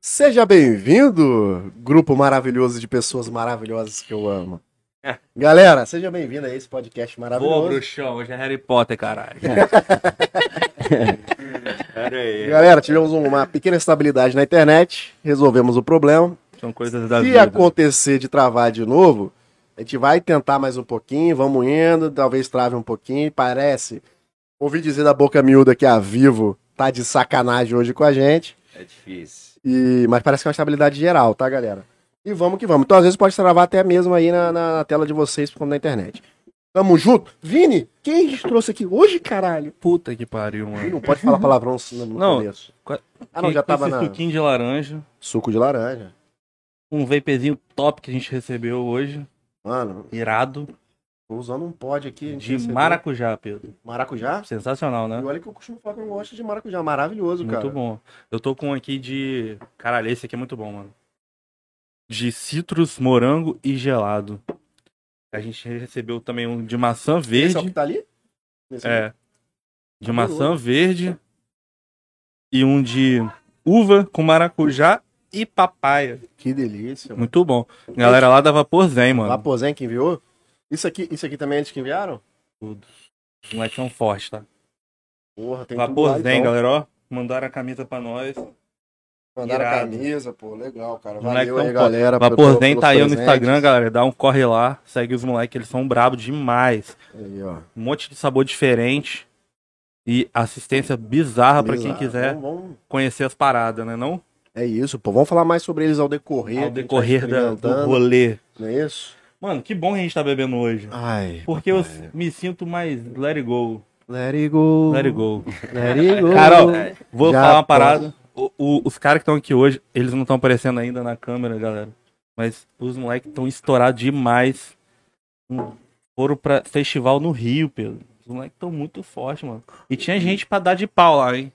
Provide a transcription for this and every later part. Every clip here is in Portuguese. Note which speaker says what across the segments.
Speaker 1: Seja bem-vindo, grupo maravilhoso de pessoas maravilhosas que eu amo.
Speaker 2: É.
Speaker 1: Galera, seja bem-vindo a esse podcast
Speaker 2: Boa,
Speaker 1: maravilhoso.
Speaker 2: bruxão, hoje é Harry Potter, caralho. Pera aí.
Speaker 1: Galera, tivemos um- uma pequena estabilidade na internet, resolvemos o problema.
Speaker 2: São coisas da
Speaker 1: Se
Speaker 2: vida.
Speaker 1: acontecer de travar de novo, a gente vai tentar mais um pouquinho, vamos indo, talvez trave um pouquinho, parece. Ouvi dizer da boca miúda que a Vivo tá de sacanagem hoje com a gente,
Speaker 2: É difícil.
Speaker 1: e mas parece que é uma estabilidade geral, tá, galera? E vamos que vamos. Então, às vezes pode travar até mesmo aí na, na- na tela de vocês, como na internet. Tamo junto. Vini, quem a gente trouxe aqui hoje, caralho?
Speaker 2: Puta que pariu,
Speaker 1: Ih,
Speaker 2: mano.
Speaker 1: Não pode falar palavrão assim no no
Speaker 2: Uhum. Não.
Speaker 1: começo.
Speaker 2: Qua-
Speaker 1: Ah, não, já
Speaker 2: Com
Speaker 1: tava
Speaker 2: esse
Speaker 1: na...
Speaker 2: suquinho de laranja,
Speaker 1: Suco de laranja.
Speaker 2: um vapezinho top que a gente recebeu hoje,
Speaker 1: Mano,
Speaker 2: irado,
Speaker 1: tô usando um pod aqui. a gente
Speaker 2: de
Speaker 1: recebeu.
Speaker 2: maracujá, Pedro.
Speaker 1: Maracujá?
Speaker 2: Sensacional, né?
Speaker 1: E olha que eu costumo falar que eu não gosto de maracujá. Maravilhoso,
Speaker 2: Muito
Speaker 1: cara.
Speaker 2: bom. Eu tô com um aqui de... Caralho, esse aqui é muito bom, mano. De citrus, morango e gelado. A gente recebeu também um de
Speaker 1: Esse é
Speaker 2: maçã
Speaker 1: o
Speaker 2: verde.
Speaker 1: que tá ali? Esse
Speaker 2: É. De
Speaker 1: Cabuloso.
Speaker 2: maçã verde e um de uva com maracujá e papaya.
Speaker 1: Que delícia. Mano.
Speaker 2: Muito bom. Galera lá da Vaporzen, mano.
Speaker 1: Lapozen que enviou? Isso aqui, isso aqui também é eles que enviaram?
Speaker 2: Os moleques são fortes, tá?
Speaker 1: Porra, tem tudo lá,
Speaker 2: Vaporzen,
Speaker 1: então.
Speaker 2: galera, ó. Mandaram a camisa pra nós.
Speaker 1: Mandaram a
Speaker 2: Irado.
Speaker 1: camisa, pô. Legal, cara.
Speaker 2: Os
Speaker 1: Valeu
Speaker 2: moleques
Speaker 1: aí,
Speaker 2: tão foda.
Speaker 1: galera. pelo-
Speaker 2: Vaporzen
Speaker 1: pelos
Speaker 2: tá aí no
Speaker 1: presentes.
Speaker 2: Instagram, galera. Dá um corre lá. Segue os moleques, eles são brabos demais.
Speaker 1: Aí, ó.
Speaker 2: Um monte de sabor diferente. E assistência bizarra pra quem
Speaker 1: Bizarro.
Speaker 2: quiser
Speaker 1: Vamos- vamos-
Speaker 2: conhecer as paradas, né? Não?
Speaker 1: É isso, pô. Vamos falar mais sobre eles ao decorrer.
Speaker 2: Ao
Speaker 1: que
Speaker 2: decorrer
Speaker 1: a gente
Speaker 2: da,
Speaker 1: vai
Speaker 2: do
Speaker 1: experimentando,
Speaker 2: rolê.
Speaker 1: Não é isso?
Speaker 2: Mano, que bom que a gente tá bebendo hoje.
Speaker 1: Ai.
Speaker 2: Porque eu s- me sinto mais let it go.
Speaker 1: Let it go.
Speaker 2: Let it go.
Speaker 1: Let it go.
Speaker 2: Carol, vou
Speaker 1: Já
Speaker 2: falar uma
Speaker 1: posso.
Speaker 2: parada. O- o- os caras que estão aqui hoje, eles não estão aparecendo ainda na câmera, galera. Mas os moleques estão estourados demais. Hum, Foram pra festival no Rio, Pedro. Os moleques estão muito fortes, mano. E tinha gente pra dar de pau lá, hein?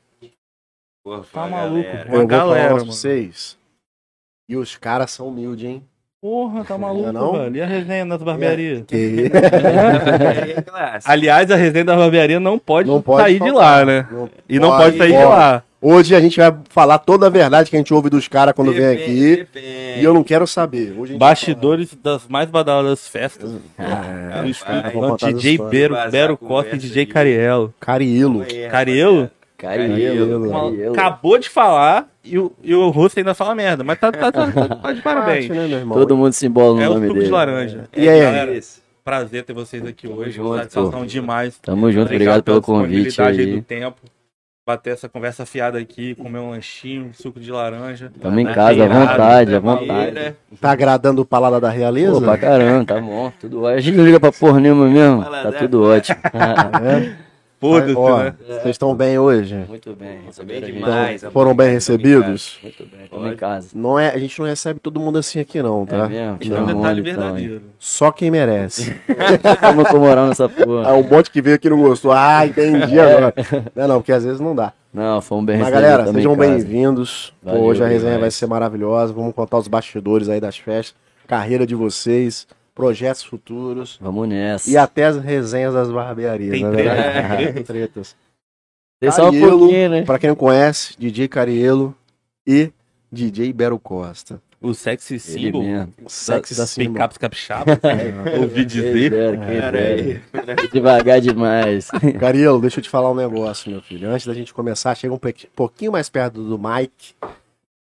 Speaker 3: Porra,
Speaker 2: Tá
Speaker 3: fala,
Speaker 2: maluco,
Speaker 3: galera.
Speaker 1: Eu vou
Speaker 2: galera,
Speaker 1: falar pra
Speaker 2: mano.
Speaker 1: vocês. E os caras são humildes, hein?
Speaker 2: Porra, tá maluco,
Speaker 1: Não é não?
Speaker 2: velho. E a resenha das barbearias?
Speaker 1: Que
Speaker 3: É clássico.
Speaker 2: Aliás, a resenha da barbearia não pode,
Speaker 1: Não pode
Speaker 2: sair de lá,
Speaker 1: faltar.
Speaker 2: né?
Speaker 1: Não
Speaker 2: E não pode sair de lá.
Speaker 1: Hoje a gente vai falar toda a verdade que a gente ouve dos caras quando vem
Speaker 3: Depende,
Speaker 1: aqui.
Speaker 3: depende.
Speaker 1: E eu não quero saber. Hoje a gente
Speaker 2: Bastidores das mais badaladas festas.
Speaker 1: vai falar.
Speaker 2: no
Speaker 1: É,
Speaker 2: estúdio
Speaker 3: vai.
Speaker 2: com
Speaker 1: Vou contar
Speaker 2: DJ
Speaker 1: as
Speaker 2: Bero,
Speaker 3: histórias.
Speaker 2: Bero
Speaker 3: Vazar a
Speaker 2: Costa e
Speaker 3: conversa
Speaker 2: DJ
Speaker 3: de-
Speaker 2: Cariello.
Speaker 1: Carielo.
Speaker 3: Não erra,
Speaker 2: Carielo?
Speaker 1: Carielo.
Speaker 2: Uma- Acabou de falar e o, e o Russo ainda fala merda, mas tá, tá- tá- tá- tá de parabéns.
Speaker 1: Né, meu irmão?
Speaker 4: Todo mundo se embola no
Speaker 2: É o
Speaker 4: nome
Speaker 2: suco
Speaker 4: dele. né?
Speaker 2: de laranja.
Speaker 1: E aí,
Speaker 3: rapaziada.
Speaker 2: galera?
Speaker 3: Isso.
Speaker 2: Prazer ter vocês aqui hoje.
Speaker 4: junto,
Speaker 2: Satisfação
Speaker 4: pô.
Speaker 2: demais.
Speaker 4: Tamo junto, obrigado,
Speaker 2: pela
Speaker 4: pelo convite
Speaker 2: disponibilidade aí do
Speaker 4: aí.
Speaker 2: tempo. Bater essa conversa fiada aqui, comer um lanchinho, suco de laranja.
Speaker 4: Tamo em
Speaker 2: Tá
Speaker 3: né?
Speaker 4: casa, à
Speaker 2: irado,
Speaker 4: vontade, à
Speaker 2: tá maluco,
Speaker 4: vontade.
Speaker 2: né?
Speaker 1: Tá agradando o Palada da Realeza?
Speaker 4: Pô, pra caramba, tá bom, tudo ótimo. A gente não liga pra porra nenhuma mesmo,
Speaker 3: Fala
Speaker 4: tá
Speaker 3: dela.
Speaker 4: tudo ótimo.
Speaker 1: É? Ó,
Speaker 2: Foda-se, né?
Speaker 1: Vocês estão bem hoje?
Speaker 4: Muito bem,
Speaker 3: Tá Bem
Speaker 4: receberam a gente.
Speaker 1: Então,
Speaker 3: demais. amor. Tá
Speaker 1: foram bem
Speaker 3: Tamo em casa.
Speaker 1: recebidos?
Speaker 4: Muito bem, tamo em casa.
Speaker 1: Não é, a gente não recebe todo mundo assim aqui, não,
Speaker 4: É
Speaker 1: tá?
Speaker 4: mesmo,
Speaker 2: Isso é um
Speaker 4: tamo
Speaker 2: detalhe
Speaker 4: onde então, hein?
Speaker 2: verdadeiro.
Speaker 1: Só quem merece.
Speaker 4: Tamo com moral nessa
Speaker 1: Ah,
Speaker 4: porra.
Speaker 1: um monte que veio aqui não gostou. Ah, entendi agora. Não, não, porque às vezes não dá.
Speaker 4: Não, fomos bem
Speaker 1: Mas
Speaker 4: recebidos.
Speaker 1: galera,
Speaker 4: tamo em
Speaker 1: sejam
Speaker 4: casa.
Speaker 1: bem-vindos. Pô,
Speaker 4: Valeu
Speaker 1: Hoje a resenha
Speaker 4: demais.
Speaker 1: vai ser maravilhosa. Vamos contar os bastidores aí das festas, carreira de vocês, projetos futuros
Speaker 4: Vamos nessa.
Speaker 1: e até as resenhas das barbearias.
Speaker 2: Tem
Speaker 1: né,
Speaker 2: treta,
Speaker 1: verdade?
Speaker 2: né?
Speaker 1: Tem tretas.
Speaker 4: Tem só um
Speaker 1: Carielo,
Speaker 4: pouquinho, né?
Speaker 1: Pra quem não conhece, DJ Carielo e DJ Bero Costa.
Speaker 2: O sexy
Speaker 4: Ele
Speaker 2: symbol
Speaker 4: mesmo. assim,
Speaker 1: Sexy
Speaker 2: das
Speaker 1: symbol.
Speaker 2: picapes capixabas. Ouvi
Speaker 4: Quem
Speaker 2: dizer.
Speaker 4: dera, quem
Speaker 3: Pera
Speaker 2: é.
Speaker 4: dera.
Speaker 3: aí.
Speaker 4: é Devagar demais.
Speaker 1: Carielo, deixa eu te falar um negócio, meu filho. Antes da gente começar, chega um pe- pouquinho mais perto do Mike.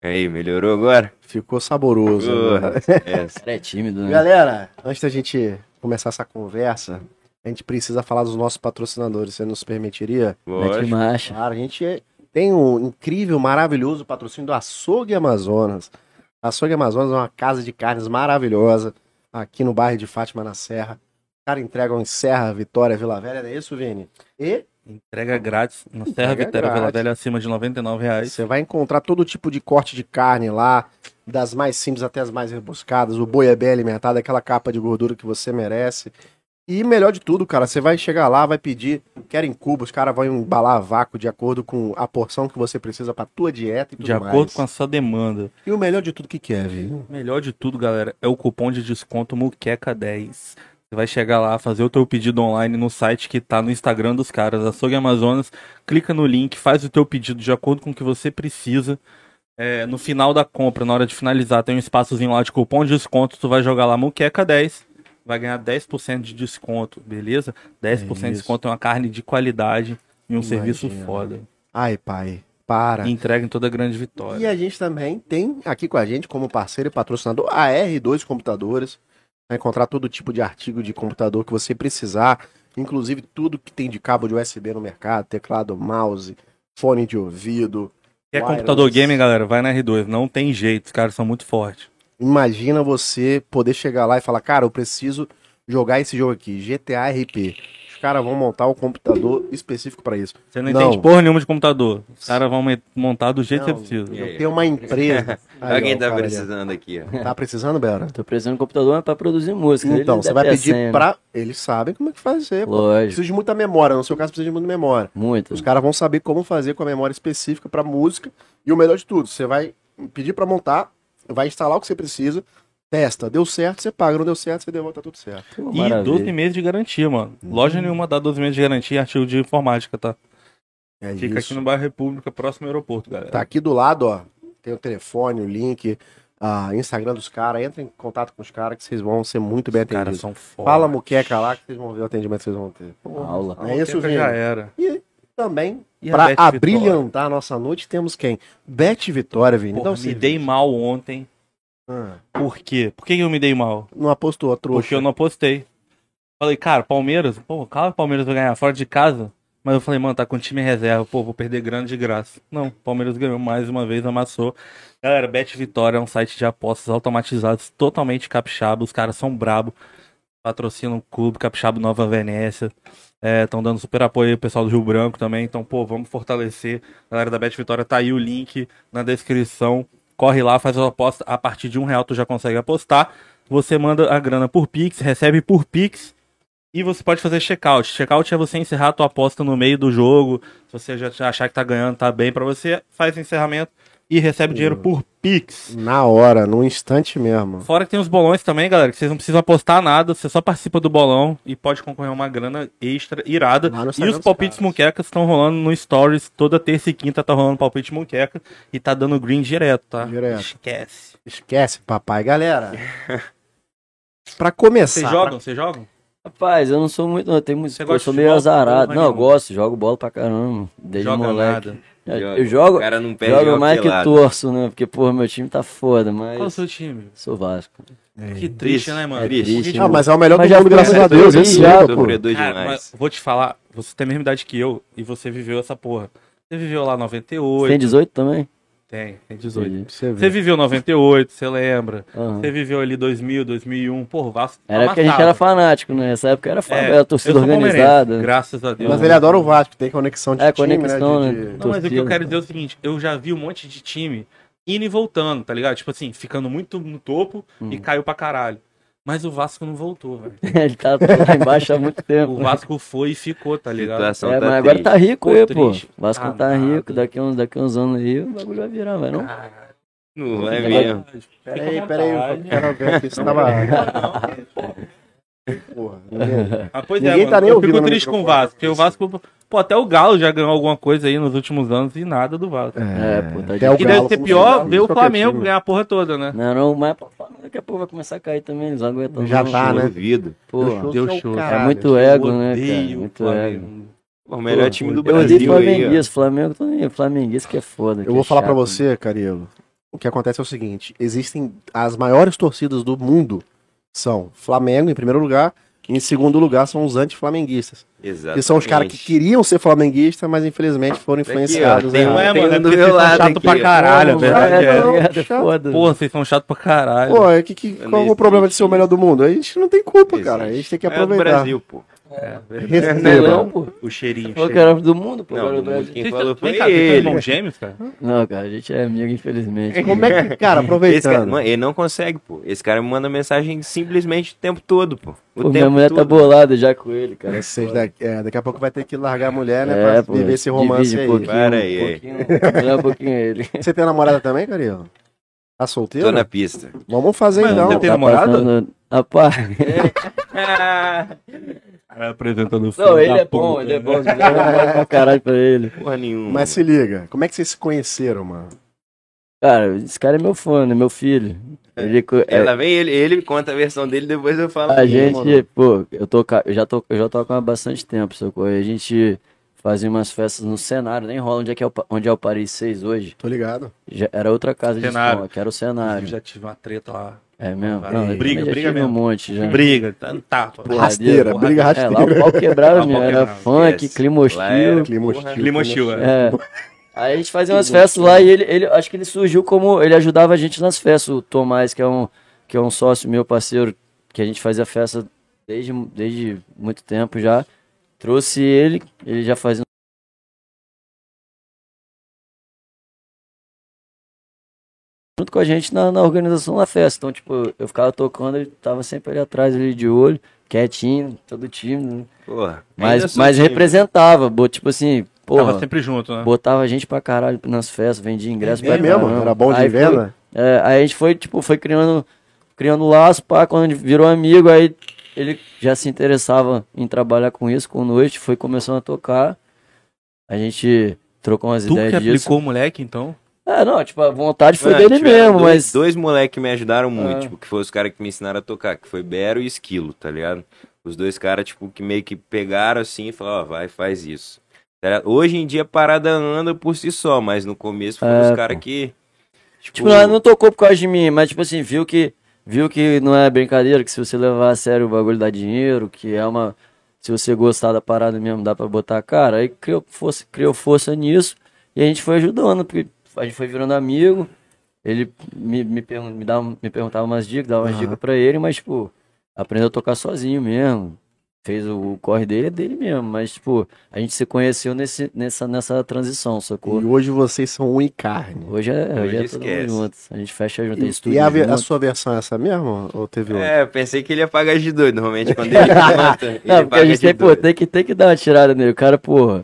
Speaker 3: Aí, melhorou agora?
Speaker 1: Ficou saboroso.
Speaker 3: Porra.
Speaker 1: né?
Speaker 3: Essa.
Speaker 4: Cara, é tímido, né?
Speaker 1: Galera, antes da gente começar essa conversa, a gente precisa falar dos nossos patrocinadores. Você nos permitiria?
Speaker 4: Mete
Speaker 3: Lógico.
Speaker 4: marcha.
Speaker 1: Claro, a gente é- tem um incrível, maravilhoso patrocínio do Açougue Amazonas. Açougue Amazonas é uma casa de carnes maravilhosa aqui no bairro de Fátima, na Serra. Os caras entregam em Serra, Vitória, Vila Velha, não é isso, Vini? E
Speaker 2: Entrega grátis na Serra
Speaker 1: Então, Entrega
Speaker 2: Vitória Vila
Speaker 1: grátis. é
Speaker 2: Velha acima de R$ 99 reais.
Speaker 1: você vai encontrar todo tipo de corte de carne lá, das mais simples até as mais rebuscadas. O boi é bem alimentado, aquela capa de gordura que você merece. E melhor de tudo, cara, você vai chegar lá, vai pedir, quer em cubo, os caras vão embalar a vácuo de acordo com a porção que você precisa pra tua dieta e tudo
Speaker 2: De
Speaker 1: mais.
Speaker 2: acordo com a sua demanda.
Speaker 1: E o melhor de tudo que que é, viu?
Speaker 2: Melhor de tudo, galera, é o cupom de desconto Muqueca10. Você vai chegar lá, fazer o teu pedido online no site que tá no Instagram dos caras, Açougue Amazonas. Clica no link, faz o teu pedido de acordo com o que você precisa. É, no final da compra, na hora de finalizar, tem um espaçozinho lá de cupom de desconto. Tu vai jogar lá Muqueca 10, vai ganhar 10% de desconto, beleza? 10%
Speaker 1: É
Speaker 2: de
Speaker 1: isso.
Speaker 2: desconto é uma carne de qualidade e um
Speaker 1: Imagina.
Speaker 2: serviço foda.
Speaker 1: Ai, pai, para.
Speaker 2: E entrega em toda a grande
Speaker 1: E é
Speaker 2: vitória.
Speaker 1: a gente também tem aqui com a gente como parceiro e patrocinador a R2 Computadores. Vai encontrar todo tipo de artigo de computador que você precisar, inclusive tudo que tem de cabo de USB no mercado, teclado, mouse, fone de ouvido.
Speaker 2: Quer
Speaker 1: wireless.
Speaker 2: computador game, galera? Vai na R2. Não tem jeito, os caras são muito fortes.
Speaker 1: Imagina você poder chegar lá e falar, cara, eu preciso jogar esse jogo aqui, GTA RP. Os caras vão montar um computador específico para isso.
Speaker 2: Você não,
Speaker 1: Não.
Speaker 2: entende porra nenhuma de computador. Os caras vão me- montar do jeito que você precisa.
Speaker 3: E aí?
Speaker 1: Tem uma empresa. Aí, ó,
Speaker 3: Alguém
Speaker 1: o
Speaker 3: tá
Speaker 1: cara ali, ó.
Speaker 3: precisando aqui, ó.
Speaker 1: Tá precisando, Bera?
Speaker 4: Tô precisando de um computador pra produzir música.
Speaker 1: Então,
Speaker 3: tá
Speaker 4: Ele
Speaker 1: você vai
Speaker 4: deve ter
Speaker 1: pedir
Speaker 4: a senha, né?
Speaker 1: pra. Eles sabem como é que fazer. pô.
Speaker 4: Lógico,
Speaker 1: Precisa de muita memória. No seu caso, precisa de muita memória.
Speaker 4: muito.
Speaker 1: Os caras vão saber como fazer com a memória específica pra música. E o melhor de tudo, você vai pedir pra montar, vai instalar o que você precisa, testa. Deu certo, você paga. Não deu certo, você devolve, tá tudo certo.
Speaker 4: Pô,
Speaker 2: E
Speaker 4: maravilha.
Speaker 2: 12 meses de garantia, mano. Loja
Speaker 1: Uhum.
Speaker 2: nenhuma dá 12 meses de garantia em artigo de informática, tá?
Speaker 1: É
Speaker 2: Fica aqui no bairro República, próximo ao aeroporto, galera.
Speaker 1: Tá aqui do lado, ó. Tem o telefone, o link, a Instagram dos caras. Entra em contato com os caras que vocês vão ser muito bem
Speaker 2: Os caras
Speaker 1: atendidos.
Speaker 2: são foda.
Speaker 1: Fala muqueca lá que vocês vão ver o atendimento que vocês vão ter.
Speaker 4: Aula.
Speaker 1: É isso,
Speaker 2: Ah, Moqueca
Speaker 1: Vini.
Speaker 2: já era.
Speaker 1: Também,
Speaker 2: E a
Speaker 1: pra
Speaker 2: Beth Vitória?
Speaker 1: abrilhantar a nossa noite, temos quem? Bete Vitória, Vini.
Speaker 2: Porra,
Speaker 1: Então,
Speaker 2: me
Speaker 1: se-
Speaker 2: dei mal ontem.
Speaker 1: Ah,
Speaker 2: Por quê? Por que eu me dei mal?
Speaker 1: não apostou, trouxa.
Speaker 2: Porque eu não apostei. Falei, cara, Palmeiras, pô, calma, Palmeiras vai ganhar fora de casa. Mas eu falei, mano, tá com time reserva, pô, vou perder grana de graça. Não, Palmeiras ganhou mais uma vez, amassou. Galera, Bet Vitória é um site de apostas automatizados, totalmente capixaba, os caras são brabo. Patrocinam o clube, Capixaba Nova Venécia. Estão dando super apoio aí, o pessoal do Rio Branco também. Então, pô, vamos fortalecer. Galera da Bet Vitória, tá aí o link na descrição. Corre lá, faz a aposta. A partir de um real tu já consegue apostar você manda a grana por Pix, recebe por Pix e você pode fazer checkout. Checkout é você encerrar a tua aposta no meio do jogo. Se você já achar que tá ganhando, tá bem pra você, faz encerramento e recebe dinheiro por Pix.
Speaker 1: Na hora, no instante mesmo.
Speaker 2: Fora que tem os bolões também, galera, que vocês não precisam apostar nada, você só participa do bolão e pode concorrer a uma grana extra irada.
Speaker 1: Lá no
Speaker 2: E
Speaker 1: Instagram
Speaker 2: os
Speaker 1: dos
Speaker 2: palpites
Speaker 1: caras.
Speaker 2: muquecas estão rolando no Stories, toda terça e quinta tá rolando palpite muqueca e tá dando green direto, tá?
Speaker 1: Direto.
Speaker 2: Esquece.
Speaker 1: Esquece, papai. Galera, pra começar...
Speaker 2: Vocês jogam? Vocês jogam?
Speaker 4: Rapaz, eu não sou muito. não, Eu, tenho muito
Speaker 2: Você
Speaker 4: eu
Speaker 2: gosta
Speaker 4: sou
Speaker 2: de
Speaker 4: meio
Speaker 2: futebol?
Speaker 4: azarado.
Speaker 2: Porra
Speaker 4: Não, eu
Speaker 2: nenhuma.
Speaker 4: gosto, jogo bola pra caramba. Desde
Speaker 2: Joga
Speaker 4: moleque.
Speaker 2: nada.
Speaker 4: Eu,
Speaker 3: Joga.
Speaker 4: eu
Speaker 3: O
Speaker 4: jogo,
Speaker 3: cara não perde
Speaker 4: jogo mais que
Speaker 3: pelada.
Speaker 4: torço, né? Porque, porra, meu time tá foda,
Speaker 2: Qual o
Speaker 4: mas.
Speaker 2: seu time?
Speaker 4: Sou Vasco.
Speaker 2: Que triste, né, mano?
Speaker 4: É triste,
Speaker 2: Porque,
Speaker 1: Ah,
Speaker 4: mano.
Speaker 1: mas é o melhor
Speaker 4: Mas
Speaker 1: do
Speaker 4: já
Speaker 1: mundo,
Speaker 4: foi
Speaker 1: graças a
Speaker 4: vencedor,
Speaker 1: Deus.
Speaker 4: hein?
Speaker 1: Esse
Speaker 4: Já,
Speaker 1: ano, pô.
Speaker 3: Sofredor
Speaker 2: cara,
Speaker 3: demais.
Speaker 2: mas vou te falar, você tem a mesma idade que eu e você viveu essa porra. Você viveu lá 98.
Speaker 4: Você tem 18 também?
Speaker 2: Tem, tem 18.
Speaker 4: Entendi.
Speaker 1: Você
Speaker 2: Você
Speaker 1: vê.
Speaker 2: viveu 98, você lembra?
Speaker 4: Aham.
Speaker 2: Você viveu ali 2000, 2001. Porra, o Vasco.
Speaker 4: Era porque a gente
Speaker 2: amassava.
Speaker 4: era fanático, né? Nessa época era, fa-
Speaker 2: Tá É,
Speaker 4: era
Speaker 2: Eu
Speaker 4: torcida
Speaker 2: sou palmeirense,
Speaker 4: organizada.
Speaker 2: Graças a Deus.
Speaker 1: Mas ele adora o Vasco, tem conexão de
Speaker 4: É,
Speaker 1: time,
Speaker 4: conexão,
Speaker 1: né?
Speaker 4: né?
Speaker 1: de- de-
Speaker 2: Não, mas o que
Speaker 4: torcida.
Speaker 2: eu quero dizer é o seguinte: eu já vi um monte de time indo e voltando, tá ligado? Tipo assim, ficando muito no topo e
Speaker 4: Hum.
Speaker 2: caiu pra caralho. Mas o Vasco não voltou, velho.
Speaker 4: Ele tá lá embaixo há muito tempo.
Speaker 2: O Vasco foi e ficou, tá ligado?
Speaker 3: Situação
Speaker 4: É,
Speaker 3: tá
Speaker 4: mas agora
Speaker 3: triste.
Speaker 4: tá rico
Speaker 2: Pô,
Speaker 4: aí, pô.
Speaker 2: triste.
Speaker 4: Vasco
Speaker 2: Ah,
Speaker 4: tá
Speaker 2: nada.
Speaker 4: rico, daqui uns, daqui uns anos aí o bagulho vai virar, vai não?
Speaker 3: Não é
Speaker 4: Tá
Speaker 3: mesmo.
Speaker 1: Peraí, peraí,
Speaker 2: Ah,
Speaker 1: eu quero ver aqui se tava... Porra, né? ninguém-
Speaker 2: Ah, pois
Speaker 1: Ninguém
Speaker 2: é,
Speaker 1: tá
Speaker 2: mano.
Speaker 1: nem
Speaker 2: eu
Speaker 1: ouvindo
Speaker 2: fico
Speaker 1: no
Speaker 2: triste com o
Speaker 1: microfone.
Speaker 2: Vasco, porque o Vasco, pô, até o Galo já ganhou alguma coisa aí nos últimos anos e nada do Vasco.
Speaker 4: É, pô, tá
Speaker 1: até o
Speaker 2: O que
Speaker 1: Galo
Speaker 4: difícil.
Speaker 2: deve ser
Speaker 1: como
Speaker 2: pior
Speaker 1: time,
Speaker 2: ver o
Speaker 1: qualquer
Speaker 2: Flamengo
Speaker 1: time.
Speaker 2: ganhar a porra toda, né?
Speaker 4: Não, não, mas pô, daqui a pouco vai começar a cair também, eles um não aguentam.
Speaker 1: Já
Speaker 4: não,
Speaker 1: tá,
Speaker 4: pô.
Speaker 1: né?
Speaker 3: Duvido.
Speaker 4: Pô,
Speaker 1: Deixou
Speaker 2: deu
Speaker 1: seu
Speaker 2: show. É
Speaker 1: caralho.
Speaker 4: é muito ego, né, cara? Muito ego.
Speaker 3: Pô, o melhor time do
Speaker 4: Eu odeio
Speaker 3: Brasil aí, ó.
Speaker 4: flamenguista, Flamengo também, flamenguista que é foda. que
Speaker 1: Eu vou
Speaker 4: é
Speaker 1: falar pra
Speaker 4: chato.
Speaker 1: você, Carilo. O que acontece é o seguinte: existem as maiores torcidas do mundo são Flamengo em primeiro lugar, e em segundo lugar são os anti-flamenguistas,
Speaker 3: Exato.
Speaker 1: que são os caras que queriam ser flamenguistas, mas infelizmente foram
Speaker 3: Tá aqui, ó,
Speaker 1: influenciados.
Speaker 3: Tá tem
Speaker 1: né?
Speaker 2: Não é,
Speaker 3: Tem
Speaker 2: mano,
Speaker 3: um
Speaker 2: é
Speaker 3: do
Speaker 2: porque
Speaker 3: meu
Speaker 2: vocês são
Speaker 3: lado
Speaker 2: chatos
Speaker 3: aqui,
Speaker 2: pra
Speaker 3: ó.
Speaker 2: caralho,
Speaker 4: Não,
Speaker 2: verdade
Speaker 4: é,
Speaker 2: é.
Speaker 1: não.
Speaker 4: é, é foda.
Speaker 2: Porra, vocês são chatos pra caralho.
Speaker 1: Pô, é que, que- qual é o problema de ser o melhor do mundo? A gente não tem culpa,
Speaker 3: Existe.
Speaker 1: cara. A gente tem que
Speaker 3: É do
Speaker 1: aproveitar.
Speaker 3: Brasil, pô.
Speaker 1: Receba.
Speaker 4: não, pô.
Speaker 2: O cheirinho.
Speaker 4: Falou que era do mundo, pô.
Speaker 3: Não,
Speaker 4: agora
Speaker 3: do
Speaker 4: o Brasil.
Speaker 3: mundo quem
Speaker 2: Vocês-
Speaker 3: falou
Speaker 2: Vem
Speaker 3: foi
Speaker 2: cá, vocês são
Speaker 3: ele.
Speaker 2: irmãos gêmeos, cara?
Speaker 4: Não, cara, a gente é amigo, infelizmente.
Speaker 1: Como é que, cara,
Speaker 3: Esse cara,
Speaker 1: aproveitando.
Speaker 3: mano, ele não é- consegue, pô. Esse cara me manda mensagem simplesmente o tempo todo, pô. O
Speaker 4: Pô,
Speaker 3: tempo
Speaker 4: minha mulher
Speaker 3: todo.
Speaker 4: tá bolada já com ele, cara.
Speaker 1: Vocês daqui, é, daqui a pouco vai ter que largar a mulher, né?
Speaker 4: É,
Speaker 1: pra
Speaker 4: pô,
Speaker 1: viver esse romance
Speaker 4: divide
Speaker 1: aí.
Speaker 4: um pouquinho,
Speaker 3: Para aí,
Speaker 4: um
Speaker 3: aí.
Speaker 4: pouquinho, Olha um pouquinho ele.
Speaker 1: Você tem namorada também, Carilo? Tá solteiro?
Speaker 3: Tô né? na pista.
Speaker 1: Vamos fazer
Speaker 2: Mas
Speaker 1: então.
Speaker 2: você tem
Speaker 4: Tá
Speaker 2: namorado?
Speaker 4: passando- Rapaz,
Speaker 2: É, apresentando o
Speaker 4: não, ele é bom, ele é bom. Ele é bom pra caralho pra ele.
Speaker 3: Porra nenhuma.
Speaker 1: Mas se liga, como é que vocês se conheceram, mano?
Speaker 4: Cara, esse cara é meu fã, né? Meu filho. Ele, co- é,
Speaker 3: É, lá vem ele, ele conta a versão dele, depois eu falo.
Speaker 4: a
Speaker 3: aqui,
Speaker 4: gente,
Speaker 3: mano.
Speaker 4: pô, eu, toca, eu, já to, eu já toco há bastante tempo, socorro. A gente fazia umas festas no cenário, nem rola onde é, que é o, Pa- onde é o Paris 6 hoje.
Speaker 1: Tô ligado.
Speaker 4: Já, era outra casa de
Speaker 2: Cenário.
Speaker 4: escola, que era o
Speaker 2: Eu
Speaker 4: cenário.
Speaker 2: Ah, já tive uma treta lá.
Speaker 4: É mesmo?
Speaker 2: Vai. Briga,
Speaker 4: eu também já
Speaker 2: briga
Speaker 4: tive
Speaker 2: mesmo.
Speaker 4: um monte já.
Speaker 2: Briga, tá, tapa.
Speaker 4: Porra,
Speaker 1: Rasteira,
Speaker 2: porra,
Speaker 1: briga
Speaker 4: É,
Speaker 1: rasteira.
Speaker 4: lá o pau quebrava,
Speaker 2: Lá o
Speaker 4: meu.
Speaker 2: pau
Speaker 4: Era
Speaker 2: quebrava.
Speaker 4: funk,
Speaker 3: Yes.
Speaker 4: clima hostil.
Speaker 3: Lá era-
Speaker 1: Clima hostil.
Speaker 3: É, Porra.
Speaker 2: Limochil, é.
Speaker 4: É. Aí a gente fazia umas festas lá e ele, ele, acho que ele surgiu como, ele ajudava a gente nas festas, o Tomás, que é um, que é um sócio meu, parceiro, que a gente fazia festa desde, desde muito tempo já. Trouxe ele, ele já fazia um- junto com a gente na, na organização da festa. Então, tipo, eu ficava tocando, ele tava sempre ali atrás, ali de olho, quietinho, todo tímido, né?
Speaker 3: Porra, ainda
Speaker 4: Mas,
Speaker 3: sou
Speaker 4: mas
Speaker 3: tímido.
Speaker 4: representava, bo- tipo assim, porra,
Speaker 2: Tava sempre junto, né?
Speaker 4: botava gente pra caralho nas festas, vendia ingresso pra
Speaker 1: É mesmo?
Speaker 4: caramba.
Speaker 1: Era bom de
Speaker 4: Aí
Speaker 1: venda?
Speaker 4: foi- é, aí a gente foi, tipo, foi criando, criando laço, pá, quando a gente virou amigo, aí ele já se interessava em trabalhar com isso, com noite, foi começando a tocar. A gente trocou umas
Speaker 2: Tu que
Speaker 4: ideias disso.
Speaker 2: aplicou É, o moleque, então?
Speaker 4: É, não, tipo, a vontade foi
Speaker 3: Mano,
Speaker 4: dele
Speaker 3: tiveram
Speaker 4: mesmo,
Speaker 3: dois-
Speaker 4: mas.
Speaker 3: Dois moleques que me ajudaram muito,
Speaker 4: Ah.
Speaker 3: tipo, que foram os caras que me ensinaram a tocar, que foi Bero e Esquilo, tá ligado? Os dois caras, tipo, que meio que pegaram assim e falaram, ó, vai, faz isso. Tá ligado? Hoje em dia a parada anda por si só, mas no começo foram
Speaker 4: É,
Speaker 3: os caras que.
Speaker 4: Tipo, não, não tocou por causa de mim, mas tipo assim, viu que viu que não é brincadeira, que se você levar a sério o bagulho dá dinheiro, que é uma se você gostar da parada mesmo, dá pra botar a cara. Aí criou força, criou força nisso e a gente foi ajudando, porque a gente foi virando amigo. Ele me, me, pergun- me, dava, me perguntava umas dicas, dava umas dicas pra ele, mas tipo, aprendeu a tocar sozinho mesmo. Fez o, o corre dele, é dele mesmo, mas tipo, a gente se conheceu nesse, nessa, nessa transição, sacou?
Speaker 1: E hoje vocês são um e carne.
Speaker 4: Hoje é,
Speaker 3: Hoje
Speaker 4: hoje é todo mundo
Speaker 3: esquece.
Speaker 4: junto. A gente fecha junto, tem
Speaker 1: E,
Speaker 4: estúdio.
Speaker 1: e a, ve- a
Speaker 4: junto.
Speaker 1: sua versão é essa mesmo? Ou teve outra?
Speaker 3: É, eu pensei que ele ia pagar de doido. Normalmente quando ele conta, ele
Speaker 4: Não, porque a
Speaker 3: paga
Speaker 4: gente
Speaker 3: de
Speaker 4: tem, pô,
Speaker 3: doido.
Speaker 4: tem, que, tem que dar uma tirada nele. O cara, porra.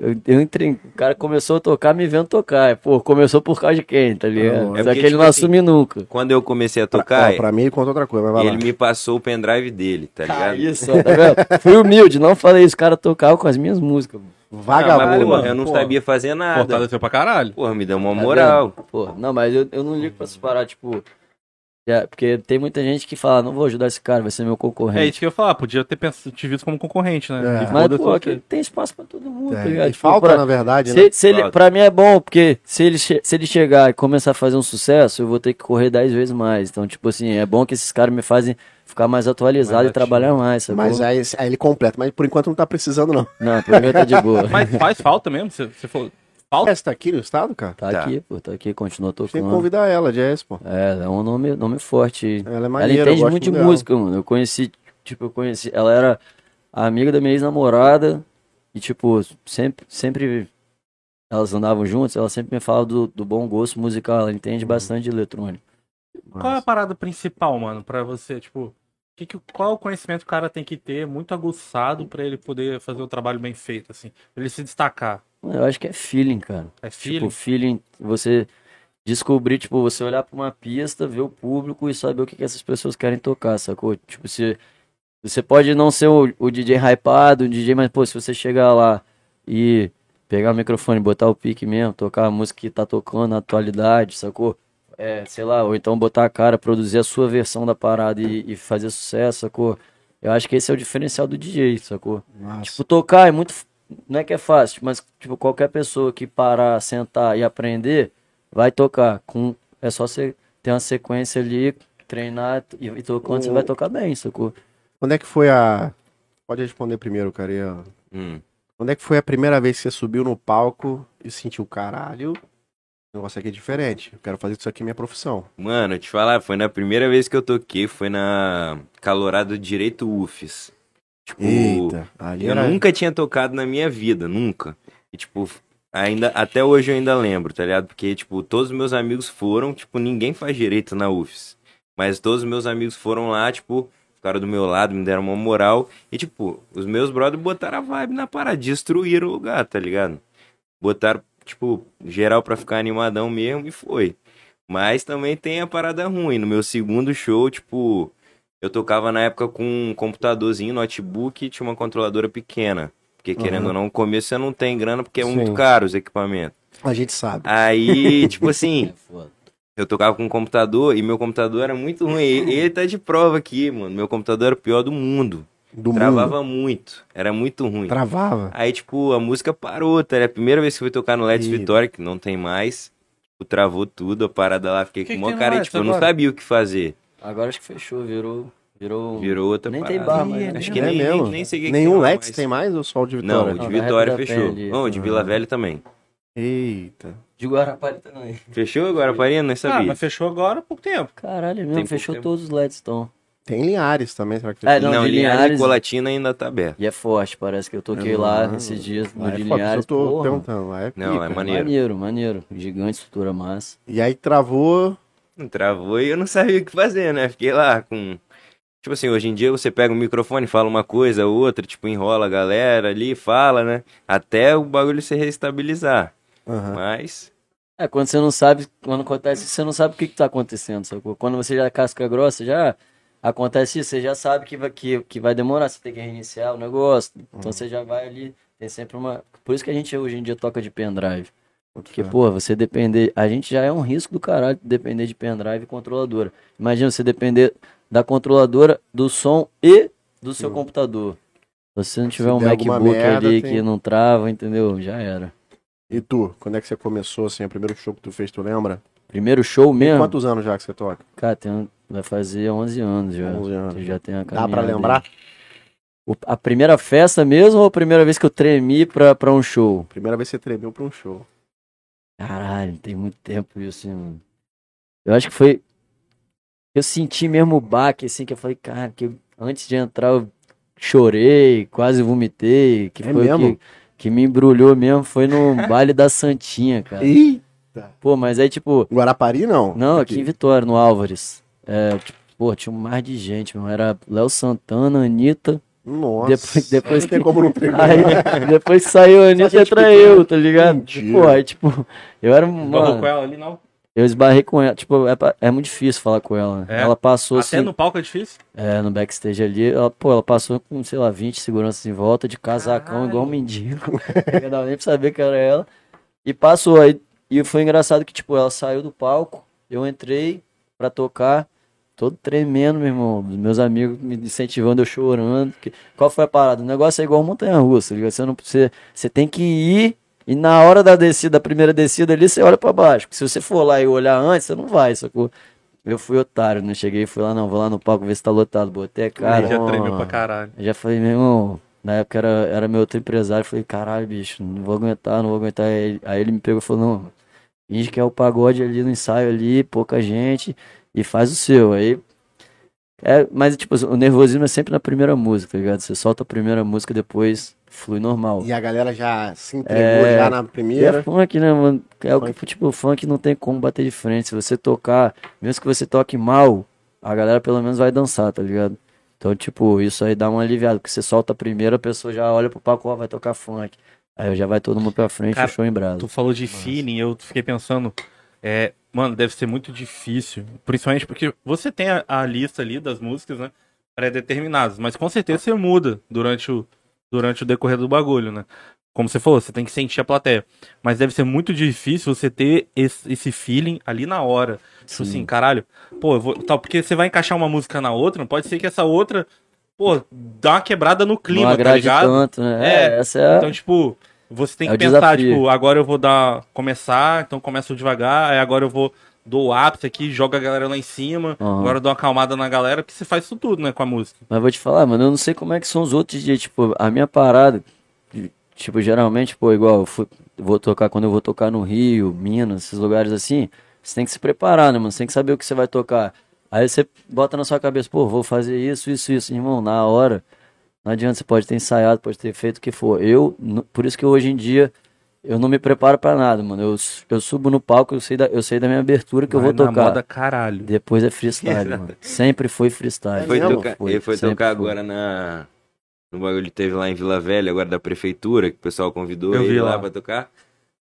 Speaker 4: Eu, eu entrei, o cara começou a tocar me vendo tocar. E, Pô, começou por causa de quem, tá
Speaker 1: Ah,
Speaker 4: ligado?
Speaker 3: é
Speaker 4: Só que
Speaker 3: porque,
Speaker 4: ele
Speaker 3: tipo
Speaker 4: não
Speaker 3: assim,
Speaker 4: assume nunca.
Speaker 3: Quando eu comecei a
Speaker 1: Pra,
Speaker 3: tocar,
Speaker 4: é,
Speaker 1: ó, pra mim ele conta outra coisa, mas vai
Speaker 3: ele
Speaker 1: lá.
Speaker 3: me passou o pendrive dele, tá ligado?
Speaker 4: Ah, isso, ó, tá vendo? Fui humilde, não falei isso. O cara tocava com as minhas músicas. mano.
Speaker 3: Ah, mas,
Speaker 1: Vagabundo.
Speaker 3: porra, eu não
Speaker 2: pô.
Speaker 3: sabia fazer nada.
Speaker 2: Fortaleceu pra caralho.
Speaker 3: Porra, me deu uma
Speaker 4: Tá
Speaker 3: moral.
Speaker 4: vendo? Pô, não, mas eu, eu não ligo pra se parar, tipo. é, porque tem muita gente que fala, não vou ajudar esse cara, vai ser meu
Speaker 2: É
Speaker 4: concorrente.
Speaker 2: isso que eu ia falar, podia ter pensado, te visto como concorrente, né?
Speaker 1: É.
Speaker 2: E
Speaker 4: mas,
Speaker 2: foda-se
Speaker 4: pô,
Speaker 2: você.
Speaker 4: aqui tem espaço pra todo mundo, tá
Speaker 1: É,
Speaker 4: ligado?
Speaker 1: e
Speaker 4: Tipo, pra-
Speaker 1: falta, na verdade, né?
Speaker 4: Se, se ele,
Speaker 3: Claro.
Speaker 4: pra mim é bom, porque se ele, che- se ele chegar e começar a fazer um sucesso, eu vou ter que correr 10 vezes mais. Então, tipo assim, é bom que esses caras me fazem ficar mais atualizado
Speaker 2: Mais
Speaker 4: e trabalhar mais, sacou?
Speaker 1: Mas é. aí, aí ele completa. Mas por enquanto não tá precisando, não.
Speaker 4: Não, pra mim tá de boa.
Speaker 2: Mas faz falta mesmo, se, se for... Falta?
Speaker 1: Essa tá aqui no estado, cara?
Speaker 4: Tá
Speaker 3: Tá.
Speaker 4: aqui, pô, tá aqui, continua
Speaker 1: Tem que
Speaker 4: tocando.
Speaker 1: convidar ela, Jess, pô.
Speaker 4: É, é um nome, nome forte.
Speaker 1: Ela é
Speaker 4: Ela
Speaker 1: maneira,
Speaker 4: entende
Speaker 1: eu gosto
Speaker 4: muito de
Speaker 1: dela.
Speaker 4: música, mano. Eu conheci, tipo, eu conheci. Ela era amiga da minha ex-namorada. E, tipo, sempre, sempre elas andavam juntas. Ela sempre me falava do, do bom gosto musical. Ela entende bastante de eletrônico.
Speaker 2: Qual é a parada principal, mano, pra você, tipo... Que que, qual o conhecimento que o cara tem que ter muito aguçado pra ele poder fazer o trabalho bem feito, assim? Pra ele se destacar.
Speaker 4: Mano, eu acho que é feeling, cara.
Speaker 2: É filho?
Speaker 4: Tipo, feeling, você descobrir, tipo, você olhar pra uma pista, ver o público e saber o que, que essas pessoas querem tocar, sacou? Tipo, se você pode não ser o, o DJ hypado, o DJ, mas, pô, se você chegar lá e pegar o microfone, botar o pique mesmo, tocar a música que tá tocando na atualidade, sacou? É, sei lá, ou então botar a cara, produzir a sua versão da parada e, e fazer sucesso, sacou? Eu acho que esse é o diferencial do DJ, sacou? Tipo, tocar é muito. f- Não é que é fácil, mas tipo, qualquer pessoa que parar, sentar e aprender, vai tocar. Com... É só você ter uma sequência ali, treinar e, e tocando, você vai tocar bem, sacou?
Speaker 1: Quando é que foi a... Pode responder primeiro, cara. e a-
Speaker 3: Hum.
Speaker 1: Quando é que foi a primeira vez que você subiu no palco e sentiu, caralho, o negócio aqui é diferente. Eu quero fazer isso aqui minha profissão.
Speaker 3: Mano, te falar, foi na primeira vez que eu toquei, foi na Calorado Direito UFES. Tipo,
Speaker 1: ali
Speaker 3: eu
Speaker 1: era-
Speaker 3: nunca tinha tocado na minha vida, nunca. E, tipo, ainda, até hoje eu ainda lembro, tá ligado? Porque, tipo, todos os meus amigos foram, tipo, ninguém faz direito na UFES. Mas todos os meus amigos foram lá, tipo, ficaram do meu lado, me deram uma moral. E, tipo, os meus brothers botaram a vibe na parada, destruíram o lugar, tá ligado? Botaram, tipo, geral pra ficar animadão mesmo e foi. Mas também tem a parada ruim. No meu segundo show, tipo, eu tocava na época com um computadorzinho, notebook e tinha uma controladora pequena. Porque querendo ou não, no começo você não tem grana porque é
Speaker 1: Sim.
Speaker 3: muito caro os equipamentos.
Speaker 1: A gente sabe.
Speaker 3: Aí, tipo assim,
Speaker 4: É foda.
Speaker 3: Eu tocava com um computador e meu computador era muito ruim. E ele tá de prova aqui, mano. Meu computador era o pior do mundo.
Speaker 1: Do mundo.
Speaker 3: Travava muito. Era muito ruim.
Speaker 1: Travava.
Speaker 4: Ah,
Speaker 3: Aí, tipo, a música parou, tá? ligado? A primeira vez que eu fui tocar no Let's
Speaker 1: Ih.
Speaker 3: Vitória, que não tem mais, tipo, travou tudo, a parada lá, fiquei
Speaker 2: Que
Speaker 3: com
Speaker 2: que
Speaker 3: uma
Speaker 2: tem
Speaker 3: cara,
Speaker 2: lá
Speaker 3: e, tipo, eu
Speaker 2: essa
Speaker 3: não
Speaker 2: agora?
Speaker 3: sabia o que fazer.
Speaker 4: Agora acho que fechou, virou. Virou. um
Speaker 3: Virou outra
Speaker 4: Nem
Speaker 3: parada.
Speaker 4: tem né? bar,
Speaker 2: Ih, é
Speaker 4: mas.
Speaker 3: Acho
Speaker 2: mesmo.
Speaker 3: que
Speaker 1: é
Speaker 3: nem,
Speaker 1: mesmo.
Speaker 3: nem, nem sei o que que
Speaker 1: Nenhum
Speaker 3: tem lá,
Speaker 1: Lex
Speaker 3: mas-
Speaker 1: tem mais ou só o de Vitória? Ah,
Speaker 3: Não, o
Speaker 4: Não,
Speaker 3: de
Speaker 4: da
Speaker 3: Vitória
Speaker 4: Rap da
Speaker 3: fechou.
Speaker 4: Penha ali.
Speaker 3: Não, o de Vila Velha também.
Speaker 1: Eita.
Speaker 4: De Guarapari também.
Speaker 3: Fechou agora, Guarapari? Eu não
Speaker 2: Ah,
Speaker 3: sabia.
Speaker 2: mas fechou agora há pouco tempo.
Speaker 4: Caralho, é mesmo.
Speaker 3: pouco
Speaker 4: fechou
Speaker 3: tempo.
Speaker 4: todos os LEDs, então.
Speaker 1: Tem Linhares também, será que
Speaker 4: É,
Speaker 3: não,
Speaker 4: não, de
Speaker 3: Linhares,
Speaker 4: Linhares-
Speaker 3: e Colatina ainda tá aberto.
Speaker 4: E é forte, parece que eu toquei
Speaker 1: É,
Speaker 4: lá
Speaker 1: mano.
Speaker 4: esses dias, no
Speaker 1: Lá é
Speaker 4: de
Speaker 1: foda,
Speaker 4: Linhares.
Speaker 1: eu tô
Speaker 4: porra,
Speaker 1: perguntando, lá é
Speaker 3: Não,
Speaker 1: pica,
Speaker 3: é
Speaker 1: né?
Speaker 3: maneiro.
Speaker 4: maneiro, maneiro. Gigante, estrutura massa.
Speaker 1: E aí travou.
Speaker 3: Travou e eu não sabia o que fazer, né? Fiquei lá com. Tipo assim, hoje em dia você pega um microfone, fala uma coisa, outra, tipo, enrola a galera ali, fala, né? Até o bagulho se restabilizar.
Speaker 1: Aham.
Speaker 3: Mas.
Speaker 4: É, quando você não sabe, quando acontece isso, você não sabe o que, que tá acontecendo, sacou? Quando você já é casca grossa, já acontece isso, você já sabe que vai, que, que vai demorar, você tem que reiniciar o negócio.
Speaker 1: Uhum.
Speaker 4: Então você já vai ali, tem sempre uma. Por isso que a gente hoje em dia toca de pendrive.
Speaker 1: É.
Speaker 4: Porque, pô, você depender. A gente já é um risco do caralho depender de pendrive e controladora. Imagina você depender da controladora, do som e do seu computador. Se você não tiver um
Speaker 1: der alguma
Speaker 4: MacBook
Speaker 1: merda,
Speaker 4: ali
Speaker 1: tem-
Speaker 4: que não trava, entendeu? Já era.
Speaker 1: E tu, quando é que você começou, assim, o primeiro show que tu fez, tu lembra?
Speaker 4: Primeiro show
Speaker 1: Tem
Speaker 4: mesmo.
Speaker 1: quantos anos já que você toca?
Speaker 4: Cara, tem um- vai fazer 11 anos já.
Speaker 1: 11 anos.
Speaker 4: Você já tem a
Speaker 1: Dá pra
Speaker 4: caminhada aí.
Speaker 1: lembrar?
Speaker 4: O- a primeira festa mesmo ou a primeira vez que eu tremi pra, pra um show?
Speaker 1: Primeira vez que você tremeu pra um show.
Speaker 4: Caralho, tem muito tempo isso, hein, mano. Eu acho que foi. Eu senti mesmo o baque, assim, que eu falei, cara, que eu- antes de entrar eu chorei, quase vomitei. Que
Speaker 1: É
Speaker 4: foi o
Speaker 1: mesmo?
Speaker 4: que, que me embrulhou mesmo. Foi no baile da Santinha, cara.
Speaker 1: Ih!
Speaker 4: Pô, mas aí, tipo,
Speaker 1: Guarapari, não?
Speaker 4: É. Não, aqui em Vitória, no Álvares. É, tipo, pô, tinha um mar de gente, mano. Era Léo Santana, Anitta.
Speaker 1: Nossa.
Speaker 4: Depois- depois
Speaker 1: não tem
Speaker 4: que-
Speaker 1: como não tremer.
Speaker 4: Aí, depois que saiu a Anitta,
Speaker 1: gente
Speaker 4: entra eu, tá ligado?
Speaker 1: Mentira.
Speaker 4: Pô, aí, tipo, eu era.
Speaker 2: Falou com
Speaker 4: Mano,
Speaker 2: ela ali, não.
Speaker 4: eu esbarrei com ela. Tipo, é, pa- é muito difícil falar com ela.
Speaker 2: É.
Speaker 4: Ela passou
Speaker 2: Até
Speaker 4: assim.
Speaker 2: no palco é difícil.
Speaker 4: É, no backstage ali. Ela, pô, ela passou com, sei lá, 20 seguranças em volta, de casacão,
Speaker 2: Caralho.
Speaker 4: igual um mendigo. Eu dava nem pra saber que era ela. E passou aí. E foi engraçado que, tipo, ela saiu do palco, eu entrei pra tocar, todo tremendo, meu irmão. Os Meus amigos me incentivando, eu chorando. porque- Qual foi a parada? O negócio é igual montanha-russa, tá ligado? Você, não, você, você tem que ir e na hora da descida, da primeira descida ali, você olha pra baixo. porque Se você for lá e olhar antes, você não vai, sacou? Eu fui otário, né? Cheguei e fui lá, não, vou lá no palco ver se tá lotado, botei a cara.
Speaker 2: Aí já tremeu
Speaker 1: ó.
Speaker 2: pra caralho.
Speaker 4: Eu já falei, meu irmão, na época era, era meu outro empresário, eu falei, caralho, bicho, não vou aguentar, não vou aguentar. Aí ele, aí ele me pegou e falou, não, finge que é o pagode ali no ensaio ali, pouca gente, e faz o seu. Aí. É, mas tipo, o nervosismo é sempre na primeira música, tá ligado? Você solta a primeira música depois flui normal.
Speaker 1: E a galera já se entregou
Speaker 4: É.
Speaker 1: já na
Speaker 4: E é
Speaker 1: primeira.
Speaker 4: funk, né, mano? É o que, tipo, funk não tem como bater de frente. Se você tocar, mesmo que você toque mal, a galera pelo menos vai dançar, tá ligado? Então, tipo, isso aí dá uma aliviada, porque você solta a primeira, a pessoa já olha pro palco, ó, vai tocar funk. Aí já vai todo mundo pra frente,
Speaker 2: Cara,
Speaker 4: o show em brasa.
Speaker 2: Tu falou de feeling, eu fiquei pensando, é, mano, deve ser muito difícil. Principalmente porque você tem a, a lista ali das músicas, né? Pré-determinadas, mas com certeza você muda durante o, durante o decorrer do bagulho, né? Como você falou, você tem que sentir a plateia. Mas deve ser muito difícil você ter esse, esse feeling ali na hora. Tipo
Speaker 4: Sim.
Speaker 2: assim, caralho, pô, eu vou. Tal, porque você vai encaixar uma música na outra, não pode ser que essa outra, pô, dá uma quebrada no
Speaker 4: não
Speaker 2: clima, tá
Speaker 4: agrade
Speaker 2: ligado?
Speaker 4: tanto, né? É,
Speaker 2: É,
Speaker 4: essa é a...
Speaker 2: Então, tipo, você tem
Speaker 4: É
Speaker 2: que
Speaker 4: o
Speaker 2: pensar,
Speaker 4: desafio.
Speaker 2: tipo, agora eu vou dar. começar, então começo devagar, aí agora eu vou dou o ápice aqui, joga a galera lá em cima,
Speaker 4: Aham.
Speaker 2: agora eu dou uma acalmada na galera, porque você faz isso tudo, né, com a música.
Speaker 4: Mas vou te falar, mano, eu não sei como é que são os outros dias. Tipo, a minha parada, tipo, geralmente, pô, igual, eu fui- vou tocar quando eu vou tocar no Rio, Minas, esses lugares assim, você tem que se preparar, né, mano? Você tem que saber o que você vai tocar. Aí você bota na sua cabeça, pô, vou fazer isso, isso, isso, irmão, na hora. Não adianta, você pode ter ensaiado, pode ter feito o que for. Eu, no- por isso que hoje em dia, eu não me preparo pra nada, mano. Eu, su- eu subo no palco, eu sei da, eu sei da minha abertura que eu
Speaker 2: Vai
Speaker 4: vou
Speaker 2: na
Speaker 4: tocar.
Speaker 2: moda caralho.
Speaker 4: Depois é freestyle,
Speaker 3: Exato.
Speaker 4: mano. Sempre foi freestyle.
Speaker 3: Foi
Speaker 1: mesmo?
Speaker 4: Sempre
Speaker 3: tocar, ele foi
Speaker 4: sempre
Speaker 3: tocar
Speaker 4: foi.
Speaker 3: agora na. No bagulho que teve lá em Vila Velha, agora da prefeitura, que o pessoal convidou
Speaker 2: Eu
Speaker 3: ele
Speaker 2: vi
Speaker 3: lá.
Speaker 2: lá.
Speaker 3: pra tocar.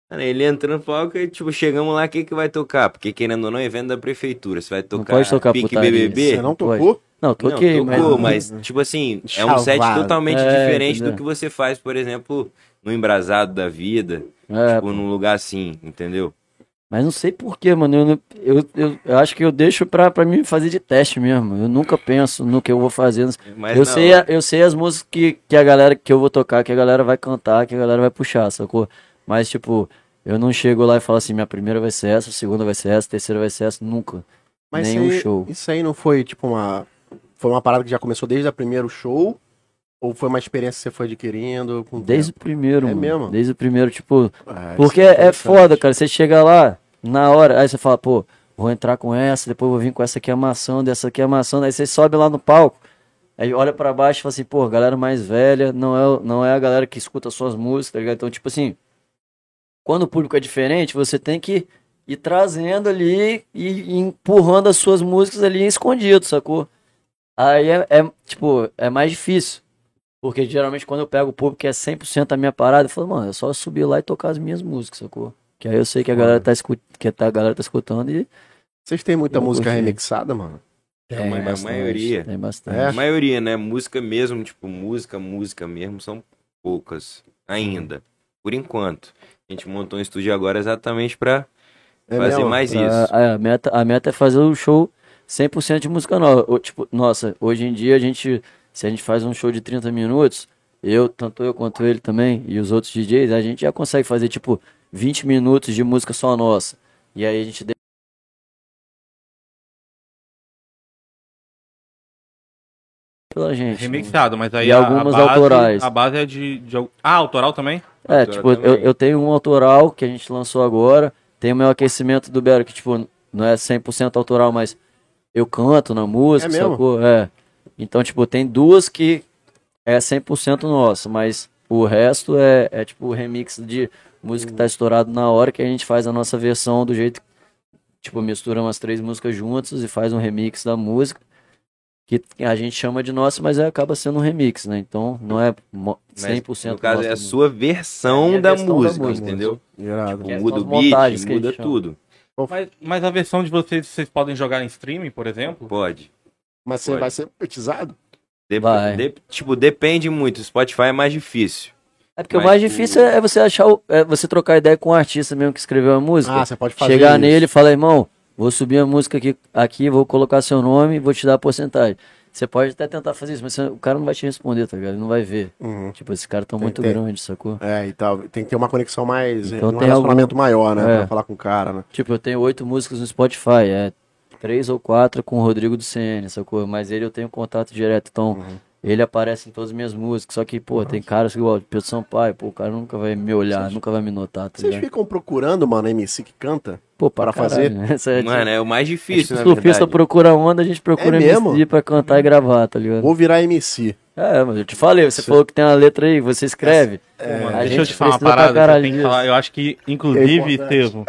Speaker 3: Cara, ele entrou no palco e, tipo, chegamos lá, quem que vai tocar? Porque querendo ou não, é evento da prefeitura. Você vai tocar,
Speaker 4: pode tocar
Speaker 3: Pique
Speaker 4: putaria.
Speaker 3: BBB.
Speaker 1: Você não tocou?
Speaker 4: Não, é,
Speaker 3: Não,
Speaker 4: toquei,
Speaker 3: tocou,
Speaker 4: mas...
Speaker 3: mas, tipo assim, é um set
Speaker 1: Chavado.
Speaker 3: totalmente
Speaker 4: É,
Speaker 3: diferente
Speaker 4: entendeu?
Speaker 3: do que você faz, por exemplo, no Embrasado da Vida,
Speaker 4: É,
Speaker 3: tipo, num lugar assim, entendeu?
Speaker 4: Mas não sei porquê, mano. Eu, não- eu, eu, eu acho que eu deixo pra, pra mim fazer de teste mesmo. Eu nunca penso no que eu vou fazer.
Speaker 3: Mas
Speaker 4: eu,
Speaker 3: na
Speaker 4: sei,
Speaker 3: hora-
Speaker 4: a- eu sei as músicas que, que a galera que eu vou tocar, que a galera vai cantar, que a galera vai puxar, sacou? Mas, tipo, eu não chego lá e falo assim, minha primeira vai ser essa, a segunda vai ser essa, a terceira vai ser essa, nunca.
Speaker 1: Mas
Speaker 4: Nenhum
Speaker 1: isso aí,
Speaker 4: show.
Speaker 1: isso aí não foi tipo uma. Foi uma parada que já começou desde o primeiro show? Ou foi uma experiência que você foi adquirindo? com o
Speaker 4: Desde
Speaker 1: tempo?
Speaker 4: o primeiro,
Speaker 1: É
Speaker 4: mano.
Speaker 1: mesmo?
Speaker 4: Desde o primeiro, tipo,
Speaker 1: Ah,
Speaker 4: Porque
Speaker 1: isso
Speaker 4: é
Speaker 1: interessante.
Speaker 4: foda, cara. Você chega lá, na hora, aí você fala, pô, vou entrar com essa, depois vou vir com essa aqui amassando, essa aqui amassando. Aí você sobe lá no palco, aí olha pra baixo e fala assim, pô, galera mais velha, não é, o- não é a galera que escuta suas músicas, tá ligado? Então, tipo assim, quando o público é diferente, você tem que ir trazendo ali e empurrando as suas músicas ali escondido, sacou? Aí é, é, tipo, é mais difícil. Porque geralmente quando eu pego o público que é 100% a minha parada, eu falo, mano, é só subir lá e tocar as minhas músicas, sacou? Que aí eu sei que a galera tá, escu que tá, a galera tá escutando e...
Speaker 1: Vocês têm muita
Speaker 4: Eu
Speaker 1: música
Speaker 4: gostei.
Speaker 1: remixada, mano?
Speaker 3: a ma- a maioria.
Speaker 4: Tem é, bastante.
Speaker 1: É.
Speaker 3: A maioria, né? Música mesmo, tipo, música, música mesmo, são poucas ainda. Por enquanto. A gente montou um estúdio agora exatamente pra
Speaker 1: É
Speaker 3: fazer
Speaker 1: mesmo?
Speaker 3: mais
Speaker 4: Pra-
Speaker 3: isso.
Speaker 4: é, a, meta, a meta é fazer um show 100% de música nova. Ou, tipo, nossa, hoje em dia a gente, se a gente faz um show de 30 minutos, eu, tanto eu quanto ele também, e os outros DJs, a gente já consegue fazer, tipo, 20 minutos de música só nossa. E aí a gente de- pela gente.
Speaker 2: Remixado, mas aí
Speaker 4: E
Speaker 2: a-
Speaker 4: algumas
Speaker 2: a base,
Speaker 4: autorais.
Speaker 2: A base é de, de al- Ah, autoral também?
Speaker 4: É,
Speaker 3: Autoral
Speaker 4: tipo, eu,
Speaker 3: também.
Speaker 4: eu tenho um autoral que a gente lançou agora, tem o meu aquecimento do Bero, que, tipo, não é 100% autoral, mas eu canto na música,
Speaker 1: É mesmo?
Speaker 4: sacou? É. Então, tipo, tem duas que é 100% nosso, mas o resto é, é tipo, remix de música que tá estourado na hora, que a gente faz a nossa versão do jeito, tipo, misturamos as três músicas juntas e faz um remix da música. Que a gente chama de nossa, mas é- acaba sendo um remix, né? Então não é mo- 100%
Speaker 3: Mas, no caso,
Speaker 4: nossa
Speaker 3: é a
Speaker 4: música.
Speaker 3: sua versão
Speaker 4: É a
Speaker 3: da
Speaker 4: versão da
Speaker 3: música,
Speaker 4: música.
Speaker 3: entendeu? Tipo,
Speaker 1: Irado.
Speaker 4: É,
Speaker 3: muda o
Speaker 4: são as montagens
Speaker 3: beat,
Speaker 4: que a gente
Speaker 3: muda
Speaker 4: chama.
Speaker 3: tudo.
Speaker 2: Mas, mas a versão de vocês, vocês podem jogar em streaming, por exemplo?
Speaker 3: Pode.
Speaker 1: Mas você
Speaker 3: Pode.
Speaker 1: vai ser monetizado?
Speaker 3: Dep-
Speaker 4: Vai.
Speaker 3: de- tipo, depende muito. Spotify é mais difícil.
Speaker 4: É porque o
Speaker 3: Mas
Speaker 4: mais
Speaker 3: o-
Speaker 4: difícil é você achar o- é você trocar ideia com o artista mesmo que escreveu a música.
Speaker 1: Ah, você pode fazer.
Speaker 4: Chegar
Speaker 1: isso.
Speaker 4: nele e falar, irmão, vou subir a música aqui, aqui, vou colocar seu nome e vou te dar a porcentagem. Você pode até tentar fazer isso, mas você- o cara não vai te responder, tá ligado? Ele não vai ver.
Speaker 1: Uhum.
Speaker 4: Tipo, esses caras tão
Speaker 1: Tem-
Speaker 4: muito
Speaker 1: tem.
Speaker 4: grande, sacou?
Speaker 1: É, e tal. Tem que ter uma conexão mais.
Speaker 4: Então
Speaker 1: um
Speaker 4: tem
Speaker 1: relacionamento maior, né?
Speaker 4: É.
Speaker 1: Pra falar com o cara, né?
Speaker 4: Tipo, eu tenho oito músicas no Spotify, é três ou quatro com o Rodrigo do CN, sacou? Mas ele eu tenho contato direto, então
Speaker 1: Uhum.
Speaker 4: ele aparece em todas as minhas músicas. Só que, pô, tem caras que, igual Pedro Sampaio, pô, o cara nunca vai me olhar, nunca vai me notar, tá
Speaker 1: Vocês
Speaker 4: ligado?
Speaker 1: ficam procurando, mano, MC que canta?
Speaker 4: Pô,
Speaker 1: para
Speaker 4: pra
Speaker 1: fazer?
Speaker 4: caralho, Essa é
Speaker 3: Mano, é o mais
Speaker 4: Tipo,
Speaker 3: difícil, na
Speaker 4: surfista
Speaker 3: verdade.
Speaker 4: procura onda, a gente procura
Speaker 1: É
Speaker 4: MC
Speaker 1: mesmo?
Speaker 4: pra cantar e gravar, tá ligado?
Speaker 1: Vou virar MC.
Speaker 4: É, mas eu te falei, você
Speaker 1: Isso.
Speaker 4: falou que tem uma letra aí, você escreve.
Speaker 2: Pô, mano,
Speaker 4: É, a
Speaker 2: É. deixa eu
Speaker 4: gente
Speaker 2: te falar uma
Speaker 4: precisa pra
Speaker 2: parada. que eu,
Speaker 4: caralho
Speaker 2: tenho que
Speaker 4: disso.
Speaker 2: falar. Eu acho que,
Speaker 1: É importante.
Speaker 2: inclusive, Estevam,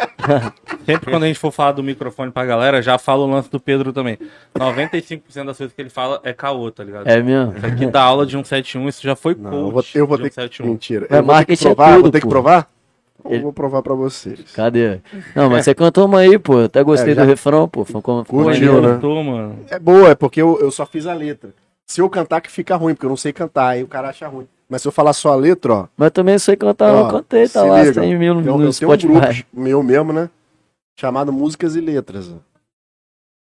Speaker 2: sempre quando a gente for falar do microfone pra galera, já fala o lance do Pedro também. 95% das coisas que ele fala é caô, tá ligado?
Speaker 4: É mesmo?
Speaker 2: Isso aqui dá aula de 171, isso já foi
Speaker 1: Não,
Speaker 2: coach
Speaker 1: eu vou, eu vou
Speaker 2: de
Speaker 1: ter que.
Speaker 2: 171.
Speaker 1: Mentira.
Speaker 4: Mas
Speaker 1: Eu vou ter que
Speaker 4: marketing é
Speaker 1: provar?
Speaker 4: tudo,
Speaker 1: vou ter que
Speaker 4: pô.
Speaker 1: provar? Então,
Speaker 4: Ele-
Speaker 1: Eu vou provar pra vocês.
Speaker 4: Cadê? Não, mas você cantou uma aí, pô. Até gostei
Speaker 1: É, já-
Speaker 4: do refrão, pô. Foi como ficou
Speaker 1: Curtiu,
Speaker 4: maneiro.
Speaker 1: né?
Speaker 2: Eu tô, mano.
Speaker 1: É boa, é porque eu, eu só fiz a letra. Se eu cantar que fica ruim, porque eu não sei cantar, aí o cara acha ruim. Mas se eu falar só a letra, ó.
Speaker 4: Mas também sei cantar,
Speaker 1: Ó,
Speaker 4: eu cantei,
Speaker 1: se
Speaker 4: tá lá,
Speaker 1: liga.
Speaker 4: tem mil no,
Speaker 1: Eu,
Speaker 4: no
Speaker 1: eu tenho um
Speaker 4: Spotify.
Speaker 1: grupo meu mesmo, né? Chamado Músicas e Letras. ó.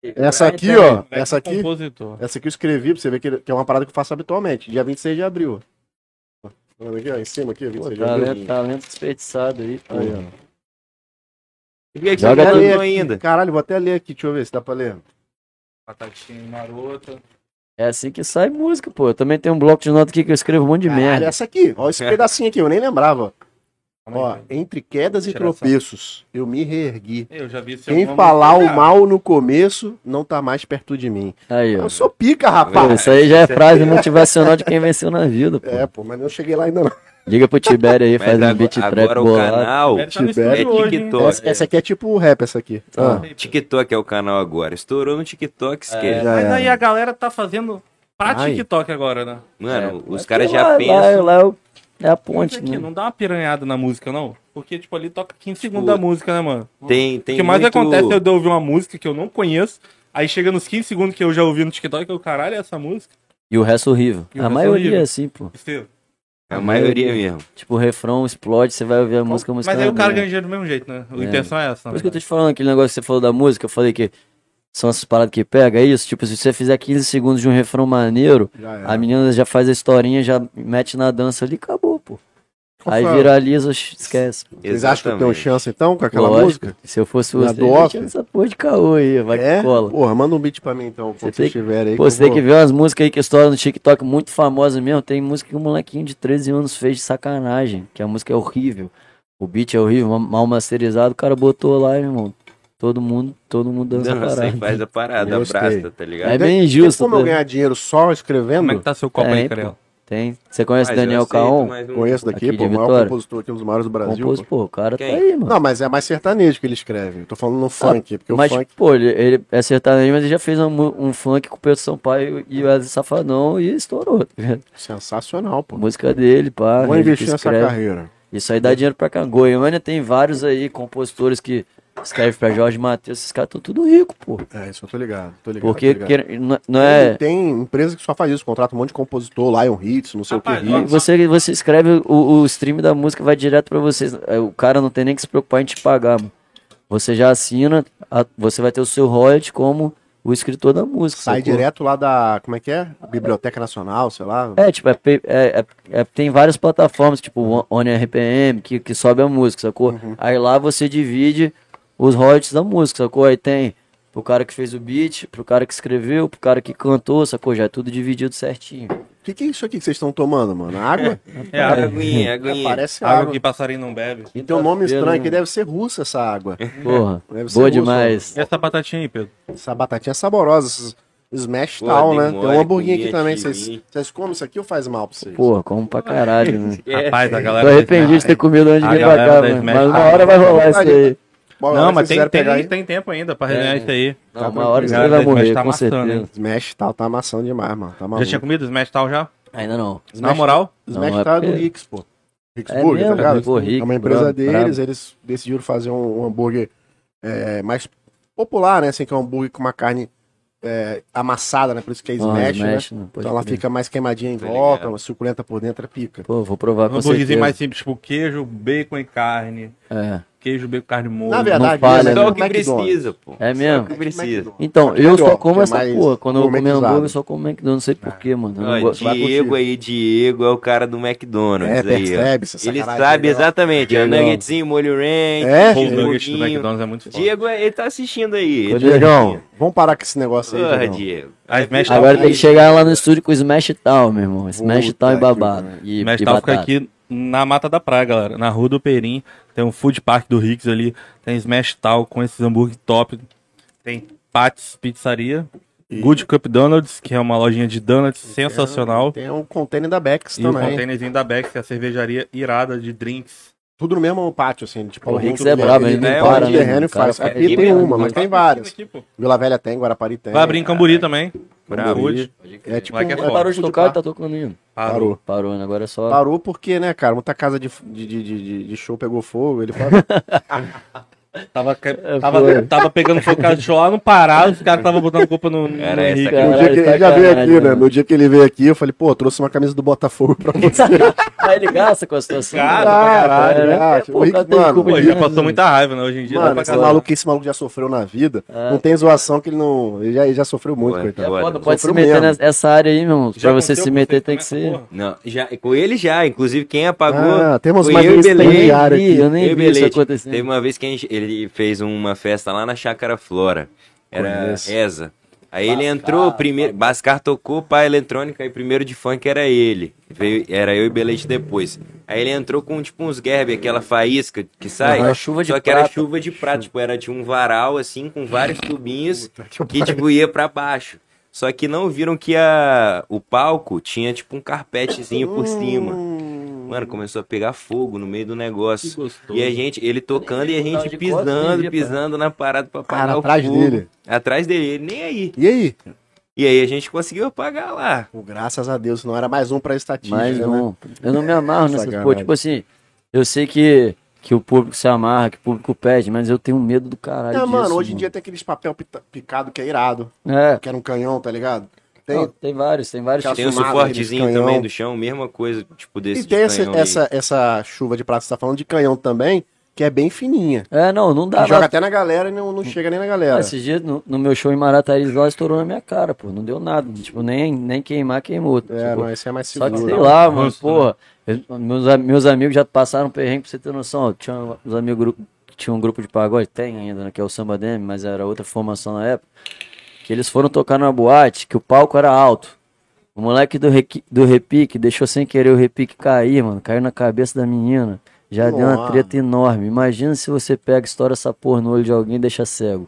Speaker 4: É
Speaker 1: Essa aqui,
Speaker 4: né?
Speaker 1: ó.
Speaker 2: Moleque
Speaker 1: Essa aqui.
Speaker 2: Compositor.
Speaker 1: Essa aqui eu escrevi pra você ver que, que é uma parada que eu faço habitualmente. Dia 26 de abril. ó. Tá vendo aqui, ó? Em cima aqui,
Speaker 4: Pô, tá
Speaker 1: 26 de abril.
Speaker 4: talento, talento desperdiçado aí, pô.
Speaker 1: Aí, ó.
Speaker 3: Por que que você
Speaker 4: Joga
Speaker 3: não
Speaker 1: Até
Speaker 4: tudo
Speaker 1: ler
Speaker 3: cantou
Speaker 1: aqui.
Speaker 3: ainda?
Speaker 1: Caralho, vou até ler aqui, deixa eu ver se dá pra ler.
Speaker 2: Batatinha marota.
Speaker 4: É assim que sai música, pô. Eu também tenho um bloco de nota aqui que eu escrevo um monte de
Speaker 1: Caralho,
Speaker 4: merda.
Speaker 1: essa aqui, ó, esse pedacinho aqui, eu nem lembrava. Ó,
Speaker 2: Calma aí.
Speaker 1: entre quedas e
Speaker 2: Deixa eu tirar
Speaker 1: tropeços, eu me reergui.
Speaker 2: Eu já vi seu
Speaker 1: Quem
Speaker 2: nome-
Speaker 1: falar o
Speaker 2: Ah,
Speaker 1: mal no começo não tá mais perto de mim.
Speaker 4: Aí, ó.
Speaker 1: Eu sou pica,
Speaker 4: Pô,
Speaker 1: rapaz.
Speaker 4: isso aí já é frase motivacional de quem venceu na vida, pô.
Speaker 1: É, pô, mas não cheguei lá ainda não.
Speaker 4: Liga pro Tibério aí, faz
Speaker 3: Mas
Speaker 4: um beat
Speaker 3: ago-
Speaker 4: trap
Speaker 3: agora o
Speaker 4: bolado.
Speaker 3: canal
Speaker 2: Ele tá no
Speaker 1: Tibério.
Speaker 3: é
Speaker 2: estúdio hoje, hein?
Speaker 3: TikTok.
Speaker 1: Essa, essa aqui é tipo o rap, essa aqui. Ah,
Speaker 3: TikTok é o canal agora. Estourou no
Speaker 4: É.
Speaker 3: TikTok,
Speaker 1: já
Speaker 3: esquece.
Speaker 2: Mas
Speaker 1: era.
Speaker 2: aí a galera tá fazendo pra
Speaker 1: Ai.
Speaker 2: TikTok agora, né?
Speaker 3: Mano,
Speaker 4: É,
Speaker 3: os
Speaker 4: mas
Speaker 3: caras
Speaker 4: que
Speaker 3: já
Speaker 4: lá-
Speaker 3: pensam.
Speaker 4: Lá, lá, é o- é a
Speaker 2: Mas
Speaker 4: ponte,
Speaker 2: aqui,
Speaker 4: né?
Speaker 2: não dá uma piranhada na música, não? Porque, tipo, ali toca 15 segundos
Speaker 3: Tipo,
Speaker 2: da música, né, mano?
Speaker 3: Tem, tem
Speaker 2: o que mais
Speaker 3: muito-
Speaker 2: acontece é eu de ouvir uma música que eu não conheço, aí chega nos 15 segundos que eu já ouvi no TikTok, eu, caralho, é essa música?
Speaker 4: E o resto horrível.
Speaker 2: E o
Speaker 4: a
Speaker 1: é
Speaker 2: resto
Speaker 4: maioria
Speaker 2: horrível.
Speaker 4: é assim, pô.
Speaker 2: Estevam,
Speaker 3: A maioria mesmo.
Speaker 4: Tipo, o refrão explode, você vai ouvir a música, a música
Speaker 2: Mas
Speaker 4: vai
Speaker 2: aí o cara
Speaker 4: bem.
Speaker 2: ganha dinheiro do mesmo jeito, né? A
Speaker 4: É.
Speaker 2: intenção é essa.
Speaker 4: Por
Speaker 2: né?
Speaker 4: isso que eu tô te falando aquele negócio que você falou da música, eu falei que são essas paradas que pega, é isso? Tipo, se você fizer 15 segundos de um refrão maneiro,
Speaker 1: Já era.
Speaker 4: a menina já faz a historinha, já mete na dança ali, acabou, pô.
Speaker 1: Qual
Speaker 4: Aí
Speaker 1: foi a-
Speaker 4: viraliza, sh- esquece. pô.
Speaker 1: Vocês acham que tem uma
Speaker 3: Exatamente.
Speaker 1: chance então com aquela
Speaker 4: Lógico,
Speaker 1: música?
Speaker 4: Se eu fosse
Speaker 1: Na
Speaker 4: você,
Speaker 1: do
Speaker 4: eu
Speaker 1: off?
Speaker 4: tinha essa porra de caô aí, vai
Speaker 1: É?
Speaker 4: que cola.
Speaker 1: Porra, manda um beat pra mim então, quando
Speaker 4: Você
Speaker 1: vocês
Speaker 4: tem que-
Speaker 1: tiverem aí.
Speaker 4: Pô, você tem que ver umas músicas aí que estouram no TikTok muito famosas mesmo. Tem música que um molequinho de 13 anos fez de sacanagem, que a música é horrível. O beat é horrível, ma- mal masterizado, o cara botou lá, irmão. Todo mundo, todo mundo dança a
Speaker 3: Dança
Speaker 4: parada.
Speaker 3: e faz a parada,
Speaker 1: Gostei.
Speaker 3: abraça, tá ligado?
Speaker 4: É
Speaker 1: Tem-
Speaker 4: bem
Speaker 1: Tem
Speaker 4: injusto.
Speaker 1: como eu
Speaker 4: tá?
Speaker 1: ganhar dinheiro só escrevendo?
Speaker 2: Como é que tá seu copo
Speaker 4: É,
Speaker 2: aí,
Speaker 4: pô.
Speaker 2: Carel?
Speaker 4: Tem. Você conhece
Speaker 3: Mas Ah, eu
Speaker 4: Daniel
Speaker 3: aceito,
Speaker 4: Caon?
Speaker 3: mas não-
Speaker 1: Conheço daqui,
Speaker 4: Aqui
Speaker 1: pô,
Speaker 4: de
Speaker 1: o maior
Speaker 4: Vitória.
Speaker 1: compositor aqui, um dos maiores do Brasil.
Speaker 4: Compôs,
Speaker 1: pô.
Speaker 4: pô, o cara
Speaker 3: Quem?
Speaker 4: tá aí, mano. Ah,
Speaker 1: Não, mas é mais sertanejo que ele escreve. Eu tô falando no funk, porque
Speaker 4: mas,
Speaker 1: o funk.
Speaker 4: pô, ele, ele é sertanejo, mas ele já fez um, mu- um funk com o Pedro Sampaio e o Wesley Safadão e estourou. tá ligado?
Speaker 1: é Sensacional, pô.
Speaker 4: Música dele, pá.
Speaker 1: Vou
Speaker 4: ele que
Speaker 1: investir nessa
Speaker 4: escreve.
Speaker 1: carreira.
Speaker 4: Isso aí dá dinheiro pra cá. Goiânia tem vários aí compositores que escrevem pra Jorge Matheus. Esses caras estão tudo rico, pô.
Speaker 1: É, isso eu tô ligado. Tô ligado
Speaker 4: Porque
Speaker 1: tô ligado.
Speaker 4: que- não- não
Speaker 1: Tem-
Speaker 4: é.
Speaker 1: Tem empresa que só faz isso, contrata um monte de compositor, Lion Hits, não sei o
Speaker 2: Rapaz,
Speaker 1: que.
Speaker 2: ó,
Speaker 4: E
Speaker 1: Hits.
Speaker 4: você, você escreve o, o stream da música, vai direto pra vocês. É, O cara não tem nem que se preocupar em te pagar, mano. Você já assina, a- você vai ter o seu royalty como o escritor da música.
Speaker 1: Sai
Speaker 4: sacou?
Speaker 1: direto lá da. Como é que é? Biblioteca Nacional, sei lá.
Speaker 4: É, tipo, é pay- é- é- é- tem várias plataformas, tipo o One RPM, que, que sobe a música, sacou?
Speaker 1: Uhum.
Speaker 4: Aí lá você divide os royalties da música, sacou? Aí tem pro cara que fez o beat, pro cara que escreveu, pro cara que cantou, sacou? Já é tudo dividido certinho.
Speaker 1: O que, que é isso aqui que vocês estão tomando, mano? Água?
Speaker 2: É,
Speaker 3: É,
Speaker 2: água,
Speaker 3: aguinha,
Speaker 1: É,
Speaker 3: aguinha.
Speaker 1: parece água.
Speaker 2: água que passarinho não bebe.
Speaker 1: Tem um nome
Speaker 4: Quinta-feira,
Speaker 1: estranho que
Speaker 4: né?
Speaker 1: deve ser russa essa água.
Speaker 4: Porra,
Speaker 1: É, Deve ser
Speaker 4: boa
Speaker 1: russa,
Speaker 4: demais.
Speaker 2: E essa batatinha aí, Pedro?
Speaker 1: Essa batatinha é saborosa, esses smash
Speaker 3: Pô,
Speaker 1: tal,
Speaker 2: um
Speaker 1: né?
Speaker 3: demora,
Speaker 1: Tem uma hamburguinha aqui
Speaker 3: comia,
Speaker 1: também.
Speaker 3: tive.
Speaker 1: Vocês vocês comem isso aqui ou faz mal pra vocês?
Speaker 4: Porra, como pra caralho, né?
Speaker 3: É.
Speaker 2: Rapaz, a galera.
Speaker 4: Tô arrependido de ter comido antes de
Speaker 2: tá A
Speaker 4: vir pra
Speaker 2: galera
Speaker 4: cá,
Speaker 2: da
Speaker 4: mano.
Speaker 2: Smash-
Speaker 4: Mas uma
Speaker 2: Ah,
Speaker 4: hora vai rolar isso
Speaker 1: verdade.
Speaker 4: aí.
Speaker 1: Bom,
Speaker 2: Não,
Speaker 4: né?
Speaker 1: agora
Speaker 2: mas
Speaker 1: vocês
Speaker 2: tem,
Speaker 1: quiserem
Speaker 2: tem, um
Speaker 1: pegar aí.
Speaker 2: tem tempo ainda pra
Speaker 4: É.
Speaker 2: resenhar isso aí.
Speaker 4: Não,
Speaker 1: Tá
Speaker 4: uma hora isso aí
Speaker 2: tranquilo.
Speaker 4: vai morrer,
Speaker 2: Smash tá
Speaker 4: com
Speaker 2: amassando,
Speaker 4: certeza.
Speaker 2: hein?
Speaker 1: Smash tal, tá amassando demais, mano. Tá
Speaker 2: Já
Speaker 1: maluco.
Speaker 2: tinha comido Smash tal já?
Speaker 4: Ainda não.
Speaker 2: Na moral?
Speaker 1: Smash
Speaker 4: Não, é
Speaker 1: tal é do
Speaker 4: porque-
Speaker 1: Ricks, pô. Ricks
Speaker 4: É
Speaker 1: Burger,
Speaker 4: mesmo,
Speaker 1: tá ligado?
Speaker 4: pô, Ricks,
Speaker 1: é uma empresa
Speaker 4: brabo,
Speaker 1: deles,
Speaker 4: brabo.
Speaker 1: eles decidiram fazer um, um hambúrguer é, mais popular, né? Assim, que é um hambúrguer com uma carne é, amassada, né? Por isso que é
Speaker 4: Não,
Speaker 1: Smash, né?
Speaker 4: não, Ah, pode
Speaker 1: Então ela
Speaker 4: crer.
Speaker 1: fica mais queimadinha em
Speaker 3: Tá
Speaker 1: volta,
Speaker 3: ligado.
Speaker 1: uma suculenta por dentro, é pica.
Speaker 4: Pô, vou provar com
Speaker 2: Hambúrguerzinho
Speaker 4: certeza.
Speaker 2: mais simples, tipo queijo, bacon e carne.
Speaker 4: É.
Speaker 2: Queijo, bacon, carne molho.
Speaker 1: Na verdade,
Speaker 4: falha,
Speaker 1: isso é
Speaker 4: né?
Speaker 3: Só
Speaker 1: o
Speaker 3: o que precisa, pô.
Speaker 4: É
Speaker 3: Só o
Speaker 4: mesmo?
Speaker 3: que precisa.
Speaker 4: Então,
Speaker 1: Aqui é
Speaker 4: eu
Speaker 1: melhor,
Speaker 4: só como
Speaker 1: que é
Speaker 4: essa
Speaker 1: mais
Speaker 4: porra. Quando eu comer
Speaker 1: gourmetizado. Ah.
Speaker 4: hambúrguer, eu só como McDonald's, não sei porquê, mano. Eu não
Speaker 3: Ó,
Speaker 4: gosto.
Speaker 1: vai
Speaker 3: Diego
Speaker 1: contigo.
Speaker 3: aí, Diego é o cara do
Speaker 1: É,
Speaker 3: McDonald's aí, ó.
Speaker 1: percebe, essa
Speaker 3: Ele
Speaker 1: sacanagem,
Speaker 3: sabe
Speaker 1: né?
Speaker 3: exatamente, ó,
Speaker 4: Diegão.
Speaker 3: nuggetzinho, molho ranch,
Speaker 1: É?
Speaker 2: Pô, o
Speaker 3: um
Speaker 2: nugget do
Speaker 3: pouquinho.
Speaker 2: McDonald's é muito foda.
Speaker 3: Diego, ele tá assistindo aí.
Speaker 4: Ô,
Speaker 1: Ô,
Speaker 3: Ele-
Speaker 1: Diegão, vamos parar com esse negócio aí,
Speaker 3: Porra,
Speaker 1: Diegão.
Speaker 3: Diego. um
Speaker 2: A Smash
Speaker 4: Agora tem
Speaker 1: aí.
Speaker 4: que chegar lá no estúdio com o Smash Town, meu irmão. Smash
Speaker 1: Puta
Speaker 4: Town e
Speaker 1: que
Speaker 4: babado.
Speaker 1: pariu.
Speaker 4: E,
Speaker 2: Mas
Speaker 4: e
Speaker 2: tal fica
Speaker 4: batata.
Speaker 2: aqui na Mata da Praia, galera. Na Rua do Perim. Tem um food park do Ricks ali. Tem Smash Tal com esses hambúrguer top. Tem Pat's Pizzaria. Good Cup Donuts, que é uma lojinha de donuts sensacional.
Speaker 1: Tem um container da Bex
Speaker 2: E o
Speaker 1: também.
Speaker 2: containerzinho da Bex, que é a cervejaria irada de drinks.
Speaker 1: Tudo no mesmo pátio, assim. Tipo,
Speaker 4: O
Speaker 1: alguém
Speaker 4: Ricks
Speaker 1: que
Speaker 4: é brabo,
Speaker 1: ele
Speaker 4: ele não
Speaker 1: pega
Speaker 3: para,
Speaker 1: o
Speaker 3: né,
Speaker 1: terreno
Speaker 4: mano?
Speaker 1: e
Speaker 4: O cara
Speaker 1: faz.
Speaker 4: faz
Speaker 1: Aqui
Speaker 3: aqui
Speaker 1: tem
Speaker 3: mesmo,
Speaker 1: uma,
Speaker 3: né?
Speaker 1: mas tem
Speaker 2: Faz
Speaker 1: várias.
Speaker 2: Tá aqui, pô.
Speaker 1: Vila Velha tem, Guarapari tem.
Speaker 2: Vai abrir em Camburi também.
Speaker 1: Camburi.
Speaker 2: Saúde.
Speaker 1: É tipo,
Speaker 2: Moleque é
Speaker 1: é
Speaker 2: foda.
Speaker 4: Parou de tocar e tá tocando ainda.
Speaker 1: Parou.
Speaker 4: Parou, né? Agora é só.
Speaker 1: Parou porque, né, cara, muita casa de, de, de, de- de show pegou fogo, ele parou.
Speaker 2: Tava, ca-
Speaker 4: É,
Speaker 2: tava,
Speaker 4: foi.
Speaker 2: tava pegando focaccio lá no Pará, os caras estavam botando culpa no, no
Speaker 3: Cara, essa
Speaker 2: Henrique.
Speaker 1: no
Speaker 4: Caralho,
Speaker 1: dia que ele já
Speaker 4: sacanagem,
Speaker 1: veio aqui, né,
Speaker 4: mano.
Speaker 1: no dia que ele veio aqui, eu falei, pô, trouxe uma camisa do Botafogo pra você.
Speaker 4: Aí ele gasta com a situação.
Speaker 2: Gasta
Speaker 4: né?
Speaker 2: pra
Speaker 1: caralho,
Speaker 4: É,
Speaker 1: né?
Speaker 4: pô,
Speaker 1: Rick,
Speaker 4: tá tendo
Speaker 1: mano,
Speaker 4: culpa
Speaker 2: Pô,
Speaker 4: de
Speaker 2: já
Speaker 4: nada,
Speaker 2: passou
Speaker 4: né?
Speaker 2: muita raiva, né? Hoje em dia dá
Speaker 1: Mano,
Speaker 2: pra
Speaker 1: esse
Speaker 2: caralho.
Speaker 1: maluco, esse maluco já sofreu na vida,
Speaker 4: É.
Speaker 1: não tem zoação que ele não, ele já, ele já sofreu muito,
Speaker 3: Ué,
Speaker 4: É
Speaker 1: coitado.
Speaker 3: Agora,
Speaker 4: foda, pode se
Speaker 1: sofreu
Speaker 4: meter
Speaker 1: mesmo.
Speaker 4: nessa essa área aí, meu irmão.
Speaker 2: Já
Speaker 4: Pra você
Speaker 2: aconteceu
Speaker 4: se
Speaker 2: com
Speaker 4: meter
Speaker 2: você também,
Speaker 4: tem que ser.
Speaker 2: porra?
Speaker 3: Não, já, com ele já, inclusive quem apagou.
Speaker 1: Ah, temos
Speaker 3: foi
Speaker 1: mais
Speaker 3: eu
Speaker 1: um
Speaker 3: e Belém.
Speaker 1: estagiário aqui.
Speaker 4: Eu nem
Speaker 3: Eu e
Speaker 4: vi isso
Speaker 3: Belete.
Speaker 4: acontecendo.
Speaker 3: Teve uma vez que a gente- ele fez uma festa lá na Chácara Flora. Era
Speaker 1: Conheço.
Speaker 3: reza. Aí ele entrou, primeiro, Bascar tocou pá eletrônica, aí primeiro de funk era ele. Veio, era eu e Belete depois. Aí ele entrou com tipo uns gerbe, aquela faísca que sai.
Speaker 4: Aham, chuva de
Speaker 3: só que era
Speaker 4: prata.
Speaker 3: chuva de prata, tipo, era de um varal assim, com vários tubinhos que tipo ia pra baixo. Só que não viram que a, o palco tinha tipo um carpetezinho por cima.
Speaker 1: Hum,
Speaker 3: Mano, começou a pegar fogo no meio do negócio. E a gente, ele tocando e a
Speaker 4: Eu tava
Speaker 3: gente
Speaker 4: de costas, nem
Speaker 3: pisando,
Speaker 4: via,
Speaker 3: pisando na parada pra apagar
Speaker 1: Cara,
Speaker 3: o
Speaker 1: atrás
Speaker 3: fogo.
Speaker 1: dele.
Speaker 3: Atrás dele, ele nem aí.
Speaker 1: E aí?
Speaker 3: E aí a gente conseguiu apagar lá.
Speaker 1: Pô, graças a Deus, não era mais um pra estatística,
Speaker 4: Mas
Speaker 1: né?
Speaker 4: não, eu não me amarro nessas
Speaker 1: Sacanagem.
Speaker 4: coisas. Tipo assim, eu sei que, que o público se amarra, que o público pede, mas eu tenho medo do caralho.
Speaker 1: Não,
Speaker 4: disso,
Speaker 1: mano, hoje em dia tem aqueles papel pita- picado que é irado,
Speaker 4: É,
Speaker 1: que era um canhão, tá ligado? Tem- um
Speaker 4: Não, tem vários, tem vários.
Speaker 1: Cara,
Speaker 3: Tem o
Speaker 1: Acostumado,
Speaker 3: suportezinho
Speaker 1: aquele canhão.
Speaker 3: também do chão, mesma coisa, tipo desse
Speaker 1: E tem essa,
Speaker 3: canhão aí.
Speaker 1: essa, essa chuva de prata que você tá falando de canhão também, que é bem fininha.
Speaker 4: É, não, não dá.
Speaker 1: Que joga
Speaker 4: não.
Speaker 1: até na galera e não, não chega nem na galera.
Speaker 4: Esses dias no, no meu show em Marataízes lá estourou na minha cara, pô. Não deu nada. Tipo, nem, nem queimar, queimou.
Speaker 1: É,
Speaker 4: Tipo,
Speaker 1: não, esse é mais
Speaker 4: Só
Speaker 1: seguro.
Speaker 4: que sei lá, mano,
Speaker 2: Rosto,
Speaker 4: porra. eu- Meus, a- meus amigos já passaram perrengue pra você ter noção. Ó, tinha um- os amigos grupo, tinha um grupo de pagode, tem ainda, né, que é o Samba Demi, mas era outra formação na época. Que eles foram tocar numa boate, que o palco era alto. O moleque do, requi- do repique deixou sem querer o repique cair, mano. Caiu na cabeça da menina. Já deu uma
Speaker 1: Nossa.
Speaker 4: treta enorme. Imagina se você pega, estoura essa porra no olho de alguém e deixa cego.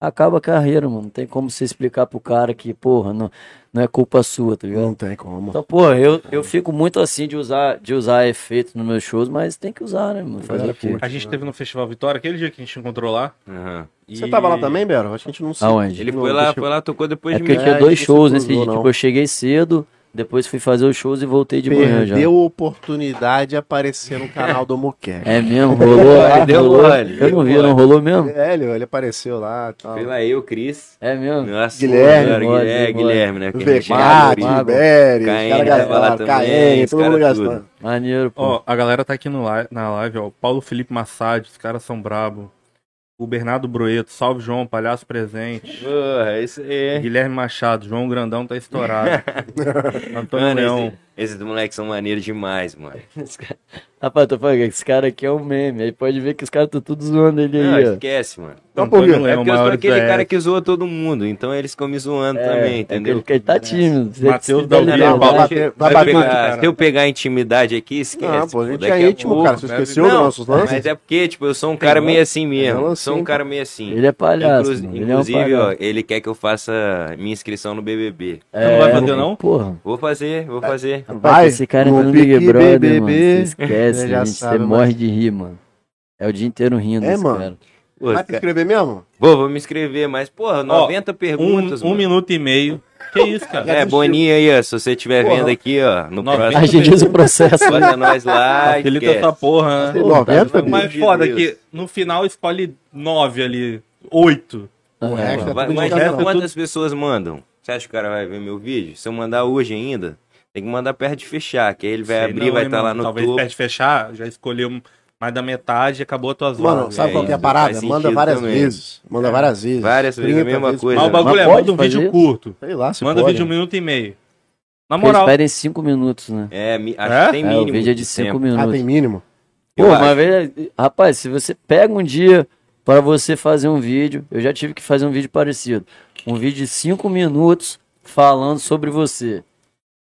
Speaker 4: Acaba a carreira, mano. Não tem como você explicar pro cara que, porra, não, não é culpa sua, tá ligado?
Speaker 1: Não tem como.
Speaker 4: Então, pô, eu, eu fico muito assim de usar, de usar efeito nos meus shows, mas tem que usar, né, mano? Fazer
Speaker 1: Galera
Speaker 4: o quê?
Speaker 1: curte.
Speaker 2: A gente teve no Festival Vitória, aquele dia que a gente encontrou lá.
Speaker 3: Aham.
Speaker 1: Você
Speaker 2: e-
Speaker 1: tava lá também, Bero? A gente não se-
Speaker 4: Aonde?
Speaker 3: Ele
Speaker 1: Não,
Speaker 3: foi lá,
Speaker 1: deixa eu-
Speaker 3: foi lá, tocou depois
Speaker 4: É
Speaker 3: de
Speaker 4: porque
Speaker 3: mim.
Speaker 4: eu
Speaker 1: É,
Speaker 4: tinha dois
Speaker 1: isso
Speaker 4: shows
Speaker 1: não
Speaker 4: nesse dia.
Speaker 1: cruzou, não.
Speaker 4: Tipo, eu cheguei cedo, depois fui fazer os shows e voltei de manhã já.
Speaker 1: Perdeu a oportunidade de aparecer no canal do Moqueca.
Speaker 4: É mesmo, rolou. lá,
Speaker 3: Deu
Speaker 4: rolou.
Speaker 3: mole,
Speaker 4: Eu
Speaker 3: deu
Speaker 4: não vi, não
Speaker 3: mole.
Speaker 4: rolou mesmo?
Speaker 1: É, ele, ele apareceu lá e tal.
Speaker 3: Foi lá eu, Cris.
Speaker 4: É mesmo.
Speaker 3: Nossa,
Speaker 1: Guilherme,
Speaker 3: senhora,
Speaker 4: bora,
Speaker 3: Guilherme,
Speaker 4: bora.
Speaker 3: Guilherme, né? que a gente
Speaker 1: VK,
Speaker 3: é
Speaker 4: Mago.
Speaker 1: Tibério,
Speaker 3: Caen,
Speaker 1: os caras
Speaker 3: tava lá
Speaker 1: gastaram,
Speaker 3: também,
Speaker 1: Caen,
Speaker 3: os
Speaker 1: todo mundo
Speaker 3: cara
Speaker 1: gastando.
Speaker 3: tudo.
Speaker 4: Maneiro, pô.
Speaker 2: Ó, a galera tá aqui no li- na live, ó. O Paulo Felipe Massad, os caras são brabo. O Bernardo Broeto, salve João, palhaço presente.
Speaker 3: Porra, isso aí. é
Speaker 2: Guilherme Machado, João Grandão tá estourado. Antônio
Speaker 3: Mano,
Speaker 2: Leão.
Speaker 3: esse- esses moleques são maneiros demais, mano.
Speaker 4: Esse cara- Rapaz, tô falando que esse cara aqui é um meme. Aí pode ver que os caras estão tudo zoando ele
Speaker 3: Não,
Speaker 4: aí, ó.
Speaker 3: esquece, mano.
Speaker 1: Só por quê?
Speaker 2: Antônio
Speaker 3: É
Speaker 2: Leão,
Speaker 3: porque eu sou
Speaker 2: maior
Speaker 3: aquele
Speaker 2: Zé.
Speaker 3: cara que zoa todo mundo, então eles ficam me zoando também, entendeu?
Speaker 4: É que ele tá tímido. Se-
Speaker 2: Matheus
Speaker 4: se der
Speaker 2: Dalvino,
Speaker 4: liberdade-
Speaker 1: Vai
Speaker 2: Paulo-
Speaker 1: bater- vai
Speaker 3: Vai
Speaker 1: bater-
Speaker 3: pegar-
Speaker 2: cara.
Speaker 3: se eu pegar a intimidade aqui, esquece.
Speaker 1: Não, pô, a gente
Speaker 3: daqui
Speaker 1: é íntimo,
Speaker 3: pouco- né?
Speaker 1: cara. Você
Speaker 2: deve-
Speaker 1: esqueceu dos
Speaker 3: Não,
Speaker 1: nossos lances?
Speaker 3: Mas é porque, tipo, eu sou um cara meio assim
Speaker 1: Não,
Speaker 3: mesmo.
Speaker 1: assim,
Speaker 3: Sou um
Speaker 1: pô.
Speaker 3: cara meio assim.
Speaker 4: Ele é palhaço,
Speaker 3: Inclusi-
Speaker 4: mano. Ele é um
Speaker 3: Inclusive,
Speaker 4: palhaço.
Speaker 3: ó, ele quer que eu faça minha inscrição no BBB.
Speaker 2: Você não vai fazer, não?
Speaker 4: É, Porra.
Speaker 3: Vou fazer, vou fazer.
Speaker 4: Rapaz,
Speaker 1: Vai,
Speaker 4: esse cara
Speaker 1: no
Speaker 4: entra no Big
Speaker 1: Big
Speaker 4: Brother,
Speaker 1: BBB.
Speaker 4: mano. Você esquece,
Speaker 1: Você já
Speaker 4: gente.
Speaker 1: sabe,
Speaker 4: você
Speaker 1: mas-
Speaker 4: morre de rir, mano. É o dia inteiro rindo
Speaker 1: É,
Speaker 4: esse
Speaker 1: mano.
Speaker 4: cara.
Speaker 3: Pô,
Speaker 1: Vai te
Speaker 3: cara,
Speaker 1: escrever mesmo?
Speaker 3: Vou, vou me inscrever, mas, porra, 90 perguntas,
Speaker 2: Um, um
Speaker 3: mano.
Speaker 2: minuto e meio. Que isso, cara?
Speaker 3: É, Boninho aí, ó, se você estiver
Speaker 1: Porra.
Speaker 3: vendo aqui, ó, no
Speaker 2: Nossa,
Speaker 4: A
Speaker 3: próximo,
Speaker 4: gente diz o processo, né?
Speaker 3: bota nós lá,
Speaker 2: Facilita essa
Speaker 3: esquece.
Speaker 2: porra, né?
Speaker 1: Tem 90,
Speaker 4: tá,
Speaker 1: bicho?
Speaker 2: Mas
Speaker 3: de
Speaker 2: foda
Speaker 3: Deus.
Speaker 2: que no final escolhe nove ali, oito.
Speaker 1: O resto
Speaker 4: Tá,
Speaker 1: é
Speaker 3: Vai,
Speaker 1: tudo
Speaker 3: imagina
Speaker 1: jogador.
Speaker 3: quantas pessoas mandam. Você acha que o cara vai ver meu vídeo? Se eu mandar hoje ainda, tem que mandar perto de fechar, que aí ele vai
Speaker 2: Sei
Speaker 3: abrir,
Speaker 2: não,
Speaker 3: vai
Speaker 2: hein,
Speaker 3: estar lá
Speaker 2: mano?
Speaker 3: no
Speaker 2: Talvez
Speaker 3: topo.
Speaker 2: perto de fechar, já escolheu mais da metade e acabou as tuas
Speaker 1: Mano,
Speaker 2: horas.
Speaker 1: sabe qual que é a
Speaker 3: isso,
Speaker 1: parada?
Speaker 3: faz
Speaker 1: Manda
Speaker 3: sentido
Speaker 1: várias
Speaker 3: também.
Speaker 1: vezes. Manda várias vezes.
Speaker 3: Várias vezes, a
Speaker 1: 30
Speaker 3: mesma coisa.
Speaker 2: Mas o
Speaker 3: Mas
Speaker 2: bagulho é,
Speaker 4: pode
Speaker 2: manda um
Speaker 4: fazer?
Speaker 2: vídeo curto.
Speaker 1: Sei lá, se
Speaker 2: Manda
Speaker 1: pode.
Speaker 2: vídeo um minuto e meio. Na
Speaker 4: Porque Eles
Speaker 2: moral,
Speaker 4: pedem 5 minutos, né?
Speaker 3: É, mi- acho
Speaker 2: É?
Speaker 3: que tem
Speaker 4: É,
Speaker 3: mínimo.
Speaker 4: o vídeo é de
Speaker 3: de
Speaker 4: 5
Speaker 3: tempo.
Speaker 1: Ah,
Speaker 4: minutos.
Speaker 1: tem mínimo?
Speaker 4: Pô,
Speaker 3: Eu
Speaker 4: uma
Speaker 3: acho.
Speaker 4: vez, rapaz, se você pega um dia pra você fazer um vídeo, eu já tive que fazer um vídeo parecido. Um vídeo de 5 minutos falando sobre você.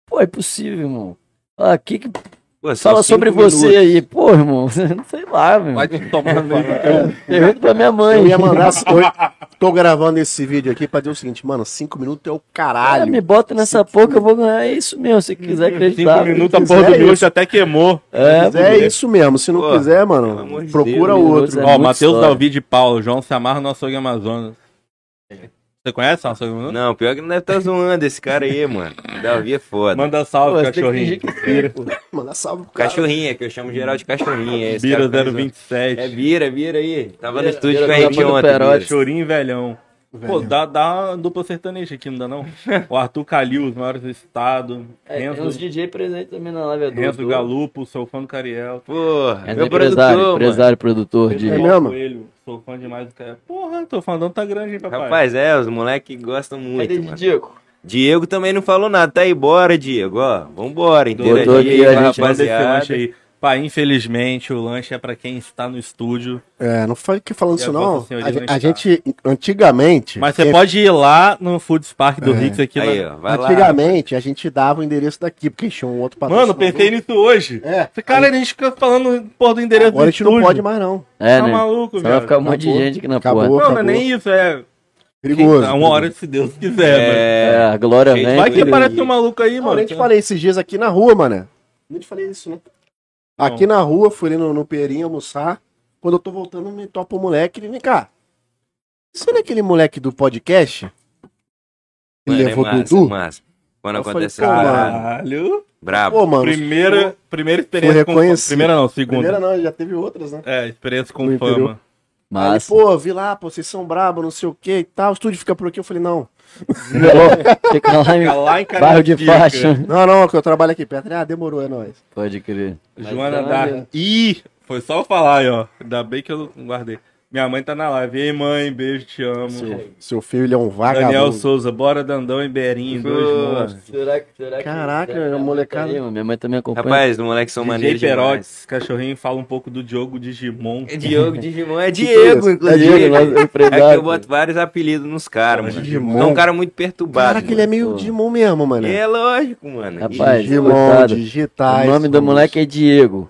Speaker 4: Pô, é possível, irmão. Ah, que que
Speaker 3: Pô, são cinco
Speaker 4: fala sobre você
Speaker 3: minutos.
Speaker 4: aí? Pô, irmão, sei lá, meu.
Speaker 2: vai te tomar no meio.
Speaker 4: Pergunta pra minha mãe.
Speaker 1: Eu ia mandar. eu tô gravando esse vídeo aqui pra dizer o seguinte, mano, 5 minutos é o
Speaker 4: Cara,
Speaker 1: caralho.
Speaker 4: me bota nessa porca, eu vou ganhar É isso mesmo, se quiser acreditar.
Speaker 2: Cinco minutos, a
Speaker 1: quiser,
Speaker 2: porra do
Speaker 1: é
Speaker 2: minuto até queimou.
Speaker 4: É,
Speaker 1: É, isso mesmo. Se não
Speaker 3: Pô,
Speaker 1: quiser,
Speaker 3: pelo
Speaker 1: mano,
Speaker 3: amor de
Speaker 1: procura
Speaker 4: Deus,
Speaker 1: outro.
Speaker 4: é
Speaker 2: Ó,
Speaker 4: muita
Speaker 2: Matheus
Speaker 4: história.
Speaker 2: David e Paulo, João se amarra no açougue Amazonas. Você conhece o açougue Amazonas?
Speaker 3: Não, pior que não deve estar zoando esse cara aí, mano. O Davi é foda.
Speaker 2: Manda
Speaker 4: Pô,
Speaker 2: salve,
Speaker 4: você tem que
Speaker 2: cachorrinho.
Speaker 4: fingir que tira, pô.
Speaker 1: Manda salve pro cara.
Speaker 3: Cachorrinha, que eu chamo geral de cachorrinha. esse
Speaker 2: Bira
Speaker 3: cara que me zoa.
Speaker 2: 027.
Speaker 3: É Bira, Bira aí. Tava
Speaker 4: Bira,
Speaker 3: no estúdio
Speaker 4: Bira,
Speaker 3: com a
Speaker 4: Bira,
Speaker 3: gente
Speaker 4: Bira,
Speaker 3: ontem.
Speaker 4: Perotti.
Speaker 3: Bira.
Speaker 2: Chorinho e velhão. Pô, dá, dá uma dupla sertaneja aqui, não dá não? O Arthur Calil, os maiores do estado.
Speaker 4: É, tem uns
Speaker 2: Renzo,
Speaker 4: DJ presentes também na live. é do-
Speaker 2: Renzo
Speaker 4: do-
Speaker 2: Galupo, sou fã do Cariel.
Speaker 3: Porra,
Speaker 4: É
Speaker 3: meu
Speaker 4: do empresário,
Speaker 3: produtor, mano.
Speaker 4: empresário, produtor de...
Speaker 1: É
Speaker 2: Pessoal
Speaker 1: mesmo?
Speaker 2: Coelho, sou fã demais do Cariel. Porra, tô falando tá grande, hein, papai?
Speaker 3: Rapaz, é, os moleques gostam muito,
Speaker 4: Cadê
Speaker 3: mano.
Speaker 4: Didico?
Speaker 3: Diego também não falou nada. Tá aí, bora, Diego. Ó, vambora,
Speaker 4: Doutor,
Speaker 3: interagir com
Speaker 4: aqui a
Speaker 3: a
Speaker 4: gente
Speaker 2: manda esse lanche
Speaker 3: rapaziada.
Speaker 2: aí. Pai, infelizmente, o lanche é pra quem está no estúdio.
Speaker 1: É, não foi que falando
Speaker 2: E
Speaker 1: isso,
Speaker 2: a
Speaker 1: não.
Speaker 2: Vossa Senhoria
Speaker 1: A,
Speaker 2: não
Speaker 1: gen- a
Speaker 2: está.
Speaker 1: gente, antigamente.
Speaker 2: Mas você
Speaker 1: é,
Speaker 2: pode ir lá no Food Park do
Speaker 1: É.
Speaker 2: Ricks aqui.
Speaker 3: Aí,
Speaker 2: na...
Speaker 3: ó, vai lá.
Speaker 1: Antigamente, a gente dava o endereço daqui, porque tinha um outro
Speaker 2: Mano, pensei nisso hoje.
Speaker 1: É.
Speaker 2: Cara, a gente fica falando porra do endereço
Speaker 1: Agora
Speaker 2: do
Speaker 1: a gente não
Speaker 2: estúdio.
Speaker 1: pode mais, não.
Speaker 4: É,
Speaker 2: Tá
Speaker 4: né?
Speaker 2: maluco,
Speaker 4: Só vai
Speaker 2: velho.
Speaker 4: ficar um monte de
Speaker 1: Acabou.
Speaker 4: gente aqui na
Speaker 1: Acabou.
Speaker 4: porta.
Speaker 2: Não, não é
Speaker 1: acabou.
Speaker 2: nem isso, é.
Speaker 1: Perigoso.
Speaker 2: Quem- tá, Uma hora, se Deus quiser, mano.
Speaker 4: É,
Speaker 3: É,
Speaker 4: a Glória
Speaker 3: Gente,
Speaker 4: vem.
Speaker 2: Vai que
Speaker 3: Doido.
Speaker 2: aparece um maluco aí,
Speaker 1: Não,
Speaker 2: mano.
Speaker 1: nem te falei esses dias aqui na rua, mano. Nem te falei isso, né? Aqui na rua, fui ali no, no Pereirinho almoçar. Quando eu tô voltando, me topa o moleque. Ele, vem cá. Você não é aquele moleque do podcast? Ele levou
Speaker 3: é massa,
Speaker 1: Dudu?
Speaker 3: massa. Quando
Speaker 1: é Eu falei,
Speaker 3: acontece essa
Speaker 1: cara,
Speaker 3: parada,
Speaker 2: Caralho.
Speaker 3: brabo.
Speaker 1: Pô, mano.
Speaker 2: Primeira,
Speaker 1: pô,
Speaker 2: primeira experiência
Speaker 1: reconhecido.
Speaker 2: Primeira não, segunda.
Speaker 1: Primeira não, já teve outras, né?
Speaker 2: É, experiência com
Speaker 1: No
Speaker 2: fama.
Speaker 1: interior. Aí ele,
Speaker 4: Mas,
Speaker 1: pô, vi lá, pô, vocês são brabo, não sei o que e tal. O estúdio fica por aqui. Eu falei, não.
Speaker 4: fica lá em
Speaker 3: lá em
Speaker 4: bairro de
Speaker 3: Carapica.
Speaker 4: faixa.
Speaker 1: Não, não, que eu trabalho aqui perto. Ele, Ah, demorou, é nóis.
Speaker 4: Pode crer. Mas
Speaker 2: Joana
Speaker 4: tá
Speaker 2: Dark.
Speaker 4: maneiro.
Speaker 2: Ih, foi só eu falar aí, ó. Ainda bem que eu não guardei. Minha mãe tá na live. Ei, mãe, beijo, te amo.
Speaker 1: Seu, seu filho ele é um vagabundo.
Speaker 2: Daniel Souza, bora Dandão e Berinho, dois monstros.
Speaker 4: Será que, será que-
Speaker 1: Caraca,
Speaker 4: será que minha mãe
Speaker 1: molecada.
Speaker 4: tá aí, mano? Minha mãe também acompanha.
Speaker 3: Rapaz, os moleques são
Speaker 2: DJ
Speaker 3: maneiros demais.
Speaker 2: Perotes, cachorrinho, fala um pouco do Diogo Digimon.
Speaker 3: É Diogo Digimon, é
Speaker 1: é isso?
Speaker 3: Diego, inclusive.
Speaker 4: É Diego, nós- eu
Speaker 3: É
Speaker 4: predado.
Speaker 3: que eu boto vários apelidos nos caras, mano.
Speaker 1: Digimon.
Speaker 3: É um cara muito perturbado.
Speaker 1: Caraca, ele é né? meio
Speaker 4: Pô.
Speaker 1: Digimon mesmo, mano.
Speaker 3: mano. é lógico, mano.
Speaker 4: Rapaz,
Speaker 1: Digimon,
Speaker 4: coitado.
Speaker 1: digitais.
Speaker 4: o nome do
Speaker 1: mano.
Speaker 4: moleque é Diego.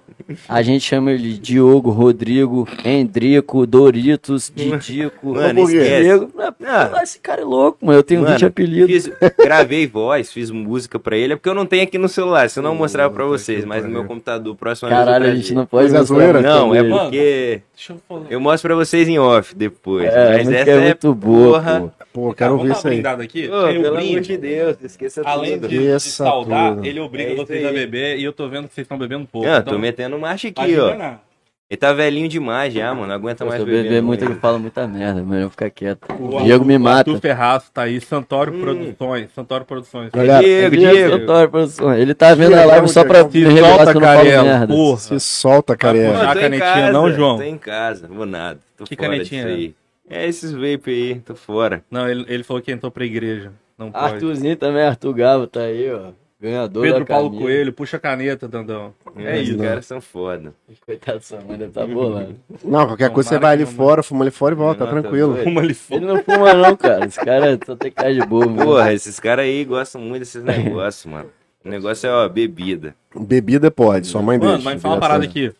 Speaker 4: A gente chama ele de Diogo, Rodrigo, Hendrico, Doritos, Didico.
Speaker 3: Mano,
Speaker 1: por quê?
Speaker 3: esquece.
Speaker 4: Diego. Ah, esse cara é louco, mano. Eu tenho
Speaker 3: Mano,
Speaker 4: 20 apelidos.
Speaker 3: Fiz- gravei voz, fiz música pra ele, é porque eu não tenho aqui no celular, senão eu mostrava pra vocês, mas no meu computador, próximo
Speaker 4: Caralho, a gente não pode
Speaker 1: Coisa
Speaker 4: mostrar
Speaker 1: zoeira?
Speaker 4: muito
Speaker 3: Não, é
Speaker 4: dele.
Speaker 2: bom.
Speaker 3: porque
Speaker 2: Deixa eu falar.
Speaker 3: eu mostro pra vocês em off depois,
Speaker 4: É, a
Speaker 3: mas
Speaker 4: música
Speaker 3: essa
Speaker 4: é
Speaker 3: é...
Speaker 4: muito boa,
Speaker 3: porra. um
Speaker 4: pô.
Speaker 1: Pô, quero
Speaker 2: Vamos
Speaker 1: ouvir
Speaker 2: dar
Speaker 1: isso aí.
Speaker 2: brindado tá aqui?
Speaker 3: Ô,
Speaker 2: Tem o
Speaker 3: pelo amor
Speaker 2: brinde.
Speaker 3: de Deus, esqueça
Speaker 2: Além
Speaker 3: tudo.
Speaker 2: de, de
Speaker 1: Essa
Speaker 2: saudar,
Speaker 1: tudo.
Speaker 2: ele obriga
Speaker 3: É isso
Speaker 2: vocês a
Speaker 3: aí.
Speaker 2: beber e eu tô vendo que vocês estão bebendo pouco.
Speaker 3: Ah,
Speaker 2: então,
Speaker 3: tô metendo marcha
Speaker 2: vai
Speaker 3: aqui, ó.
Speaker 2: enganar.
Speaker 3: Ele tá velhinho demais já, mano, não aguenta
Speaker 4: Se
Speaker 3: mais
Speaker 4: eu
Speaker 3: beber.
Speaker 4: beber muito,
Speaker 3: não.
Speaker 4: ele fala muita merda. Melhor ficar quieto.
Speaker 2: O
Speaker 4: O Diego me
Speaker 2: Arthur
Speaker 4: mata.
Speaker 2: Ferraz tá aí, Santório
Speaker 3: Hum.
Speaker 2: Produções. Santório Produções.
Speaker 1: Galera,
Speaker 2: é
Speaker 3: Diego,
Speaker 4: Diego,
Speaker 3: Diego.
Speaker 4: Antônio, produção. Ele tá vendo a
Speaker 1: Diego,
Speaker 4: live só pra
Speaker 1: se
Speaker 4: me revelar
Speaker 2: solta,
Speaker 4: que eu não falo
Speaker 2: Carela,
Speaker 4: merda.
Speaker 2: porra.
Speaker 1: Se solta,
Speaker 2: Vai
Speaker 1: careca.
Speaker 2: puxar.
Speaker 3: Não,
Speaker 2: a
Speaker 3: tô em
Speaker 2: canetinha,
Speaker 3: casa,
Speaker 2: não, João?
Speaker 3: Tô em casa, vou nada. Tô
Speaker 2: Que
Speaker 3: fora
Speaker 2: canetinha?
Speaker 3: disso aí. É esses vape aí, tô fora.
Speaker 2: Não, ele, ele falou que entrou pra igreja. Não pode.
Speaker 4: Arthurzinho também, Arthur Gabo tá aí, ó. Ganhador
Speaker 2: Pedro
Speaker 4: da
Speaker 2: Paulo
Speaker 4: camisa.
Speaker 2: Coelho, puxa a caneta, Dandão. É
Speaker 3: Os
Speaker 2: isso.
Speaker 3: caras são foda.
Speaker 4: Coitado da sua mãe, ele tá bolado.
Speaker 1: Não, qualquer coisa você vai
Speaker 2: Tomara que
Speaker 1: ali
Speaker 2: não-
Speaker 1: fora, fuma ali fora e volta,
Speaker 3: Não, tá
Speaker 1: tranquilo.
Speaker 3: doido.
Speaker 2: Uma lição.
Speaker 4: Ele não fuma não, cara. Esse cara só tem que estar de boa, mano.
Speaker 3: Porra, esses caras aí gostam muito desses negócios, mano. O negócio é, ó, bebida.
Speaker 1: Bebida pode, sua mãe
Speaker 2: Mano,
Speaker 1: deixa.
Speaker 2: mas me fala uma parada aqui.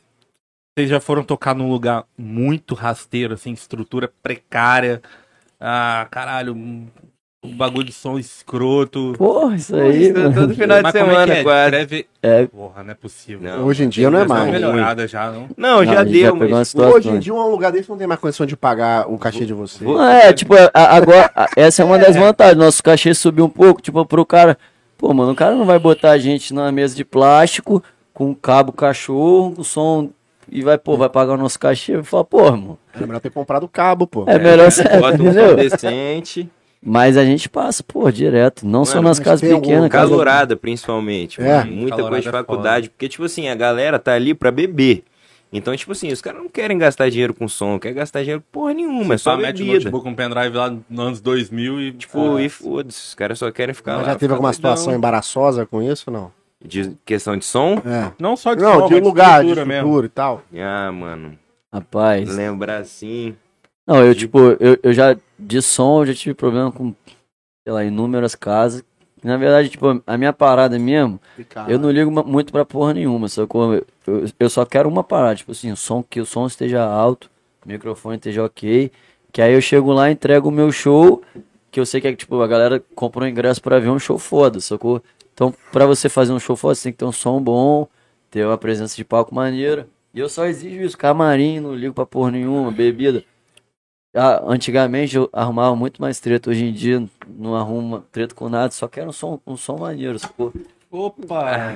Speaker 2: Vocês já foram tocar num lugar muito rasteiro, assim, estrutura precária. Ah, caralho, um um bagulho de som escroto.
Speaker 4: Porra, isso aí,
Speaker 3: Isso é
Speaker 4: mano.
Speaker 3: todo final de
Speaker 2: Mas como
Speaker 3: semana,
Speaker 2: é que é?
Speaker 3: quase.
Speaker 2: Descreve...
Speaker 4: É,
Speaker 2: Porra, não é possível.
Speaker 3: Não.
Speaker 1: Hoje em dia não é
Speaker 2: Deve ser uma
Speaker 1: mais.
Speaker 2: melhorada já, não?
Speaker 3: Não, já
Speaker 4: ele
Speaker 3: deu,
Speaker 4: pegou uma
Speaker 3: mas.
Speaker 4: situação. né?
Speaker 1: Hoje em dia, um lugar desse não tem mais condição de pagar o cachê de você.
Speaker 3: Vou-
Speaker 4: Não, é, tipo, a- agora, a- essa é uma das vantagens. Nosso cachê subiu um pouco, tipo, pro cara. Pô, mano, o cara não vai botar a gente numa mesa de plástico, com um cabo cachorro, com som. E vai, pô, vai pagar o nosso cachê. e fala, pô, mano,
Speaker 1: É melhor ter comprado o cabo, pô.
Speaker 4: é melhor você.
Speaker 3: Bota um som
Speaker 4: Entendeu?
Speaker 3: decente.
Speaker 4: Mas a gente passa, pô, direto. Não só
Speaker 3: Mano,
Speaker 4: nas
Speaker 1: é, mas
Speaker 4: casas
Speaker 1: tem algum
Speaker 4: pequenas, casa.
Speaker 3: Calorada, principalmente.
Speaker 1: É.
Speaker 3: mano. Muita
Speaker 2: Calorada
Speaker 3: coisa de
Speaker 2: é
Speaker 3: faculdade. Porque, tipo assim, a galera tá ali pra beber. Então, tipo assim, os caras não querem gastar dinheiro com som, querem gastar dinheiro com porra nenhuma, é só
Speaker 2: Só mete o
Speaker 3: bebida.
Speaker 2: notebook com um pendrive lá nos anos 2000 e...
Speaker 3: Tipo,
Speaker 2: Ah.
Speaker 3: e foda-se, os caras só querem ficar
Speaker 1: Mas
Speaker 3: lá.
Speaker 1: já teve alguma
Speaker 3: ficar doidão.
Speaker 1: situação embaraçosa com isso, não?
Speaker 3: De questão de som?
Speaker 1: É.
Speaker 2: Não só de
Speaker 1: Não,
Speaker 2: som,
Speaker 1: de
Speaker 2: mas
Speaker 1: lugar, de
Speaker 2: estrutura mesmo.
Speaker 1: futuro e tal.
Speaker 3: Ah, mano,
Speaker 4: Rapaz.
Speaker 3: lembrar assim...
Speaker 4: Não, eu, tipo, eu, eu já, de som, eu já tive problema com, sei lá, inúmeras casas. Na verdade, tipo, a minha parada mesmo, eu não ligo ma- muito pra porra nenhuma, sacou? Eu, eu- eu só quero uma parada, tipo assim, o som, que o som esteja alto, o microfone esteja ok, que aí eu chego lá, entrego o meu show, que eu sei que é, tipo, a galera comprou um ingresso pra ver um show foda, sacou? Então, pra você fazer um show foda, você tem que ter um som bom, ter uma presença de palco maneira. E eu só exijo isso, camarim, não ligo pra porra nenhuma, bebida. Ah, antigamente eu arrumava muito mais treta, hoje em dia não arrumo treta com nada, só quero um som, um som maneiro, sacou?
Speaker 2: Opa!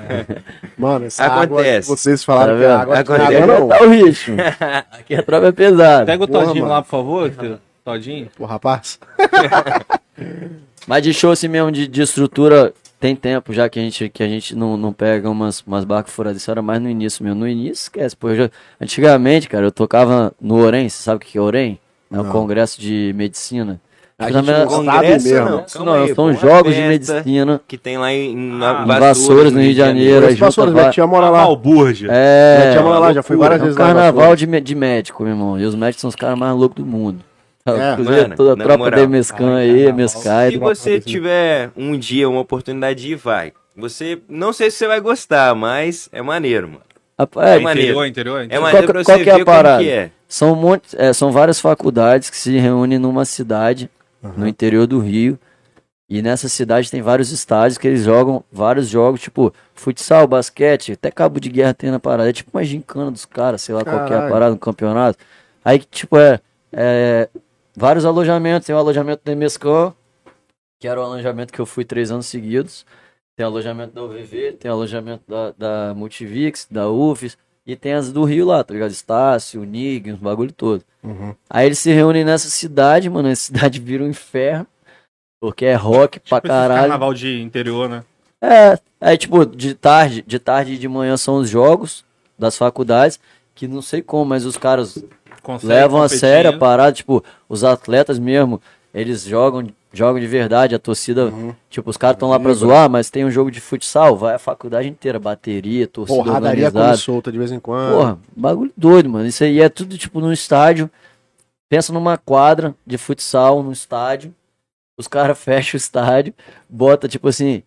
Speaker 1: Mano, essa água que
Speaker 3: Acontece.
Speaker 1: vocês falaram
Speaker 4: Tá
Speaker 1: que é
Speaker 4: vendo?
Speaker 1: água,
Speaker 3: Acontece.
Speaker 1: água não.
Speaker 4: Tá o ritmo. Aqui a tropa é pesada.
Speaker 2: Pega o
Speaker 1: Porra,
Speaker 2: Todinho
Speaker 1: mano.
Speaker 2: lá, por favor. seu Todinho.
Speaker 1: Pô, rapaz.
Speaker 4: Mas de show assim mesmo, de, de estrutura, tem tempo já que a gente, que a gente não, não pega umas, umas barcas fora disso, era mais no início mesmo. No início, esquece, pô. eu já- antigamente, cara, eu tocava no Orem, você sabe o que que é Orem? É o
Speaker 1: Não.
Speaker 4: Congresso de Medicina.
Speaker 1: A
Speaker 4: Tipo, na
Speaker 1: gente
Speaker 4: verdade-
Speaker 1: não sabe
Speaker 3: Congresso,
Speaker 1: mesmo.
Speaker 3: não.
Speaker 4: Não,
Speaker 3: Calma aí,
Speaker 4: são
Speaker 3: pô,
Speaker 4: jogos de
Speaker 3: festa.
Speaker 4: medicina
Speaker 3: Que tem lá em
Speaker 2: Ah,
Speaker 3: na
Speaker 4: em Vassouras, no Rio de Janeiro. aí
Speaker 1: Mas,
Speaker 4: junta
Speaker 1: pastor,
Speaker 4: va-
Speaker 1: minha tia mora
Speaker 4: Uhum.
Speaker 1: lá.
Speaker 2: Balbúrdia.
Speaker 4: É,
Speaker 1: Minha tia mora lá, já fui várias
Speaker 4: É um
Speaker 1: vezes lá. em
Speaker 4: carnaval de, mé- de médico, meu irmão. E os médicos são os caras mais loucos do mundo.
Speaker 1: É,
Speaker 4: Inclusive,
Speaker 3: mano,
Speaker 4: toda a
Speaker 3: na
Speaker 4: tropa
Speaker 3: moral.
Speaker 4: da Mescan
Speaker 2: Ai,
Speaker 4: aí,
Speaker 2: carnaval.
Speaker 4: Mescai.
Speaker 3: Se você tiver um dia uma oportunidade de ir, vai. Você, não sei se você vai gostar, mas é maneiro, mano.
Speaker 4: Rapaz,
Speaker 3: É maneiro.
Speaker 2: Interior, interior.
Speaker 3: É
Speaker 2: interior.
Speaker 3: maneiro
Speaker 4: que-
Speaker 3: pra
Speaker 4: qual
Speaker 3: você
Speaker 4: que é a
Speaker 3: ver como
Speaker 4: parada?
Speaker 3: que é.
Speaker 4: São, um monte- é, são várias faculdades que se reúnem numa cidade no interior do Rio. E nessa cidade tem vários estádios que eles jogam vários jogos, tipo futsal, basquete, até cabo de guerra tem na parada. É tipo uma gincana dos caras, sei lá qual que é a
Speaker 1: Caralho.
Speaker 4: parada no campeonato. Aí, tipo, é, é vários alojamentos. Tem o alojamento do Mescan, que era o alojamento que eu fui três anos seguidos. Tem o alojamento da UVV, tem o alojamento da, da Multivix, da UFES. E E tem as do Rio lá, tá ligado? Estácio, Nig, uns bagulho todo.
Speaker 1: Uhum.
Speaker 4: Aí eles se reúnem nessa cidade, mano. Essa cidade vira um inferno. Porque é rock
Speaker 2: Tipo,
Speaker 4: pra
Speaker 2: esses
Speaker 4: caralho.
Speaker 2: carnaval de interior, né?
Speaker 4: É, aí tipo, de tarde, de tarde e de manhã são os jogos das faculdades, que não sei como, mas os caras
Speaker 2: Consegue
Speaker 4: levam a
Speaker 2: é competir. né?
Speaker 4: sério a parada, tipo, os atletas mesmo, eles jogam, jogam de verdade, a torcida,
Speaker 2: Uhum.
Speaker 4: tipo, os caras estão lá pra zoar, mas tem um jogo de futsal, vai a faculdade inteira, bateria, torcida
Speaker 1: Porradaria como
Speaker 4: organizada.
Speaker 1: solta de vez em quando.
Speaker 4: Porra, bagulho doido, mano. Isso aí é tudo tipo num estádio. Pensa numa quadra de futsal no estádio. Os caras fecham o estádio, bota tipo assim,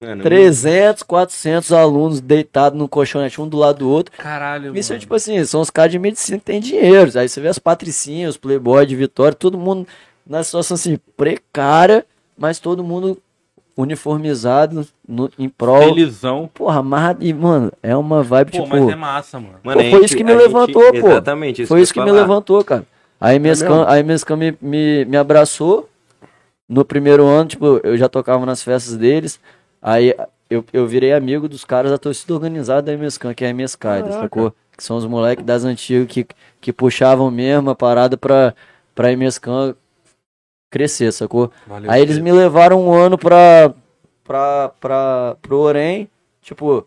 Speaker 3: Mano,
Speaker 4: 300, 400 alunos deitados no colchonete, um do lado do outro.
Speaker 2: Caralho,
Speaker 4: Isso é
Speaker 2: mano.
Speaker 4: tipo assim, são os caras de medicina que tem dinheiro. Aí você vê as patricinhas, os playboy de Vitória, todo mundo na situação assim, precária, mas todo mundo uniformizado no- em prol.
Speaker 2: Felizão.
Speaker 4: Porra, amarrado. E, mano, é uma vibe
Speaker 2: Pô,
Speaker 4: tipo.
Speaker 2: mas é massa, mano.
Speaker 3: mano,
Speaker 4: pô,
Speaker 3: a
Speaker 4: foi
Speaker 3: gente-
Speaker 4: isso que me
Speaker 3: a gente-
Speaker 4: levantou, pô.
Speaker 3: Exatamente.
Speaker 4: Foi isso que
Speaker 3: eu
Speaker 4: me
Speaker 3: ia falar.
Speaker 4: levantou, cara. Aí minha escã,
Speaker 1: mesmo?
Speaker 4: aí minha escã me, me, me abraçou. No primeiro ano, tipo, eu já tocava nas festas deles. Aí eu, eu virei amigo dos caras da torcida organizada da Mescan, que é a Mescaida,
Speaker 1: Caraca.
Speaker 4: sacou? Que são os moleques das antigas que, que puxavam mesmo a parada pra, pra Mescan crescer, sacou?
Speaker 2: Valeu,
Speaker 4: Aí eles me levaram um ano pra, pra, pra, pro Orem, tipo,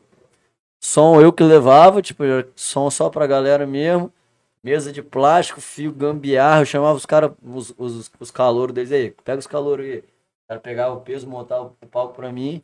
Speaker 4: som eu que levava, tipo, era som só pra galera mesmo, mesa de plástico, fio gambiarra, eu chamava os caras, os, os, os calouros deles, aí, pega os calouros aí. O cara pegava o peso, montava o palco pra mim,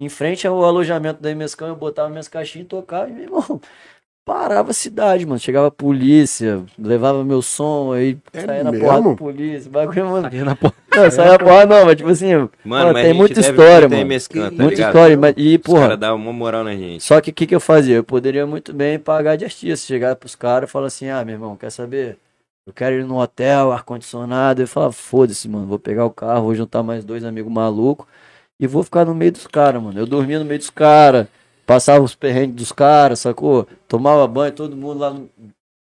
Speaker 4: em frente ao alojamento da Mescão, eu botava minhas caixinhas e tocava, e, meu irmão, parava a cidade, mano, chegava a polícia, levava meu som, aí
Speaker 1: É
Speaker 4: saía na
Speaker 1: mesmo?
Speaker 4: porrada da polícia, bagulho, mano.
Speaker 2: Aí na porra.
Speaker 4: Não, sai a porra não, mas tipo assim,
Speaker 3: Mano,
Speaker 4: pô,
Speaker 3: mas
Speaker 4: tem
Speaker 3: a gente
Speaker 4: muita
Speaker 3: deve
Speaker 4: história,
Speaker 3: muito a
Speaker 4: mano.
Speaker 3: Mescan, tá
Speaker 4: muita
Speaker 3: ligado?
Speaker 4: história, mas, e
Speaker 3: Os caras
Speaker 4: porra,
Speaker 3: davam uma moral na gente.
Speaker 4: só que o que, que eu fazia? Eu poderia muito bem pagar de artista, chegar pros caras e falar assim, ah, meu irmão, quer saber? Eu quero ir num hotel, ar-condicionado, eu falava, foda-se, mano, vou pegar o carro, vou juntar mais dois amigos malucos e vou ficar no meio dos caras, mano. Eu dormia no meio dos caras, passava os perrengues dos caras, sacou? Tomava banho, todo mundo lá no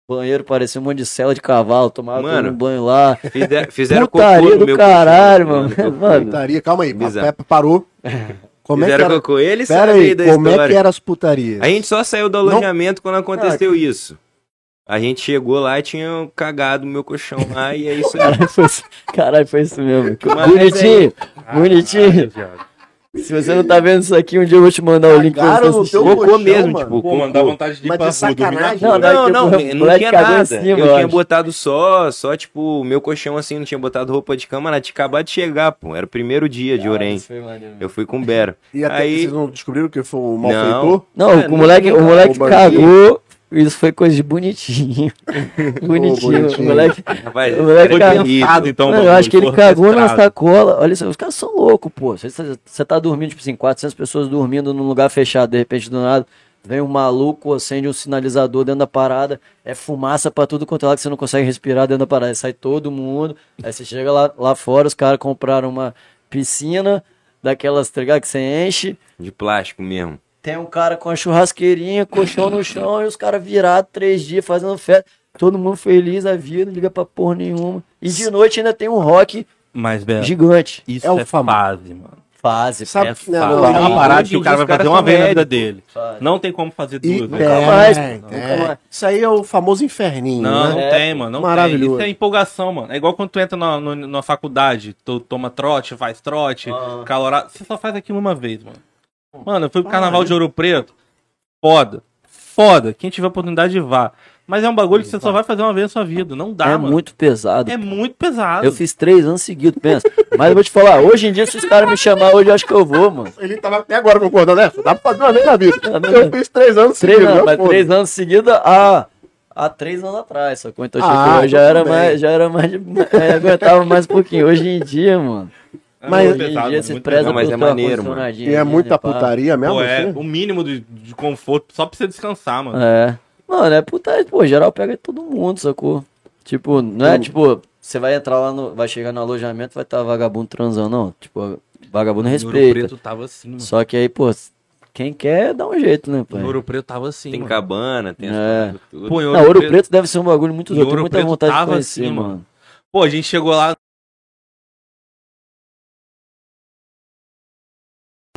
Speaker 4: banheiro, parecia um monte de cela de cavalo, tomava todo
Speaker 3: Mano,
Speaker 4: mundo banho lá.
Speaker 3: Fizer- Fizeram
Speaker 4: Putaria
Speaker 3: cocô no
Speaker 4: do
Speaker 3: meu
Speaker 4: caralho,
Speaker 3: colchão,
Speaker 4: mano.
Speaker 3: no meu
Speaker 4: Mano,
Speaker 1: Putaria, calma aí,
Speaker 3: Bizarro.
Speaker 1: a Pepe parou. Como é que
Speaker 3: Fizeram
Speaker 1: era?
Speaker 3: cocô. Ele
Speaker 1: Pera
Speaker 3: sabe
Speaker 1: aí,
Speaker 3: da
Speaker 1: como é
Speaker 3: história.
Speaker 1: que eram as putarias?
Speaker 3: A gente só saiu do
Speaker 1: Não-
Speaker 3: alojamento quando aconteceu isso. A gente chegou lá e tinha cagado o meu colchão lá e é isso aí.
Speaker 4: Caralho, foi isso, caralho, foi isso mesmo.
Speaker 3: Mas
Speaker 4: Bonitinho,
Speaker 2: Caralho,
Speaker 4: bonitinho.
Speaker 2: viado.
Speaker 4: Se você não tá vendo isso aqui, um dia eu vou te mandar o link pra
Speaker 1: Cagaram
Speaker 4: você
Speaker 1: no
Speaker 4: assistir.
Speaker 1: teu-
Speaker 3: Cocô
Speaker 1: colchão,
Speaker 3: mesmo,
Speaker 1: mano.
Speaker 3: tipo,
Speaker 2: Pô,
Speaker 3: cocô.
Speaker 2: mano, dá vontade de ir
Speaker 1: Mas de
Speaker 2: pra rua, dormir na
Speaker 1: sacanagem,
Speaker 2: rua.
Speaker 4: Não, dá-
Speaker 3: Não,
Speaker 4: Moleque
Speaker 3: não,
Speaker 4: cagou em
Speaker 3: não
Speaker 4: cima,
Speaker 3: tinha
Speaker 4: cagou em
Speaker 3: nada.
Speaker 4: cima,
Speaker 3: eu
Speaker 4: eu
Speaker 3: tinha
Speaker 4: acho.
Speaker 3: botado só, só tipo, o meu colchão assim, não tinha botado roupa de cama, nada. Tinha acabado de chegar, pô. Era o primeiro dia de Orem. Eu fui com o Bero.
Speaker 1: E até
Speaker 3: Aí-
Speaker 1: vocês não descobriram que foi o malfeitor?
Speaker 4: Não,
Speaker 3: É,
Speaker 4: o moleque,
Speaker 3: não-
Speaker 4: o moleque
Speaker 1: Ô,
Speaker 4: cagou. Isso foi coisa de bonitinho. bonitinho.
Speaker 1: bonitinho.
Speaker 4: O moleque.
Speaker 3: Rapaz,
Speaker 4: O moleque
Speaker 3: foi
Speaker 4: cagou.
Speaker 3: terrível.
Speaker 2: então.
Speaker 4: Mano, eu
Speaker 2: bagulho,
Speaker 4: acho que ele
Speaker 2: foi
Speaker 4: cagou na
Speaker 2: orquestrado.
Speaker 4: sacola. Olha isso, os caras são loucos, pô. Você- Você você tá dormindo, tipo assim, 400 pessoas dormindo num lugar fechado, de repente do nada. Vem um maluco, acende um sinalizador dentro da parada, é fumaça pra tudo quanto é lá que você não consegue respirar dentro da parada. Aí sai todo mundo, aí você chega lá, lá fora, os caras compraram uma piscina daquelas, tá ligado, que você enche.
Speaker 3: De plástico mesmo.
Speaker 4: Tem um cara com a churrasqueirinha, colchão no chão, e os caras virados três dias fazendo festa. Todo mundo feliz, a vida, não liga pra porra nenhuma. E de noite ainda tem um rock
Speaker 2: Mas, Belo,
Speaker 4: gigante.
Speaker 2: isso
Speaker 1: É o
Speaker 2: é
Speaker 1: famoso.
Speaker 2: fase, mano.
Speaker 4: Fase,
Speaker 1: Sabe-
Speaker 4: é
Speaker 1: não,
Speaker 2: Fase.
Speaker 1: não,
Speaker 2: é
Speaker 1: não,
Speaker 2: uma parada que o
Speaker 3: hoje
Speaker 2: cara
Speaker 3: os
Speaker 2: vai fazer
Speaker 3: caras
Speaker 2: uma
Speaker 3: são
Speaker 2: vez na
Speaker 3: médicos.
Speaker 2: vida dele.
Speaker 4: Fase.
Speaker 2: Não tem como fazer
Speaker 1: E é
Speaker 2: duas. né?
Speaker 1: tem,
Speaker 4: mais,
Speaker 1: tem.
Speaker 4: nunca mais.
Speaker 1: Isso aí é o famoso inferninho,
Speaker 2: Não, não
Speaker 1: né?
Speaker 4: É,
Speaker 2: tem, mano. Não
Speaker 1: maravilhoso.
Speaker 2: Tem. Isso é empolgação, mano. É igual quando tu entra na, na, na faculdade, tu toma trote, faz trote,
Speaker 4: Ah.
Speaker 2: calorado. Você só faz aquilo uma vez, mano. Mano, eu fui pro carnaval de Ouro Preto. Foda. Foda. Quem tiver oportunidade, vá. Mas é um bagulho que você só vai fazer uma vez na sua vida. Não dá,
Speaker 4: é
Speaker 2: Tá, mano.
Speaker 4: muito pesado.
Speaker 2: É muito pesado.
Speaker 4: Eu fiz três anos seguidos, pensa. Mas eu vou te falar, hoje em dia, se os caras me chamar hoje, eu acho que eu vou, mano.
Speaker 1: Ele tava até agora concordando, né? Dá pra fazer uma vez na vida. Eu fiz três anos
Speaker 4: Três
Speaker 1: seguidos,
Speaker 4: anos,
Speaker 1: né?
Speaker 4: mas
Speaker 1: Foda.
Speaker 4: três anos seguidos há, há três anos atrás, sacou? Então tipo,
Speaker 1: Ah,
Speaker 4: eu já
Speaker 1: então
Speaker 4: era,
Speaker 1: tudo bem.
Speaker 4: mais, já era mais. de- é, aguentava mais um pouquinho. Hoje em dia, mano.
Speaker 2: É
Speaker 1: mas-
Speaker 2: muito
Speaker 4: hoje em
Speaker 2: pesado,
Speaker 4: dia
Speaker 2: mano,
Speaker 4: você
Speaker 2: muito
Speaker 4: preza
Speaker 3: Não, mas
Speaker 4: por
Speaker 3: é
Speaker 4: tua
Speaker 3: maneiro, mano.
Speaker 4: condicionadinha,
Speaker 1: E é
Speaker 4: né,
Speaker 1: muita
Speaker 4: pá.
Speaker 1: putaria mesmo?
Speaker 2: Pô, é
Speaker 1: assim?
Speaker 2: o mínimo de, de conforto só pra você descansar, mano.
Speaker 4: É. Mano, é putaria. Pô, geral pega todo mundo, sacou? Tipo, não
Speaker 2: Hum.
Speaker 4: é tipo, você vai entrar lá no. Vai chegar no alojamento, vai estar vagabundo transando, não. Tipo, vagabundo
Speaker 2: No Ouro
Speaker 4: respeita.
Speaker 2: Preto tava assim, mano.
Speaker 4: Só que aí, pô, quem quer dá um jeito, né, pai?
Speaker 2: No Ouro Preto tava assim,
Speaker 3: Tem
Speaker 2: mano.
Speaker 3: cabana, tem as
Speaker 4: É.
Speaker 3: coisas tudo.
Speaker 2: Pô, em
Speaker 4: Não, Ouro Preto, deve ser um bagulho muito
Speaker 2: E
Speaker 4: doido. Tenho
Speaker 2: Ouro
Speaker 4: muita
Speaker 2: Preto
Speaker 4: vontade de
Speaker 2: tava
Speaker 4: conhecer,
Speaker 2: assim, mano.
Speaker 4: mano.
Speaker 2: Pô, a gente chegou lá,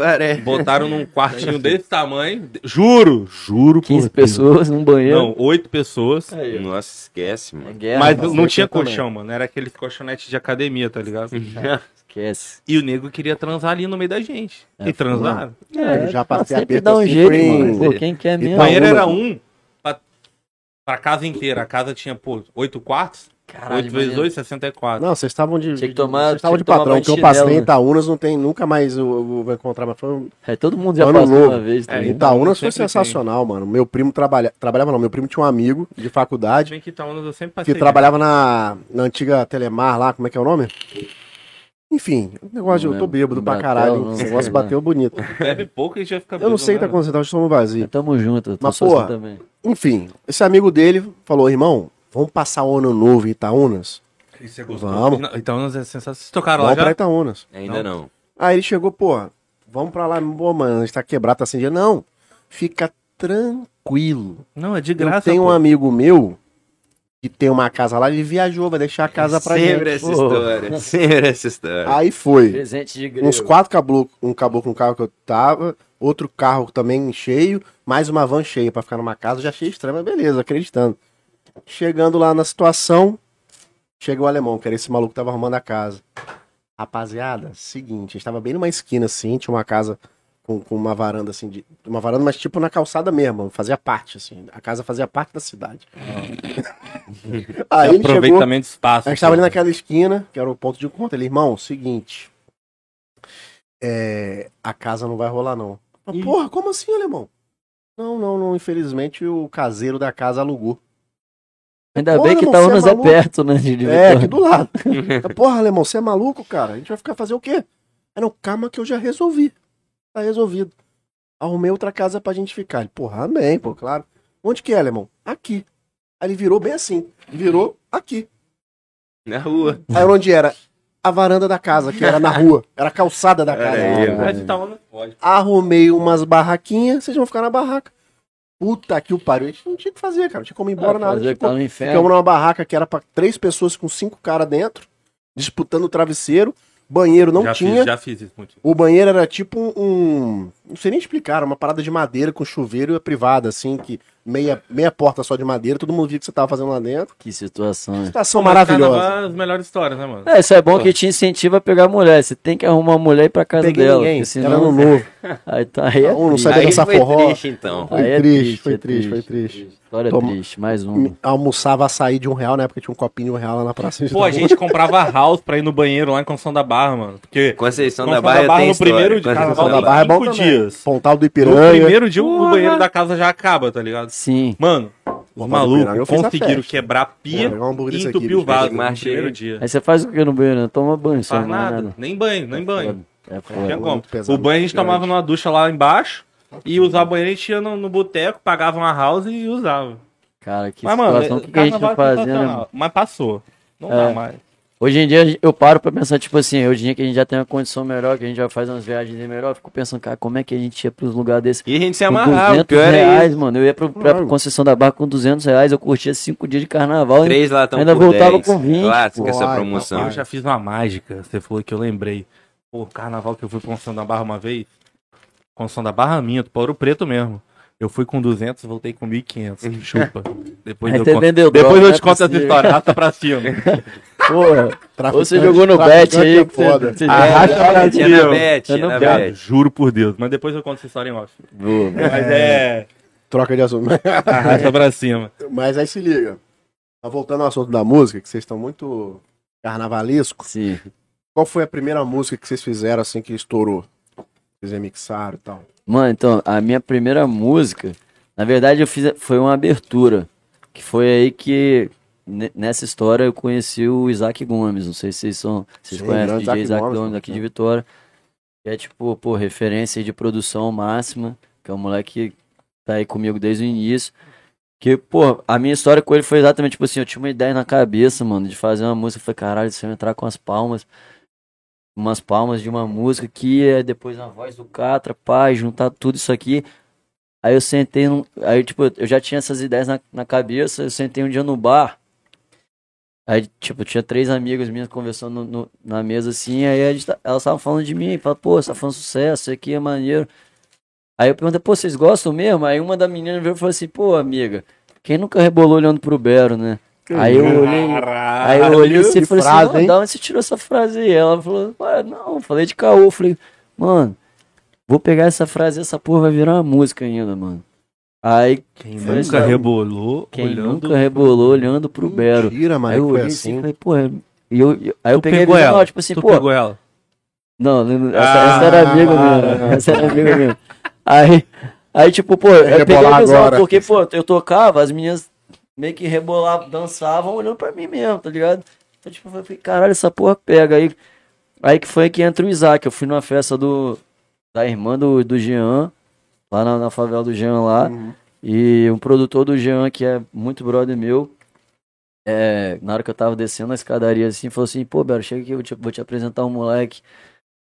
Speaker 3: Parece.
Speaker 2: Botaram num quartinho desse tamanho. Juro, juro.
Speaker 4: 15
Speaker 2: por Deus.
Speaker 4: pessoas num banheiro.
Speaker 2: Não, oito pessoas.
Speaker 4: Aí, ó.
Speaker 3: Nossa, esquece,
Speaker 4: É
Speaker 3: mano.
Speaker 4: guerra,
Speaker 2: mas
Speaker 4: mano.
Speaker 2: não tinha
Speaker 1: também. Uhum.
Speaker 2: colchão, mano. Era aqueles colchonetes de academia, tá ligado?
Speaker 4: Esquece.
Speaker 2: E o nego queria transar ali no meio da gente.
Speaker 4: É,
Speaker 2: e transar.
Speaker 1: É, eu já passei
Speaker 4: sempre
Speaker 1: aperto
Speaker 4: dá um
Speaker 1: assim,
Speaker 4: jeito,
Speaker 1: foi em-
Speaker 4: mano. Pô, quem quer
Speaker 1: Itaú,
Speaker 4: mesmo?
Speaker 2: O banheiro
Speaker 1: Não,
Speaker 2: era
Speaker 1: não.
Speaker 2: um pra, pra casa inteira. A casa tinha, pô, oito quartos.
Speaker 4: Caralho,
Speaker 2: Oito vezes
Speaker 4: imagina.
Speaker 2: dois, 64.
Speaker 1: Não, vocês estavam de.
Speaker 4: Tinha que tomar-
Speaker 1: vocês estavam
Speaker 4: tinha
Speaker 1: de
Speaker 4: que tomar
Speaker 1: patrão,
Speaker 4: banho
Speaker 1: que eu
Speaker 4: de
Speaker 1: passei
Speaker 4: chinelo,
Speaker 1: em Itaúnas, não tem nunca mais eu, eu vou encontrar, mas foi um-
Speaker 4: É, todo mundo já
Speaker 1: Ano
Speaker 4: passou
Speaker 1: novo.
Speaker 4: uma vez. tá
Speaker 2: É,
Speaker 4: ligado?
Speaker 1: Itaúnas Então, foi
Speaker 2: sempre tem.
Speaker 1: sensacional, mano. Meu primo trabalha... trabalhava, não, meu primo tinha um amigo de
Speaker 2: Se
Speaker 1: faculdade
Speaker 2: bem que Itaúnas eu sempre
Speaker 1: que
Speaker 2: passei.
Speaker 1: trabalhava na, na antiga Telemar lá, como é que é o nome? Enfim, o negócio, de
Speaker 4: Não
Speaker 1: eu tô
Speaker 4: lembro.
Speaker 1: bêbado pra
Speaker 4: Bateu,
Speaker 1: caralho,
Speaker 4: não
Speaker 1: esse
Speaker 4: sei,
Speaker 1: negócio
Speaker 4: né?
Speaker 1: bateu bonito.
Speaker 2: Bebe pouco e já fica
Speaker 1: Eu não
Speaker 2: bêbado,
Speaker 1: sei o que tá
Speaker 2: né?
Speaker 1: acontecendo, eu estou no vazio.
Speaker 4: Tamo junto, eu tô
Speaker 1: Mas,
Speaker 4: sozinho
Speaker 1: porra,
Speaker 4: também.
Speaker 1: Enfim, esse amigo dele falou, irmão, vamos passar o ano novo em Itaúnas?
Speaker 2: E você gostou?
Speaker 1: Vamos,
Speaker 2: Não, Itaúnas é sensacional. Vocês tocaram lá
Speaker 1: vamos pra
Speaker 2: já?
Speaker 1: Itaúnas.
Speaker 3: Ainda não.
Speaker 1: Aí ele chegou, pô, vamos pra lá, pô, mano, a gente tá quebrado, tá sem dinheiro. Não, fica tranquilo.
Speaker 2: Não, é de
Speaker 1: Eu
Speaker 2: graça.
Speaker 1: tenho um
Speaker 2: pô.
Speaker 1: amigo meu que tem uma casa lá, ele viajou, vai
Speaker 2: É
Speaker 1: deixar a casa pra
Speaker 3: Sempre
Speaker 1: gente.
Speaker 3: essa
Speaker 4: Pô.
Speaker 3: história. Sempre essa história.
Speaker 1: Aí
Speaker 2: É
Speaker 1: foi.
Speaker 4: Presente de grego.
Speaker 1: Uns quatro caboclos, um caboclo no carro que eu tava, outro carro também cheio, mais uma van cheia pra ficar numa casa, já achei estranho, mas beleza, acreditando. Chegando lá na situação, chega o alemão, que era esse maluco que tava arrumando a casa. Rapaziada, seguinte, a gente tava bem numa esquina assim, tinha uma casa com, com uma varanda assim, de, uma varanda, mas tipo na calçada mesmo, fazia parte assim, a casa fazia parte da cidade. Aí ele chegou,
Speaker 2: Aproveitamento de espaço.
Speaker 1: a gente tava ali
Speaker 2: pô.
Speaker 1: naquela esquina, que era o ponto de encontro. Ele, irmão, seguinte. É, a casa não vai rolar, não. Eu,
Speaker 2: Ih.
Speaker 1: Porra, como assim, alemão? Não, não, não. Infelizmente o caseiro da casa alugou.
Speaker 4: Ainda
Speaker 1: Pô,
Speaker 4: bem que
Speaker 1: irmão, você é
Speaker 4: Itaúnas é
Speaker 1: maluco?
Speaker 4: perto, né? De, de
Speaker 1: É, aqui
Speaker 4: Vitória.
Speaker 1: do lado. Eu, Porra, alemão, você é maluco, cara? A gente vai ficar fazer o quê? Aí, não, calma que eu já resolvi. Tá resolvido. Arrumei outra casa pra gente ficar. Ele, porra, amém, pô, claro. Onde que é, alemão? Aqui. Aí ele virou bem assim. Virou aqui.
Speaker 3: Na rua.
Speaker 1: Aí onde era? A varanda da casa, que era na rua. Era a calçada da casa.
Speaker 3: Era eu.
Speaker 2: Mas Itaúnas pode.
Speaker 1: Arrumei umas barraquinhas, vocês vão ficar na barraca. Puta que o pariu. A gente não tinha o que fazer, cara. Não tinha como ir embora
Speaker 4: Ah,
Speaker 1: na hora.
Speaker 4: fazer que tá no inferno.
Speaker 1: Ficamos numa barraca que era pra três pessoas com cinco caras dentro, disputando o travesseiro. Banheiro não
Speaker 2: já
Speaker 1: tinha.
Speaker 2: Fiz, já fiz isso muito.
Speaker 1: O banheiro era tipo um, um- Não sei nem explicar, era uma parada de madeira com chuveiro e privada, assim, que meia, meia porta só de madeira, todo mundo via o que você tava fazendo lá dentro.
Speaker 4: Que situação, né?
Speaker 1: Situação maravilhosa.
Speaker 2: Carnaval é As melhores histórias, né, mano?
Speaker 4: É, isso é bom que te incentiva a pegar mulher. Você tem que arrumar uma mulher e ir pra casa
Speaker 1: Peguei
Speaker 4: dela.
Speaker 1: ninguém,
Speaker 4: porque
Speaker 1: era
Speaker 4: senão...
Speaker 1: ano novo.
Speaker 4: Aí tá aí. É
Speaker 1: Ou não
Speaker 4: triste.
Speaker 1: sai Vai
Speaker 3: Aí
Speaker 1: dançar
Speaker 3: foi
Speaker 1: forró.
Speaker 3: triste, então.
Speaker 1: Foi
Speaker 4: Aí é
Speaker 1: triste,
Speaker 4: triste,
Speaker 1: foi
Speaker 4: é
Speaker 1: triste, foi
Speaker 4: triste.
Speaker 1: triste.
Speaker 4: História
Speaker 1: Toma-
Speaker 4: triste, mais um. uma.
Speaker 1: Me- almoçava açaí de um real, na época tinha um copinho de um real lá na praça.
Speaker 2: Pô, a gente comprava house pra ir no banheiro lá em Constituição da Barra, mano. Porque
Speaker 3: Conceição
Speaker 2: Conceição
Speaker 3: da Barra,
Speaker 2: da Barra
Speaker 3: tem
Speaker 2: no
Speaker 3: história.
Speaker 2: primeiro de
Speaker 3: Conceição
Speaker 1: Carnaval
Speaker 2: Carnaval
Speaker 1: da Barra é bom
Speaker 2: cinco
Speaker 1: também.
Speaker 2: dias.
Speaker 1: Pontal do
Speaker 2: no
Speaker 1: Ipiranga.
Speaker 2: primeiro dia o banheiro da casa já acaba, tá ligado?
Speaker 4: Sim.
Speaker 2: Mano, os
Speaker 1: Pontal do Ipiranga, eu
Speaker 2: malucos
Speaker 1: fiz a
Speaker 2: conseguiram
Speaker 1: festa.
Speaker 2: quebrar a pia
Speaker 4: É,
Speaker 1: Vou pegar um hambúrguer
Speaker 2: e
Speaker 1: desse
Speaker 2: entupir
Speaker 1: aqui,
Speaker 2: o
Speaker 1: bicho.
Speaker 2: vaso no
Speaker 3: Marcha aí.
Speaker 2: primeiro dia.
Speaker 4: Aí você faz o que no banheiro? né? Toma banho, só
Speaker 2: Faz
Speaker 4: não é
Speaker 2: nada. Nem banho, nem banho.
Speaker 4: É
Speaker 2: Não
Speaker 4: foda.
Speaker 2: tinha como.
Speaker 1: muito pesado,
Speaker 2: O banho a gente
Speaker 1: muito
Speaker 2: tomava
Speaker 1: grande.
Speaker 2: numa ducha lá embaixo e usava o banheiro, a gente ia no, no boteco, pagava uma house e usava.
Speaker 4: Cara, que
Speaker 2: Mas,
Speaker 4: situação.
Speaker 2: mano,
Speaker 4: o que, que a gente
Speaker 2: carnaval
Speaker 4: não
Speaker 2: é
Speaker 4: fazia, né,
Speaker 2: sensacional.
Speaker 4: mano?
Speaker 2: Mas passou. Não
Speaker 4: É.
Speaker 2: dá mais.
Speaker 4: Hoje em dia eu paro pra pensar, tipo assim, hoje em dia que a gente já tem uma condição melhor, que a gente já faz umas viagens melhor, eu fico pensando, cara, como é que a gente ia pros lugares desse?
Speaker 3: E a gente se
Speaker 4: Com
Speaker 3: amarrava, o
Speaker 4: 200
Speaker 3: pior é isso.
Speaker 4: reais, mano. Eu ia pro, pra
Speaker 1: Claro.
Speaker 4: concessão da barra com 200 reais, eu curtia cinco dias de carnaval. hein?
Speaker 3: Três latão
Speaker 4: Ainda
Speaker 3: por
Speaker 4: voltava
Speaker 3: 10.
Speaker 4: com 20,
Speaker 3: Clássica essa
Speaker 1: pô. Ai,
Speaker 3: promoção.
Speaker 2: Eu já fiz uma mágica. Você falou que eu lembrei. Pô, carnaval que eu fui pra São da Barra uma vez. Construção da Barra minha, pra Ouro Preto mesmo. Eu fui com 200, voltei com 1.500. Chupa. Depois
Speaker 4: Aí
Speaker 2: eu
Speaker 4: você
Speaker 2: conto.
Speaker 4: vendeu
Speaker 2: Depois
Speaker 4: droga,
Speaker 2: eu te
Speaker 4: né,
Speaker 2: conto essa
Speaker 4: pra você.
Speaker 2: história. Rasta pra cima.
Speaker 4: Porra,
Speaker 2: é
Speaker 4: ou
Speaker 1: Traficante-
Speaker 4: você jogou no bet
Speaker 1: traficante
Speaker 4: aí.
Speaker 1: é
Speaker 4: que você-
Speaker 1: foda.
Speaker 4: você-
Speaker 2: Arrasta pra
Speaker 3: É na
Speaker 2: cima.
Speaker 3: bet, é
Speaker 4: Eu não
Speaker 3: na
Speaker 2: Viado,
Speaker 3: bet.
Speaker 2: Juro por Deus. Mas depois eu conto essa história em off.
Speaker 4: Boa, mano.
Speaker 2: Mas é.
Speaker 1: Troca de assunto.
Speaker 2: Arrasta pra cima.
Speaker 1: Mas aí se liga. Mas voltando ao assunto da música, que vocês estão muito carnavalesco.
Speaker 4: Sim.
Speaker 1: Qual foi a primeira música que vocês fizeram assim que estourou? Vocês remixaram e tal.
Speaker 4: Mano, então, a minha primeira música, na verdade, eu fiz foi uma abertura. Que foi aí que, ne- nessa história, eu conheci o Isaac Gomes. Não sei se vocês são. Vocês
Speaker 1: Sim,
Speaker 4: conhecem o
Speaker 1: grande
Speaker 4: DJ
Speaker 1: Isaac
Speaker 4: Isaac
Speaker 1: Gomes,
Speaker 4: Gomes aqui de
Speaker 1: né?
Speaker 4: Vitória. Que é tipo, pô, referência aí de produção máxima. Que é um moleque que tá aí comigo desde o início. Que, pô, a minha história com ele foi exatamente tipo assim, eu tinha uma ideia na cabeça, mano, de fazer uma música. Eu falei, caralho, se eu entrar com as palmas umas palmas de uma música que é depois na voz do Catra, pá, e juntar tudo isso aqui. Aí eu sentei, num, aí tipo, eu já tinha essas ideias na, na cabeça, eu sentei um dia no bar. Aí, tipo, tinha três amigas minhas conversando no- no- na mesa assim, aí a gente tá- elas estavam falando de mim, falaram, pô, você tá falando sucesso, isso aqui é maneiro. Aí eu perguntei, pô, vocês gostam mesmo? Aí uma da menina veio e falou assim, pô, amiga, quem nunca rebolou olhando pro Bero, né? Aí eu olhei, aí eu olhei assim e
Speaker 1: Que
Speaker 4: falei
Speaker 1: frase,
Speaker 4: assim, mano,
Speaker 1: hein?
Speaker 4: da onde você tirou essa frase aí? Ela falou, ué, não, falei de caô. Eu falei, mano, vou pegar essa frase, essa porra vai virar uma música ainda, mano. Aí
Speaker 2: Quem
Speaker 4: Foi
Speaker 2: nunca
Speaker 4: isso.
Speaker 2: rebolou,
Speaker 4: quem
Speaker 2: olhando...
Speaker 4: nunca rebolou olhando pro Bero.
Speaker 1: Mentira, mano,
Speaker 4: aí eu
Speaker 1: que foi
Speaker 4: olhei assim,
Speaker 1: assim.
Speaker 4: falei, pô, é- e eu, e- aí eu
Speaker 2: Tu
Speaker 4: peguei a
Speaker 2: pegou
Speaker 4: visão,
Speaker 2: ela?
Speaker 4: tipo assim,
Speaker 2: Tu
Speaker 4: pô,
Speaker 2: pegou ela?
Speaker 4: não, não, essa,
Speaker 2: Ah,
Speaker 4: essa era amiga
Speaker 1: para,
Speaker 4: minha, essa era amiga minha. Aí, aí tipo, pô, eu peguei
Speaker 1: rebolar
Speaker 4: a visão,
Speaker 1: agora.
Speaker 4: porque, pô, eu tocava, as minhas meio que rebolavam, dançavam olhando pra mim mesmo, tá ligado? Então, tipo, eu falei, caralho, essa porra pega. Aí, aí que foi que entra o Isaac, eu fui numa festa do, da irmã do, do Jean, lá na, na favela do Jean lá,
Speaker 1: Hum,
Speaker 4: e um produtor do Jean, que é muito brother meu, é, na hora que eu tava descendo a escadaria assim, falou assim, pô, Bero, chega aqui, eu te- vou te apresentar um moleque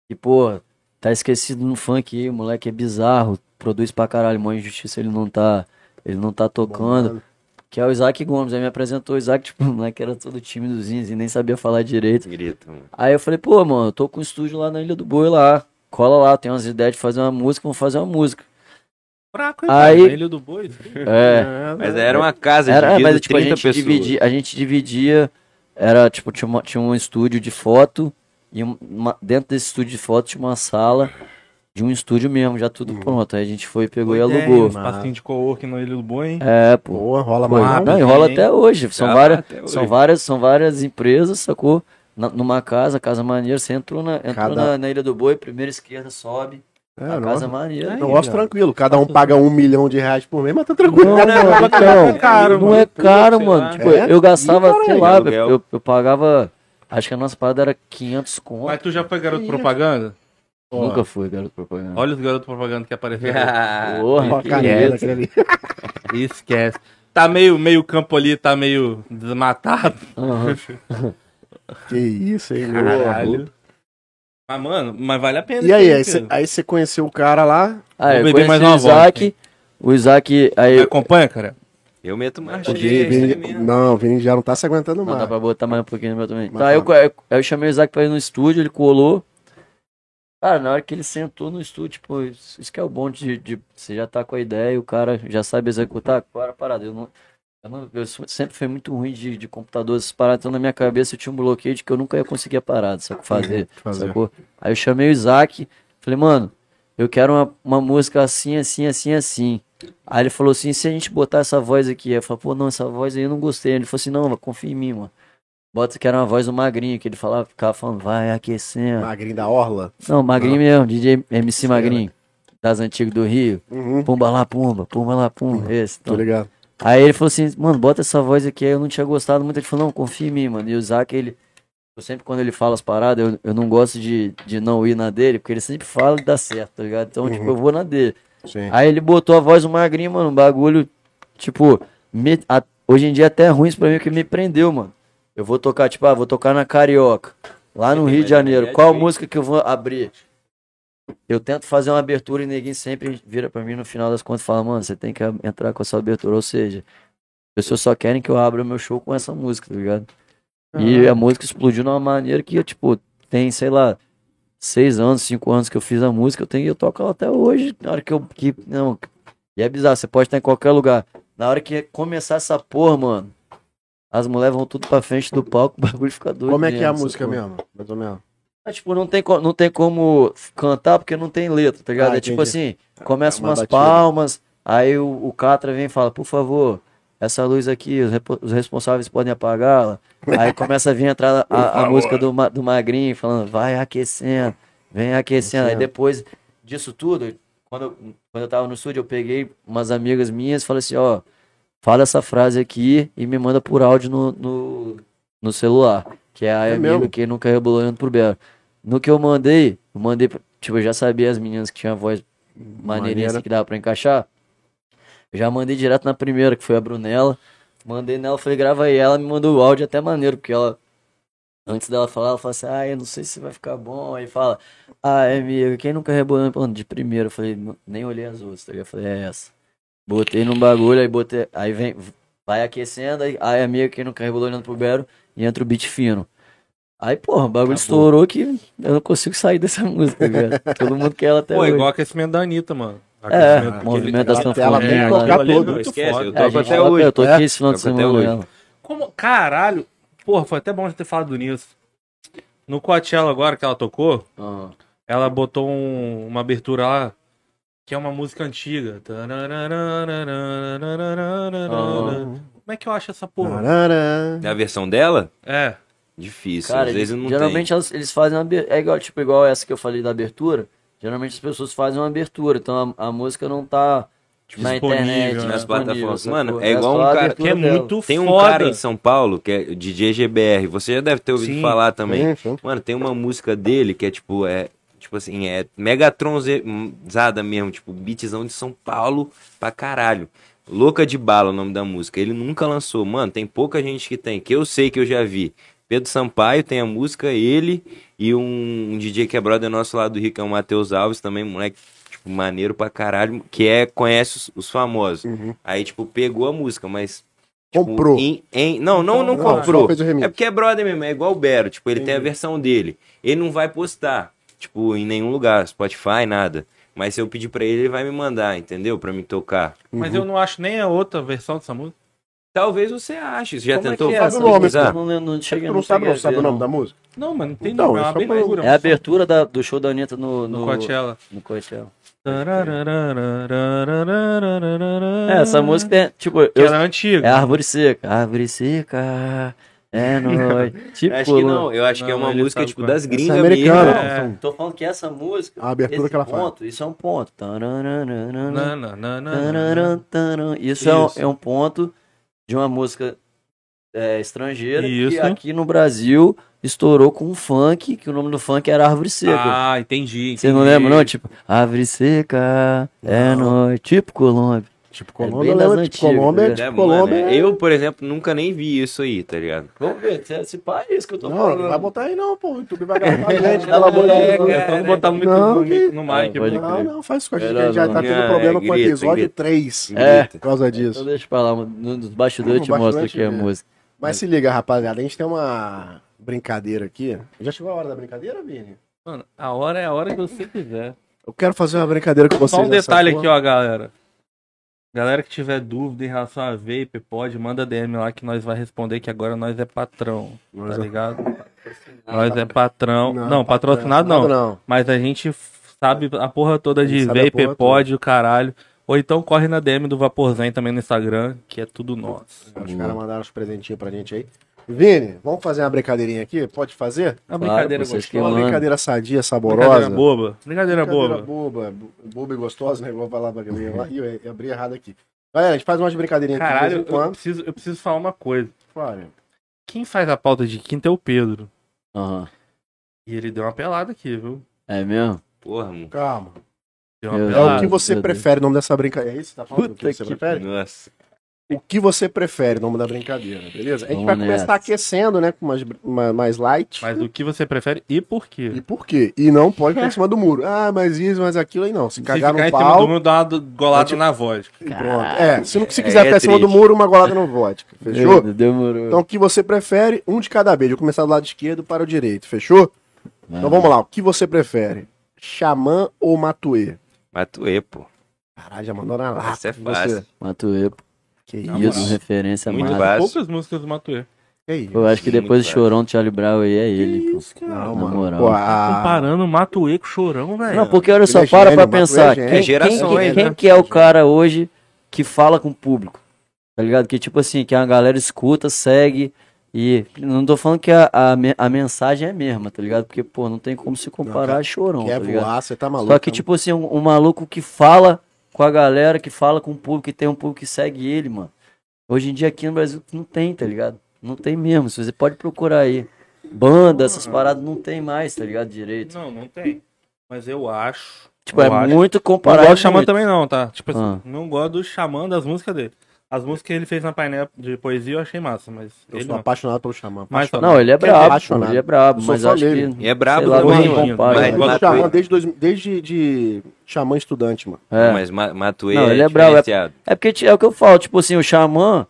Speaker 4: que, pô, tá esquecido no funk aí, o moleque é bizarro, produz pra caralho, mó injustiça, ele não tá, ele não tá tocando, que é o Isaac Gomes, aí me apresentou o Isaac, tipo, o moleque era todo tímidozinho, assim, nem sabia falar direito.
Speaker 3: Grita, mano.
Speaker 4: Aí eu falei, pô, mano, eu tô com um estúdio lá na Ilha do Boi lá, cola lá, tem umas ideias de fazer uma música, vamos fazer uma música.
Speaker 2: Fraco, hein,
Speaker 4: Aí-
Speaker 2: cara? Ilha do Boi.
Speaker 4: É...
Speaker 3: Mas era uma casa
Speaker 4: Era,
Speaker 3: de
Speaker 4: mas tipo, a
Speaker 3: 30
Speaker 4: gente,
Speaker 3: pessoas.
Speaker 4: dividia, a gente dividia, era tipo, tinha, uma- tinha um estúdio de foto, e um- uma- dentro desse estúdio de foto tinha uma sala de um estúdio mesmo, já
Speaker 3: Uhum.
Speaker 4: tudo pronto. Aí a gente foi, pegou e alugou.
Speaker 2: É, um Passinho de coworking na Ilha do Boi, hein?
Speaker 4: É, pô.
Speaker 1: Boa, rola
Speaker 4: Pô,
Speaker 1: mais
Speaker 2: Ah,
Speaker 1: não?
Speaker 4: não,
Speaker 2: bem,
Speaker 4: e rola
Speaker 2: hein?
Speaker 4: até hoje. São,
Speaker 3: Tá lá
Speaker 4: várias,
Speaker 3: até
Speaker 4: são,
Speaker 3: hoje.
Speaker 4: várias, são várias empresas, sacou? Na- numa casa, casa maneira, você entrou na, entrou
Speaker 1: Cada-
Speaker 4: na, na Ilha do Boi, primeira esquerda, sobe.
Speaker 1: É, não.
Speaker 4: a casa maneira.
Speaker 1: Eu gosto tranquilo, cada um paga um milhão de reais por mês, mas tá tranquilo.
Speaker 4: Não,
Speaker 1: né?
Speaker 4: mano, então,
Speaker 2: é caro,
Speaker 4: não
Speaker 2: mano.
Speaker 4: é caro,
Speaker 2: Sei
Speaker 4: mano.
Speaker 2: lá.
Speaker 4: Tipo,
Speaker 1: É?
Speaker 4: eu gastava,
Speaker 1: Ih,
Speaker 4: sei
Speaker 3: caralho,
Speaker 4: lá,
Speaker 3: aluguel.
Speaker 4: eu, eu pagava. Acho que a nossa parada era 500 conto.
Speaker 2: Mas tu já foi garoto propaganda?
Speaker 4: Nunca fui, garoto propaganda.
Speaker 2: Olha os garotos propaganda que apareceram.
Speaker 3: Ah,
Speaker 4: Porra,
Speaker 1: Ó,
Speaker 4: que
Speaker 1: canela,
Speaker 4: beleza.
Speaker 1: aquele ali.
Speaker 2: Esquece. Tá meio, meio campo ali, tá meio desmatado.
Speaker 4: Aham.
Speaker 1: Que isso, hein, meu?
Speaker 2: Caralho. Mas, mano, mas vale a pena.
Speaker 1: E aí,
Speaker 2: isso
Speaker 1: aí você
Speaker 2: Pedro.
Speaker 1: aí você conheceu o cara lá,
Speaker 4: Aí,
Speaker 2: Vou
Speaker 4: eu
Speaker 2: beber mais
Speaker 4: conheci
Speaker 2: uma
Speaker 4: o Isaac. O Isaac, aí.
Speaker 2: Me acompanha, cara?
Speaker 3: Eu meto marcha.
Speaker 1: o
Speaker 3: gente,
Speaker 1: Vini, Vini-
Speaker 3: é mesmo.
Speaker 1: não, o Vini já não tá se aguentando
Speaker 4: Não,
Speaker 1: mais.
Speaker 4: dá pra botar mais um pouquinho no meu também.
Speaker 1: Mas
Speaker 4: Tá, eu,
Speaker 1: tá.
Speaker 4: aí eu chamei o Isaac pra ir no estúdio, ele colou. Cara, na hora que ele sentou no estúdio, tipo, isso isso que é o bom de, de- Você já tá com a ideia e o cara já sabe executar. Agora, parada, eu não. Eu, não- eu sou- sempre fui muito ruim de, de computador, essas paradas então, na minha cabeça, eu tinha um bloqueio de que eu nunca ia conseguir a parada, sabe? Fazer,
Speaker 1: fazer.
Speaker 4: sacou? Aí eu chamei o Isaac, falei, mano, eu quero uma, uma música assim, assim, assim, assim. Aí ele falou assim, se a gente botar essa voz aqui, eu falei, pô, não, essa voz aí eu não gostei. Ele falou assim, não, confia em mim, mano. Bota que era uma voz do Magrinho, que ele falava, ficava falando, vai aquecendo.
Speaker 1: É. Magrinho da Orla.
Speaker 4: Não, Magrinho mesmo, DJ MC Magrinho, das antigas do Rio.
Speaker 1: Uhum,
Speaker 4: Pumba lá, pumba, pumba lá, pumba, esse.
Speaker 1: tô
Speaker 4: Então.
Speaker 1: ligado.
Speaker 4: Aí ele falou assim, mano, bota essa voz aqui, aí eu não tinha gostado muito. Ele falou, não, confia em mim, mano. E o Zac, ele. Eu sempre quando ele fala as paradas, eu, eu não gosto de, de não ir na dele, porque ele sempre fala e dá certo, tá ligado? Então, tipo, eu vou na dele.
Speaker 1: Sim.
Speaker 4: Aí ele botou a voz do magrinho, mano. Um bagulho, tipo, me- a- hoje em dia é até ruim isso pra mim, que me prendeu, mano. Eu vou tocar, tipo, ah, vou tocar na Carioca, lá no
Speaker 3: Tem
Speaker 4: Rio
Speaker 3: mais
Speaker 4: de Janeiro.
Speaker 3: liberdade,
Speaker 4: Qual
Speaker 3: hein?
Speaker 4: música que eu vou abrir? Eu tento fazer uma abertura e ninguém sempre vira pra mim no final das contas e fala, mano, você tem que ab- entrar com essa abertura. Ou seja, as pessoas só querem que eu abra meu show com essa música, tá ligado? E a música explodiu de uma maneira que, tipo, tem, sei lá, seis anos, cinco anos que eu fiz a música, eu tenho eu toco ela até hoje, na hora que eu. Que, não, e é bizarro, você pode estar em qualquer lugar. Na hora que começar essa porra, mano, as mulheres vão tudo pra frente do palco, o bagulho fica doido.
Speaker 1: Como é que é a
Speaker 4: mesmo,
Speaker 1: música
Speaker 4: sacou?
Speaker 1: mesmo? Mais ou menos.
Speaker 4: Ah, tipo, não tem, co- não tem como cantar porque não tem letra, tá ligado?
Speaker 1: Ah,
Speaker 4: é tipo assim, começa
Speaker 1: É uma
Speaker 4: umas
Speaker 1: batida.
Speaker 4: palmas, aí o, o Catra vem e fala, por favor, essa luz aqui, os, repo- os responsáveis podem apagá-la. Aí começa a vir entrar a- a, música do, Ma- do Magrinho, falando, vai aquecendo, vem aquecendo. Aí
Speaker 1: Aquecendo.
Speaker 4: depois disso tudo, quando eu, quando eu tava no estúdio, eu peguei umas amigas minhas e falei assim, ó, fala essa frase aqui e me manda por áudio no, no, no celular. Que é a
Speaker 1: É
Speaker 4: amiga
Speaker 1: mesmo?
Speaker 4: que nunca rebolou olhando pro Belo. No que eu mandei, eu mandei. pra- Tipo, eu já sabia as meninas que tinham a voz maneirinha assim
Speaker 1: Maneira.
Speaker 4: que dava pra encaixar. Eu já mandei direto na primeira, que foi a Brunella. Mandei nela, falei, grava aí. Ela me mandou o áudio até maneiro, porque ela. Antes dela falar, ela fala assim, ah, eu não sei se vai ficar bom. Aí fala, ah, é amiga, quem nunca rebolou Mano, de primeira? Eu falei, "Não, nem olhei as outras, tá ligado? Eu falei, é essa. Botei num bagulho, aí botei. Aí vem. Vai aquecendo, aí, aí a minha que não carregou olhando pro Bero e entra o beat fino. Aí, porra, o bagulho estourou que eu não consigo sair dessa música, velho. Todo mundo quer ela até
Speaker 2: Pô,
Speaker 4: hoje.
Speaker 2: igual aquecimento da Anitta, mano.
Speaker 4: É,
Speaker 2: Aquecimento,
Speaker 4: movimento das
Speaker 1: aquela tela
Speaker 4: sanfonas.
Speaker 1: bem
Speaker 4: É,
Speaker 1: colocada.
Speaker 2: aquilo ali é
Speaker 3: todo,
Speaker 2: muito
Speaker 3: esquece,
Speaker 2: foda.
Speaker 3: eu
Speaker 4: a
Speaker 3: toco
Speaker 4: gente
Speaker 3: até
Speaker 4: fala,
Speaker 3: hoje.
Speaker 4: Eu tô aqui esse final de
Speaker 3: Toco até
Speaker 4: semana.
Speaker 3: hoje.
Speaker 4: nela.
Speaker 2: Como, caralho, porra, foi até bom você ter falado nisso. No Coachella agora que ela tocou,
Speaker 4: Ah.
Speaker 2: ela botou um- uma abertura lá que é uma música antiga. Como é que eu acho essa porra?
Speaker 1: Tarará.
Speaker 3: A versão dela?
Speaker 2: É.
Speaker 3: Difícil.
Speaker 4: Cara,
Speaker 3: às vezes não
Speaker 4: geralmente elas- eles fazem uma abe- é igual, tipo, igual essa que eu falei da abertura. Geralmente as pessoas fazem uma abertura, então a, a música não tá na
Speaker 2: disponível,
Speaker 4: internet,
Speaker 2: né?
Speaker 4: disponível,
Speaker 3: Nas plataformas.
Speaker 4: sacou?
Speaker 3: Mano, é
Speaker 4: Essa
Speaker 3: igual um
Speaker 4: a
Speaker 3: cara
Speaker 4: abertura
Speaker 2: Que é
Speaker 4: dela.
Speaker 2: muito
Speaker 3: tem. Tem um
Speaker 2: foda.
Speaker 3: cara em São Paulo que é o DJ GBR. Você já deve ter ouvido
Speaker 2: Sim.
Speaker 3: falar também.
Speaker 1: Sim, sim.
Speaker 3: Mano, tem uma música dele que é tipo, é. Tipo assim, é Megatronzada mesmo, tipo, beatzão de São Paulo pra caralho. Louca de bala é o nome da música. Ele nunca lançou, mano. Tem pouca gente que tem, que eu sei que eu já vi. Pedro Sampaio tem a música, ele e um, um DJ que é brother nosso lá do Rio, que é o Matheus Alves também, moleque, tipo, maneiro pra caralho, que é, conhece os, os famosos.
Speaker 1: Uhum.
Speaker 3: Aí, tipo, pegou a música, mas. tipo,
Speaker 1: Comprou.
Speaker 3: em- em- não, não, não,
Speaker 2: Não,
Speaker 1: só
Speaker 3: comprou.
Speaker 1: fez o remix.
Speaker 3: É porque é brother mesmo, é igual o Bero. Tipo, ele tem a
Speaker 2: Entendi.
Speaker 3: versão dele. Ele não vai postar, tipo, em nenhum lugar, Spotify, nada. Mas se eu pedir pra ele, ele vai me mandar, entendeu? Pra me tocar.
Speaker 1: Uhum.
Speaker 2: Mas eu não acho nem a outra versão dessa música.
Speaker 3: Talvez você ache. Você já
Speaker 2: Como é
Speaker 3: tentou
Speaker 2: que é
Speaker 1: essa música?
Speaker 3: pesquisar?
Speaker 4: Não, lembro, não
Speaker 1: É que
Speaker 4: chega,
Speaker 1: tu não sabe,
Speaker 4: cheguei
Speaker 1: não
Speaker 4: a
Speaker 1: sabe
Speaker 4: ver,
Speaker 1: o nome
Speaker 4: não.
Speaker 1: da música?
Speaker 2: Não, mano, não tem
Speaker 1: Então,
Speaker 2: não,
Speaker 1: é
Speaker 2: é uma
Speaker 1: só pra-
Speaker 2: abertura.
Speaker 4: É a abertura da- do show da Anitta no,
Speaker 2: no
Speaker 4: no,
Speaker 2: Coachella.
Speaker 4: no Coachella. É,
Speaker 2: É,
Speaker 4: essa música tem, tipo,
Speaker 2: que
Speaker 4: eu-
Speaker 2: era antiga.
Speaker 4: é árvore seca, árvore seca, é noite. tipo,
Speaker 3: Acho que não. Eu acho que é
Speaker 2: Não,
Speaker 3: uma
Speaker 2: ele
Speaker 3: música,
Speaker 2: sabe
Speaker 3: tipo,
Speaker 2: qual é.
Speaker 3: das
Speaker 1: Essa
Speaker 3: gringas
Speaker 1: é
Speaker 3: mesmo. né,
Speaker 1: americana.
Speaker 2: mesmo.
Speaker 1: não,
Speaker 2: É.
Speaker 1: são-
Speaker 4: Tô falando que essa música,
Speaker 1: A abertura
Speaker 4: esse
Speaker 1: que ela faz.
Speaker 4: ponto, isso é um ponto. Tananana.
Speaker 2: Na, na, na, na,
Speaker 4: Tararam, tararam. Isso, é um-
Speaker 2: Isso.
Speaker 4: É, um, ponto de uma música é, estrangeira que
Speaker 2: Isso.
Speaker 4: aqui no Brasil estourou com um funk, que o nome do funk era Árvore Seca.
Speaker 2: Ah, entendi.
Speaker 4: Você não
Speaker 2: entendi.
Speaker 4: lembra, não? Tipo, Árvore Seca, é nóis. Tipo Colômbia.
Speaker 1: Tipo,
Speaker 4: bem
Speaker 1: Colômbia, lembra?
Speaker 4: das
Speaker 1: Tipo,
Speaker 4: antigas,
Speaker 1: Colômbia,
Speaker 4: né?
Speaker 1: tipo,
Speaker 3: É, mano,
Speaker 1: Colômbia.
Speaker 3: é. Eu, por exemplo, nunca nem vi isso aí, tá ligado?
Speaker 4: Vamos ver, se é esse país que eu tô
Speaker 1: Não,
Speaker 4: falando.
Speaker 1: não vai botar aí não, pô. O YouTube vai gravar a gente,
Speaker 4: É,
Speaker 1: pelo amor de
Speaker 4: é,
Speaker 1: Deus.
Speaker 4: cara.
Speaker 2: É, só não botar muito
Speaker 1: Não,
Speaker 2: no,
Speaker 1: que-
Speaker 2: no mic.
Speaker 4: Ah, pode
Speaker 2: mano.
Speaker 1: Não, não, faz isso com a gente.
Speaker 4: Era
Speaker 1: A gente já tá
Speaker 4: não.
Speaker 1: tendo
Speaker 3: É,
Speaker 1: problema com o
Speaker 3: grita,
Speaker 1: episódio
Speaker 3: grita.
Speaker 1: 3
Speaker 3: É.
Speaker 1: por causa disso.
Speaker 4: Então deixa pra lá, no- nos bastidores eu te
Speaker 1: No
Speaker 4: mostro
Speaker 1: bastidores
Speaker 4: aqui a
Speaker 1: eu te-
Speaker 4: música.
Speaker 1: Mas se liga, rapaziada, a gente tem uma brincadeira aqui. Já chegou a hora da brincadeira, Vini?
Speaker 2: Mano, a hora é a hora que você quiser.
Speaker 1: Eu quero fazer uma brincadeira com vocês.
Speaker 2: Só um
Speaker 1: nessa
Speaker 2: detalhe
Speaker 1: porra.
Speaker 2: aqui, ó, galera. Galera que tiver dúvida em relação a vape, pode, manda DM lá que nós vai responder que agora nós é patrão, tá ligado? Nós é patrão. Não, patrocinado não.
Speaker 1: não.
Speaker 2: Mas a gente f- sabe a porra toda
Speaker 1: A
Speaker 2: de
Speaker 1: gente sabe a
Speaker 2: vape,
Speaker 1: porra
Speaker 2: pod, o caralho. Ou então corre na DM do Vaporzen também no Instagram, que é tudo nosso.
Speaker 1: Os caras mandaram os presentinhos pra gente aí. Vini, vamos fazer uma brincadeirinha aqui? Pode fazer?
Speaker 2: É Uma
Speaker 4: brincadeira
Speaker 2: brincadeira
Speaker 4: vocês gostosa. que
Speaker 2: gostosa.
Speaker 1: Uma
Speaker 4: mano.
Speaker 1: brincadeira sadia, saborosa.
Speaker 2: Brincadeira boba. Brincadeira
Speaker 1: Brincadeira
Speaker 2: boba.
Speaker 1: boba. bo- Boba e gostosa, né? Igual a palavra que eu ia lá. Ih, eu- eu abri errado aqui. Galera, a gente faz umas brincadeirinhas aqui de
Speaker 2: Caralho,
Speaker 1: vez em
Speaker 2: eu
Speaker 1: quando.
Speaker 2: preciso, eu preciso falar uma coisa.
Speaker 1: Olha,
Speaker 2: Quem faz a pauta de quinta é o Pedro.
Speaker 4: Aham.
Speaker 2: E ele deu uma pelada aqui, viu?
Speaker 4: É mesmo?
Speaker 3: Porra, mano.
Speaker 1: Calma.
Speaker 2: Deu uma
Speaker 4: Eu-
Speaker 1: É o
Speaker 2: pelada.
Speaker 1: que você
Speaker 4: meu Deus.
Speaker 1: prefere, o nome dessa brincadeira. É isso? que Tá falando o que
Speaker 4: Puta
Speaker 1: você
Speaker 4: que
Speaker 1: prefere?
Speaker 3: Nossa.
Speaker 1: O que você prefere, o nome da brincadeira, beleza? A gente
Speaker 4: Vamos
Speaker 1: vai começar
Speaker 4: nessa.
Speaker 1: aquecendo, né? Com umas, uma- mais light.
Speaker 2: Mas o que você prefere e por quê?
Speaker 1: E por quê? E não pode ficar em cima do muro. Ah, mas isso, mas aquilo aí não. Se cagar
Speaker 2: Se ficar
Speaker 1: no
Speaker 2: em cima do
Speaker 1: pau,
Speaker 2: mundo, dá uma do- golada na voz.
Speaker 1: pronto. É, se não se
Speaker 3: É,
Speaker 1: quiser
Speaker 3: é
Speaker 1: ficar em cima do
Speaker 3: triste.
Speaker 1: muro, uma golada no vodka. Fechou?
Speaker 4: É, Demorou.
Speaker 1: Então o que você prefere, um de cada vez. Eu vou começar do lado esquerdo para o direito, fechou? Então vamos lá, o que você prefere? Xamã ou Matuê?
Speaker 3: Matuê, pô.
Speaker 1: Caralho, já mandou na lata.
Speaker 3: Isso é
Speaker 1: Ah, Você.
Speaker 3: fácil.
Speaker 4: Matuê,
Speaker 1: Que
Speaker 2: Na
Speaker 1: isso?
Speaker 4: isso,
Speaker 2: moral.
Speaker 4: referência
Speaker 3: Muito
Speaker 4: massa.
Speaker 3: fácil.
Speaker 2: Poucas músicas do Matuê.
Speaker 1: Que isso?
Speaker 4: Eu acho que
Speaker 3: Muito
Speaker 4: depois do
Speaker 3: fácil.
Speaker 4: chorão do Charlie Brown aí é ele. pô.
Speaker 1: Não,
Speaker 4: Na
Speaker 1: mano.
Speaker 4: moral.
Speaker 1: Pô, a...
Speaker 2: Tá Comparando o Matuê com o Chorão, velho.
Speaker 4: Não, porque olha só,
Speaker 1: Ele é
Speaker 4: para
Speaker 1: gênio,
Speaker 4: pra
Speaker 1: Matuê é
Speaker 4: pensar.
Speaker 1: gênio.
Speaker 4: quem, quem,
Speaker 3: É geração
Speaker 4: quem-
Speaker 3: aí,
Speaker 4: quem
Speaker 3: né?
Speaker 4: que é o cara hoje que fala com o público? Tá ligado? Que tipo assim, que a galera escuta, segue. E não tô falando que a, a, me- a mensagem é a mesma, tá ligado? Porque, pô, não tem como se comparar
Speaker 1: cara,
Speaker 4: a chorão, tá
Speaker 1: Quer
Speaker 4: ligado?
Speaker 1: voar, você tá maluco.
Speaker 4: Só que,
Speaker 1: né?
Speaker 4: tipo assim, um, um maluco que fala com a galera, que fala com o público, que tem um público que segue ele, mano. Hoje em dia aqui no Brasil não tem, tá ligado? Não tem mesmo. Se Você pode procurar aí. Banda, essas paradas não tem mais, tá ligado? Direito.
Speaker 2: Não, não tem. Mas eu acho.
Speaker 4: Tipo,
Speaker 2: eu
Speaker 4: é
Speaker 2: acho.
Speaker 4: muito
Speaker 2: Não
Speaker 4: comparado.
Speaker 2: gosto do Xamã
Speaker 4: muito.
Speaker 2: também, não, tá? Tipo assim,
Speaker 4: Ah.
Speaker 2: não gosto do Xamã das músicas dele. As músicas que ele fez na painel de poesia eu achei massa, mas.
Speaker 1: Eu
Speaker 2: ele
Speaker 1: sou
Speaker 2: não.
Speaker 1: apaixonado pelo Xamã.
Speaker 2: Mas-
Speaker 1: apaixonado.
Speaker 4: Não, ele
Speaker 1: Quer
Speaker 4: é
Speaker 1: dizer,
Speaker 4: brabo, pô,
Speaker 1: apaixonado.
Speaker 4: ele é brabo,
Speaker 1: Sou
Speaker 4: mas
Speaker 1: fã
Speaker 4: acho
Speaker 1: dele.
Speaker 4: que...
Speaker 3: E é brabo
Speaker 4: Sei lá,
Speaker 3: também,
Speaker 2: gordinho,
Speaker 3: mano.
Speaker 4: compadre.
Speaker 1: Eu
Speaker 3: Mas
Speaker 1: gosto do Xamã
Speaker 3: Matuê...
Speaker 1: desde, dois, desde de Xamã estudante, mano.
Speaker 4: É.
Speaker 3: Mas Ma- Matuê
Speaker 4: Não,
Speaker 3: é
Speaker 4: ele é brabo, é-
Speaker 3: diferenciado.
Speaker 4: É porque ti- é o que eu falo, tipo assim, o Xamã,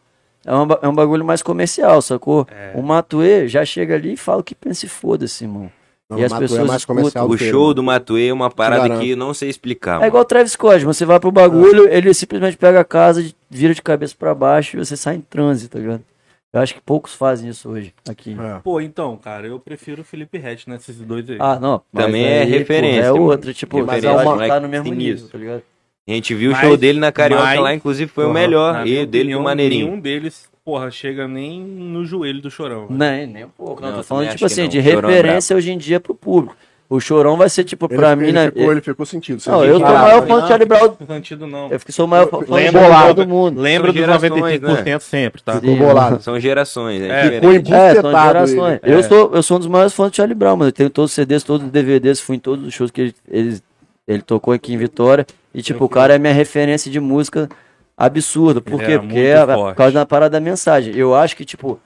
Speaker 4: É, uma ba- é um bagulho mais comercial, sacou?
Speaker 2: É.
Speaker 4: O Matuê já chega ali e fala o que pensa e foda-se, mano.
Speaker 1: Não,
Speaker 4: E as
Speaker 1: Mato é
Speaker 4: pessoas
Speaker 1: mais comercial
Speaker 3: O
Speaker 1: que ele.
Speaker 3: show do Matuê é uma parada
Speaker 1: garanto.
Speaker 3: que eu não sei explicar.
Speaker 4: É
Speaker 3: mano.
Speaker 4: igual o Travis Scott, você vai pro bagulho,
Speaker 1: É.
Speaker 4: ele simplesmente pega a casa, vira de cabeça pra baixo e você sai em transe, tá ligado? Eu acho que poucos fazem isso hoje aqui.
Speaker 1: É.
Speaker 2: Pô, então, cara, eu prefiro o Felipe Ret nesses dois aí.
Speaker 4: Ah, não. mas
Speaker 3: Também é
Speaker 4: aí, porra,
Speaker 3: referência,
Speaker 4: É
Speaker 3: mano.
Speaker 4: outra, tipo,
Speaker 3: Referência,
Speaker 4: mas é uma,
Speaker 3: moleque
Speaker 4: tá no mesmo
Speaker 3: sinistro.
Speaker 4: nível, tá ligado?
Speaker 3: A gente viu
Speaker 2: Mas-
Speaker 3: o show dele na Carioca
Speaker 2: mas-
Speaker 3: lá, inclusive foi
Speaker 2: Porra,
Speaker 3: o melhor.
Speaker 2: na
Speaker 3: E
Speaker 2: minha
Speaker 3: o dele
Speaker 2: opinião,
Speaker 3: foi maneirinho.
Speaker 2: Nenhum deles, porra, chega nem no joelho do chorão. velho.
Speaker 4: Nem, nem um pouco. Não,
Speaker 3: Não,
Speaker 4: tô
Speaker 3: eu
Speaker 4: falando,
Speaker 3: também
Speaker 4: tipo
Speaker 3: acho que
Speaker 4: assim,
Speaker 3: não.
Speaker 4: de
Speaker 3: Chorão é
Speaker 4: referência hoje em dia pro público. O Chorão vai ser, tipo,
Speaker 1: Ele-
Speaker 4: pra
Speaker 1: É. ele
Speaker 4: mim... né?
Speaker 1: ficou, ele ficou sentido. você
Speaker 4: Não,
Speaker 1: viu?
Speaker 4: eu sou o
Speaker 1: Ah,
Speaker 4: maior
Speaker 1: tá.
Speaker 4: fã do Charlie Brown.
Speaker 2: Não faz sentido, não.
Speaker 4: Eu sou o maior fã fã do
Speaker 2: Lembra
Speaker 4: Bolado
Speaker 2: do-
Speaker 4: do mundo.
Speaker 2: Lembro
Speaker 3: São
Speaker 2: dos
Speaker 3: gerações,
Speaker 2: 95% sempre, tá?
Speaker 4: Sim.
Speaker 1: Ficou bolado.
Speaker 3: São gerações, é,
Speaker 2: É.
Speaker 3: diferente.
Speaker 1: Ficou
Speaker 4: É, são de
Speaker 1: embufetado.
Speaker 4: gerações.
Speaker 1: ele.
Speaker 4: Eu, sou, eu sou um dos maiores fãs do Charlie Brown, mano. Eu tenho todos os CDs, todos os DVDs, fui em todos os shows que ele, ele, ele tocou aqui em Vitória. E, tipo, o cara é minha referência de música absurda. Por
Speaker 2: Ele
Speaker 4: quê?
Speaker 2: era
Speaker 4: Porque
Speaker 2: muito
Speaker 4: é a- por
Speaker 2: forte.
Speaker 4: causa da parada da mensagem. Eu acho que, tipo.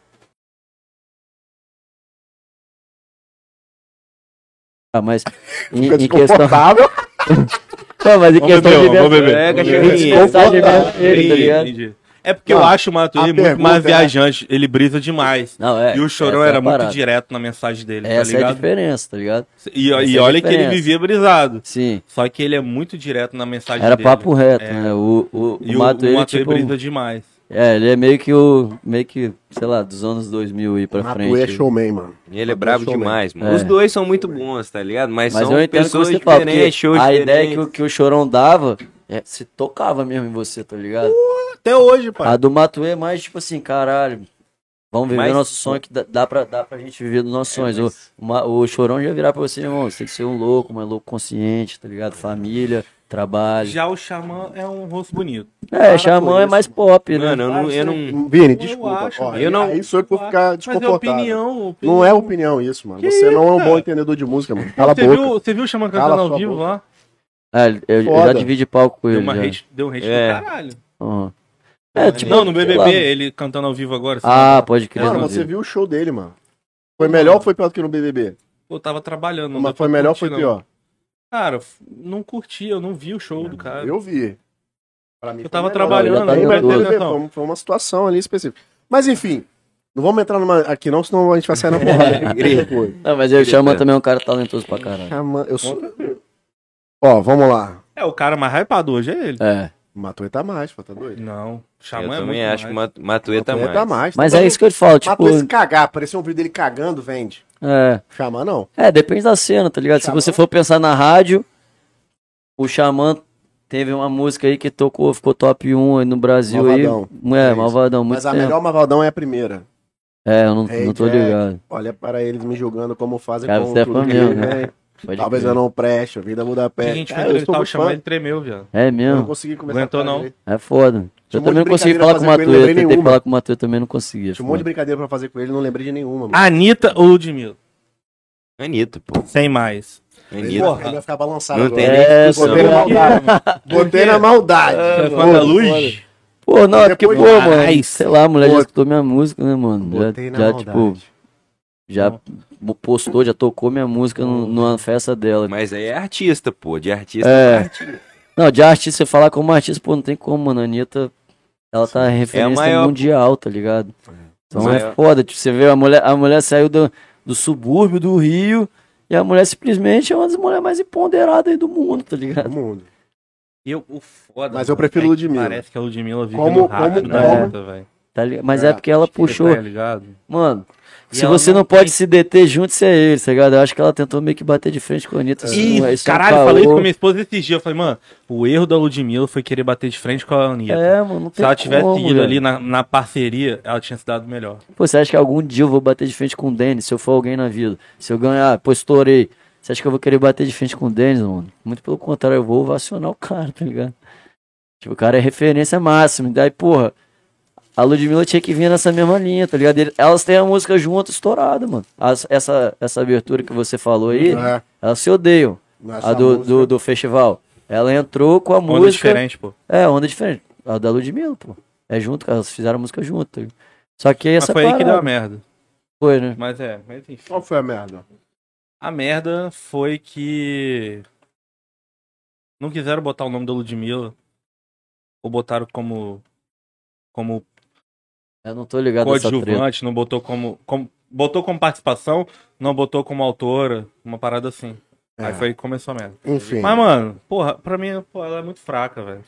Speaker 4: Ah, mas em,
Speaker 1: Fica
Speaker 4: em questão.
Speaker 1: desconfortável.
Speaker 4: Não, mas em
Speaker 2: Vamos
Speaker 4: questão
Speaker 2: beber,
Speaker 4: de
Speaker 2: vamos
Speaker 4: mensagem.
Speaker 2: beber.
Speaker 3: É,
Speaker 2: Vamos
Speaker 3: cachorrinho.
Speaker 2: beber.
Speaker 4: mensagem
Speaker 1: Desconfortável.
Speaker 4: mesmo, ele, tá
Speaker 2: Entendi,
Speaker 4: ligado?
Speaker 2: entendi. É porque eu
Speaker 4: Ah,
Speaker 1: Não,
Speaker 2: acho o
Speaker 1: a
Speaker 2: Matuê muito
Speaker 1: pergunta
Speaker 2: mais
Speaker 1: é-
Speaker 2: viajante, ele brisa demais.
Speaker 4: Não, é,
Speaker 2: e o Chorão
Speaker 4: essa é a
Speaker 2: era muito
Speaker 4: parada.
Speaker 2: direto na mensagem dele,
Speaker 4: Essa
Speaker 2: tá
Speaker 4: é a
Speaker 2: ligado?
Speaker 4: diferença, tá ligado?
Speaker 2: e e
Speaker 4: essa é a
Speaker 2: olha que ele
Speaker 4: diferença.
Speaker 2: vivia brisado.
Speaker 4: Sim.
Speaker 2: Só que ele é muito direto na mensagem
Speaker 4: Era
Speaker 2: dele.
Speaker 4: papo reto,
Speaker 2: É.
Speaker 4: né? O, o,
Speaker 2: E
Speaker 4: o Mato, ele, tipo,
Speaker 2: brisa demais.
Speaker 4: é, ele é meio que o, meio que, sei lá, dos anos 2000 e pra
Speaker 1: Mato
Speaker 4: frente.
Speaker 1: é showman, mano.
Speaker 3: Ele é
Speaker 1: Matou
Speaker 3: brabo
Speaker 1: showman.
Speaker 3: demais, mano.
Speaker 4: É.
Speaker 3: Os dois são muito bons, tá ligado? Mas,
Speaker 4: Mas
Speaker 3: são
Speaker 4: eu entendo o que
Speaker 3: pessoas
Speaker 4: você fala, porque
Speaker 3: diferentes, shows
Speaker 4: a
Speaker 3: diferentes.
Speaker 4: ideia é que, o- que o Chorão dava é, se tocava mesmo em você, tá ligado?
Speaker 2: Até hoje, pai.
Speaker 4: a do Mato é mais, tipo assim, caralho, vamos viver
Speaker 3: Mas-
Speaker 4: nosso sonho que dá, dá, pra, dá pra gente viver dos nossos sonhos. O, Ma- o Chorão já virar pra você, irmão, você tem que ser um louco, mas louco consciente, tá ligado? Família, trabalho.
Speaker 2: Já o Xamã é um rosto bonito.
Speaker 4: é,
Speaker 1: por
Speaker 4: Xamã é
Speaker 1: isso,
Speaker 4: mais pop, né?
Speaker 3: Mano, eu não, eu não-
Speaker 1: Vini, desculpa.
Speaker 2: acho,
Speaker 1: ó,
Speaker 2: velho.
Speaker 1: aí-
Speaker 3: Eu não-
Speaker 1: Aí sou eu que vou ficar desconfortável.
Speaker 2: Mas é opinião, opinião.
Speaker 1: Não é opinião isso, mano.
Speaker 2: Que
Speaker 1: Você não é um
Speaker 2: isso,
Speaker 1: bom
Speaker 2: cara?
Speaker 1: entendedor de música, mano. Cala a
Speaker 2: você,
Speaker 1: boca.
Speaker 2: viu, você viu o Xamã
Speaker 1: Cala
Speaker 2: cantando
Speaker 1: sua
Speaker 2: ao vivo
Speaker 1: boca.
Speaker 2: lá?
Speaker 4: Ah, ele- eu, eu já
Speaker 1: Foda.
Speaker 4: dividi palco com
Speaker 2: Deu
Speaker 4: ele.
Speaker 2: uma
Speaker 4: já.
Speaker 2: hate, deu um hate
Speaker 3: É.
Speaker 2: do caralho.
Speaker 4: Uhum. É, tipo,
Speaker 2: não, no
Speaker 4: sei
Speaker 2: BBB,
Speaker 4: lá.
Speaker 2: ele cantando ao vivo agora.
Speaker 4: Ah, pode crer.
Speaker 1: Mano,
Speaker 4: não
Speaker 1: você
Speaker 4: vi.
Speaker 1: viu o show dele, mano. Foi melhor ou foi pior do que no BBB?
Speaker 2: Eu tava trabalhando. não
Speaker 1: Mas
Speaker 2: deu
Speaker 1: foi
Speaker 2: pra
Speaker 1: melhor ou
Speaker 2: curtir,
Speaker 1: foi
Speaker 2: não.
Speaker 1: pior?
Speaker 2: Cara, f- não curti, eu não vi o show do cara.
Speaker 1: Eu vi. Pra mim
Speaker 2: É.
Speaker 1: foi
Speaker 2: Eu tava
Speaker 1: melhor. tá
Speaker 2: trabalhando,
Speaker 1: Eu tava
Speaker 4: não
Speaker 1: vendo
Speaker 4: deu
Speaker 1: BBB,
Speaker 2: tudo.
Speaker 1: foi uma- Foi uma situação ali específica. Mas enfim, não vamos entrar numa aqui não, senão a gente vai sair na porrada. Depois.
Speaker 4: Não, mas eu chamo também um cara talentoso pra caralho.
Speaker 1: Ah, mano, eu sou... Ó, vamos lá.
Speaker 2: É, o cara mais hypado hoje é ele.
Speaker 4: É.
Speaker 1: Matou ele tá mais, pô, tá doido.
Speaker 2: Não,
Speaker 3: Eu
Speaker 2: Xamã é
Speaker 3: também
Speaker 2: muito
Speaker 3: acho que
Speaker 2: mais.
Speaker 3: Mat- Matuê tá
Speaker 1: Matuê
Speaker 3: mais.
Speaker 1: tá mais.
Speaker 4: Mas é isso que eu te falo, tipo.
Speaker 1: Matou esse cagar, apareceu um vídeo dele cagando, vende.
Speaker 4: É,
Speaker 1: Chamar não.
Speaker 4: é, depende da cena, tá ligado? Se
Speaker 1: Xamã.
Speaker 4: você for pensar na rádio, o Xamã teve uma música aí que tocou, ficou top 1 aí no Brasil
Speaker 1: Malvadão.
Speaker 4: aí. É,
Speaker 1: É isso.
Speaker 4: Malvadão, muito
Speaker 1: Mas a
Speaker 4: tempo.
Speaker 1: melhor Mavaldão é a primeira.
Speaker 4: É, eu não, não
Speaker 1: Hey,
Speaker 4: tô
Speaker 1: Jack.
Speaker 4: ligado.
Speaker 1: Olha para eles me julgando como fazem
Speaker 4: Cara,
Speaker 1: com
Speaker 4: você é
Speaker 1: tudo
Speaker 4: fã
Speaker 1: que
Speaker 4: mesmo,
Speaker 1: vem.
Speaker 4: Pode
Speaker 1: Talvez
Speaker 4: crer.
Speaker 1: eu não preste, a vida muda a
Speaker 2: A
Speaker 1: pé.
Speaker 2: gente foi
Speaker 1: Cara, É, eu sou
Speaker 2: entrevistar o
Speaker 1: muito
Speaker 2: Xamã,
Speaker 1: fã.
Speaker 2: ele tremeu, viado.
Speaker 4: É
Speaker 1: Eu não
Speaker 4: mesmo,
Speaker 1: consegui começar
Speaker 2: Aguentou,
Speaker 1: a falar
Speaker 2: não.
Speaker 1: direito.
Speaker 4: é foda.
Speaker 1: Tinha
Speaker 4: Eu
Speaker 1: um
Speaker 4: também
Speaker 1: monte
Speaker 4: não
Speaker 1: de
Speaker 4: consegui
Speaker 1: brincadeira
Speaker 4: falar
Speaker 1: pra
Speaker 4: com o
Speaker 1: fazer com ele,
Speaker 4: Matuê, eu
Speaker 1: lembrei
Speaker 4: tentei
Speaker 1: nenhuma.
Speaker 4: falar com o Matuê também, não conseguia.
Speaker 1: Tinha um monte de brincadeira pra fazer com ele, não lembrei de nenhuma.
Speaker 4: Ah,
Speaker 1: Mano.
Speaker 2: Anitta ou Ludmilla?
Speaker 3: Anitta, pô.
Speaker 2: Sem mais.
Speaker 1: ele,
Speaker 3: Anitta.
Speaker 1: porra, ele vai ficar balançado
Speaker 3: Não
Speaker 1: agora.
Speaker 3: tem
Speaker 4: É,
Speaker 3: nem discussão.
Speaker 1: Botei na
Speaker 4: Não.
Speaker 1: maldade. Botei na maldade.
Speaker 2: Foi
Speaker 1: Pô,
Speaker 2: Ah, quando a é luz...
Speaker 4: Pô, não, é porque, pô,
Speaker 1: Depois de-
Speaker 4: mano,
Speaker 2: Ai,
Speaker 4: sei lá, a mulher
Speaker 1: pô.
Speaker 4: já escutou minha música, né, mano? Já,
Speaker 1: Botei na
Speaker 4: já tipo,
Speaker 1: maldade.
Speaker 4: já postou, já tocou minha música no- numa festa dela.
Speaker 3: Mas aí é artista, pô. De artista
Speaker 4: É.
Speaker 3: é artista.
Speaker 4: Não, de artista, você falar como artista, pô, não tem como, mano. A Anitta, ela tá referência
Speaker 3: maior, pô.
Speaker 4: mundial, tá ligado? Então é
Speaker 3: Maior.
Speaker 4: foda, tipo, você vê, a mulher, a mulher saiu do, do subúrbio do Rio e a mulher simplesmente é uma das mulheres mais imponderadas aí do mundo, tá
Speaker 1: Todo
Speaker 4: ligado?
Speaker 1: É mundo.
Speaker 2: Eu, o foda,
Speaker 1: Mas eu
Speaker 2: mano,
Speaker 1: prefiro
Speaker 2: é que
Speaker 1: Ludmilla.
Speaker 2: Parece que a Ludmilla vive
Speaker 1: Como-
Speaker 2: no rastro
Speaker 1: como-
Speaker 2: da
Speaker 4: como-
Speaker 2: Anitta, velho.
Speaker 4: Tá ligado? Mas é,
Speaker 1: É,
Speaker 4: porque ela puxou,
Speaker 2: Tá ligado?
Speaker 4: mano.
Speaker 2: E
Speaker 4: Se
Speaker 2: ela
Speaker 4: você não
Speaker 2: não
Speaker 4: pode se deter, junte-se a ele, tá ligado? Eu acho que ela tentou meio que bater de frente com a Anitta. assim,
Speaker 2: Isso,
Speaker 4: não é- isso é um
Speaker 2: caralho, eu falei isso
Speaker 4: caô.
Speaker 2: com minha esposa esses dias. Eu falei, mano, o erro da Ludmilla foi querer bater de frente com a Anitta.
Speaker 4: É, mano, não
Speaker 2: Se
Speaker 4: tem
Speaker 2: ela tivesse
Speaker 4: como,
Speaker 2: ido
Speaker 4: velho.
Speaker 2: ali na, na parceria, ela tinha se dado melhor.
Speaker 4: Pô, você acha que algum dia eu vou bater de frente com o Denis, se eu for alguém na vida? Se eu ganhar, pô, estourei. Você acha que eu vou querer bater de frente com o Denis, mano? Muito pelo contrário, eu vou vacionar o cara, tá ligado? Tipo, o cara é referência máxima. Daí, porra, a Ludmilla tinha que vir nessa mesma linha, tá ligado? Ele- Elas têm a música junto estourada, mano. As- essa, essa abertura que você falou aí,
Speaker 1: É,
Speaker 4: elas se odeiam.
Speaker 1: nessa
Speaker 4: A Ah, do,
Speaker 1: música.
Speaker 4: do, do festival. Ela entrou com a
Speaker 2: Onda
Speaker 4: música.
Speaker 2: diferente, pô.
Speaker 4: É, onda diferente. A da Ludmilla, pô. É junto, elas fizeram a música junto. tá ligado? Só que aí
Speaker 2: Mas
Speaker 4: essa
Speaker 2: foi aí que
Speaker 4: parada-
Speaker 2: deu a merda.
Speaker 4: foi, né?
Speaker 2: Mas é, mas enfim.
Speaker 1: Qual foi a merda?
Speaker 2: A merda foi que. Não quiseram botar o nome da Ludmilla. Ou botaram como. Como
Speaker 4: Eu não tô ligado nessa treta.
Speaker 2: coadjuvante, não botou como, como- Botou como participação, não botou como autora, uma parada assim.
Speaker 1: É.
Speaker 2: Aí foi começou a merda.
Speaker 1: Enfim,
Speaker 2: Mas, mano, porra, pra mim, pô, ela é muito fraca, velho.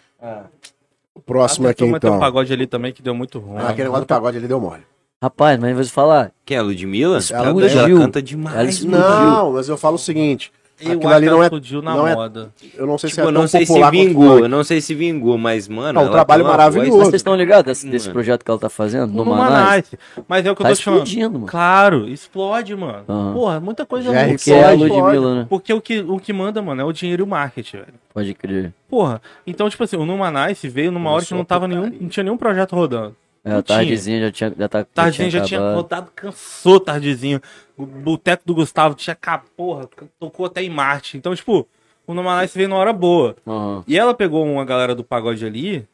Speaker 1: próximo
Speaker 2: Até
Speaker 1: aqui
Speaker 2: que tem um
Speaker 1: então.
Speaker 2: pagode ali também que deu muito ruim.
Speaker 1: Ah, aquele negócio do pagode ele deu mole.
Speaker 4: Rapaz, mas vou te falar.
Speaker 3: Quem é a Ludmilla?
Speaker 4: Explodiu.
Speaker 3: Ela- Ela canta demais.
Speaker 4: Ela explodiu.
Speaker 1: Não, mas eu falo o seguinte.
Speaker 2: Eu
Speaker 1: aquilo
Speaker 2: acho
Speaker 1: ali
Speaker 2: que
Speaker 1: não
Speaker 2: ela
Speaker 1: é.
Speaker 2: explodiu na
Speaker 1: não é-
Speaker 2: moda.
Speaker 1: Eu não sei se
Speaker 3: Tipo, eu
Speaker 1: é
Speaker 3: não
Speaker 1: tão
Speaker 3: sei se
Speaker 1: popular quanto
Speaker 3: vingou,
Speaker 2: né?
Speaker 1: foi.
Speaker 3: eu não sei se vingou, mas, mano.
Speaker 1: Não, um
Speaker 3: ela
Speaker 1: trabalho
Speaker 3: tem uma
Speaker 1: maravilhoso.
Speaker 3: voz-
Speaker 4: Mas vocês estão ligados desse, desse
Speaker 3: Mano.
Speaker 4: projeto que ela tá fazendo? No,
Speaker 2: No
Speaker 4: Manaus?
Speaker 2: Manais. Mas é o que eu
Speaker 4: Tá
Speaker 2: tô te falando.
Speaker 4: explodindo, mano. Ah.
Speaker 2: Claro, explode, mano.
Speaker 4: Aham.
Speaker 2: Porra, muita coisa
Speaker 1: Já
Speaker 2: muda.
Speaker 1: é
Speaker 4: Porque é a
Speaker 1: Explode,
Speaker 4: Ludmilla, né?
Speaker 2: Porque o que, o que manda, mano, é o dinheiro e o marketing, velho.
Speaker 4: Pode crer.
Speaker 2: Porra, então, tipo assim, o Numanice veio numa hora que
Speaker 1: Começou
Speaker 2: não
Speaker 1: a
Speaker 2: tava
Speaker 1: putaria.
Speaker 2: nenhum, não tinha nenhum projeto rodando.
Speaker 4: É,
Speaker 2: Não
Speaker 4: a
Speaker 2: tinha.
Speaker 4: tardezinha já tinha. Já tá,
Speaker 2: Tardezinho já tinha
Speaker 4: acabado.
Speaker 2: rodado, cansou Tardezinho. O boteco do Gustavo tinha cap- porra, tocou até em Marte. Então, tipo, o Numanice veio na hora boa.
Speaker 4: Aham.
Speaker 2: E ela pegou uma galera do pagode ali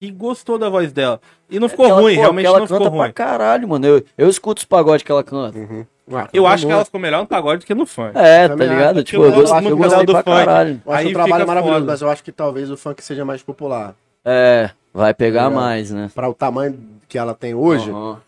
Speaker 2: e gostou da voz dela. E não ficou
Speaker 4: É, Ela,
Speaker 2: ruim,
Speaker 4: pô,
Speaker 2: realmente
Speaker 4: ela
Speaker 2: não
Speaker 4: canta
Speaker 2: ficou ruim.
Speaker 4: pra caralho, mano. Eu, eu escuto os pagodes que ela canta.
Speaker 1: Uhum. Ah,
Speaker 2: Eu
Speaker 1: tá
Speaker 2: acho que
Speaker 1: bom.
Speaker 2: ela ficou melhor no pagode do que no funk.
Speaker 4: É, tá
Speaker 1: Também
Speaker 4: ligado?
Speaker 1: acho.
Speaker 4: Tipo, eu,
Speaker 2: Eu
Speaker 4: gosto,
Speaker 1: acho
Speaker 4: eu
Speaker 1: muito
Speaker 4: gostei
Speaker 2: do
Speaker 4: pra
Speaker 2: funk.
Speaker 4: caralho.
Speaker 1: Eu acho
Speaker 2: Aí
Speaker 1: um trabalho
Speaker 2: fica
Speaker 1: maravilhoso,
Speaker 2: foda.
Speaker 1: mas eu acho que talvez o funk seja mais popular.
Speaker 4: É, vai pegar
Speaker 1: Legal.
Speaker 4: mais, né?
Speaker 1: Para o tamanho que ela tem hoje,
Speaker 4: Aham.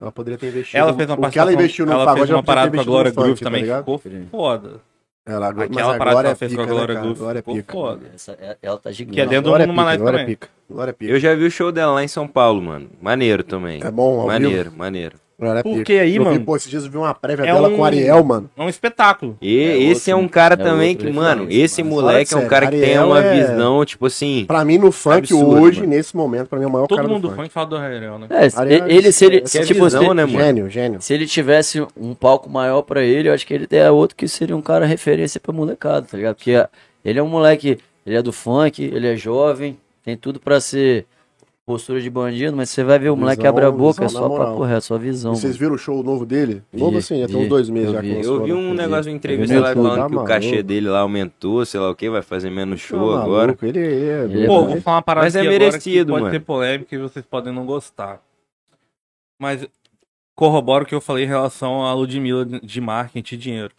Speaker 1: ela poderia ter investido.
Speaker 2: Ela fez uma
Speaker 1: o que ela
Speaker 2: participação,
Speaker 1: investiu no
Speaker 2: ela
Speaker 1: pagode, é
Speaker 2: fez uma
Speaker 1: ela podia ter
Speaker 2: parada com a
Speaker 1: investido no
Speaker 2: Glória Groove
Speaker 1: funk,
Speaker 2: também,
Speaker 1: tá ligado?
Speaker 2: ficou foda.
Speaker 1: Ela,
Speaker 2: Aquela
Speaker 1: mas a
Speaker 2: parada que
Speaker 1: Glória
Speaker 2: ela
Speaker 1: é
Speaker 2: fez
Speaker 1: pica,
Speaker 2: com a
Speaker 1: né,
Speaker 2: Glória
Speaker 1: cara?
Speaker 2: Groove
Speaker 1: Glória é
Speaker 2: ficou
Speaker 1: pica.
Speaker 2: foda.
Speaker 4: Essa- é- ela tá gigante.
Speaker 2: Que é dentro do
Speaker 1: Glória é
Speaker 2: Numa
Speaker 1: pica,
Speaker 2: Live
Speaker 1: Glória é
Speaker 2: também.
Speaker 1: pica. Glória é pica.
Speaker 3: Eu já vi o show dela lá em São Paulo, mano. Maneiro também.
Speaker 1: É bom, ao vivo.
Speaker 3: maneiro, maneiro.
Speaker 1: Glória é pica.
Speaker 2: Porque aí,
Speaker 1: eu
Speaker 2: mano,
Speaker 1: Vi, pô, esses dias eu vi uma prévia
Speaker 2: é
Speaker 1: dela
Speaker 2: um-
Speaker 1: com o Ariel, mano.
Speaker 2: é um espetáculo.
Speaker 3: E
Speaker 4: É
Speaker 3: esse é
Speaker 4: outro,
Speaker 3: um cara
Speaker 4: é
Speaker 3: também
Speaker 4: outro
Speaker 3: que, mano,
Speaker 4: referência,
Speaker 3: esse
Speaker 4: mas-
Speaker 3: moleque é
Speaker 1: Fala
Speaker 3: um cara que
Speaker 1: sério,
Speaker 3: tem
Speaker 1: Ariel
Speaker 3: uma
Speaker 1: é-
Speaker 3: visão, tipo assim.
Speaker 1: Pra mim, no funk
Speaker 3: absurdo,
Speaker 1: hoje,
Speaker 3: mano.
Speaker 1: nesse momento, pra mim é o maior
Speaker 2: Todo
Speaker 1: cara
Speaker 2: mundo
Speaker 1: do funk.
Speaker 2: funk fala do Ariel, né?
Speaker 4: É, se-
Speaker 1: Ariana
Speaker 4: ele, se ele,
Speaker 1: Grande,
Speaker 4: se,
Speaker 3: que
Speaker 4: tipo,
Speaker 3: visão,
Speaker 4: se,
Speaker 3: né, mano?
Speaker 1: Gênio, gênio.
Speaker 4: se ele tivesse um palco maior pra ele, eu acho que ele é outro que seria um cara referência pra molecada, tá ligado? Porque ele é um moleque, ele é do funk, ele é jovem, tem tudo pra ser postura de bandido, mas você vai ver o moleque
Speaker 1: Visão,
Speaker 4: abre a boca, é
Speaker 1: visão,
Speaker 4: só
Speaker 1: na
Speaker 4: pra
Speaker 1: moral.
Speaker 4: correr, é só visão.
Speaker 1: E vocês viram o show novo dele?
Speaker 4: Vi,
Speaker 1: Novo assim, já tem
Speaker 4: vi,
Speaker 1: uns dois meses
Speaker 4: eu
Speaker 1: já
Speaker 4: vi.
Speaker 1: que lançou,
Speaker 3: Eu vi
Speaker 1: né?
Speaker 3: um negócio de entrevista
Speaker 1: Ele
Speaker 3: lá
Speaker 1: tá
Speaker 3: falando que o
Speaker 1: maluco.
Speaker 3: cachê dele lá aumentou, sei lá o que, vai fazer menos show
Speaker 1: Tá
Speaker 3: agora.
Speaker 1: maluco, Ele, ele é
Speaker 4: Ele
Speaker 1: doido,
Speaker 2: Pô,
Speaker 4: é bom.
Speaker 2: vou
Speaker 1: né?
Speaker 2: falar uma parada
Speaker 3: Mas é
Speaker 2: aqui
Speaker 3: merecido,
Speaker 2: agora que pode
Speaker 3: mano.
Speaker 2: ter polêmica e vocês podem não gostar. Mas corroboro o que eu falei em relação à Ludmilla de marketing e dinheiro.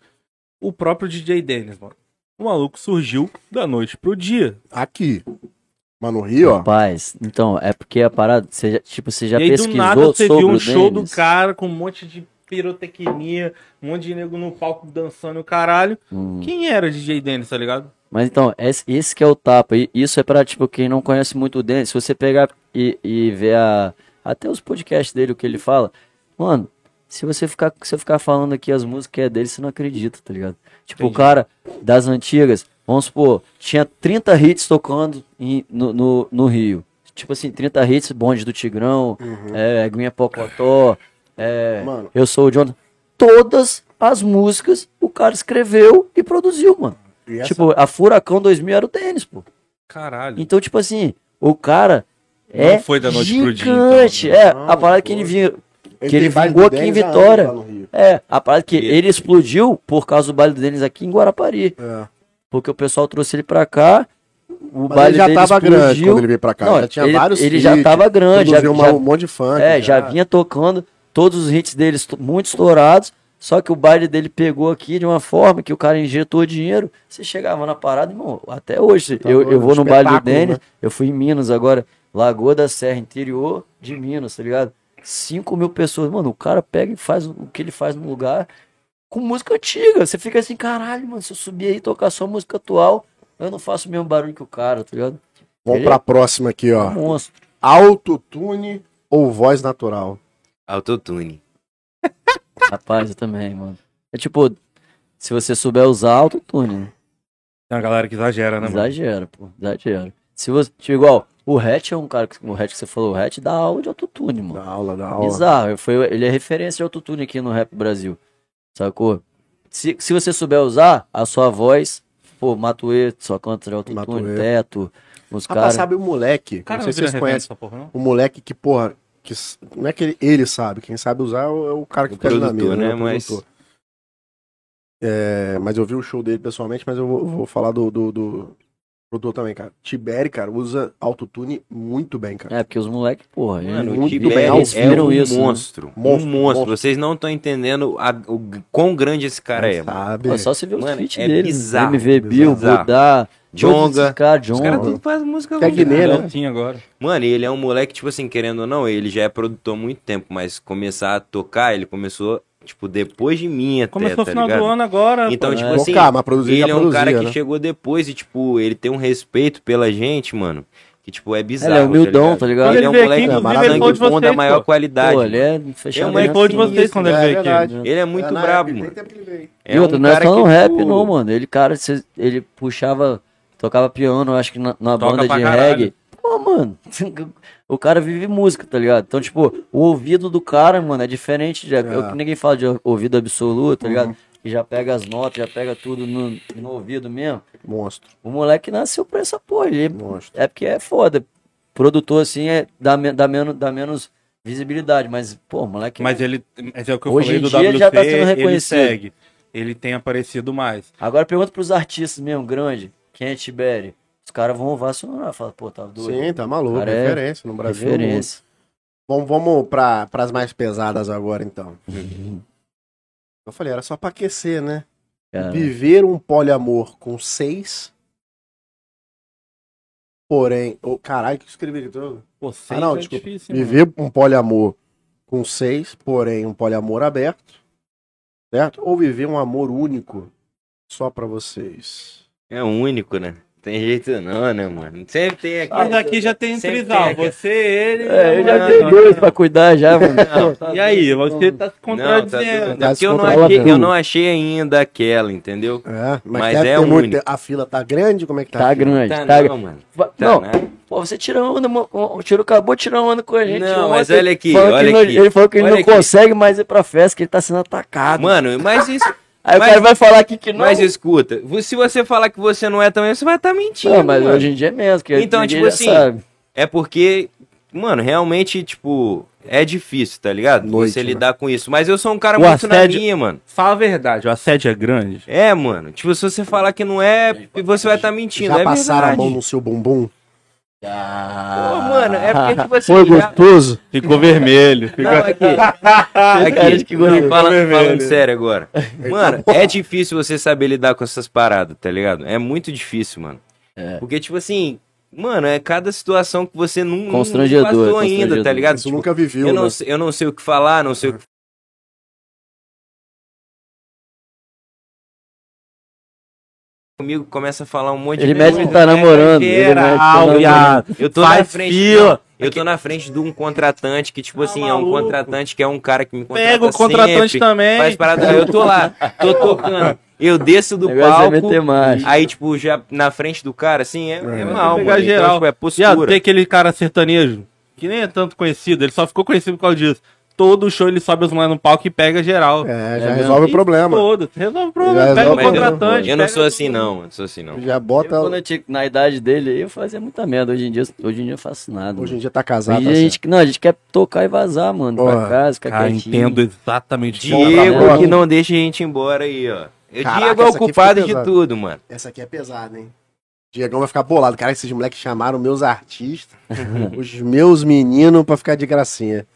Speaker 2: O próprio DJ Dennis, mano. O maluco surgiu da noite pro dia.
Speaker 1: Aqui. Mas no Rio, ó.
Speaker 4: Rapaz, então, é porque a parada, você já, tipo, você já
Speaker 2: e aí, do
Speaker 4: pesquisou
Speaker 2: nada, você
Speaker 4: sobre
Speaker 2: viu um
Speaker 4: o
Speaker 2: show do
Speaker 4: Dennis?
Speaker 2: cara com um monte de pirotecnia, um monte de nego no palco dançando e o caralho.
Speaker 4: Hum.
Speaker 2: Quem era DJ Dennis, tá ligado?
Speaker 4: Mas então, esse, esse que é o tapa. E isso é pra, tipo, quem não conhece muito o Dennis, se você pegar e, e ver a, até os podcasts dele, o que ele fala, mano, se você ficar, se eu ficar falando aqui as músicas que é dele, você não acredita, tá ligado? Tipo, o
Speaker 2: Entendi.
Speaker 4: cara das antigas, vamos supor, tinha 30 hits tocando em- no, no, no Rio. Tipo assim, 30 hits, bonde do Tigrão, é, Aguinha Pocotó, é,
Speaker 1: Mano.
Speaker 4: Eu Sou o Jonathan. Todas as músicas o cara escreveu e produziu, mano.
Speaker 1: E essa-
Speaker 4: Tipo, a Furacão 2000 era o Dennis, pô.
Speaker 2: Caralho.
Speaker 4: Então, tipo assim, o cara é
Speaker 2: Não foi da noite pro dia,
Speaker 4: gigante.
Speaker 2: então, né?
Speaker 4: é,
Speaker 1: Não,
Speaker 4: a parada
Speaker 1: não
Speaker 4: que ele
Speaker 1: foi.
Speaker 4: vinha... que
Speaker 1: tem
Speaker 4: ele
Speaker 1: vários
Speaker 4: vingou aqui em
Speaker 1: Dennis há anos
Speaker 4: Vitória.
Speaker 1: lá no Rio.
Speaker 4: É, a parada que
Speaker 3: E-
Speaker 4: ele explodiu por causa do baile do Dennis aqui em Guarapari.
Speaker 1: É.
Speaker 4: Porque o pessoal trouxe ele pra cá,
Speaker 1: Mas
Speaker 4: o baile
Speaker 1: ele já
Speaker 4: dele
Speaker 1: tava
Speaker 4: explodiu.
Speaker 1: grande quando ele veio pra cá.
Speaker 4: Não,
Speaker 1: já tinha
Speaker 4: ele-
Speaker 1: vários
Speaker 4: ele já tava grande, já-
Speaker 1: Já, uma,
Speaker 4: já-
Speaker 1: um monte de funk.
Speaker 4: É, já vinha tocando todos os hits deles to- muito estourados. Só que o baile dele pegou aqui de uma forma que o cara injetou dinheiro. Você chegava na parada, irmão, até hoje.
Speaker 1: Tá
Speaker 4: eu,
Speaker 1: doido,
Speaker 4: eu vou no baile do
Speaker 1: espetáculo,
Speaker 4: Denis,
Speaker 1: né?
Speaker 4: eu fui em Minas agora, Lagoa da Serra, interior de Minas, tá ligado? 5 mil pessoas. Mano, o cara pega e faz o que ele faz no lugar com música antiga. Você fica assim, caralho, mano, se eu subir aí e tocar só música atual, eu não faço o mesmo barulho que o cara, tá ligado?
Speaker 1: Vamos pra próxima aqui, ó.
Speaker 4: Monstro.
Speaker 1: Autotune ou voz natural?
Speaker 3: Autotune.
Speaker 4: Rapaz, eu também, mano. É tipo, se você souber usar autotune, né?
Speaker 2: Tem uma galera que exagera, né, mano?
Speaker 4: Exagero, pô. Exagero. Se você. Tipo, igual, o Hatch é um cara que. O Hatch que você falou, o Hatch dá aula de autotune, mano.
Speaker 1: Da aula, da aula.
Speaker 4: Bizarro. Foi, ele é referência de autotune aqui no Rap Brasil. Sacou? Se, se você souber usar, a sua voz. Pô, Matuê só canta de autotune,
Speaker 1: Matuê.
Speaker 4: teto. Os
Speaker 1: Rapaz,
Speaker 4: caras.
Speaker 1: sabe o moleque?
Speaker 2: O cara
Speaker 1: não sei
Speaker 2: não,
Speaker 1: se
Speaker 2: vira
Speaker 1: vocês conhecem.
Speaker 2: referência, essa porra, não?
Speaker 1: O moleque que, porra, que, s- não é que ele, ele sabe, quem sabe usar é o, é o cara que
Speaker 3: O
Speaker 1: fica ali na
Speaker 3: produtor,
Speaker 1: mesa,
Speaker 3: né,
Speaker 1: o
Speaker 3: mas-
Speaker 1: produtor. É, mas eu vi o show dele pessoalmente, mas eu vou, vou falar do, do, do produtor também, cara. Tiberi, cara, usa autotune muito bem, cara.
Speaker 4: É, porque os moleques, porra.
Speaker 3: Mano, o
Speaker 1: muito
Speaker 3: Tibério
Speaker 1: bem, eles
Speaker 3: é
Speaker 4: viram
Speaker 3: um
Speaker 4: isso, né?
Speaker 3: monstro.
Speaker 1: Monstro,
Speaker 3: Um monstro.
Speaker 1: monstro.
Speaker 3: Vocês não estão entendendo a- o g- quão grande esse cara é, mano.
Speaker 1: sabe?
Speaker 4: Pô, só se vê os
Speaker 3: Mano,
Speaker 4: feats
Speaker 3: é
Speaker 4: dele. né?
Speaker 3: bizarro,
Speaker 4: MV Bill,
Speaker 3: bizarro.
Speaker 4: Budá,
Speaker 3: Jonga.
Speaker 4: Cara,
Speaker 3: Os caras tudo faz música
Speaker 1: Que é
Speaker 3: hoje,
Speaker 1: guiné,
Speaker 3: né?
Speaker 1: né?
Speaker 2: Garotinho agora.
Speaker 3: Mano, e ele é um moleque, tipo assim, querendo ou não, ele já é produtor há muito tempo, mas começar a tocar, ele começou, tipo, depois de mim até,
Speaker 2: Começou no
Speaker 3: tá
Speaker 2: final
Speaker 3: ligado?
Speaker 2: do ano agora.
Speaker 3: Então,
Speaker 2: pô.
Speaker 3: tipo
Speaker 1: Bom,
Speaker 3: assim,
Speaker 1: cara, mas produzir
Speaker 3: ele
Speaker 1: já
Speaker 3: é um cara
Speaker 1: produzia,
Speaker 3: que
Speaker 1: né?
Speaker 3: chegou depois e, tipo, ele tem um respeito pela gente, mano, que, tipo, é bizarro,
Speaker 4: Ele é humildão, tá ligado?
Speaker 3: Ele, é um
Speaker 2: Ele veio
Speaker 3: moleque
Speaker 2: aqui,
Speaker 3: aqui,
Speaker 1: inclusive,
Speaker 3: sangue
Speaker 1: ele falou
Speaker 2: de
Speaker 3: bom da
Speaker 2: vocês,
Speaker 3: maior
Speaker 2: pô.
Speaker 3: qualidade.
Speaker 4: Pô,
Speaker 3: ele,
Speaker 4: ele
Speaker 3: é...
Speaker 4: é fechado.
Speaker 3: É uma
Speaker 4: né?
Speaker 2: icone de vocês quando ele veio aqui.
Speaker 3: muito
Speaker 1: É, na
Speaker 3: brabo,
Speaker 1: época,
Speaker 3: mano.
Speaker 1: tem tempo que ele veio.
Speaker 3: É
Speaker 4: e outra, não é
Speaker 3: cara
Speaker 4: só no
Speaker 3: que,
Speaker 4: rap,
Speaker 3: tipo,
Speaker 4: não, mano. Ele, cara, cê- ele puxava, tocava piano, eu acho que na, na
Speaker 2: Toca
Speaker 4: banda
Speaker 2: pra
Speaker 4: de
Speaker 2: caralho.
Speaker 4: reggae. Pô, mano, o cara vive música, tá ligado? Então, tipo, o ouvido do cara, mano, é diferente. De, é o que ninguém fala de ouvido absoluto, tá ligado? Que já pega as notas, já pega tudo no, no ouvido mesmo.
Speaker 1: Monstro,
Speaker 4: O moleque nasceu pra essa porra. Ele
Speaker 1: monstro.
Speaker 4: é porque é foda. Produtor, assim, é, dá, men- dá, menos, dá menos visibilidade, mas, pô, moleque.
Speaker 2: Mas ele. Mas é o que eu
Speaker 4: Hoje
Speaker 2: falei
Speaker 4: em
Speaker 2: do
Speaker 4: dia ele
Speaker 2: WC,
Speaker 4: já tá sendo
Speaker 2: ele
Speaker 4: reconhecido.
Speaker 2: segue. Ele tem aparecido mais.
Speaker 4: Agora pergunta pros artistas mesmo, grande, quem é Tibério. Os caras vão ovacionar, fala, pô, tá doido.
Speaker 1: Sim, tá maluco.
Speaker 4: Cara, é
Speaker 1: referência no Brasil. um no mundo.
Speaker 4: Referência.
Speaker 1: Vamos, vamos pra, pras mais pesadas agora, então. Eu falei, era só pra aquecer, né?
Speaker 4: Cara,
Speaker 1: Viver um poliamor com seis. Porém. Ô, caralho, o que eu escrevi aqui todo?
Speaker 2: Pô, seis
Speaker 4: Ah,
Speaker 1: não,
Speaker 2: é
Speaker 1: desculpa.
Speaker 2: difícil, mano.
Speaker 1: Viver um poliamor com seis, porém um poliamor aberto. Certo? Ou viver um amor único só pra vocês.
Speaker 3: É único, né? Tem jeito não, né, mano? Sempre tem aqui.
Speaker 2: Mas aqui já tem um
Speaker 3: Sempre
Speaker 2: trisal.
Speaker 3: tem, cara.
Speaker 2: Você, ele.
Speaker 4: É, eu já
Speaker 2: mano.
Speaker 4: tenho dois pra cuidar já, mano.
Speaker 3: Não,
Speaker 4: Tá
Speaker 2: E aí,
Speaker 4: doido.
Speaker 2: você tá se
Speaker 3: não, tá tudo...
Speaker 2: contradizendo.
Speaker 1: Tá
Speaker 3: é porque eu não,
Speaker 1: descontrolado.
Speaker 3: achei, eu não achei ainda aquela, entendeu?
Speaker 1: É, mas,
Speaker 3: Mas
Speaker 1: deve
Speaker 3: é
Speaker 1: ter muito.
Speaker 3: único.
Speaker 1: A fila tá grande? Como é que tá? a
Speaker 4: Tá
Speaker 1: fila?
Speaker 4: grande, tá,
Speaker 3: Tá
Speaker 4: grande.
Speaker 3: não, mano.
Speaker 4: não,
Speaker 3: né?
Speaker 4: pô, você tira onda, mo- o tiro acabou tirando onda com a gente.
Speaker 3: Não,
Speaker 4: ontem,
Speaker 3: mas olha aqui,
Speaker 4: falando que
Speaker 3: olha
Speaker 4: ele não-
Speaker 3: aqui.
Speaker 4: Ele falou que ele
Speaker 3: Olha
Speaker 4: não
Speaker 3: aqui.
Speaker 4: consegue mais ir pra festa, que ele tá sendo atacado.
Speaker 3: Mano, mas isso.
Speaker 4: aí o
Speaker 3: mas-
Speaker 4: cara vai falar aqui que não.
Speaker 3: Mas escuta, vo- se você falar que você não é também, você vai estar mentindo.
Speaker 4: não, mas
Speaker 3: mano.
Speaker 4: hoje em dia é mesmo. Que
Speaker 3: Então,
Speaker 4: ninguém
Speaker 3: tipo
Speaker 4: já
Speaker 3: assim,
Speaker 4: sabe.
Speaker 3: É porque, mano, realmente, tipo, é difícil, tá ligado?
Speaker 1: Noite,
Speaker 3: você
Speaker 1: né?
Speaker 3: lidar com isso. Mas eu sou um cara
Speaker 2: O
Speaker 3: muito na
Speaker 2: assédio-
Speaker 3: minha, mano.
Speaker 2: Fala a verdade, o assédio é grande.
Speaker 3: É, mano. Tipo, se você falar que não é, você vai estar mentindo.
Speaker 1: Já
Speaker 3: é
Speaker 1: passaram
Speaker 3: verdade.
Speaker 1: a mão no seu bumbum?
Speaker 3: Pô, mano, é porque, tipo assim.
Speaker 1: Ah, Foi
Speaker 3: já-
Speaker 1: gostoso?
Speaker 2: Ficou vermelho.
Speaker 3: Não, é aqui.
Speaker 4: Ah, Cara,
Speaker 3: aqui.
Speaker 4: que goleiro.
Speaker 1: é
Speaker 3: Não, fala, falando
Speaker 1: vermelho.
Speaker 3: sério agora.
Speaker 4: Então,
Speaker 3: Mano, é difícil você saber lidar com essas paradas, tá ligado? É muito difícil, mano.
Speaker 4: É.
Speaker 3: Porque, tipo assim, mano, é cada situação que você não não
Speaker 4: Constrangedor,
Speaker 3: passou ainda,
Speaker 4: constrangedor.
Speaker 3: tá ligado?
Speaker 1: Isso
Speaker 3: Tipo,
Speaker 1: nunca viveu,
Speaker 3: eu, não,
Speaker 1: né?
Speaker 3: sei- eu não sei o que falar, não sei o que. Comigo começa a falar um monte de
Speaker 4: Ele mete
Speaker 3: merda.
Speaker 4: que tá namorando. Ele mete que
Speaker 2: Geral,
Speaker 4: tá namorando.
Speaker 2: viado.
Speaker 3: Eu tô na
Speaker 2: Faz
Speaker 3: frente. um,
Speaker 2: fila.
Speaker 3: Eu tô na frente de um contratante que, tipo
Speaker 2: Tá
Speaker 3: assim, é um
Speaker 2: maluco?
Speaker 3: contratante que é um cara que me contrata
Speaker 2: Pega o contratante
Speaker 3: sempre,
Speaker 2: também.
Speaker 3: Faz parada. Eu tô lá, tô tocando. Eu desço do
Speaker 4: O negócio é
Speaker 3: palco.
Speaker 4: meter marcha.
Speaker 3: aí, tipo, já na frente do cara, assim, é, é mal,
Speaker 2: pegar
Speaker 3: mano. Então,
Speaker 2: geral.
Speaker 3: tipo, é
Speaker 2: Viado, tem
Speaker 3: postura.
Speaker 2: aquele cara sertanejo, que nem é tanto conhecido, ele só ficou conhecido por causa disso. Todo show ele sobe as mulheres no palco e pega geral.
Speaker 1: É, já
Speaker 4: É
Speaker 1: resolve o problema.
Speaker 2: Todo, resolve o problema.
Speaker 1: Já
Speaker 2: pega
Speaker 1: resolve
Speaker 2: o
Speaker 3: Mas
Speaker 1: o problema.
Speaker 2: contratante.
Speaker 3: eu, eu não
Speaker 2: pega
Speaker 3: sou
Speaker 2: tudo.
Speaker 3: assim, não, mano. Sou assim, não.
Speaker 1: Já
Speaker 4: Eu, quando
Speaker 1: bota.
Speaker 4: eu tinha, na idade dele, eu fazia muita merda. Hoje em dia, hoje em dia eu faço nada.
Speaker 1: Hoje em
Speaker 4: mano.
Speaker 1: dia tá
Speaker 4: Hoje
Speaker 1: casado.
Speaker 4: em
Speaker 1: tá
Speaker 4: dia a gente, não, a gente quer tocar e vazar, mano.
Speaker 1: Porra.
Speaker 4: pra casa, ficar
Speaker 2: Cara,
Speaker 4: quietinho.
Speaker 2: entendo exatamente. o que você tá falando.
Speaker 3: é Diego
Speaker 1: Agora.
Speaker 3: que não deixa a gente embora aí, ó. Eu
Speaker 1: Caraca,
Speaker 3: Diego é o
Speaker 1: essa aqui
Speaker 3: culpado
Speaker 1: ficou
Speaker 3: de
Speaker 1: pesada.
Speaker 3: tudo, mano.
Speaker 1: Essa aqui é pesada, hein? Diegão vai ficar bolado. Cara, esses moleques chamaram meus artistas, os meus meninos, pra ficar de gracinha.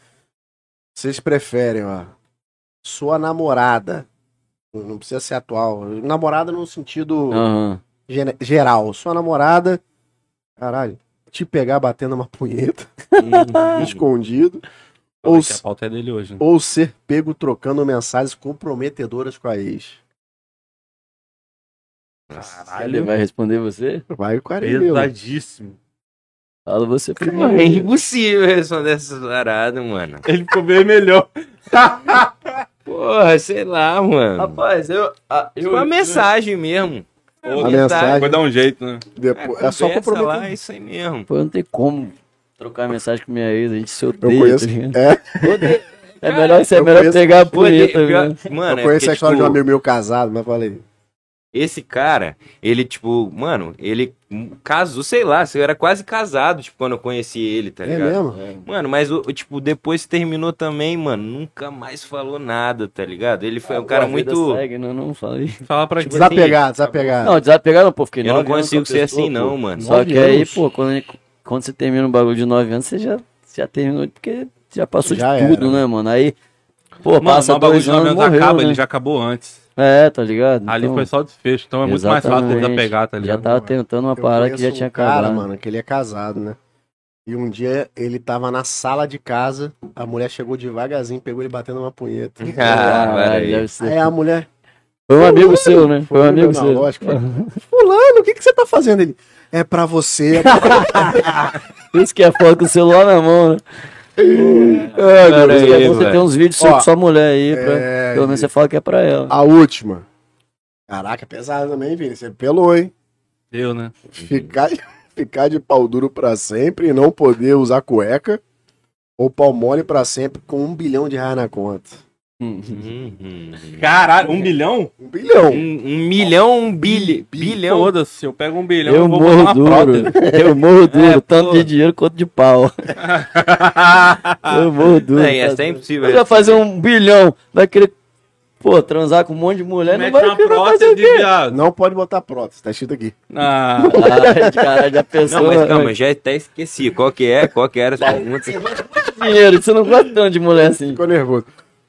Speaker 1: Vocês preferem, ó. Sua namorada. Não precisa ser atual. Namorada no sentido
Speaker 4: Aham.
Speaker 1: gene- geral. Sua namorada. Caralho. Te pegar batendo uma punheta, escondido. Ou,
Speaker 2: Fala que a pauta é dele hoje. né?
Speaker 1: ou ser pego trocando mensagens comprometedoras com a ex.
Speaker 4: Ele vai responder você?
Speaker 1: Vai com a areia, é meu.
Speaker 2: Pesadíssimo.
Speaker 4: Fala você
Speaker 3: É
Speaker 4: primeiro.
Speaker 3: impossível responder essas paradas, mano.
Speaker 2: Ele ficou bem melhor.
Speaker 3: Porra, sei lá, mano.
Speaker 4: Rapaz, eu. a-
Speaker 3: Tipo, uma mensagem mesmo. é
Speaker 1: A mensagem.
Speaker 2: Vai dar um jeito, né?
Speaker 1: Depois, é, só
Speaker 3: conversa
Speaker 1: comprometer.
Speaker 3: lá, é isso aí mesmo.
Speaker 4: Pô, eu não tem como trocar mensagem com minha ex, a gente se
Speaker 1: Eu
Speaker 4: odeia.
Speaker 1: conheço.
Speaker 4: tá ligado?
Speaker 1: É,
Speaker 4: Odeia. É melhor, isso é
Speaker 1: Eu
Speaker 4: melhor
Speaker 1: conheço-
Speaker 4: pegar a
Speaker 3: Pô, de-
Speaker 4: punheta, né?
Speaker 3: pior-
Speaker 4: velho.
Speaker 3: mano,
Speaker 1: eu conheço
Speaker 3: é
Speaker 1: a
Speaker 3: porque,
Speaker 1: história de um
Speaker 3: tipo,
Speaker 1: amigo meu casado, mas falei.
Speaker 3: Esse cara, ele, tipo, mano, ele casou, sei lá, eu era quase casado, tipo, quando eu conheci ele, tá
Speaker 1: É,
Speaker 3: ligado?
Speaker 1: mesmo?
Speaker 3: Mano, mas, o- o, tipo, depois que terminou também, mano, nunca mais falou nada, tá ligado? Ele foi
Speaker 4: Ah,
Speaker 3: um
Speaker 4: pô,
Speaker 3: cara
Speaker 4: a vida
Speaker 3: muito...
Speaker 4: segue, não, não falei.
Speaker 2: Falar pra
Speaker 3: Tipo,
Speaker 1: Desapegado, desapegado.
Speaker 4: Não, desapegar não, pô, fiquei
Speaker 3: Eu não
Speaker 4: nove anos com a
Speaker 3: consigo ser
Speaker 4: pessoa,
Speaker 3: assim,
Speaker 4: pô.
Speaker 3: não, mano.
Speaker 4: Só
Speaker 1: Nove
Speaker 4: que aí,
Speaker 1: anos?
Speaker 4: pô, quando, quando você termina um bagulho de 9 anos, você já, já terminou porque já passou
Speaker 1: Já
Speaker 4: de tudo,
Speaker 1: era.
Speaker 4: né, mano? Aí, pô,
Speaker 2: Mano,
Speaker 4: passa
Speaker 2: o bagulho
Speaker 4: dois
Speaker 2: de nove
Speaker 4: anos,
Speaker 2: anos
Speaker 4: morreu,
Speaker 2: acaba,
Speaker 4: né?
Speaker 2: ele já acabou antes.
Speaker 4: É, tá ligado?
Speaker 2: Ali
Speaker 4: Então,
Speaker 2: foi só desfecho, então é muito mais fácil
Speaker 4: exatamente.
Speaker 2: de desapegar, tá
Speaker 4: Já
Speaker 2: ligado?
Speaker 4: tava tentando uma
Speaker 1: Eu
Speaker 4: parada que
Speaker 1: conheço
Speaker 4: já tinha
Speaker 1: um cara,
Speaker 4: acabado.
Speaker 1: mano, que ele é casado, né? E um dia ele tava na sala de casa, a mulher chegou devagarzinho, pegou ele batendo uma punheta.
Speaker 3: Ah,
Speaker 4: Caralho,
Speaker 3: peraí.
Speaker 4: deve ser.
Speaker 1: Aí a mulher.
Speaker 4: Foi um amigo seu, né? Foi um amigo
Speaker 1: não,
Speaker 4: seu.
Speaker 1: lógico. é. Fulano, o que, que você tá fazendo? Ele. É pra você.
Speaker 4: Por isso que é foda com o celular na mão, né? É,
Speaker 3: Pera
Speaker 4: Por isso que é
Speaker 3: aí,
Speaker 4: bom você
Speaker 3: velho.
Speaker 4: ter uns vídeos
Speaker 1: Ó,
Speaker 4: só sua mulher aí, pra-
Speaker 1: É,
Speaker 4: pelo menos você fala que é pra ela.
Speaker 1: A última. Caraca, é pesado também, Vini. Você pelou, hein?
Speaker 2: Eu, né?
Speaker 4: Uhum.
Speaker 1: Ficar, ficar de pau duro pra sempre e não poder usar cueca. Ou pau mole pra sempre com um bilhão de reais na conta.
Speaker 3: Uhum.
Speaker 2: Caralho, um bilhão?
Speaker 1: Um bilhão.
Speaker 3: Um, um milhão, um bilhão. bilhão.
Speaker 2: Foda-se, eu pego um
Speaker 3: é
Speaker 2: bilhão, eu,
Speaker 4: Eu
Speaker 2: vou botar
Speaker 4: morro
Speaker 2: na
Speaker 4: duro,
Speaker 2: prótese.
Speaker 3: né?
Speaker 4: eu morro duro, tanto
Speaker 2: pô.
Speaker 4: de dinheiro quanto de pau. Eu morro duro.
Speaker 3: Não, essa é
Speaker 4: cara.
Speaker 3: impossível.
Speaker 4: Você vai fazer um bilhão, vai querer, pô, transar com um monte de mulher, não
Speaker 2: Mete
Speaker 4: vai
Speaker 2: uma
Speaker 4: querer fazer
Speaker 2: prótese
Speaker 4: o
Speaker 2: de
Speaker 4: quê?
Speaker 2: viado.
Speaker 1: Não pode botar prótese, tá escrito aqui.
Speaker 2: Ah,
Speaker 4: Caralho, caralho, já pensou?
Speaker 3: Não, mas
Speaker 4: né?
Speaker 3: calma, já até esqueci. Qual que é? Qual que era as perguntas?
Speaker 4: dinheiro, você não gosta tanto de mulher assim.
Speaker 1: Ficou nervoso.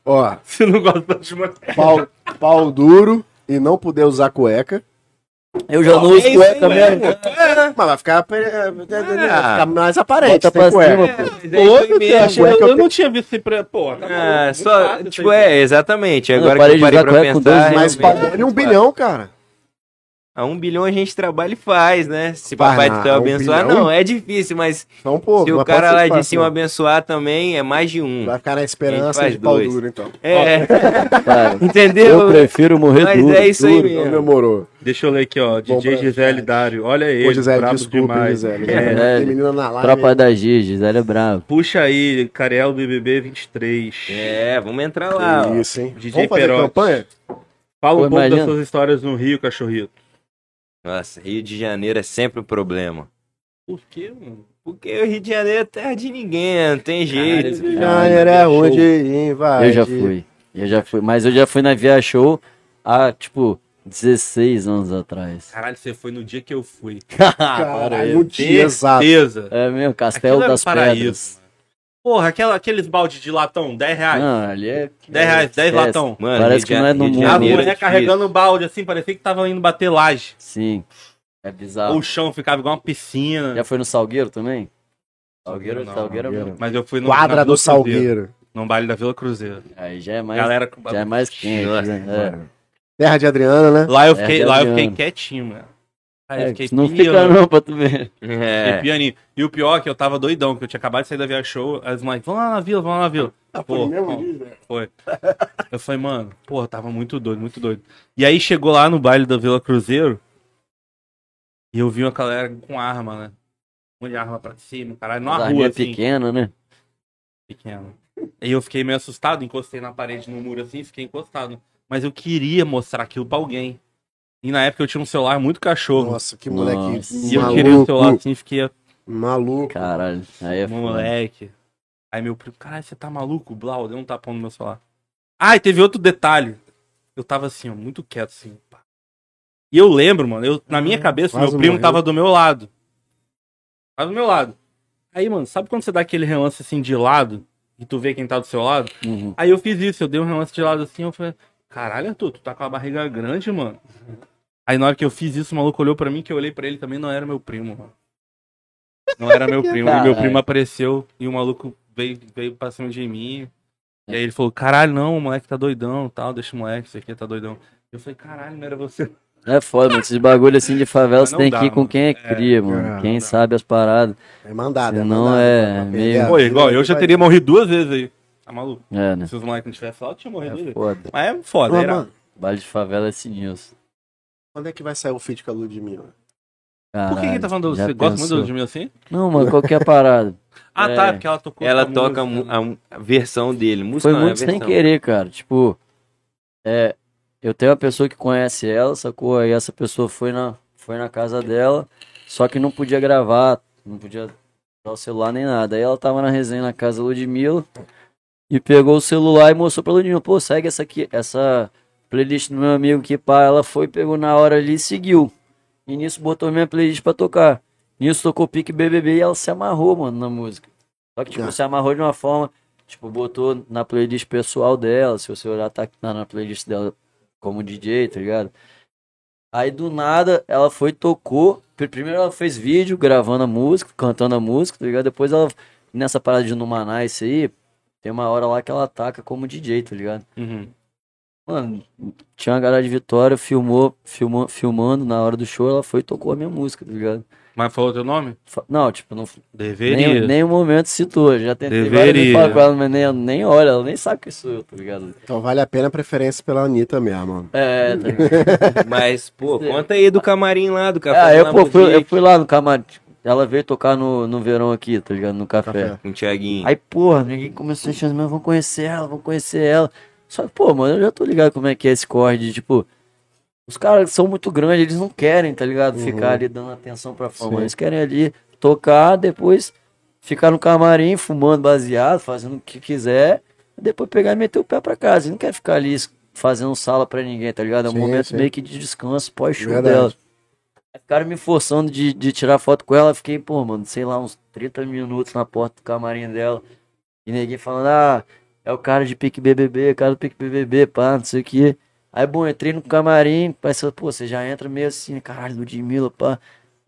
Speaker 1: Ó,
Speaker 2: você não gosta de uma...
Speaker 1: pau, pau duro e não poder usar cueca.
Speaker 4: Eu já não
Speaker 3: é
Speaker 4: uso
Speaker 3: isso
Speaker 4: cueca
Speaker 3: aí,
Speaker 4: mesmo.
Speaker 3: mano.
Speaker 1: Mas vai ficar, é, vai
Speaker 3: Ah.
Speaker 1: ficar mais aparente.
Speaker 4: Bota
Speaker 1: tem
Speaker 4: pra
Speaker 1: cueca.
Speaker 4: cima, pô.
Speaker 3: Mas é isso aí mesmo.
Speaker 1: achei- eu- eu não
Speaker 2: tinha visto esse pré... Pô,
Speaker 3: Ah, só, tipo, é, exatamente.
Speaker 4: Não, eu
Speaker 3: Agora
Speaker 4: parei
Speaker 3: que
Speaker 4: de
Speaker 3: eu parei
Speaker 4: usar
Speaker 3: pra
Speaker 4: cueca com dois
Speaker 3: pensar.
Speaker 1: Mas
Speaker 4: É,
Speaker 3: realmente,
Speaker 1: pau mole é um bilhão, cara.
Speaker 3: A um bilhão a gente trabalha e faz, né? Se
Speaker 1: Vai
Speaker 3: papai
Speaker 1: lá,
Speaker 3: do céu
Speaker 1: a um
Speaker 3: abençoar,
Speaker 1: bilhão?
Speaker 3: não, é difícil, mas
Speaker 1: Então, pô,
Speaker 3: se
Speaker 1: mas pode
Speaker 3: o cara
Speaker 1: ser
Speaker 3: lá de
Speaker 1: fácil,
Speaker 3: cima
Speaker 1: né?
Speaker 3: abençoar também, é mais de
Speaker 2: Hum.
Speaker 3: um.
Speaker 1: Vai ficar na
Speaker 3: A
Speaker 1: esperança
Speaker 3: gente
Speaker 1: de
Speaker 3: faz
Speaker 1: pau
Speaker 3: dois.
Speaker 1: duro, então.
Speaker 3: É,
Speaker 4: Cara, eu
Speaker 3: entendeu?
Speaker 4: prefiro morrer
Speaker 3: Mas
Speaker 4: duro.
Speaker 3: é isso aí
Speaker 4: duro.
Speaker 1: Então
Speaker 3: mesmo.
Speaker 1: demorou.
Speaker 2: Deixa eu ler aqui, ó. DJ
Speaker 1: pra-
Speaker 2: Gisele Dário. Olha ele,
Speaker 1: Ô, Gisele,
Speaker 2: brabo
Speaker 1: desculpa, hein,
Speaker 2: demais.
Speaker 1: Gisele.
Speaker 2: É.
Speaker 1: Tem menina na live.
Speaker 4: Tropa da G, Gisele é bravo.
Speaker 2: Puxa aí, Cariel BBB 23.
Speaker 3: É, vamos entrar lá. ó.
Speaker 1: Isso, hein?
Speaker 2: DJ
Speaker 1: Vamos fazer
Speaker 2: Perotti.
Speaker 1: campanha?
Speaker 2: Fala um
Speaker 4: Pô,
Speaker 2: pouco das
Speaker 4: imagina.
Speaker 2: suas histórias no Rio, cachorrito.
Speaker 3: Nossa, Rio de Janeiro é sempre um problema.
Speaker 2: Por quê, mano?
Speaker 3: Porque o Rio de Janeiro é terra de ninguém, não tem jeito.
Speaker 2: é
Speaker 4: esse
Speaker 1: Já
Speaker 4: Ai,
Speaker 1: era
Speaker 2: show.
Speaker 1: onde invadir.
Speaker 4: Eu já fui. Eu já fui. Mas eu já fui na Via Show há, tipo, 16 anos atrás.
Speaker 2: Caralho, você foi no dia que eu fui. Ah,
Speaker 1: Cara, no um dia exato.
Speaker 2: Certeza.
Speaker 4: É mesmo, Castelo
Speaker 2: Aquilo era
Speaker 4: das
Speaker 2: paraíso,
Speaker 4: Pedras.
Speaker 2: Porra, aquela, aqueles baldes de latão, 10 reais.
Speaker 4: Não, ali é.
Speaker 2: 10 reais, 10
Speaker 4: Esquece.
Speaker 2: latão.
Speaker 3: Mano,
Speaker 4: Parece
Speaker 3: Rio de
Speaker 4: que não
Speaker 3: Ja-
Speaker 4: é no
Speaker 3: Rio de
Speaker 4: mundo.
Speaker 2: A
Speaker 3: Janeiro é
Speaker 2: mulher
Speaker 3: difícil.
Speaker 2: carregando o balde assim, parecia que tava indo bater laje.
Speaker 4: Sim. É bizarro.
Speaker 2: O chão ficava igual uma piscina.
Speaker 4: Já foi no Salgueiro também? Salgueiro,
Speaker 2: Não,
Speaker 4: Salgueiro, é
Speaker 1: Salgueiro.
Speaker 4: mesmo.
Speaker 2: Mas eu fui no na
Speaker 1: Quadra
Speaker 2: Vila
Speaker 1: do
Speaker 2: Cruzeiro,
Speaker 1: Salgueiro.
Speaker 2: Num baile da Vila Cruzeiro.
Speaker 4: Aí já é mais.
Speaker 2: Galera com
Speaker 4: Já é mais quente.
Speaker 3: Nossa,
Speaker 4: né? É.
Speaker 1: Terra de Adriana, né?
Speaker 2: Lá eu
Speaker 4: É,
Speaker 2: fiquei,
Speaker 4: de
Speaker 2: lá eu
Speaker 4: avião.
Speaker 2: fiquei quietinho, mano. Aí eu
Speaker 4: É,
Speaker 2: fiquei
Speaker 4: não
Speaker 2: piano,
Speaker 4: fica não pra tu ver.
Speaker 2: fiquei
Speaker 3: É.
Speaker 2: pianinho. E o pior é que eu tava doidão, que eu tinha acabado de sair da Via Show. As mães, vamos lá na vila, vamos lá na vila. Pô, bom, foi. Eu falei, mano, porra, tava muito doido, muito doido. E aí chegou lá no baile da Vila Cruzeiro e eu vi uma galera com arma, né? Um monte de arma pra cima, caralho,
Speaker 4: As
Speaker 2: numa rua
Speaker 4: arminhas
Speaker 2: assim.
Speaker 4: pequena, né?
Speaker 2: pequeno. E eu fiquei meio assustado, encostei na parede, no muro assim, fiquei encostado. Mas eu queria mostrar aquilo pra alguém. E na época eu tinha um celular muito cachorro.
Speaker 1: Nossa, que moleque.
Speaker 4: Nossa.
Speaker 2: e eu
Speaker 1: Maluco.
Speaker 2: queria o celular assim, fiquei,
Speaker 1: Maluco.
Speaker 4: Caralho. Aí é foda.
Speaker 2: moleque. Aí meu primo, caralho, você tá maluco? Blau, deu um tapão no meu celular. Ah, e teve outro detalhe. Eu tava assim, ó, muito quieto, assim. pá. E eu lembro, mano, eu, na minha cabeça, meu
Speaker 1: quase
Speaker 2: primo
Speaker 1: morreu.
Speaker 2: tava do meu lado. Tava do meu lado. Aí, mano, sabe quando você dá aquele relance assim de lado e tu vê quem tá do seu lado?
Speaker 4: Uhum.
Speaker 2: Aí eu fiz isso, eu dei um relance de lado assim, eu falei, caralho, Arthur, tu tá com a barriga grande, mano. Aí na hora que eu fiz isso, o maluco olhou pra mim, que eu olhei pra ele também, não era meu primo, mano. Não era meu primo. e meu
Speaker 4: Caralho.
Speaker 2: primo apareceu e o maluco veio, veio pra cima de mim. E
Speaker 4: É.
Speaker 2: aí ele falou, caralho, não, o moleque tá doidão, tal, deixa o moleque, isso aqui tá doidão. Eu falei, caralho, não era você.
Speaker 4: É foda, mano. Esses bagulho assim de favela,
Speaker 2: Mas
Speaker 4: você
Speaker 2: não
Speaker 4: tem
Speaker 2: dá,
Speaker 4: que ir com
Speaker 2: mano.
Speaker 4: quem é cria, mano.
Speaker 1: é,
Speaker 4: Quem
Speaker 2: não dá.
Speaker 4: sabe as paradas.
Speaker 1: É mandada.
Speaker 4: Senão
Speaker 1: mandada.
Speaker 4: é
Speaker 1: Pra
Speaker 4: meio-
Speaker 1: perder a
Speaker 2: Pô,
Speaker 1: vida,
Speaker 2: igual, eu já
Speaker 1: vai-
Speaker 2: teria morrido duas vezes aí. Tá maluco?
Speaker 4: É, né?
Speaker 2: Se os moleques não tivessem lá, eu tinha morrido duas
Speaker 4: É
Speaker 2: vezes.
Speaker 4: foda.
Speaker 2: Mas é foda,
Speaker 1: Ô,
Speaker 2: era.
Speaker 1: mano,
Speaker 4: Baile de favela é sinistro.
Speaker 1: Quando é que vai sair o feat com a Ludmilla?
Speaker 4: Caralho,
Speaker 2: Por que que tá falando
Speaker 4: já
Speaker 2: você? Gosta muito
Speaker 4: pensou?
Speaker 2: de mim assim?
Speaker 4: Não, mano, qualquer parada.
Speaker 2: Ah,
Speaker 4: É.
Speaker 2: tá, porque ela tocou
Speaker 3: Ela
Speaker 2: com a
Speaker 3: toca
Speaker 2: música, né?
Speaker 3: mu- a, mu- a versão dele. Música
Speaker 4: Foi
Speaker 3: não, é a
Speaker 4: muito sem
Speaker 3: versão.
Speaker 4: querer, cara. Tipo, é, eu tenho uma pessoa que conhece ela, sacou? Aí essa pessoa foi na, foi na casa dela, só que não podia gravar, não podia dar o celular nem nada. Aí ela tava na resenha na casa da Ludmilla e pegou o celular e mostrou pra Ludmilla, pô, segue essa aqui, essa playlist do meu amigo que pá, ela foi, pegou na hora ali e seguiu. E nisso botou minha playlist pra tocar. Nisso tocou Pique BBB e ela se amarrou, mano, na música. Só que, tipo,
Speaker 1: Ah.
Speaker 4: se amarrou de uma forma Tipo, botou na playlist pessoal dela. Se você olhar, tá tá na playlist dela como DJ, tá ligado? Aí do nada ela foi, tocou. Pr- Primeiro ela fez vídeo gravando a música, cantando a música, tá ligado? Depois ela, nessa parada de Numaná, isso aí, tem uma hora lá que ela ataca como DJ, tá ligado?
Speaker 2: Uhum.
Speaker 4: Mano, tinha uma galera de Vitória, filmou, filmou, filmando na hora do show, ela foi e tocou a minha música, tá ligado?
Speaker 2: Mas falou teu nome?
Speaker 4: Fa- Não, tipo, não,
Speaker 2: Deveria.
Speaker 4: nem, nem um momento citou. Já tentei várias vezes
Speaker 2: Deveria.
Speaker 4: falar com ela, mas nem, nem olha, ela nem sabe que sou eu, tá ligado?
Speaker 1: Então vale a pena a preferência pela Anitta mesmo. mano.
Speaker 4: É, tá ligado?
Speaker 3: Mas, pô,
Speaker 4: é.
Speaker 3: conta aí do camarim lá, do café.
Speaker 4: Ah,
Speaker 3: lá
Speaker 4: eu, pô, fui, eu
Speaker 3: Mosaic,
Speaker 4: fui lá no camarim. Ela veio tocar no, no verão aqui, tá ligado? No café.
Speaker 1: Café.
Speaker 3: Com o Thiaguinho.
Speaker 4: Aí, porra, ninguém começou a encher, mas vamos conhecer ela, vamos conhecer ela. Só que, pô, mano, eu já tô ligado como é que é esse corre de, tipo, os caras são muito grandes, eles não querem, tá ligado? Ficar ali dando atenção pra fama.
Speaker 1: Uhum. Sim.
Speaker 4: Eles querem ali tocar, depois ficar no camarim, fumando baseado, fazendo o que quiser, depois pegar e meter o pé pra casa. Eles não querem ficar ali fazendo sala pra ninguém, tá ligado? É um
Speaker 1: Sim,
Speaker 4: momento
Speaker 1: sim.
Speaker 4: meio que de descanso pós-show
Speaker 1: Verdade.
Speaker 4: dela. Aí Ficaram me forçando de, de tirar foto com ela. Fiquei, pô, mano, sei lá, uns 30 minutos na porta do camarim dela. E ninguém falando, ah, é o cara de pique BBB, é o cara do pique BBB, pá, não sei o que. Aí, bom, entrei no camarim, parece, pô, você já entra meio assim, caralho, Ludmilla, pá.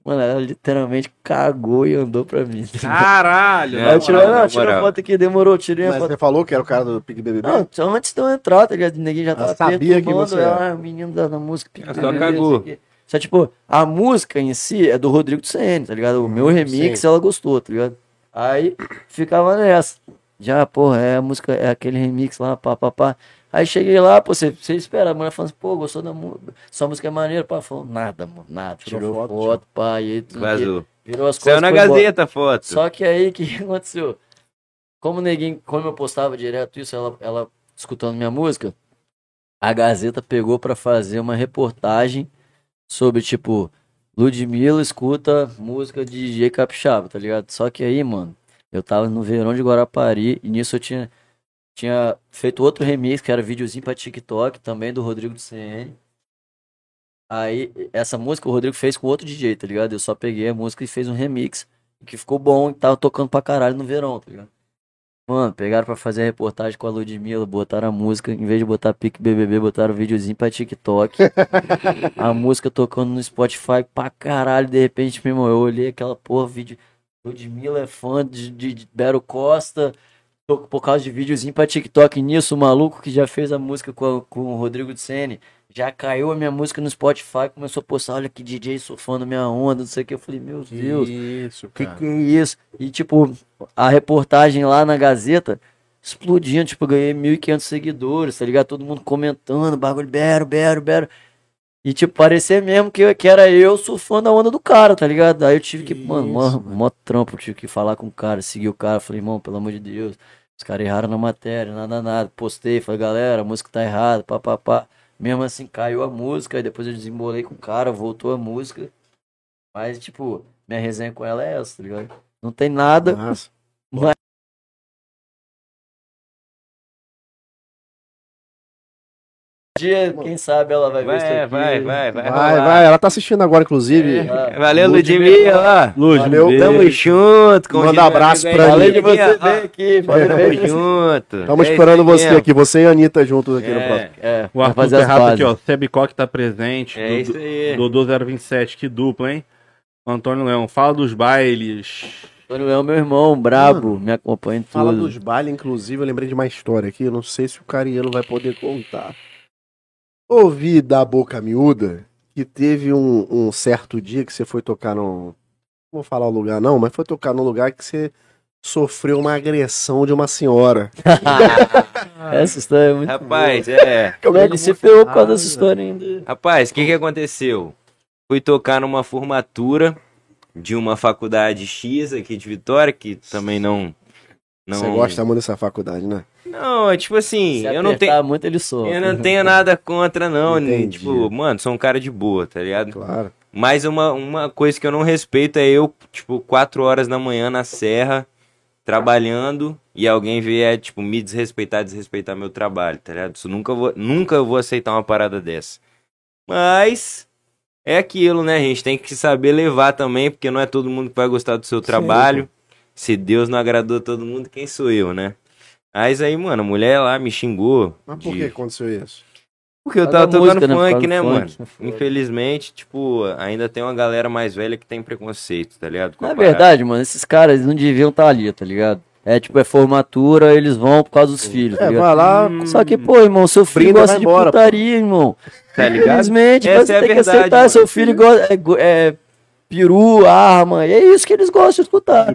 Speaker 4: Mano, ela literalmente cagou e andou pra mim.
Speaker 2: Caralho!
Speaker 3: É,
Speaker 4: Aí eu tirei,
Speaker 3: moral,
Speaker 4: não,
Speaker 3: na
Speaker 4: tira a
Speaker 3: moral.
Speaker 4: foto aqui, demorou, tirei a
Speaker 1: Mas
Speaker 4: foto.
Speaker 1: você falou que era o cara do Big BBB?
Speaker 4: Não, só antes de eu entrar, tá ligado? Ninguém já
Speaker 1: Ela
Speaker 4: tava
Speaker 1: sabia que
Speaker 4: perturbando
Speaker 1: você
Speaker 4: ela, ah, o menino da, da música. pique
Speaker 3: Ela só
Speaker 4: BBB, não sei
Speaker 3: cagou.
Speaker 4: o quê. Só, tipo, a música em si é do Rodrigo do CN, tá ligado? O meu remix,
Speaker 1: sim.
Speaker 4: ela gostou, tá ligado? Aí ficava nessa. Já, porra, é a música, é aquele remix lá, pá, pá, pá. Aí cheguei lá, pô, você, você espera, a mulher falando assim, pô, gostou da música, sua música é maneira, pá, falou, nada, mano, nada.
Speaker 1: Tirou
Speaker 4: Tirou,
Speaker 1: foto,
Speaker 4: foto, pá, e aí tudo que-
Speaker 3: Vazou.
Speaker 4: virou as
Speaker 3: Saiu
Speaker 4: costas.
Speaker 3: na
Speaker 4: foi embora.
Speaker 3: Gazeta a foto.
Speaker 4: Só que aí, o que que aconteceu? Como o neguinho, como eu postava direto isso, ela, ela escutando minha música, a Gazeta pegou pra fazer uma reportagem sobre, tipo, Ludmilla escuta música de DJ Capixaba, tá ligado? Só que aí, mano, eu tava no verão de Guarapari e nisso eu tinha, tinha feito outro remix, que era videozinho pra TikTok, também do Rodrigo do CN. Aí, essa música o Rodrigo fez com outro DJ, tá ligado? Eu só peguei a música e fez um remix que ficou bom e tava tocando pra caralho no verão, tá ligado? Mano, pegaram pra fazer a reportagem com a Ludmilla, botaram a música, em vez de botar pique BBB, botaram o videozinho pra TikTok. a música tocando no Spotify pra caralho, de repente, meu irmão, eu olhei aquela porra, vídeo. Ludmilla é fã de, de, de Bero Costa, tô- por causa de videozinho pra TikTok. Nisso, o maluco que já fez a música com, a- com o Rodrigo de Sene, já caiu a minha música no Spotify, começou a postar, olha que DJ surfando minha onda, não sei o que. Eu falei, meu Deus.
Speaker 1: Isso,
Speaker 4: Que que é isso? E, tipo, a reportagem lá na Gazeta explodindo, tipo, eu ganhei 1.500 seguidores, tá ligado? Todo mundo comentando, bagulho, bero, bero, bero. E, tipo, parecia mesmo que, que era eu surfando a onda do cara, tá ligado? Aí eu tive que, mano, mó, mó trampo, eu tive que falar com o cara, seguir o cara, falei, irmão, pelo amor de Deus, os caras erraram na matéria, nada, nada. Postei, falei, galera, a música tá errada, pá, pá, pá. Mesmo assim, caiu a música, aí depois eu desembolei com o cara, voltou a música. Mas, tipo, minha resenha com ela é essa, tá ligado? Não tem nada.
Speaker 1: Nossa.
Speaker 4: Um Dia, quem sabe ela vai, ver isso
Speaker 3: Vai,
Speaker 4: aqui.
Speaker 3: vai, vai, vai.
Speaker 1: Vai, vai, vai, ela tá assistindo agora, inclusive.
Speaker 4: É.
Speaker 3: Valeu,
Speaker 4: Ludmilla.
Speaker 3: Ludmilla.
Speaker 2: Luz,
Speaker 1: Valeu,
Speaker 2: meu
Speaker 1: tamo
Speaker 3: Tamo junto.
Speaker 1: Manda
Speaker 3: Continua
Speaker 1: abraço
Speaker 3: aí,
Speaker 1: pra
Speaker 3: galera.
Speaker 4: Além de você
Speaker 3: Ah,
Speaker 4: ver aqui,
Speaker 3: Tamo
Speaker 4: fazer
Speaker 3: junto.
Speaker 1: Estamos
Speaker 3: É
Speaker 1: esperando
Speaker 3: isso aí
Speaker 1: você
Speaker 3: mesmo.
Speaker 1: aqui, você e a Anitta juntos aqui no
Speaker 3: É.
Speaker 1: próximo.
Speaker 4: É,
Speaker 2: O
Speaker 4: vai
Speaker 2: Arthur
Speaker 4: fazer as
Speaker 2: Terraço aqui,
Speaker 4: pazes.
Speaker 2: ó. Sebicoque tá presente.
Speaker 3: É
Speaker 2: Dudu-
Speaker 3: isso aí.
Speaker 2: Dodô 027, que dupla, hein? Antônio Leão, fala dos bailes.
Speaker 4: Antônio Leão, É meu irmão, brabo, me acompanha em tudo.
Speaker 1: Fala dos bailes, inclusive, eu lembrei de uma história aqui, eu não sei se o Cariano vai poder contar. Ouvi da boca miúda que teve um, um certo dia que você foi tocar num. Não vou falar o lugar, não, mas foi tocar num lugar que você sofreu uma agressão de uma senhora.
Speaker 4: Essa história é muito
Speaker 3: Rapaz, é.
Speaker 4: boa. Ele se ferrou por causa dessa história ainda.
Speaker 3: Rapaz, o que, que aconteceu? Fui tocar numa formatura de uma faculdade X aqui de Vitória, que também não. não
Speaker 1: Você gosta muito dessa faculdade, né?
Speaker 3: Não, é tipo assim,
Speaker 4: Se
Speaker 3: eu não, tenho,
Speaker 4: apertar muito, ele solta.
Speaker 3: eu não tenho nada contra, não. né?
Speaker 1: Uhum. Entendi.
Speaker 3: Tipo, mano, sou um cara de boa, tá ligado?
Speaker 1: Claro.
Speaker 3: Mas uma, uma coisa que eu não respeito é eu, tipo, 4 horas da manhã na serra, trabalhando, e alguém vier, tipo, me desrespeitar, desrespeitar meu trabalho, tá ligado? Isso nunca vou, nunca eu vou aceitar uma parada dessa. Mas é aquilo, né, gente? Tem que saber levar também, porque não é todo mundo que vai gostar do seu trabalho. Se Deus não agradou todo mundo, quem sou eu, né? Mas aí, mano, a mulher lá me xingou.
Speaker 1: Mas por
Speaker 3: de-
Speaker 1: que aconteceu isso?
Speaker 3: Porque eu
Speaker 4: Por
Speaker 3: tava
Speaker 4: causa da
Speaker 3: tocando funk,
Speaker 4: música, né? Por causa do
Speaker 3: né, mano?
Speaker 4: funk, né? Foda.
Speaker 3: Infelizmente, tipo, ainda tem uma galera mais velha que tem preconceito, tá ligado? Com a
Speaker 4: Na
Speaker 3: parada.
Speaker 4: é verdade, mano, esses caras eles não deviam estar ali, tá ligado? É tipo, é formatura, eles vão por causa dos filhos, tá
Speaker 1: É,
Speaker 4: ligado?
Speaker 1: vai lá,
Speaker 3: Hum.
Speaker 4: Só que, pô, irmão, seu filho
Speaker 1: Brinda,
Speaker 4: gosta
Speaker 1: vai
Speaker 4: de
Speaker 1: embora,
Speaker 4: putaria, irmão.
Speaker 3: Tá ligado?
Speaker 4: Infelizmente,
Speaker 3: Essa
Speaker 4: você
Speaker 3: é a
Speaker 4: tem que
Speaker 3: verdade,
Speaker 4: aceitar.
Speaker 3: mano.
Speaker 4: Seu filho gosta. É, go- é peru, arma. E é isso que eles gostam de escutar.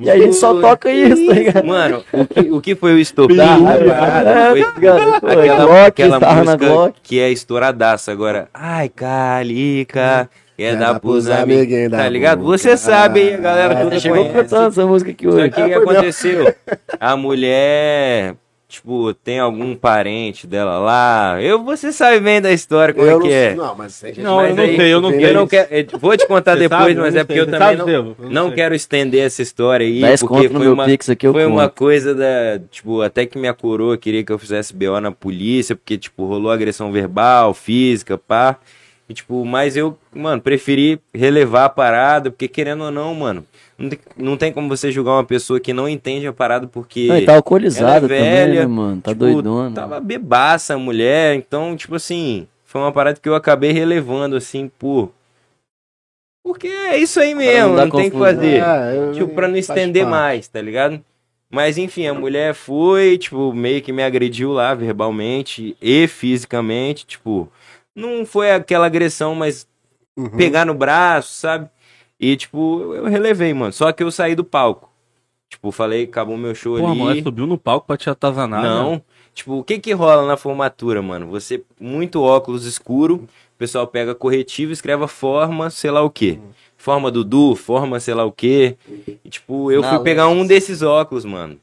Speaker 4: E a gente só toca isso, tá ligado?
Speaker 3: Mano, o que, o que foi o
Speaker 4: Tá,
Speaker 3: estourar?
Speaker 4: é, tá ligado? Pô,
Speaker 3: Aquela,
Speaker 4: Glock,
Speaker 3: aquela
Speaker 4: sarra na
Speaker 3: música
Speaker 4: Glock.
Speaker 3: que é estouradaça agora. Ai, calica, é
Speaker 1: Quer
Speaker 3: dar
Speaker 1: dar pros
Speaker 3: pros amiguinhos,
Speaker 1: amiguinhos da
Speaker 3: tá ligado?
Speaker 1: boca.
Speaker 3: Você sabe aí, a galera
Speaker 1: Ah,
Speaker 3: toda
Speaker 4: Chegou
Speaker 3: conhece.
Speaker 4: cantando essa música aqui
Speaker 3: Só
Speaker 4: hoje.
Speaker 3: que o que aconteceu? A mulher, tipo, tem algum parente dela lá. Eu, você sabe bem da história como é
Speaker 1: eu
Speaker 3: que
Speaker 1: não,
Speaker 3: é.
Speaker 1: Não, mas tem gente-
Speaker 2: Não,
Speaker 3: Mas
Speaker 2: eu não
Speaker 3: aí-
Speaker 2: sei, eu não
Speaker 1: eu
Speaker 2: sei.
Speaker 3: Eu não quero, eu vou te contar
Speaker 2: Você
Speaker 3: depois,
Speaker 2: sabe? Eu
Speaker 3: mas
Speaker 2: não
Speaker 3: é porque
Speaker 2: sei.
Speaker 3: eu
Speaker 2: Você
Speaker 3: também
Speaker 2: sabe,
Speaker 3: não,
Speaker 2: Estevam? Eu não
Speaker 3: não
Speaker 2: sei.
Speaker 3: quero estender essa história aí,
Speaker 4: 10
Speaker 3: porque
Speaker 4: conto no
Speaker 3: foi
Speaker 4: meu
Speaker 3: uma,
Speaker 4: Pix aqui, eu
Speaker 3: foi uma
Speaker 4: conto.
Speaker 3: coisa da, tipo, até que minha coroa queria que eu fizesse BO na polícia, porque tipo, rolou agressão verbal, física, pá. E tipo, mas eu, mano, preferi relevar a parada, porque querendo ou não, mano, não tem, não tem como você julgar uma pessoa que não entende a parada porque
Speaker 4: Não, e tá alcoolizado
Speaker 3: Ela é
Speaker 4: também, né,
Speaker 3: velha,
Speaker 4: mano? Tá
Speaker 3: tipo,
Speaker 4: doidona.
Speaker 3: Tava bebaça a mulher, então, tipo assim, foi uma parada que eu acabei relevando, assim, por. Porque é isso aí mesmo,
Speaker 4: dar
Speaker 3: não, tem o que
Speaker 4: confusão.
Speaker 3: fazer.
Speaker 1: É, eu-
Speaker 3: tipo, pra não
Speaker 1: faz
Speaker 3: estender
Speaker 1: parte.
Speaker 3: mais, tá ligado? Mas enfim, a mulher foi, tipo, meio que me agrediu lá verbalmente e fisicamente, tipo. Não foi aquela agressão, mas
Speaker 1: Uhum.
Speaker 3: pegar no braço, sabe? E, tipo, eu relevei, mano. Só que eu saí do palco. Tipo, falei, acabou meu show
Speaker 2: Pô, é a
Speaker 3: ali.
Speaker 2: mulher subiu no palco pra te atazanar.
Speaker 3: Não.
Speaker 2: né?
Speaker 3: Tipo, o que que rola na formatura, mano? Você, muito óculos escuro, o pessoal pega corretivo, escreve a forma, sei lá o quê. Forma Dudu, forma sei lá o quê. E, tipo, eu
Speaker 4: Na
Speaker 3: fui
Speaker 4: lente.
Speaker 3: pegar um desses óculos, mano.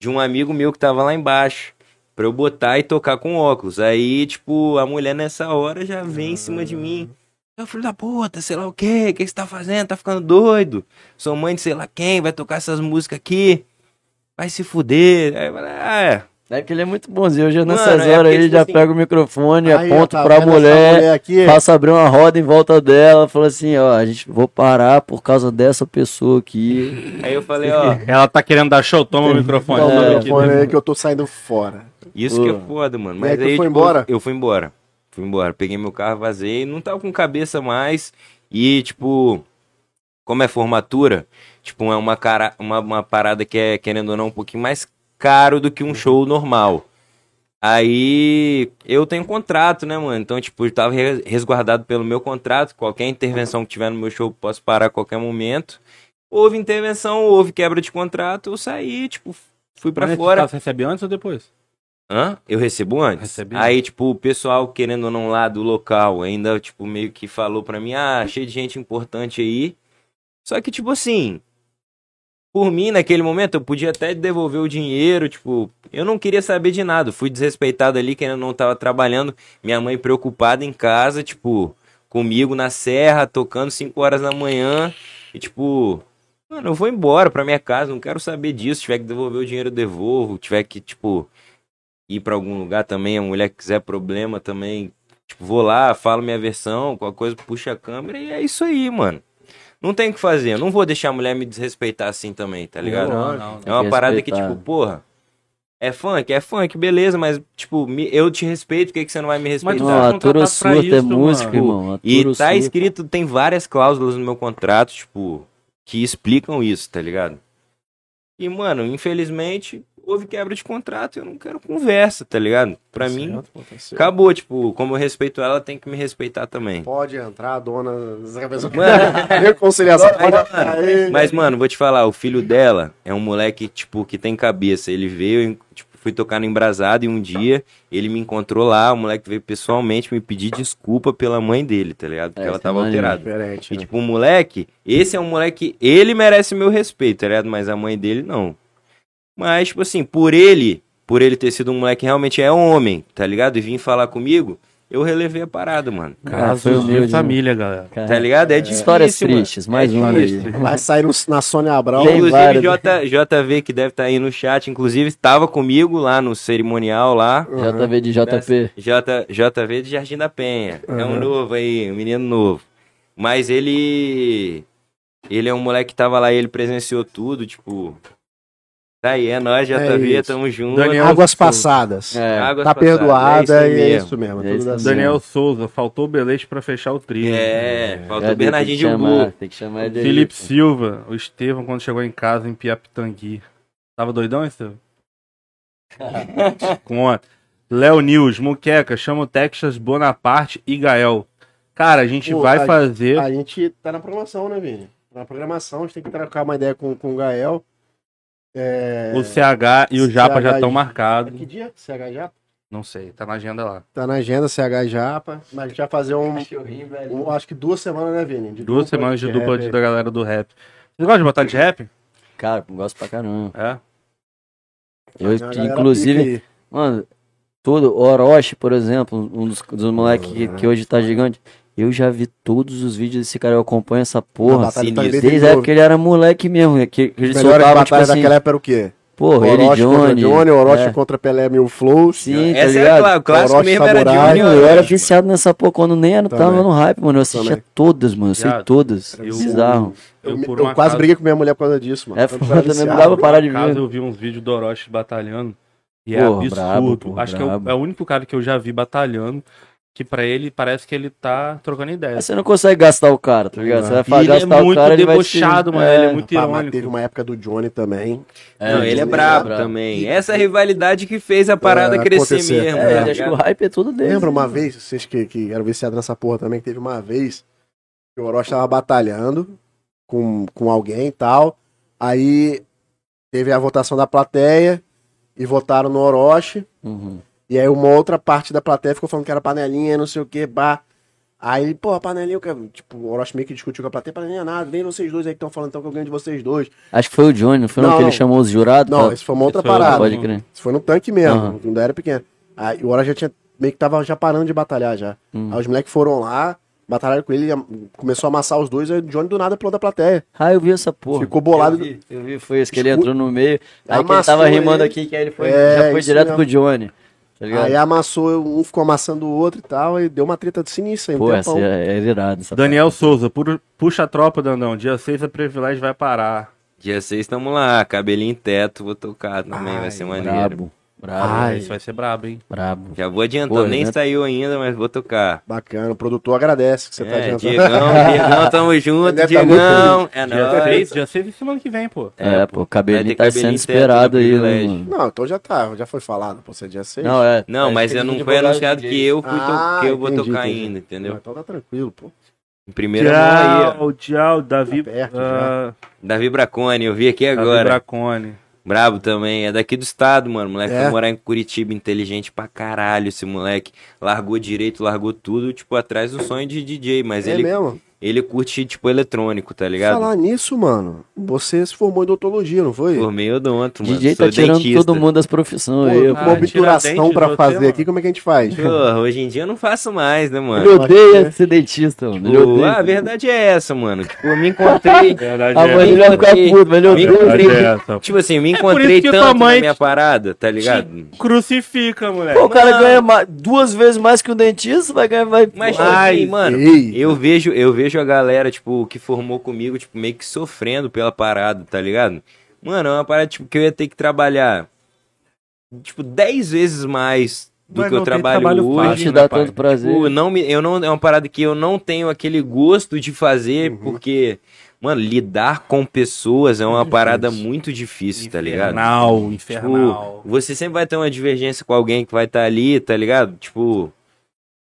Speaker 3: De um amigo meu que tava lá embaixo. Pra eu botar e tocar com óculos. Aí, tipo, a mulher nessa hora já vem em cima de mim. Eu filho da puta, sei lá o quê, o que você tá fazendo? Tá ficando doido? Sou mãe de sei lá quem, vai tocar essas músicas aqui. Vai se fuder. Aí eu falei, ah, é.
Speaker 4: É que ele é muito bonzinho. Hoje
Speaker 3: Mano,
Speaker 4: nessas
Speaker 3: é porque,
Speaker 4: horas aí,
Speaker 3: tipo
Speaker 4: já
Speaker 3: assim,
Speaker 4: pega o microfone,
Speaker 3: né?
Speaker 1: Aí, ó,
Speaker 4: aponta
Speaker 1: tá
Speaker 4: pra
Speaker 1: vendo essa
Speaker 4: mulher,
Speaker 1: aqui? é
Speaker 4: faço abrir uma roda em volta dela, fala assim, ó, a gente vou parar por causa dessa pessoa aqui.
Speaker 3: Aí eu falei, ó,
Speaker 2: Ela tá querendo dar show, toma o microfone.
Speaker 1: Não,
Speaker 2: toma
Speaker 1: não,
Speaker 2: aqui,
Speaker 1: foi
Speaker 2: né?
Speaker 1: aí que eu tô saindo fora.
Speaker 3: isso que é
Speaker 4: Pô.
Speaker 3: foda, mano.
Speaker 1: E
Speaker 3: Mas
Speaker 1: aí tu
Speaker 3: aí,
Speaker 1: foi
Speaker 3: tipo,
Speaker 1: embora?
Speaker 3: eu fui embora. Fui embora. Peguei meu carro, vazei, não tava com cabeça mais. E, tipo, como é formatura, tipo, é uma, cara, uma, uma parada que é, querendo ou não, um pouquinho mais caro do que um show normal. Aí eu tenho contrato, né, mano? Então, tipo, eu tava res- resguardado pelo meu contrato. Qualquer intervenção que tiver no meu show, eu posso parar a qualquer momento. Houve intervenção, houve quebra de contrato, eu saí, tipo, fui pra
Speaker 1: é
Speaker 2: Mas
Speaker 3: fora.
Speaker 2: Você recebe antes ou depois?
Speaker 3: Hã? Eu recebo antes?
Speaker 2: Recebi.
Speaker 3: Aí, tipo, o pessoal, querendo ou não, lá do local, ainda, tipo, meio que falou pra mim, ah, cheio de gente importante aí. Só que, tipo assim, por mim, naquele momento, eu podia até devolver o dinheiro, tipo, eu não queria saber de nada. Fui desrespeitado ali, querendo ou não, tava trabalhando. Minha mãe preocupada em casa, tipo, comigo na serra, tocando 5 horas da manhã. E, tipo, mano, eu vou embora pra minha casa, não quero saber disso. Se tiver que devolver o dinheiro, eu devolvo. Tiver que, tipo ir pra algum lugar também, a mulher que quiser problema também, tipo, vou lá, falo minha versão, qualquer coisa, puxa a câmera e é isso aí, mano. Não tem o que fazer, eu não vou deixar a mulher me desrespeitar assim também, tá ligado?
Speaker 2: Não, não,
Speaker 3: É
Speaker 2: não.
Speaker 3: uma
Speaker 4: que
Speaker 3: parada que,
Speaker 4: respeitar.
Speaker 3: tipo, porra, é funk, é funk, beleza, mas, tipo, me- eu te respeito, por que, que você não vai me respeitar?
Speaker 4: Não, a
Speaker 2: não tá
Speaker 4: Turo
Speaker 2: pra
Speaker 4: surta é
Speaker 2: isso,
Speaker 4: música,
Speaker 2: mano.
Speaker 4: irmão. A
Speaker 3: E
Speaker 4: Turo
Speaker 3: tá
Speaker 4: Surta.
Speaker 3: escrito, tem várias cláusulas no meu contrato, tipo, que explicam isso, tá ligado? E, mano, infelizmente, houve quebra de contrato, eu não quero conversa, tá ligado? Pra mim, acabou, tipo, como eu respeito ela, ela tem que me respeitar também.
Speaker 1: Pode entrar, dona.
Speaker 3: Mano.
Speaker 1: Reconciliação.
Speaker 3: Mas,
Speaker 1: Pode entrar.
Speaker 3: Mas,
Speaker 4: né?
Speaker 3: mano, vou te falar, o filho dela é um moleque, tipo, que tem cabeça. Ele veio, tipo, fui tocar no Embrasado e um dia ele me encontrou lá, o moleque veio pessoalmente me pedir desculpa pela mãe dele, tá ligado? Porque
Speaker 4: É,
Speaker 3: ela
Speaker 4: isso é
Speaker 3: tava
Speaker 4: maneiro.
Speaker 3: alterada.
Speaker 1: Diferente.
Speaker 3: E,
Speaker 1: né?
Speaker 3: tipo, o moleque, esse é um moleque, ele merece meu respeito, tá ligado? Mas a mãe dele não. Mas, tipo assim, por ele, por ele ter sido um moleque que realmente é homem, tá ligado? E vir falar comigo, eu relevei a parada, mano.
Speaker 4: foi
Speaker 2: Casos
Speaker 4: humilde,
Speaker 2: de família, galera.
Speaker 4: Cara,
Speaker 3: Tá ligado? É difícil.
Speaker 4: Histórias
Speaker 3: mano.
Speaker 4: tristes, mais
Speaker 3: É
Speaker 4: uma
Speaker 3: difícil.
Speaker 4: aí.
Speaker 1: Vai sair no- na Sônia Abrão.
Speaker 4: Tem
Speaker 3: Inclusive,
Speaker 4: várias.
Speaker 3: J, JV, que deve estar aí no chat, inclusive, estava comigo lá no cerimonial lá.
Speaker 1: Uhum.
Speaker 4: JV de JP.
Speaker 3: Né? J, JV de Jardim da Penha. É
Speaker 1: Uhum.
Speaker 3: um novo aí, um menino novo. Mas ele. Ele é um moleque que tava lá, ele presenciou tudo, tipo. Tá aí, é nóis, JV,
Speaker 1: isso.
Speaker 3: tamo junto.
Speaker 2: Daniel
Speaker 1: Águas
Speaker 2: Souza.
Speaker 1: passadas.
Speaker 4: É,
Speaker 3: um
Speaker 2: Ah,
Speaker 3: Águas
Speaker 1: tá
Speaker 3: passadas,
Speaker 1: perdoada e é
Speaker 3: mesmo.
Speaker 1: isso mesmo.
Speaker 4: É
Speaker 1: tudo
Speaker 4: isso
Speaker 1: dá
Speaker 4: mesmo.
Speaker 1: certo.
Speaker 2: Daniel Souza, faltou belete pra fechar o trio.
Speaker 3: É, faltou
Speaker 4: é,
Speaker 3: o Bernardinho de
Speaker 4: tem que chamar-
Speaker 3: Umbu.
Speaker 4: Tem que chamar ele aí.
Speaker 2: Felipe
Speaker 4: pô.
Speaker 2: Silva, o Estevão, quando chegou em casa em Piapitangui. Tava doidão, Estevão? Conta. Léo News, Muqueca, chama o Texas, Bonaparte e Gael. Cara, a gente
Speaker 1: Pô,
Speaker 2: vai
Speaker 1: a-
Speaker 2: fazer.
Speaker 1: A gente tá na programação, né, Vini? Na programação, a gente tem que trocar uma ideia com, com o Gael. É...
Speaker 2: O CH e o Japa
Speaker 1: CH
Speaker 2: já estão
Speaker 1: de-
Speaker 2: marcados.
Speaker 1: Que dia? CH Japa?
Speaker 2: Não sei, tá na agenda lá.
Speaker 1: Tá na agenda, CH Japa. Mas a gente vai fazer um, um- Acho que duas semanas, né, Vini? De
Speaker 2: Duas
Speaker 1: dupla,
Speaker 2: semanas de dupla
Speaker 1: rap.
Speaker 2: de- da galera do rap. Vocês gostam de batalha de rap?
Speaker 4: Cara, eu gosto pra caramba.
Speaker 2: É.
Speaker 1: Tem
Speaker 4: Eu,
Speaker 1: uma galera
Speaker 4: inclusive,
Speaker 1: pica aí.
Speaker 4: mano, todo Orochi, por exemplo, um dos, dos moleques que, que hoje tá gigante. Eu já vi todos os vídeos desse cara, eu acompanho essa
Speaker 1: A
Speaker 4: porra.
Speaker 1: batalha
Speaker 3: sinistro.
Speaker 1: também tem
Speaker 4: Desde a
Speaker 1: novo.
Speaker 4: época que ele era moleque mesmo, né, que, que ele
Speaker 1: As melhores
Speaker 4: soltava, tipo
Speaker 1: batalhas
Speaker 4: assim,
Speaker 1: daquela época era o quê?
Speaker 4: porra, ele e
Speaker 1: Orochi contra
Speaker 4: Johnny.
Speaker 1: Johnny, Orochi
Speaker 4: é.
Speaker 1: contra Pelé Mil Flow.
Speaker 4: Sim, tá
Speaker 3: Essa
Speaker 4: ligado?
Speaker 3: é a clá- clássico
Speaker 1: Orochi
Speaker 3: mesmo, era de
Speaker 1: Samurai.
Speaker 3: União,
Speaker 4: Mano, eu
Speaker 3: né,
Speaker 4: era
Speaker 3: tipo,
Speaker 4: viciado nessa porra, quando nem era, tava
Speaker 1: Também.
Speaker 4: no hype, mano. Eu assistia
Speaker 1: Também.
Speaker 4: todas, mano. Eu sei
Speaker 2: Viado,
Speaker 4: todas.
Speaker 2: eu-
Speaker 4: Bizarro.
Speaker 1: Eu,
Speaker 2: por
Speaker 1: eu
Speaker 2: um
Speaker 1: quase
Speaker 2: acaso-
Speaker 1: briguei com minha mulher por causa disso, mano.
Speaker 4: É
Speaker 1: Eu
Speaker 4: foda,
Speaker 1: era
Speaker 4: mesmo
Speaker 1: viciado.
Speaker 4: dava pra parar de
Speaker 2: Caso
Speaker 4: ver.
Speaker 2: eu vi uns vídeos do Orochi batalhando. E é
Speaker 4: Porra, brabo,
Speaker 2: absurdo.
Speaker 4: porra,
Speaker 2: Acho que
Speaker 4: brabo.
Speaker 2: é o, é o único cara que eu já vi batalhando. Que pra ele parece que ele tá trocando ideia.
Speaker 4: Mas É, você não consegue gastar o cara, tá ligado? Você vai
Speaker 2: E
Speaker 4: falar,
Speaker 2: ele é
Speaker 4: gastar o
Speaker 2: muito
Speaker 4: cara, ele vai te...
Speaker 2: debochado, mano. Ele é muito
Speaker 1: Pá, mas teve
Speaker 2: irônico.
Speaker 1: uma época do Johnny também.
Speaker 3: Não, ele é brabo também. Essa rivalidade que fez a parada
Speaker 1: É,
Speaker 3: crescer
Speaker 1: acontecer.
Speaker 3: mesmo.
Speaker 1: É,
Speaker 3: tá
Speaker 4: Ele acha que o
Speaker 3: ligado?
Speaker 4: hype é todo dele.
Speaker 1: Lembra uma vez, vocês que, que eram viciados nessa porra também, que teve uma vez que o Orochi tava batalhando com, com alguém e tal. Aí teve a votação da plateia e votaram no Orochi.
Speaker 4: Uhum.
Speaker 1: E aí uma outra parte da plateia ficou falando que era panelinha, não sei o que, bah. Aí, pô, a panelinha, o que- tipo, o Orochi meio que discutiu com a plateia, panelinha nada, nem vocês dois aí que estão falando então que eu ganho de vocês dois.
Speaker 4: Acho que foi o Johnny, não foi não,
Speaker 1: Não,
Speaker 4: que ele
Speaker 1: não.
Speaker 4: chamou os jurados?
Speaker 1: Não,
Speaker 4: pra-
Speaker 1: isso foi uma outra
Speaker 2: É. Isso foi outra
Speaker 1: parada.
Speaker 4: Pode crer.
Speaker 1: Isso foi no tanque mesmo,
Speaker 4: Aham.
Speaker 1: quando eu era pequeno. Aí o Orochi já tinha, meio que tava já parando de batalhar já.
Speaker 4: Hum.
Speaker 1: Aí os moleques foram lá, batalharam com ele, começou a amassar os dois, aí o Johnny do nada pulou da plateia.
Speaker 4: Ah, eu vi essa porra.
Speaker 1: Ficou bolado.
Speaker 4: Eu vi, eu vi, foi isso, que ele
Speaker 1: Escu-
Speaker 4: entrou no meio. Aí que ele
Speaker 1: Amassou
Speaker 4: tava rimando
Speaker 1: ele.
Speaker 4: aqui, que aí ele foi,
Speaker 1: É,
Speaker 4: já foi
Speaker 1: isso
Speaker 4: direto
Speaker 1: mesmo.
Speaker 4: pro Johnny. Tá ligado?
Speaker 1: Aí amassou, um ficou amassando o outro e tal, e deu uma treta de sinistra. aí, um
Speaker 4: Pô,
Speaker 1: tempão.
Speaker 4: essa é, é irado. Essa
Speaker 2: Daniel Souza, puro- puxa a tropa, Dandão. Dia 6 a privilégio vai parar.
Speaker 3: Dia 6 estamos lá, cabelinho em teto, vou tocar também,
Speaker 1: Ai,
Speaker 3: vai ser
Speaker 4: parada.
Speaker 3: maneiro.
Speaker 4: Brabo. Brabo.
Speaker 1: Ai.
Speaker 2: Isso vai ser brabo, hein?
Speaker 4: Brabo.
Speaker 3: Já vou adiantando,
Speaker 4: Pô,
Speaker 3: nem
Speaker 4: né?
Speaker 3: saiu ainda, mas vou tocar.
Speaker 1: Bacana, o produtor agradece que você tá
Speaker 3: é,
Speaker 1: adiantando.
Speaker 3: Diegão, Diegão, tamo junto,
Speaker 1: Ele deve tá
Speaker 3: Diegão, é
Speaker 2: Dia 6,
Speaker 3: nóis.
Speaker 2: dia 6 e semana que vem, pô.
Speaker 4: É,
Speaker 3: É,
Speaker 4: pô, o cabelinho
Speaker 3: vai ter
Speaker 4: tá
Speaker 3: cabelinho
Speaker 4: sendo
Speaker 3: em teto,
Speaker 4: esperado
Speaker 3: né,
Speaker 4: aí,
Speaker 3: privilégio.
Speaker 4: mano.
Speaker 1: Não, então já tá, já foi falado, pô, você é dia 6.
Speaker 4: Não, é.
Speaker 3: Não,
Speaker 4: é,
Speaker 3: mas
Speaker 4: tem
Speaker 3: eu não
Speaker 4: que
Speaker 3: foi
Speaker 4: divulgar
Speaker 3: anunciado
Speaker 4: os
Speaker 3: que eu, fui to-
Speaker 1: Ah,
Speaker 3: que eu vou
Speaker 1: entendi,
Speaker 3: tocar
Speaker 1: entendi.
Speaker 3: ainda, entendeu?
Speaker 1: Então tá tranquilo, pô.
Speaker 3: Em primeira mão aí, ó.
Speaker 2: Tchau, tchau, Davi.
Speaker 1: Tá perto
Speaker 2: ah,
Speaker 3: Davi Bracone, eu vi aqui
Speaker 2: Davi
Speaker 3: agora.
Speaker 2: Bracone.
Speaker 3: Brabo também, é daqui do estado, mano. Moleque
Speaker 1: É?
Speaker 3: foi morar em Curitiba, inteligente pra caralho esse moleque. Largou direito, largou tudo, tipo, atrás do sonho de DJ, mas
Speaker 1: É
Speaker 3: ele,
Speaker 1: mesmo?
Speaker 3: ele curte, tipo, eletrônico, tá ligado?
Speaker 1: Falar nisso, mano, você se formou em odontologia, não foi?
Speaker 3: Formei odonto, mano.
Speaker 4: DJ
Speaker 3: Sou
Speaker 4: tá tirando
Speaker 3: dentista.
Speaker 4: todo mundo das profissões
Speaker 1: Pô,
Speaker 4: aí,
Speaker 1: uma
Speaker 2: Ah,
Speaker 4: pô.
Speaker 2: tirar
Speaker 1: obturação
Speaker 2: dente
Speaker 1: pra
Speaker 2: de você,
Speaker 1: fazer
Speaker 2: mano.
Speaker 1: aqui, como é que a gente faz?
Speaker 3: Porra, hoje em dia eu não faço mais, né,
Speaker 4: Ele
Speaker 3: mano?
Speaker 4: odeia ser dentista, mano. Ele
Speaker 3: Tipo,
Speaker 4: odeia.
Speaker 3: ah, a verdade é essa, mano. Tipo, eu me encontrei.
Speaker 2: Verdade
Speaker 4: A mãe
Speaker 3: é.
Speaker 4: dele vai ficar
Speaker 3: Porque-
Speaker 4: puto, mas ele
Speaker 3: Amigo,
Speaker 4: odeia.
Speaker 3: Verdade é
Speaker 2: essa.
Speaker 3: tipo assim, eu me
Speaker 2: por
Speaker 3: encontrei
Speaker 2: isso que tua
Speaker 3: tanto
Speaker 2: mãe
Speaker 3: na minha
Speaker 2: te-
Speaker 3: parada, tá ligado?
Speaker 2: Crucifica, moleque.
Speaker 4: Pô, o cara
Speaker 3: Não.
Speaker 4: ganha ma- duas vezes mais que o dentista, vai ganhar. Vai...
Speaker 3: Mas, tipo
Speaker 4: Ah,
Speaker 3: assim, mano,
Speaker 1: Ei,
Speaker 3: eu vejo, eu vejo a galera, tipo, que formou comigo, tipo, meio que sofrendo pela parada, tá ligado? Mano, é uma parada, tipo, que eu ia ter que trabalhar, tipo, 10 vezes mais do
Speaker 2: Mas
Speaker 3: que eu
Speaker 2: não tem
Speaker 3: trabalho,
Speaker 2: trabalho
Speaker 3: hoje.
Speaker 4: não
Speaker 2: fácil,
Speaker 4: te
Speaker 2: né,
Speaker 4: dá
Speaker 2: pai?
Speaker 4: tanto prazer.
Speaker 3: Tipo, não me, eu não, é uma parada que eu não tenho aquele gosto de fazer, porque, mano, lidar com pessoas é uma parada muito difícil, tá ligado?
Speaker 2: Infernal,
Speaker 3: Tipo,
Speaker 2: infernal.
Speaker 3: você sempre vai ter uma divergência com alguém que vai estar ali, tá ligado? Tipo,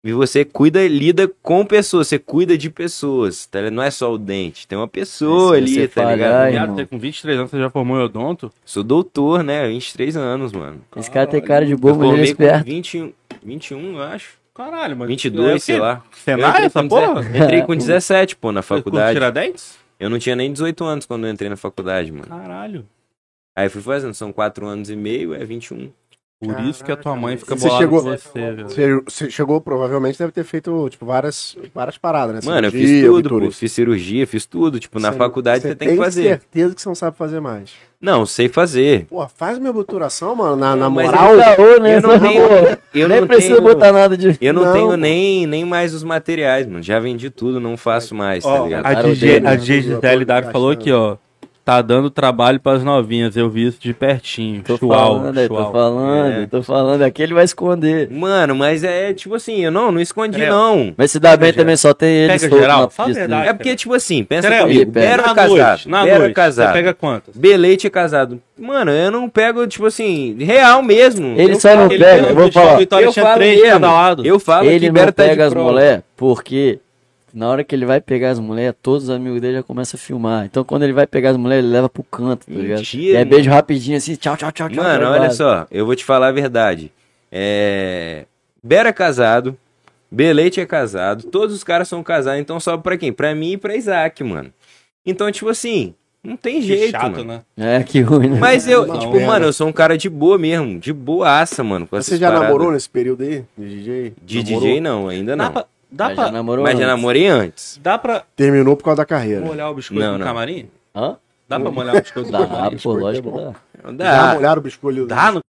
Speaker 3: e você cuida, lida com pessoas, você cuida de pessoas, tá ligado? Não é só o dente, tem uma pessoa
Speaker 4: Se você
Speaker 3: ali, tá
Speaker 4: falhar,
Speaker 3: ligado?
Speaker 4: irmão.
Speaker 2: Viado, você com 23 anos, você já formou em odonto?
Speaker 3: Sou doutor, né? 23 anos, mano.
Speaker 4: Esse cara tem cara de bobo,
Speaker 3: eu
Speaker 4: mas ele
Speaker 3: formei
Speaker 4: é
Speaker 3: com
Speaker 4: esperto.
Speaker 3: 21, 21, eu acho.
Speaker 2: Caralho, mano.
Speaker 3: 22,
Speaker 2: É o
Speaker 3: sei
Speaker 2: quê?
Speaker 3: lá. Eu
Speaker 2: Cenário,
Speaker 3: entrei
Speaker 2: essa
Speaker 3: com
Speaker 2: porra?
Speaker 3: 17 Entrei com 17, pô, na
Speaker 2: Com
Speaker 3: faculdade.
Speaker 2: Tiradentes?
Speaker 3: Eu não tinha nem 18 anos quando eu entrei na faculdade, mano.
Speaker 2: Caralho.
Speaker 3: Aí fui fazendo, são 4 anos e meio, é 21.
Speaker 2: Por isso que a tua mãe fica
Speaker 1: Você
Speaker 2: bolada
Speaker 1: chegou-
Speaker 2: com você, velho.
Speaker 1: você, você chegou, provavelmente deve ter feito, tipo, várias, várias paradas, né?
Speaker 3: Mano, eu
Speaker 1: Cirurgia,
Speaker 3: fiz tudo,
Speaker 1: Vitor.
Speaker 3: pô. Fiz cirurgia, fiz tudo. Tipo, na
Speaker 1: Você-
Speaker 3: faculdade você tem que fazer.
Speaker 1: certeza que você não sabe fazer mais.
Speaker 3: Não, sei fazer.
Speaker 1: Pô, faz minha obturação, mano, na, na
Speaker 3: Não, mas é
Speaker 1: moral.
Speaker 4: Tá, ô, né?
Speaker 3: Eu não
Speaker 4: Pô,
Speaker 3: tenho- Eu
Speaker 4: nem
Speaker 3: não
Speaker 4: precisa
Speaker 3: tenho,
Speaker 4: botar nada de.
Speaker 3: Eu não,
Speaker 1: Não,
Speaker 3: tenho
Speaker 1: pô.
Speaker 3: nem, nem mais os materiais, mano. Já vendi tudo, não faço mais, tá
Speaker 2: Ó,
Speaker 3: ligado?
Speaker 2: a
Speaker 4: Cara, eu
Speaker 2: DJ
Speaker 4: odeio,
Speaker 2: a
Speaker 1: né?
Speaker 2: DJ
Speaker 1: Eu tô
Speaker 2: Gisele Davi falou
Speaker 1: achando.
Speaker 2: aqui, ó. Tá dando trabalho pras novinhas, eu vi isso de pertinho.
Speaker 4: Tô
Speaker 2: Chuau,
Speaker 4: falando, aí,
Speaker 2: chuau.
Speaker 4: tô falando,
Speaker 3: É.
Speaker 4: tô falando. Aqui ele vai esconder.
Speaker 3: Mano, mas é tipo assim, eu não, não escondi,
Speaker 2: É.
Speaker 3: não.
Speaker 4: Mas se dá bem
Speaker 2: Pega
Speaker 4: também, só tem ele
Speaker 2: Pega
Speaker 4: solto
Speaker 2: geral,
Speaker 4: na
Speaker 2: fala a
Speaker 4: pista. né?
Speaker 2: verdade.
Speaker 3: É porque, tipo assim, pensa
Speaker 2: Pera aí,
Speaker 3: comigo.
Speaker 4: pera.
Speaker 3: Bera
Speaker 2: Ah, na
Speaker 3: casado.
Speaker 2: noite, na
Speaker 3: Bera
Speaker 2: noite,
Speaker 3: casado.
Speaker 2: você pega quantas?
Speaker 3: Belete casado. Mano, eu não pego, tipo assim, real mesmo.
Speaker 4: Ele
Speaker 3: eu
Speaker 4: só não
Speaker 3: falo,
Speaker 2: Ele
Speaker 4: pega,
Speaker 2: tem
Speaker 4: eu
Speaker 2: um
Speaker 4: vou
Speaker 2: bicho, a
Speaker 4: falar.
Speaker 2: Vitória
Speaker 3: Eu
Speaker 2: tinha
Speaker 3: falo
Speaker 2: três de
Speaker 3: mesmo.
Speaker 2: cada lado.
Speaker 3: Eu falo
Speaker 4: Ele
Speaker 3: que
Speaker 4: não
Speaker 3: Bera tá
Speaker 4: pega
Speaker 3: de
Speaker 4: as
Speaker 3: prova.
Speaker 4: mulheres porque na hora que ele vai pegar as mulheres, todos os amigos dele já começam a filmar. Então quando ele vai pegar as mulheres, ele leva pro canto, tá ligado?
Speaker 3: Mentira,
Speaker 4: E é
Speaker 3: mano.
Speaker 4: beijo rapidinho assim, tchau, tchau,
Speaker 2: Tá
Speaker 4: tchau, tchau.
Speaker 3: Mano,
Speaker 4: tchau,
Speaker 3: olha
Speaker 4: vai.
Speaker 3: só, eu vou te falar a verdade. É... Bera casado, Belete é casado, todos os caras são casados, então sobe pra quem? Pra mim e pra Isaac, mano. Então, tipo assim, não tem
Speaker 2: Que
Speaker 3: jeito,
Speaker 2: chato,
Speaker 3: mano.
Speaker 2: né?
Speaker 4: É, que ruim, né?
Speaker 3: Mas eu,
Speaker 1: Não,
Speaker 3: tipo,
Speaker 1: pera.
Speaker 3: mano, eu sou um cara de boa mesmo, de boaça, mano. com
Speaker 1: Você
Speaker 3: essas
Speaker 1: já
Speaker 3: paradas.
Speaker 1: namorou nesse período aí? De DJ?
Speaker 3: De
Speaker 1: Namorou? né?
Speaker 3: DJ não, ainda
Speaker 2: Dá
Speaker 3: não.
Speaker 2: pra, dá
Speaker 4: Mas
Speaker 2: pra,
Speaker 4: já namorou
Speaker 3: Mas já
Speaker 4: antes.
Speaker 3: namorei antes.
Speaker 2: dá pra
Speaker 1: Terminou por causa da carreira.
Speaker 2: molhar o biscoito
Speaker 3: Não,
Speaker 2: no
Speaker 3: não.
Speaker 2: camarim?
Speaker 4: Hã?
Speaker 2: Dá pra molhar o biscoito no
Speaker 4: Dá,
Speaker 2: camarim?
Speaker 4: pô,
Speaker 1: biscoito é
Speaker 4: lógico que
Speaker 1: bom.
Speaker 4: dá.
Speaker 1: Já
Speaker 3: Dá,
Speaker 1: molharam o biscolho.
Speaker 2: Dá no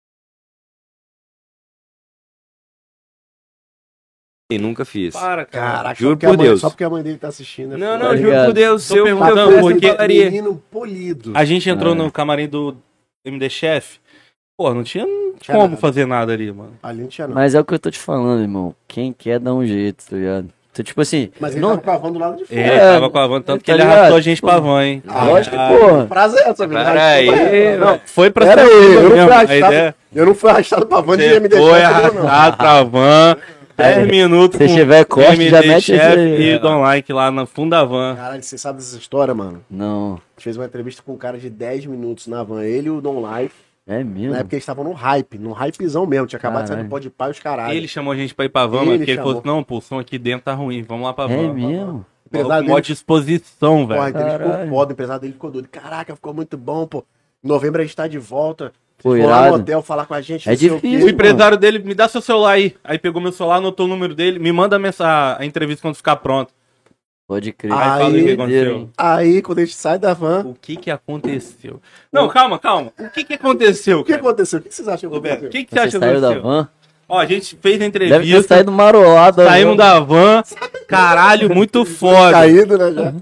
Speaker 3: e nunca fiz.
Speaker 2: para,
Speaker 1: Caraca,
Speaker 2: cara.
Speaker 1: só
Speaker 3: Juro
Speaker 1: porque a
Speaker 3: por
Speaker 1: mãe-
Speaker 3: Deus.
Speaker 1: Só porque a mãe dele tá assistindo. é
Speaker 3: Não,
Speaker 1: foda.
Speaker 3: não,
Speaker 4: Tá
Speaker 3: juro
Speaker 4: ligado?
Speaker 3: por Deus,
Speaker 2: Tô
Speaker 3: se eu, se eu
Speaker 2: perguntando
Speaker 1: Tá
Speaker 3: pudesse, eu
Speaker 2: porque-
Speaker 3: falaria.
Speaker 1: menino polido.
Speaker 2: A gente entrou no camarim do MD Chef. Pô, não tinha
Speaker 1: Tinha
Speaker 2: como
Speaker 1: nada.
Speaker 2: fazer nada ali, mano.
Speaker 1: Ali não tinha não.
Speaker 4: Mas é o que eu tô te falando, irmão. Quem quer dá um jeito, tá ligado? Então, tipo assim,
Speaker 1: Mas ele
Speaker 4: não-
Speaker 1: tava cavando do lado de fora.
Speaker 2: Ele
Speaker 4: É,
Speaker 2: tava com a van, tanto
Speaker 4: tá
Speaker 2: que ele
Speaker 4: ligado?
Speaker 2: arrastou a gente
Speaker 4: Pô.
Speaker 2: pra van, hein?
Speaker 1: Ah,
Speaker 4: lógico que,
Speaker 2: cara.
Speaker 3: É,
Speaker 4: porra.
Speaker 1: Prazer é essa, verdade.
Speaker 4: é.
Speaker 3: Peraí.
Speaker 2: Não, foi pra
Speaker 1: Pera
Speaker 2: ser
Speaker 1: aí,
Speaker 2: mesmo,
Speaker 1: eu não fui
Speaker 2: A
Speaker 1: arrastado-
Speaker 2: ideia é
Speaker 1: Eu não fui arrastado pra van de
Speaker 2: Você
Speaker 1: me
Speaker 2: foi
Speaker 1: deixar aqui, não.
Speaker 2: arrastado pra van, 10 minutos
Speaker 4: É. Se tiver corte,
Speaker 2: MD
Speaker 4: já mete
Speaker 2: Chef
Speaker 4: esse-
Speaker 2: e Don Like lá na funda da van.
Speaker 1: Caralho, você sabe dessa história, mano?
Speaker 4: Não,
Speaker 1: A gente fez uma entrevista com um cara de 10 minutos na van, ele e o Don Life.
Speaker 4: é
Speaker 1: Na
Speaker 4: mesmo.
Speaker 1: época eles estavam no hype, no hypezão mesmo. Tinha acabado de sair
Speaker 4: Caralho.
Speaker 1: do pó de pai os caralho.
Speaker 2: Ele chamou a gente pra ir pra van,
Speaker 1: Ele
Speaker 2: mano, porque ele
Speaker 1: chamou.
Speaker 2: falou: assim, não, pô, o som aqui dentro tá ruim, vamos lá pra van.
Speaker 4: É
Speaker 2: Maluco,
Speaker 4: mesmo.
Speaker 1: Apesar
Speaker 2: mó
Speaker 1: dele-
Speaker 2: disposição,
Speaker 1: Porra,
Speaker 2: velho.
Speaker 1: então ele ficou
Speaker 4: Caralho.
Speaker 1: foda, o empresário dele ficou doido. Caraca, ficou muito bom, pô. Em novembro a gente tá de volta.
Speaker 4: Pô,
Speaker 1: Vão lá no
Speaker 4: irado.
Speaker 1: hotel falar com a gente.
Speaker 4: É
Speaker 1: não sei o
Speaker 4: difícil.
Speaker 2: O
Speaker 1: quê.
Speaker 2: empresário dele, me dá seu celular aí. Aí pegou meu celular, anotou o número dele, me manda a, mensa- a entrevista quando ficar pronto.
Speaker 4: Pode crer.
Speaker 2: Aí fala o
Speaker 1: Aí,
Speaker 2: que aconteceu.
Speaker 1: Aí, quando a gente sai da van,
Speaker 2: O que que aconteceu? Não, calma, calma. O que que aconteceu,
Speaker 1: o que
Speaker 2: cara?
Speaker 1: aconteceu? O que vocês acham que
Speaker 2: Roberto, o
Speaker 1: aconteceu?
Speaker 2: que que você
Speaker 4: Você
Speaker 2: acha que
Speaker 4: saiu da
Speaker 2: aconteceu?
Speaker 4: van?
Speaker 2: Ó, a gente fez a
Speaker 4: Deve ter
Speaker 2: entrevista,
Speaker 4: saído marolado.
Speaker 2: saímos da van, caralho, muito foda. O
Speaker 1: Caído, né,
Speaker 4: Uhum.
Speaker 1: já?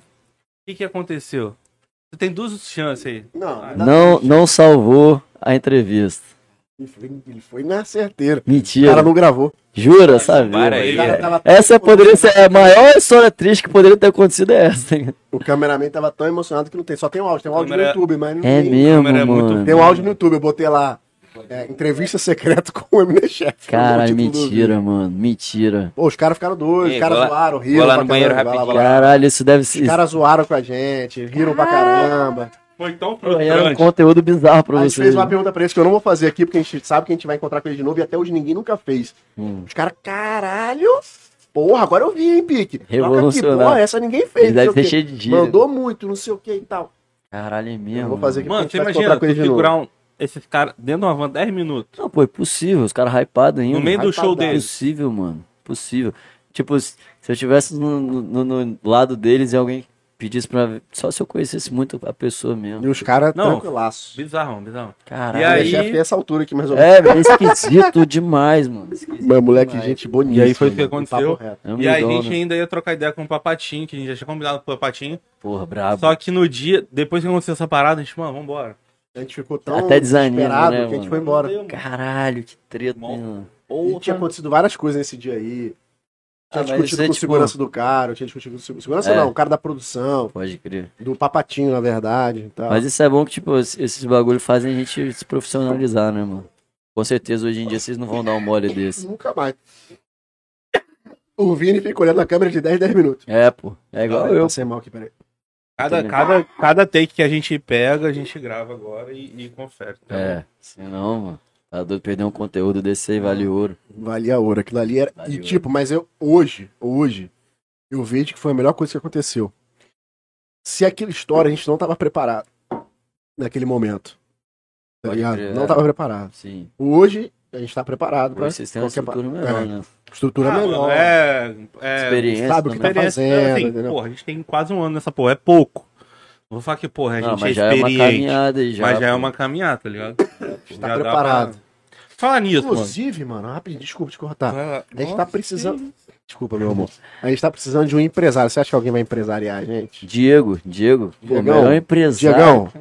Speaker 2: que que aconteceu? Você tem duas chances aí.
Speaker 1: Não,
Speaker 4: Não, não salvou a entrevista.
Speaker 1: Ele foi, ele foi na certeira.
Speaker 4: Mentira.
Speaker 1: O cara não gravou.
Speaker 4: Jura, sabe?
Speaker 3: Para aí.
Speaker 1: O cara
Speaker 3: é.
Speaker 1: tava tão
Speaker 4: Essa poderia
Speaker 1: emocionado.
Speaker 4: ser a maior história triste que poderia ter acontecido é essa. hein?
Speaker 1: O cameraman tava tão emocionado que não tem. Só tem o áudio. Tem o áudio
Speaker 2: Câmera-
Speaker 1: no YouTube, mas não
Speaker 4: É
Speaker 1: tem.
Speaker 4: mesmo,
Speaker 2: câmera é muito
Speaker 4: mano.
Speaker 1: Tem o áudio no YouTube. Eu botei lá. é, entrevista secreta com o MD Chef.
Speaker 4: Caralho,
Speaker 1: O título do vídeo.
Speaker 4: mentira, mano. Mentira.
Speaker 1: Pô, os caras ficaram doidos.
Speaker 3: Ei,
Speaker 1: Os caras
Speaker 3: vou lá-
Speaker 1: zoaram, riram.
Speaker 3: vou lá
Speaker 1: pra
Speaker 3: no banheiro
Speaker 1: caramba, vai lá, vai lá.
Speaker 4: Caralho, isso deve ser.
Speaker 1: Os caras zoaram com a gente, riram pra caramba.
Speaker 2: Foi tão
Speaker 4: isso Era um
Speaker 2: frustrante.
Speaker 4: conteúdo bizarro pra
Speaker 1: A gente
Speaker 4: vocês.
Speaker 1: fez uma pergunta pra eles que eu não vou fazer aqui, porque a gente sabe que a gente vai encontrar com eles de novo e até hoje ninguém nunca fez.
Speaker 4: Hum.
Speaker 1: Os caras, caralho! Porra, agora eu vi, hein, Pique? Toca aqui,
Speaker 4: Revolucionário.
Speaker 1: Porra, essa ninguém fez.
Speaker 4: Eles
Speaker 1: não sei
Speaker 4: devem ter
Speaker 1: o quê.
Speaker 4: cheio de gíria.
Speaker 1: Mandou muito, não sei o que e tal.
Speaker 4: Caralho, é mesmo.
Speaker 1: Eu vou fazer aqui
Speaker 2: Mano,
Speaker 1: porque
Speaker 2: você
Speaker 1: a gente vai encontrar
Speaker 2: imagina,
Speaker 1: com
Speaker 2: tu
Speaker 1: eles de novo.
Speaker 2: segurar um, esses caras dentro de uma van 10 minutos.
Speaker 4: Não, pô, é possível. Os caras hypados ainda.
Speaker 2: No meio do
Speaker 1: hypadaço.
Speaker 2: show deles.
Speaker 4: Possível, mano. Possível. Tipo, se eu estivesse no, no- no lado deles e alguém pedisse pra. Só se eu conhecesse muito a pessoa mesmo.
Speaker 1: E os caras
Speaker 2: Não.
Speaker 1: tranquilaço.
Speaker 2: Bizarrão, bizarrão.
Speaker 4: Caralho.
Speaker 2: E aí-
Speaker 1: Minha chefe é essa altura aqui, mais ou menos.
Speaker 4: É, mas é esquisito demais, mano. Esquisito.
Speaker 1: Mas, moleque, gente bonita.
Speaker 2: E aí foi o que aconteceu.
Speaker 4: É um
Speaker 2: E aí a
Speaker 4: amigão,
Speaker 2: gente
Speaker 4: né?
Speaker 2: ainda ia trocar ideia com o Papatinho, que a gente já tinha combinado com o Papatinho.
Speaker 4: Porra, brabo.
Speaker 2: Só que no dia, depois que aconteceu essa parada, a gente, mano, vambora.
Speaker 1: A gente ficou tão
Speaker 4: Até desanima,
Speaker 1: desesperado
Speaker 4: né,
Speaker 1: que a gente
Speaker 4: mano?
Speaker 1: foi embora.
Speaker 2: Não deu, mano.
Speaker 4: Caralho, que treta,
Speaker 2: Bom.
Speaker 4: hein, mano.
Speaker 1: E tinha acontecido várias coisas nesse dia aí. Tinha
Speaker 4: Ah, mas
Speaker 1: discutido
Speaker 4: isso é
Speaker 1: com o
Speaker 4: tipo-
Speaker 1: segurança do cara, tinha discutido com o segu- segurança
Speaker 4: É.
Speaker 1: não, o cara da produção,
Speaker 4: Pode crer.
Speaker 1: do papatinho, na verdade. e
Speaker 2: Tá.
Speaker 1: tal.
Speaker 4: Mas isso é bom que, tipo, es- esses bagulho fazem a gente se profissionalizar, né, mano? Com certeza hoje em dia vocês não vão dar um mole desse.
Speaker 1: Nunca mais. O Vini fica olhando na câmera de 10 10 minutos.
Speaker 4: É, pô. É
Speaker 2: Tá
Speaker 4: igual
Speaker 1: Caralho,
Speaker 4: eu.
Speaker 1: Passei mal aqui, peraí.
Speaker 2: Cada,
Speaker 4: Entendi.
Speaker 2: cada, cada take que a gente pega, a gente grava agora e, e confere. tá?
Speaker 4: É, senão, mano. Tá doido perder um conteúdo desse aí, vale
Speaker 2: Tá.
Speaker 4: ouro.
Speaker 1: Valia ouro. Aquilo ali era.
Speaker 4: Vale
Speaker 1: e
Speaker 4: ouro.
Speaker 1: tipo, mas eu hoje, hoje, eu vejo que foi a melhor coisa que aconteceu. Se aquela história a gente não tava preparado naquele momento. Tá
Speaker 4: Pode
Speaker 1: ligado?
Speaker 4: crer,
Speaker 1: não
Speaker 4: é.
Speaker 1: tava preparado.
Speaker 4: Sim.
Speaker 1: Hoje, a gente tá preparado pra
Speaker 4: Hoje vocês têm uma
Speaker 1: qualquer pa-
Speaker 4: estrutura melhor,
Speaker 1: é,
Speaker 4: né?
Speaker 1: Estrutura
Speaker 2: Ah,
Speaker 1: melhor.
Speaker 2: mano, é, é,
Speaker 4: Experiência.
Speaker 1: sabe o que
Speaker 4: também.
Speaker 1: tá
Speaker 2: experiência,
Speaker 1: fazendo,
Speaker 2: assim,
Speaker 1: entendeu?
Speaker 2: porra, a gente tem quase um ano nessa porra, é pouco. Não vou falar que, porra, a
Speaker 4: Não,
Speaker 2: gente é
Speaker 4: mas já é uma
Speaker 2: experiente.
Speaker 4: caminhada aí, já.
Speaker 2: mas já é
Speaker 4: pô.
Speaker 2: uma caminhada, tá ligado? Já dá
Speaker 1: preparado.
Speaker 2: Pra... Fala nisso, mano.
Speaker 1: Inclusive, mano, rapidinho, desculpa te cortar.
Speaker 2: Vai lá.
Speaker 1: A gente tá precisando. Desculpa, meu amor. A gente tá precisando de um empresário. Você acha que alguém vai empresariar a gente?
Speaker 4: Diego, Diego, pô,
Speaker 1: Diegão,
Speaker 4: melhor empresário.
Speaker 1: Diegão,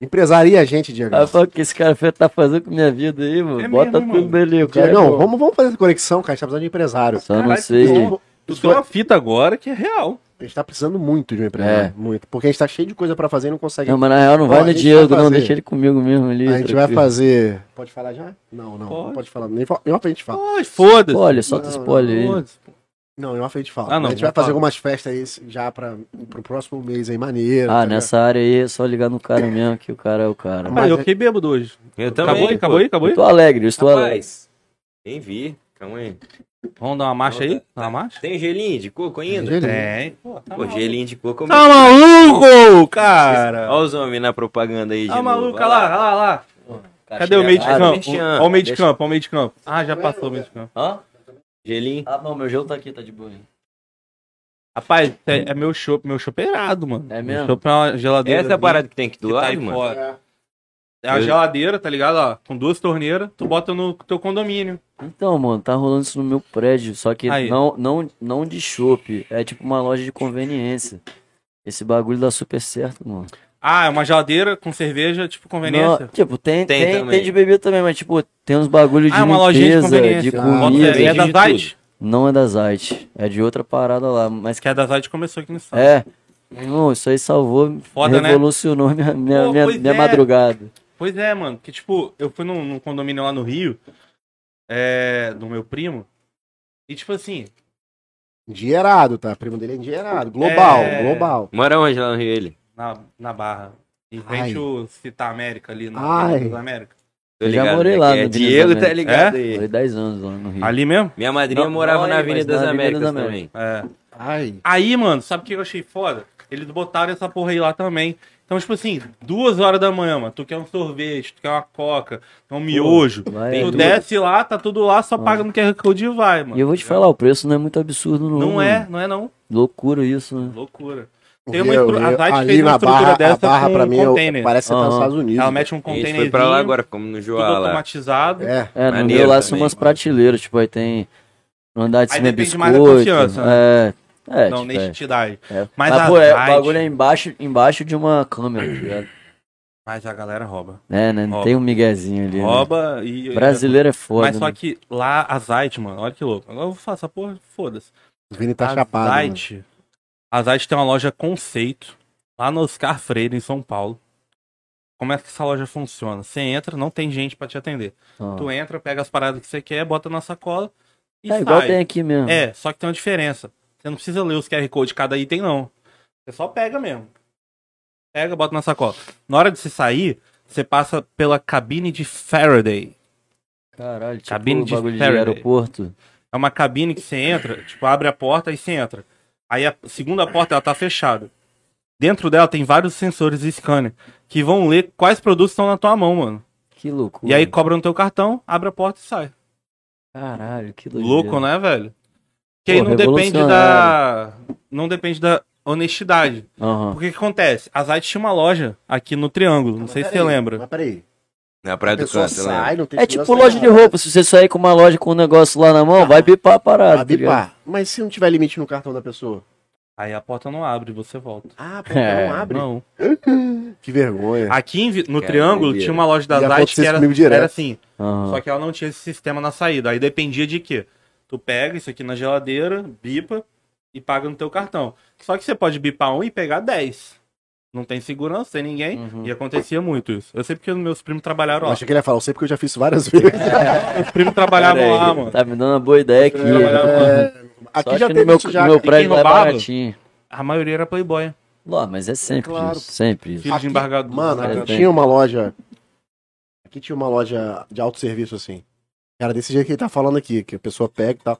Speaker 1: empresaria a gente, Diegão.
Speaker 4: Aí fala o que esse cara tá fazendo com minha vida aí, mano.
Speaker 2: É
Speaker 4: Bota
Speaker 2: mesmo,
Speaker 4: tudo nele, o cara. é
Speaker 1: Diegão,
Speaker 4: bom.
Speaker 1: vamos, vamos fazer essa conexão, cara. A gente tá precisando de empresário. Então,
Speaker 4: Só não
Speaker 2: Caralho,
Speaker 4: sei.
Speaker 2: que bom. Tu tem uma fita agora que é real.
Speaker 1: A gente tá precisando muito de um empresário.
Speaker 4: É.
Speaker 1: Muito. Porque a gente tá cheio de coisa pra fazer e não consegue.
Speaker 4: Não, mas na real não
Speaker 1: Ó,
Speaker 4: vai
Speaker 1: a
Speaker 4: no
Speaker 1: gente
Speaker 4: Diego,
Speaker 1: vai
Speaker 4: não.
Speaker 1: fazer.
Speaker 4: Deixa ele comigo mesmo ali.
Speaker 1: a gente vai
Speaker 4: tranquilo.
Speaker 1: fazer. Pode falar já? Não, não. Não
Speaker 2: Pode.
Speaker 1: pode falar. Nem, fa- nem off a gente fala.
Speaker 2: Ai, foda-se.
Speaker 4: Olha, solta
Speaker 1: Não,
Speaker 4: spoiler aí.
Speaker 2: Foda-se.
Speaker 1: Não, em off a gente fala.
Speaker 2: Ah, não,
Speaker 1: a gente
Speaker 2: vou
Speaker 1: vai fazer
Speaker 2: falar.
Speaker 1: algumas festas aí já pra, pro próximo mês aí, maneiro.
Speaker 4: Ah,
Speaker 1: tá
Speaker 4: nessa área aí é só ligar no cara mesmo, que o cara é o cara.
Speaker 1: Mas
Speaker 2: Ah, eu
Speaker 1: é-
Speaker 2: fiquei bêbado hoje.
Speaker 3: Eu
Speaker 2: acabou aí,
Speaker 3: pô.
Speaker 2: acabou aí, acabou
Speaker 4: Eu
Speaker 2: aí.
Speaker 4: tô alegre, eu estou alegre.
Speaker 3: Rapaz, nem vi. Calma aí.
Speaker 2: Vamos dar uma marcha aí? Dá uma marcha?
Speaker 3: Tem gelinho de coco ainda?
Speaker 1: Gelinho.
Speaker 2: Tem. Pô, tá
Speaker 3: Pô,
Speaker 2: maluco.
Speaker 3: gelinho de coco. é
Speaker 2: Tá maluco, cara?
Speaker 3: Olha os homens na propaganda aí, de
Speaker 2: Tá
Speaker 3: novo,
Speaker 2: maluco,
Speaker 3: vai
Speaker 2: olha lá, olha lá, olha lá. Cadê o meio de
Speaker 3: Ah,
Speaker 2: campo?
Speaker 3: Merchan.
Speaker 2: Olha o meio de
Speaker 4: Deixa-
Speaker 2: campo, olha o meio de campo. Ah, já passou o meio de campo.
Speaker 4: Hã?
Speaker 3: Gelinho.
Speaker 4: Ah, não, meu gelo tá aqui, tá de boa. hein?
Speaker 2: Rapaz, é, é meu chopp, meu chopp é irado, mano.
Speaker 4: É
Speaker 2: Meu
Speaker 4: mesmo?
Speaker 2: chopp é uma geladeira.
Speaker 3: Essa é a parada que tem aqui do
Speaker 2: que tá aí
Speaker 3: lado, mano.
Speaker 2: fora. É uma
Speaker 3: Eu-
Speaker 2: geladeira, tá ligado? Ó, com duas torneiras, tu bota no teu condomínio.
Speaker 4: Então, mano, tá rolando isso no meu prédio, só que
Speaker 2: Aí.
Speaker 4: não, não, não de chopp, é tipo uma loja de conveniência. Esse bagulho dá super certo, mano.
Speaker 2: Ah, é uma geladeira com cerveja, tipo
Speaker 4: Não,
Speaker 2: conveniência.
Speaker 4: tipo, tem,
Speaker 3: Tem
Speaker 4: tem, tem,
Speaker 3: também.
Speaker 4: de bebida também, mas tipo, tem uns bagulhos de
Speaker 2: Ah, é uma lojinha de
Speaker 4: limpeza,
Speaker 2: conveniência.
Speaker 4: de
Speaker 1: Ah,
Speaker 2: Bota-
Speaker 4: comida.
Speaker 2: é,
Speaker 3: tem de
Speaker 2: da Zayt.
Speaker 4: Não é da Zayt, é de outra parada lá, mas
Speaker 2: Que a da Zayt começou aqui no estado.
Speaker 4: é... Irmão, isso aí salvou,
Speaker 2: Foda, né?
Speaker 4: revolucionou minha, minha,
Speaker 2: Pô,
Speaker 4: minha,
Speaker 2: pois
Speaker 4: minha
Speaker 2: é.
Speaker 4: madrugada.
Speaker 2: Pois é, mano. Que tipo, eu fui num, num condomínio lá no Rio, é, do meu primo. E tipo assim,
Speaker 1: Endinheirado, tá? Primo dele é endinheirado. Global,
Speaker 2: É.
Speaker 1: global.
Speaker 3: Mora onde lá no Rio ele?
Speaker 2: na, na barra. Em
Speaker 1: Ai.
Speaker 2: frente o Cita América ali, na
Speaker 1: Ai.
Speaker 2: Avenida da América.
Speaker 3: Tô
Speaker 4: Eu já
Speaker 3: ligado,
Speaker 4: morei
Speaker 3: né?
Speaker 4: lá
Speaker 3: Que É
Speaker 4: no Avenida
Speaker 3: Diego,
Speaker 4: América.
Speaker 3: tá ligado
Speaker 2: É?
Speaker 3: aí.
Speaker 4: Morei 10 anos lá no Rio.
Speaker 2: Ali mesmo?
Speaker 3: Minha madrinha
Speaker 4: Não,
Speaker 3: morava
Speaker 4: não,
Speaker 3: na
Speaker 4: mas
Speaker 3: Avenida
Speaker 4: na
Speaker 3: das
Speaker 4: Avenida
Speaker 3: Américas
Speaker 4: da
Speaker 3: também.
Speaker 4: América.
Speaker 2: É.
Speaker 1: Ai.
Speaker 2: Aí, mano, sabe o que eu achei foda? Eles botaram essa porra aí lá também. Então, tipo assim, duas horas da manhã, mano. Tu quer um sorvete, tu quer uma coca, um miojo.
Speaker 4: Lá é
Speaker 2: tu
Speaker 4: tudo.
Speaker 2: desce lá, tá tudo lá, só paga no QR Code e vai, mano.
Speaker 4: E eu vou te falar, o preço não é muito absurdo, não.
Speaker 2: Não
Speaker 4: mano.
Speaker 2: é, não é não.
Speaker 4: Loucura isso, né?
Speaker 2: Loucura.
Speaker 1: Meu,
Speaker 2: Tem uma estru- a
Speaker 1: eu-
Speaker 2: Zayt fez
Speaker 1: ali
Speaker 2: uma
Speaker 1: na
Speaker 2: estrutura
Speaker 1: barra, a
Speaker 2: dessa
Speaker 1: barra
Speaker 2: com
Speaker 1: pra
Speaker 2: um
Speaker 1: mim eu-
Speaker 2: container.
Speaker 1: parece que você tá nos
Speaker 4: Aham.
Speaker 1: Estados Unidos.
Speaker 2: Ela mete um
Speaker 3: A gente
Speaker 2: container.
Speaker 3: foi pra lá agora, como no
Speaker 2: Tudo
Speaker 3: Joá lá.
Speaker 2: automatizado.
Speaker 1: É.
Speaker 4: É, no
Speaker 3: Maneiro
Speaker 4: meu lá são
Speaker 3: também,
Speaker 4: umas
Speaker 3: mano.
Speaker 4: prateleiras, tipo, aí tem. No andar de
Speaker 2: Aí
Speaker 4: cima é
Speaker 2: depende mais
Speaker 4: biscoito.
Speaker 2: da confiança, né?
Speaker 4: É. É,
Speaker 2: não,
Speaker 4: tipo, é,
Speaker 2: honestidade.
Speaker 4: é.
Speaker 2: Mas
Speaker 4: Mas,
Speaker 2: a
Speaker 4: pô, é, o
Speaker 2: Zayt-
Speaker 4: bagulho é embaixo, embaixo de uma câmera, tá ligado?
Speaker 2: Mas a galera rouba.
Speaker 4: É, né? Não
Speaker 2: Rouba.
Speaker 4: tem um miguezinho ali. né?
Speaker 2: Rouba e.
Speaker 4: Brasileiro é foda.
Speaker 2: Mas só
Speaker 4: né?
Speaker 2: que lá a Zayt, mano, olha que louco. Agora eu vou falar essa porra, foda-se.
Speaker 1: O Vini tá
Speaker 2: a
Speaker 4: né?
Speaker 1: chapado. mano.
Speaker 2: Zayt, a Zayt tem uma loja conceito lá no Oscar Freire, em São Paulo. Como é que essa loja funciona? Você entra, não tem gente pra te atender.
Speaker 4: Ó.
Speaker 2: Tu entra, pega as paradas que você quer, bota na sacola e
Speaker 4: É
Speaker 2: sai.
Speaker 4: igual tem aqui né? mesmo.
Speaker 2: É, só que tem uma diferença. Você não precisa ler os QR Code de cada item, não. Você só pega mesmo. Pega, bota na sacola. Na hora de você sair, você passa pela cabine de Faraday.
Speaker 4: Caralho, tipo,
Speaker 2: Cabine de
Speaker 4: bagulho de
Speaker 2: Faraday.
Speaker 4: aeroporto.
Speaker 2: É uma cabine que você entra, tipo, abre a porta e você entra. Aí a segunda porta, ela tá fechada. Dentro dela tem vários sensores e scanner que vão ler quais produtos estão na tua mão, mano.
Speaker 4: Que loucura.
Speaker 2: E aí cobra no teu cartão, abre a porta e sai.
Speaker 4: Caralho, que doideira.
Speaker 2: Louco, né, velho? Que aí
Speaker 4: Pô,
Speaker 2: não depende da. Não depende da honestidade.
Speaker 1: Ah.
Speaker 4: Aham.
Speaker 2: Porque que acontece? A Zayt tinha uma loja aqui no Triângulo, não
Speaker 1: Mas
Speaker 2: sei se você
Speaker 1: peraí,
Speaker 2: lembra.
Speaker 1: Mas peraí.
Speaker 3: Na
Speaker 1: A
Speaker 3: Praia do
Speaker 1: pessoa
Speaker 3: Canto, eu lembro.
Speaker 1: sai, não tem né?
Speaker 4: É
Speaker 1: segurança,
Speaker 4: tipo loja de
Speaker 1: nada.
Speaker 4: roupa. Se você sair com uma loja com um negócio lá na mão, vai bipar a parada.
Speaker 1: Ah,
Speaker 4: tá ligado?
Speaker 1: bipar. Mas se não tiver limite no cartão da pessoa?
Speaker 2: Aí a porta não abre, você volta.
Speaker 1: Ah, pô,
Speaker 4: É,
Speaker 1: não abre.
Speaker 2: Não.
Speaker 1: Que vergonha.
Speaker 2: Aqui em Vi- no
Speaker 3: Cara,
Speaker 2: Triângulo
Speaker 3: doideira.
Speaker 2: tinha uma loja da
Speaker 1: E
Speaker 2: Zayt
Speaker 1: acontece
Speaker 2: que
Speaker 1: isso
Speaker 2: era,
Speaker 1: comigo direto.
Speaker 2: era assim.
Speaker 4: Aham.
Speaker 2: Só que ela não tinha esse sistema na saída. Aí dependia de quê? Tu pega isso aqui na geladeira, bipa e paga no teu cartão. Só que você pode bipar um e pegar dez. Não tem segurança, tem ninguém.
Speaker 4: Uhum.
Speaker 2: E acontecia muito isso. Eu sei porque meus primos
Speaker 1: Eu
Speaker 2: trabalharam lá.
Speaker 1: achei que ele ia falar, eu sei porque eu já fiz isso várias vezes.
Speaker 2: Meus primos trabalhavam
Speaker 3: Pera aí.
Speaker 2: lá, mano.
Speaker 4: Tá me dando uma boa ideia aqui. né?
Speaker 1: É,
Speaker 4: Só
Speaker 1: Aqui
Speaker 4: que
Speaker 1: já
Speaker 4: no
Speaker 1: teve
Speaker 4: meu,
Speaker 1: isso já.
Speaker 4: no meu
Speaker 1: cara.
Speaker 4: prédio lá é
Speaker 2: roubava?
Speaker 4: baratinho.
Speaker 2: A maioria era playboy.
Speaker 4: Lá, mas é sempre
Speaker 1: Claro.
Speaker 4: isso, sempre isso.
Speaker 2: Filho de embargador.
Speaker 1: Mano,
Speaker 4: É,
Speaker 1: aqui
Speaker 4: tem.
Speaker 1: tinha uma loja. Aqui tinha uma loja de autosserviço, assim. Cara, desse jeito que ele tá falando aqui, que a pessoa pega e tal.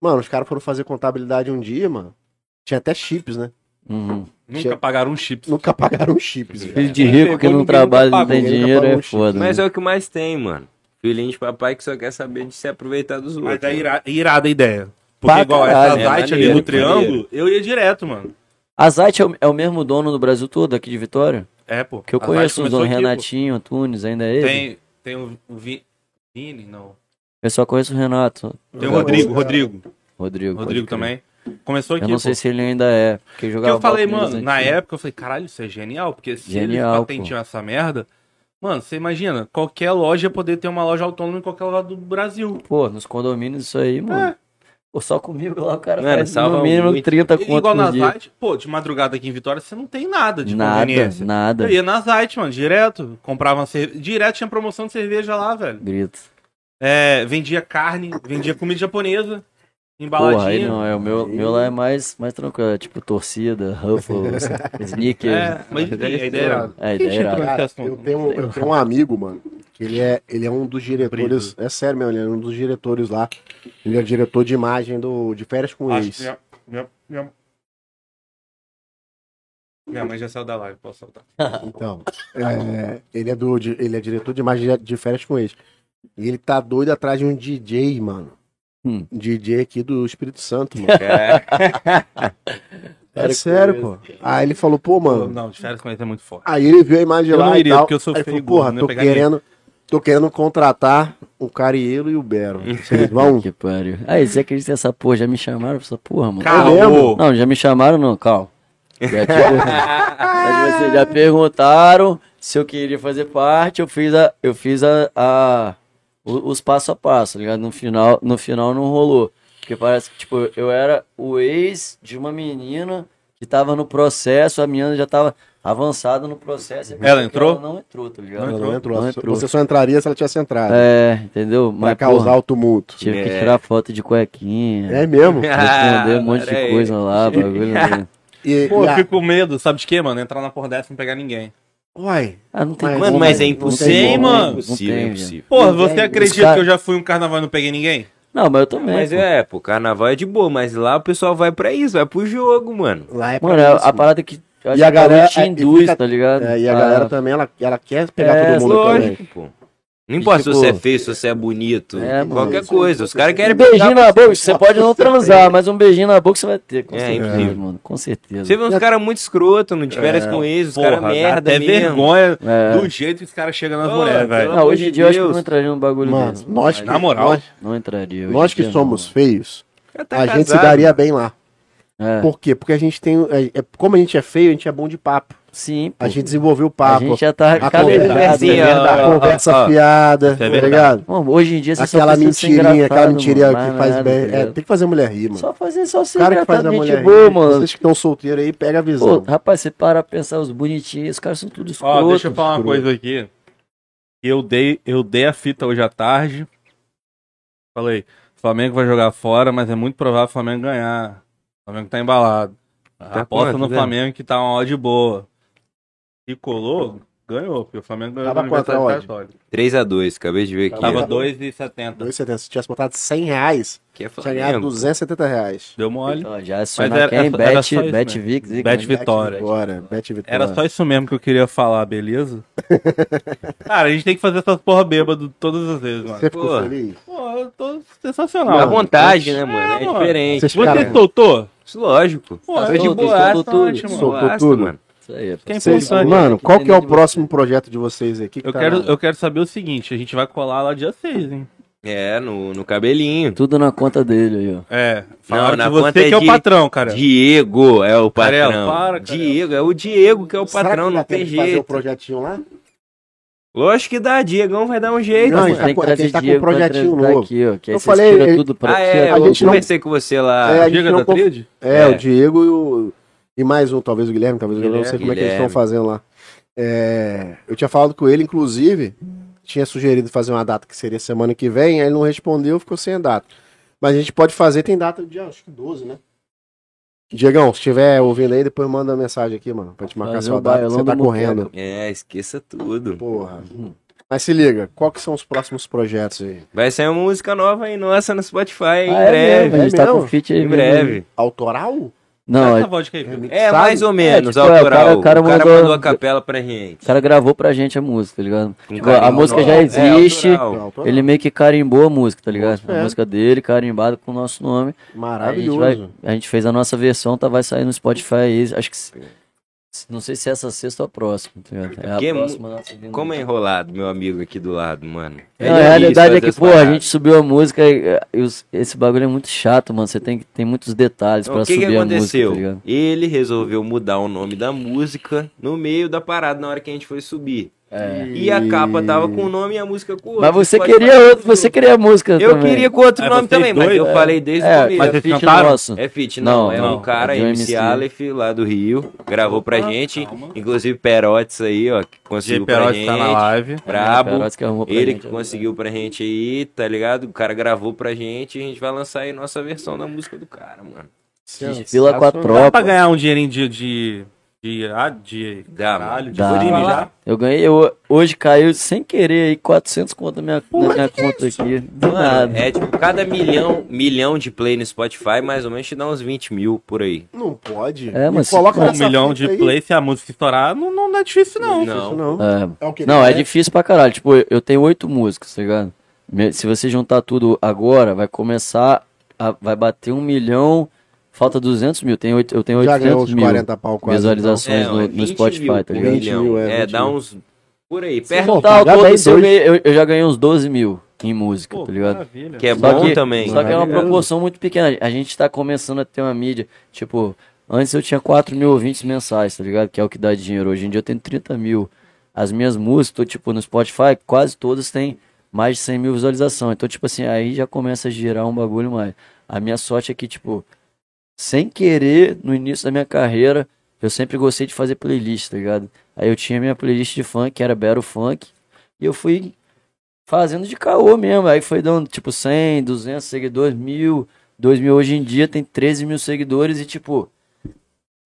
Speaker 1: Mano, os caras foram fazer contabilidade um dia, mano. Tinha até chips, né?
Speaker 4: Uhum.
Speaker 2: Nunca
Speaker 1: Tinha-
Speaker 2: pagaram um chip.
Speaker 1: Nunca pagaram chips, velho.
Speaker 4: Filho de
Speaker 2: Ninguém
Speaker 4: rico que
Speaker 2: pegou,
Speaker 4: não
Speaker 2: ninguém
Speaker 4: trabalha,
Speaker 2: nunca
Speaker 4: não tem
Speaker 1: pagou, ninguém
Speaker 4: dinheiro,
Speaker 1: pagou
Speaker 4: é
Speaker 1: um chip.
Speaker 4: foda.
Speaker 3: Mas
Speaker 4: né?
Speaker 3: é o que mais tem, mano. Filhinho de papai que só quer saber de se aproveitar dos outros. né?
Speaker 2: Mas é
Speaker 3: mano.
Speaker 2: ira- irada a ideia. Porque
Speaker 4: Pra
Speaker 2: igual
Speaker 4: caralho,
Speaker 2: essa
Speaker 3: é
Speaker 2: Zayt ali
Speaker 3: maneiro,
Speaker 2: no Triângulo, eu ia direto, mano.
Speaker 4: A Zayt é o, é o mesmo dono do Brasil todo, aqui de Vitória?
Speaker 2: É, pô.
Speaker 4: Que
Speaker 2: A
Speaker 4: eu
Speaker 2: Zayt
Speaker 4: conheço os
Speaker 2: começou
Speaker 4: donos,
Speaker 2: aqui, pô.
Speaker 4: Renatinho, Antunes, ainda é ele?
Speaker 2: Tem, tem o Vi- Vini, não.
Speaker 4: Eu só conheço o Renato.
Speaker 2: Tem o
Speaker 1: Não,
Speaker 2: Rodrigo,
Speaker 1: o-
Speaker 2: Rodrigo.
Speaker 4: Rodrigo. pode
Speaker 2: Rodrigo
Speaker 4: crer.
Speaker 2: também. Começou aqui.
Speaker 4: Eu não sei
Speaker 2: pô.
Speaker 4: se ele ainda é. Porque
Speaker 2: Porque
Speaker 4: jogava
Speaker 2: eu falei,
Speaker 4: bola
Speaker 2: mano,
Speaker 4: comigo,
Speaker 2: na
Speaker 4: né?
Speaker 2: época eu falei, caralho, isso é genial, porque se
Speaker 4: Genial,
Speaker 2: eles
Speaker 4: pô.
Speaker 2: patentiam essa merda, mano, você imagina, qualquer loja ia poder ter uma loja autônoma em qualquer lugar do Brasil.
Speaker 4: Pô, nos condomínios isso aí,
Speaker 2: É.
Speaker 4: mano. Pô, só comigo lá o cara
Speaker 3: Mano,
Speaker 4: faz
Speaker 3: salva
Speaker 4: no mínimo
Speaker 3: muito.
Speaker 4: 30
Speaker 2: E
Speaker 4: conto
Speaker 2: um Igual
Speaker 4: no
Speaker 2: na
Speaker 4: Tá dia.
Speaker 2: Zite, pô, de madrugada aqui em Vitória você não tem nada de
Speaker 4: Nada,
Speaker 2: conveniência.
Speaker 4: nada.
Speaker 2: Eu ia na Zite, mano, direto. Comprava uma cerveja. Direto tinha promoção de cerveja lá, velho.
Speaker 4: Grito.
Speaker 2: É, vendia carne, vendia comida japonesa,
Speaker 4: Porra, aí
Speaker 2: embaladinha.
Speaker 4: não, é o meu, meu lá é mais, mais tranquilo, é tipo torcida, Ruffles, sneakers.
Speaker 2: é, mas enfim, a ideia era.
Speaker 4: É, a
Speaker 2: Quem
Speaker 4: ideia era-
Speaker 2: entrou nesse
Speaker 1: Cara,
Speaker 2: assunto?
Speaker 1: eu, tenho, eu tenho um amigo, mano, que ele é, ele é um dos diretores. É sério mesmo, ele é um dos diretores lá. Ele é diretor de imagem do, de férias com
Speaker 2: Acho
Speaker 1: ex.
Speaker 2: que minha, minha, minha... minha mãe já saiu da live, posso soltar.
Speaker 1: Então, é, ele, é do, de- ele é diretor de imagem de- de férias com ex. E ele tá doido atrás de um DJ, mano.
Speaker 4: Hum.
Speaker 1: DJ aqui do Espírito Santo,
Speaker 3: É
Speaker 1: mano. É
Speaker 4: Era
Speaker 1: sério,
Speaker 4: curioso.
Speaker 1: pô. Aí ele falou, pô, mano.
Speaker 2: Não, de férias com eles é muito forte.
Speaker 1: Aí ele viu a imagem
Speaker 2: Eu
Speaker 1: lá
Speaker 2: não
Speaker 1: e
Speaker 2: iria,
Speaker 1: tal.
Speaker 2: porque eu sou
Speaker 1: Aí ele
Speaker 2: feio e
Speaker 1: falou, porra,
Speaker 2: gordo, não ia
Speaker 1: tô
Speaker 2: pegar ninguém."
Speaker 1: querendo, tô querendo contratar o Carielo e o Bero. Vocês vão?
Speaker 4: Que pariu. Aí, você acredita nessa porra? Já me chamaram pra essa porra, mano?
Speaker 1: lembro.
Speaker 4: Não, já me chamaram não, calma. Já, tipo, vocês já perguntaram se eu queria fazer parte, eu fiz a. Eu fiz a. a- o- os passo a passo, tá ligado? No final, no final não rolou. Porque parece que, tipo, eu era o ex de uma menina que tava no processo, a menina já tava avançada no processo. e
Speaker 2: Ela entrou?
Speaker 4: Ela não entrou, tá ligado?
Speaker 1: Ela não entrou.
Speaker 4: Não entrou.
Speaker 1: Você só entraria se ela tivesse entrado.
Speaker 4: É, entendeu?
Speaker 1: Pra
Speaker 4: Mas,
Speaker 1: causar
Speaker 4: porra,
Speaker 1: o tumulto.
Speaker 4: tive que
Speaker 3: É.
Speaker 4: tirar foto de cuequinha.
Speaker 1: É mesmo.
Speaker 4: Responder um monte de
Speaker 3: Pera aí.
Speaker 4: coisa lá, bagulho. né?
Speaker 1: E,
Speaker 2: Pô,
Speaker 1: e
Speaker 2: eu
Speaker 1: a-
Speaker 2: fico com medo, sabe de quê, mano? Entrar na porra dessa e não pegar ninguém.
Speaker 1: Uai,
Speaker 4: Ah, não tem
Speaker 1: Mas-
Speaker 3: Mano,
Speaker 4: como,
Speaker 3: mas é
Speaker 4: né?
Speaker 3: impossível,
Speaker 2: Sim,
Speaker 4: Não tem como,
Speaker 2: mano.
Speaker 3: É
Speaker 4: não
Speaker 3: impossível, é
Speaker 4: tem,
Speaker 3: impossível.
Speaker 2: Porra,
Speaker 1: Ninguém,
Speaker 2: você acredita
Speaker 4: cara-
Speaker 2: que eu já fui um carnaval e não peguei ninguém?
Speaker 4: velho. Não, mas eu também.
Speaker 3: Mas
Speaker 4: pô.
Speaker 3: é, pô, carnaval é de boa, mas lá o pessoal vai pra isso, vai pro jogo, mano.
Speaker 1: lá é pra
Speaker 4: Mano, é
Speaker 1: isso,
Speaker 4: a parada que. eu acho
Speaker 1: a
Speaker 4: que talvez
Speaker 1: galera-
Speaker 4: te
Speaker 1: é, e
Speaker 4: induz,
Speaker 1: fica-
Speaker 4: tá ligado?
Speaker 1: É, e a
Speaker 4: Ah,
Speaker 1: galera também, ela, ela quer pegar
Speaker 4: É,
Speaker 1: todo mundo também.
Speaker 3: Lógico, pô. Não importa
Speaker 4: tipo-
Speaker 3: se você é feio, se você é bonito,
Speaker 4: É, mano.
Speaker 3: qualquer coisa. Os caras
Speaker 4: Um
Speaker 3: querem
Speaker 4: beijinho
Speaker 3: pegar.
Speaker 4: na boca, você pode não transar, mas um beijinho na boca você vai ter, com
Speaker 3: É,
Speaker 4: certeza,
Speaker 3: impossível.
Speaker 4: mano. Com certeza.
Speaker 3: Você vê uns caras muito escroto, não tiveras com eles, os caras
Speaker 2: dá
Speaker 3: merda
Speaker 2: até
Speaker 3: mesmo.
Speaker 2: vergonha
Speaker 4: É.
Speaker 2: do jeito que os caras chegam nas
Speaker 3: Pô,
Speaker 2: mulheres, velho.
Speaker 3: pelo
Speaker 4: Não,
Speaker 3: amor
Speaker 4: hoje em
Speaker 3: de
Speaker 4: dia eu acho que eu
Speaker 3: Deus.
Speaker 4: não entraria num bagulho
Speaker 1: Mano,
Speaker 4: desse.
Speaker 1: nós que,
Speaker 2: Na moral.
Speaker 1: nós,
Speaker 4: Não entraria. hoje
Speaker 1: nós
Speaker 4: em
Speaker 1: que
Speaker 4: dia não,
Speaker 1: somos feios,
Speaker 3: O cara tá
Speaker 1: a gente se
Speaker 3: casado.
Speaker 1: daria bem lá.
Speaker 4: mano. É.
Speaker 1: Por quê? Porque a gente tem. é- é- como a gente é feio, a gente é bom de papo.
Speaker 4: Sim, pô.
Speaker 1: A gente desenvolveu o
Speaker 4: A
Speaker 1: papo.
Speaker 4: gente já tá
Speaker 1: A
Speaker 4: calejado,
Speaker 1: conversa,
Speaker 3: Sim,
Speaker 4: né?
Speaker 3: É assim, ó,
Speaker 1: a
Speaker 3: ó,
Speaker 1: conversa
Speaker 3: ó, ó.
Speaker 1: fiada,
Speaker 2: Isso é
Speaker 1: tá
Speaker 2: verdade.
Speaker 1: ligado?
Speaker 4: Mano, hoje em dia você
Speaker 1: Aquela
Speaker 4: só precisa ser
Speaker 1: mentirinha, aquela
Speaker 4: engraçado,
Speaker 1: mentirinha
Speaker 4: mano,
Speaker 1: que
Speaker 4: mais
Speaker 1: faz
Speaker 4: nada,
Speaker 1: bem.
Speaker 4: tá
Speaker 1: é,
Speaker 4: ligado?
Speaker 1: tem que fazer mulher rir, mano.
Speaker 4: Só fazer só
Speaker 1: O
Speaker 4: ser
Speaker 1: cara que faz a
Speaker 4: engraçado,
Speaker 1: mulher
Speaker 4: gente
Speaker 1: rir.
Speaker 4: boa, mano.
Speaker 1: Vocês que estão solteiros aí, pega a
Speaker 4: Pô,
Speaker 1: visão.
Speaker 4: rapaz, você para pra pensar os bonitinhos, os caras são tudo
Speaker 2: Ó,
Speaker 4: escroto.
Speaker 2: deixa eu falar uma
Speaker 1: escroto.
Speaker 2: coisa aqui. Eu dei, eu dei a fita hoje à tarde. Falei, Flamengo vai jogar fora, mas é muito provável o Flamengo ganhar. O Flamengo tá embalado. Aposta
Speaker 3: quanto,
Speaker 2: no
Speaker 3: né?
Speaker 2: Flamengo que tá uma odd boa. E colou, ganhou, porque o Flamengo ganhou
Speaker 1: Tava
Speaker 2: do
Speaker 1: quanto a
Speaker 2: Universidade Católica.
Speaker 3: 3x2, acabei de ver aqui.
Speaker 2: Tava
Speaker 3: ó.
Speaker 2: 2,70.
Speaker 1: 2,70. Se tivesse botado 100 reais,
Speaker 3: Que é
Speaker 1: tinha ganhado
Speaker 3: Flamengo.
Speaker 1: 270 reais.
Speaker 2: Deu mole.
Speaker 4: Ó, Então, já acionar
Speaker 2: era-
Speaker 4: quem?
Speaker 2: era-
Speaker 4: Bet,
Speaker 2: era só isso
Speaker 4: Bet
Speaker 2: mesmo.
Speaker 4: Vix, hein,
Speaker 2: Bet
Speaker 4: cara?
Speaker 2: Vix. Vitória.
Speaker 1: Agora, Bet Vitória.
Speaker 2: Era só isso mesmo que eu queria falar, beleza? Cara, a gente tem que fazer essas porra bêbado todas as vezes, mano.
Speaker 1: Você ficou
Speaker 3: Pô.
Speaker 1: feliz?
Speaker 2: Pô, eu tô
Speaker 3: À
Speaker 2: sensacional.
Speaker 3: vontade, né, mano? É
Speaker 2: mano.
Speaker 3: diferente.
Speaker 1: Vocês
Speaker 2: Você
Speaker 1: Cara,
Speaker 2: soltou?
Speaker 3: Lógico.
Speaker 2: Pô,
Speaker 4: Tá
Speaker 2: é de
Speaker 4: solto,
Speaker 2: boa,
Speaker 4: soltou
Speaker 2: tá
Speaker 4: tudo.
Speaker 2: ótimo.
Speaker 1: Soltou
Speaker 3: Basta,
Speaker 1: tudo.
Speaker 3: mano.
Speaker 4: Isso aí, pô.
Speaker 2: Que é
Speaker 1: Vocês-
Speaker 2: importante.
Speaker 1: mano, qual que é o
Speaker 4: Entendendo
Speaker 1: próximo projeto de vocês aí? Que que
Speaker 2: Eu
Speaker 1: tá
Speaker 2: quero,
Speaker 1: na-
Speaker 2: eu quero saber o seguinte, a gente vai colar lá dia 6, hein?
Speaker 3: É, no, no cabelinho.
Speaker 4: Tudo na conta dele aí, ó.
Speaker 2: É,
Speaker 3: Não,
Speaker 2: falaram
Speaker 3: na
Speaker 2: que você
Speaker 3: conta é
Speaker 2: que é o
Speaker 3: de-
Speaker 2: patrão, cara.
Speaker 3: Diego é o
Speaker 2: Carela,
Speaker 3: patrão.
Speaker 2: para, Carela.
Speaker 3: Diego, é o Diego que é o
Speaker 1: Será
Speaker 3: patrão,
Speaker 1: que dá
Speaker 3: não tem
Speaker 1: tempo de fazer o
Speaker 3: jeito.
Speaker 1: projetinho lá?
Speaker 3: Lógico que dá, Diegão vai dar um jeito,
Speaker 1: Não,
Speaker 3: mano.
Speaker 1: isso tá
Speaker 4: Tem que
Speaker 1: com-
Speaker 4: trazer
Speaker 1: ele tá com um
Speaker 4: Diego pra
Speaker 1: projetinho
Speaker 4: apresentar
Speaker 1: novo.
Speaker 4: aqui, ó. Que aí
Speaker 1: Eu
Speaker 4: vocês
Speaker 1: falei,
Speaker 4: tiram
Speaker 1: ele-
Speaker 4: tudo pra
Speaker 3: Ah, é,
Speaker 1: a
Speaker 3: eu
Speaker 1: gente não-
Speaker 3: conversei com você
Speaker 1: É,
Speaker 3: lá.
Speaker 1: a gente
Speaker 2: Diga
Speaker 1: não
Speaker 2: da
Speaker 1: conf-
Speaker 2: Tríade?
Speaker 1: É,
Speaker 3: É.
Speaker 1: o Diego e, o- e mais um, talvez o Guilherme, talvez o Guilherme, não sei como é que eles
Speaker 3: Guilherme.
Speaker 1: estão fazendo lá. É, eu tinha falado com ele, inclusive, tinha sugerido fazer uma data que seria semana que vem, aí ele não respondeu, ficou sem a data. Mas a gente pode fazer, tem data dia, acho que 12, né? Diegão, se estiver ouvindo aí, depois manda uma mensagem aqui, mano, pra te marcar
Speaker 4: Fazer um
Speaker 1: sua
Speaker 4: o
Speaker 3: um
Speaker 1: data, que
Speaker 4: bailão
Speaker 1: você tá
Speaker 4: do
Speaker 1: correndo.
Speaker 3: É, esqueça tudo.
Speaker 1: Porra.
Speaker 3: Uhum.
Speaker 1: Mas se liga, qual que são os próximos projetos aí?
Speaker 3: Vai sair uma música nova aí, nossa, no Spotify em
Speaker 4: Ah, é mesmo,
Speaker 3: breve.
Speaker 4: a gente tá
Speaker 1: mesmo?
Speaker 4: com fit aí
Speaker 3: Em
Speaker 4: mesmo.
Speaker 3: breve.
Speaker 1: Autoral?
Speaker 4: Não,
Speaker 2: Essa
Speaker 4: é-
Speaker 2: vodka aí, filho.
Speaker 3: É,
Speaker 1: Sabe?
Speaker 3: mais ou menos,
Speaker 4: tipo, é, o
Speaker 3: autoral.
Speaker 4: cara- o cara mandou-
Speaker 3: a capela pra gente.
Speaker 4: o cara gravou pra gente a música, tá ligado?
Speaker 3: Com
Speaker 4: Tipo,
Speaker 3: carinho,
Speaker 4: a música já
Speaker 3: autoral. É,
Speaker 4: existe,
Speaker 3: autoral.
Speaker 1: Autoral.
Speaker 4: ele meio que carimbou a música, tá ligado?
Speaker 1: É.
Speaker 4: A música dele carimbada com o nosso nome. A gente,
Speaker 1: Maravilhoso.
Speaker 4: vai, a gente fez a nossa versão, tá, vai sair no Spotify aí, acho que se- Não sei se é essa sexta ou a próxima, tá ligado? É a
Speaker 3: Porque é mu-
Speaker 4: próxima nossa vinda.
Speaker 3: Como é enrolado, meu amigo aqui do lado, mano. É
Speaker 4: Não, a
Speaker 3: difícil
Speaker 4: realidade é
Speaker 3: fazer
Speaker 4: que,
Speaker 3: as
Speaker 4: pô, a
Speaker 3: paradas.
Speaker 4: gente subiu a música e, e os- esse bagulho é muito chato, mano. Você tem, que- tem muitos detalhes
Speaker 3: Então,
Speaker 4: pra
Speaker 3: o que,
Speaker 4: subir
Speaker 3: que
Speaker 4: a música,
Speaker 3: aconteceu?
Speaker 4: tá ligado?
Speaker 3: Ele resolveu mudar o nome da música no meio da parada, na hora que a gente foi subir.
Speaker 4: É.
Speaker 3: E a capa tava com o nome e a música com o outro.
Speaker 4: Mas você
Speaker 3: Pode
Speaker 4: queria
Speaker 3: fazer
Speaker 4: outro,
Speaker 3: tudo.
Speaker 4: você queria a música
Speaker 3: Eu
Speaker 4: também.
Speaker 3: queria com outro
Speaker 2: Aí
Speaker 3: nome
Speaker 2: vocês
Speaker 3: também, mas
Speaker 2: dois,
Speaker 3: eu
Speaker 2: é.
Speaker 3: falei desde o
Speaker 4: É,
Speaker 3: começo.
Speaker 4: mas
Speaker 2: Mas vocês
Speaker 4: feat
Speaker 2: cantaram?
Speaker 4: nosso.
Speaker 3: É fit, não,
Speaker 4: Não,
Speaker 3: é
Speaker 4: não,
Speaker 3: um cara,
Speaker 4: é de um
Speaker 3: MC
Speaker 4: MC.
Speaker 3: Aleph, lá do Rio, gravou pra
Speaker 2: Opa,
Speaker 3: gente,
Speaker 2: calma.
Speaker 3: inclusive Perotes aí, ó, que conseguiu pra
Speaker 2: Perotti
Speaker 3: gente,
Speaker 2: tá na live.
Speaker 3: brabo,
Speaker 4: É, Perotti que arrumou pra
Speaker 3: ele
Speaker 4: gente,
Speaker 3: que
Speaker 4: é
Speaker 3: conseguiu pra gente aí, tá ligado? O cara gravou pra gente e a gente vai lançar aí nossa versão da música do cara, mano.
Speaker 4: Fila com a
Speaker 2: Dá pra
Speaker 4: tropa.
Speaker 2: ganhar um dinheirinho de. de... De, ah, de
Speaker 3: Dá,
Speaker 2: caralho, de
Speaker 4: Dá,
Speaker 2: crime
Speaker 4: mano.
Speaker 2: já.
Speaker 4: Eu ganhei, eu- hoje caiu sem querer aí 400 conto na minha, na minha conta aqui. Do nada.
Speaker 3: É tipo, cada milhão, milhão de play no Spotify, mais ou menos te dá uns 20 mil por aí.
Speaker 1: Não pode.
Speaker 4: É, mas
Speaker 1: Me coloca
Speaker 2: Com um
Speaker 1: nessa
Speaker 2: milhão
Speaker 1: fita
Speaker 2: de
Speaker 1: aí.
Speaker 2: play, se a música estourar, não, não é difícil, não.
Speaker 1: Isso
Speaker 3: Não.
Speaker 1: não.
Speaker 4: É,
Speaker 1: É o quê?
Speaker 4: Não, é
Speaker 1: Dez?
Speaker 4: difícil pra caralho. Tipo, eu- eu tenho oito músicas, tá ligado? Me- Se você juntar tudo agora, vai começar. a- vai bater um milhão. Falta 200 mil. Tem oito- eu tenho
Speaker 1: Já ganhou
Speaker 4: 800
Speaker 1: uns
Speaker 4: é mil
Speaker 1: 40 pau quase.
Speaker 4: visualizações
Speaker 3: não,
Speaker 4: no, no
Speaker 3: 20
Speaker 4: Spotify,
Speaker 3: É, mil
Speaker 4: tá
Speaker 3: por
Speaker 4: ligado?
Speaker 1: Vinte
Speaker 3: milhão.
Speaker 1: mil, é,
Speaker 3: é,
Speaker 1: vinte
Speaker 3: dá
Speaker 1: mil.
Speaker 3: uns. Por aí,
Speaker 1: Sim,
Speaker 3: perto
Speaker 1: Já
Speaker 4: Tá, todo
Speaker 1: dei
Speaker 4: isso eu,
Speaker 1: dois.
Speaker 4: ganhei- eu- eu já ganhei uns 12 mil em música,
Speaker 2: Pô,
Speaker 4: tá ligado?
Speaker 2: maravilha.
Speaker 3: que é
Speaker 4: Só
Speaker 3: bom
Speaker 4: que-
Speaker 3: também.
Speaker 4: Só que é uma
Speaker 1: Maravilhoso.
Speaker 4: proporção muito pequena. A gente tá começando a ter uma mídia. Tipo, antes eu tinha 4 mil ouvintes mensais, tá ligado? Que é o que dá dinheiro. Hoje em dia eu tenho 30 mil. As minhas músicas, tô, tipo, no Spotify, quase todas têm mais de 100 mil visualizações. Então, tipo assim, aí já começa a girar um bagulho mais. A minha sorte é que, tipo, sem querer, no início da minha carreira, eu sempre gostei de fazer playlist, tá ligado? Aí eu tinha minha playlist de funk, que era Battle Funk, e eu fui fazendo de caô mesmo. Aí foi dando tipo 100, 200 seguidores, 1000, 2000. Hoje em dia tem 13 mil seguidores e tipo,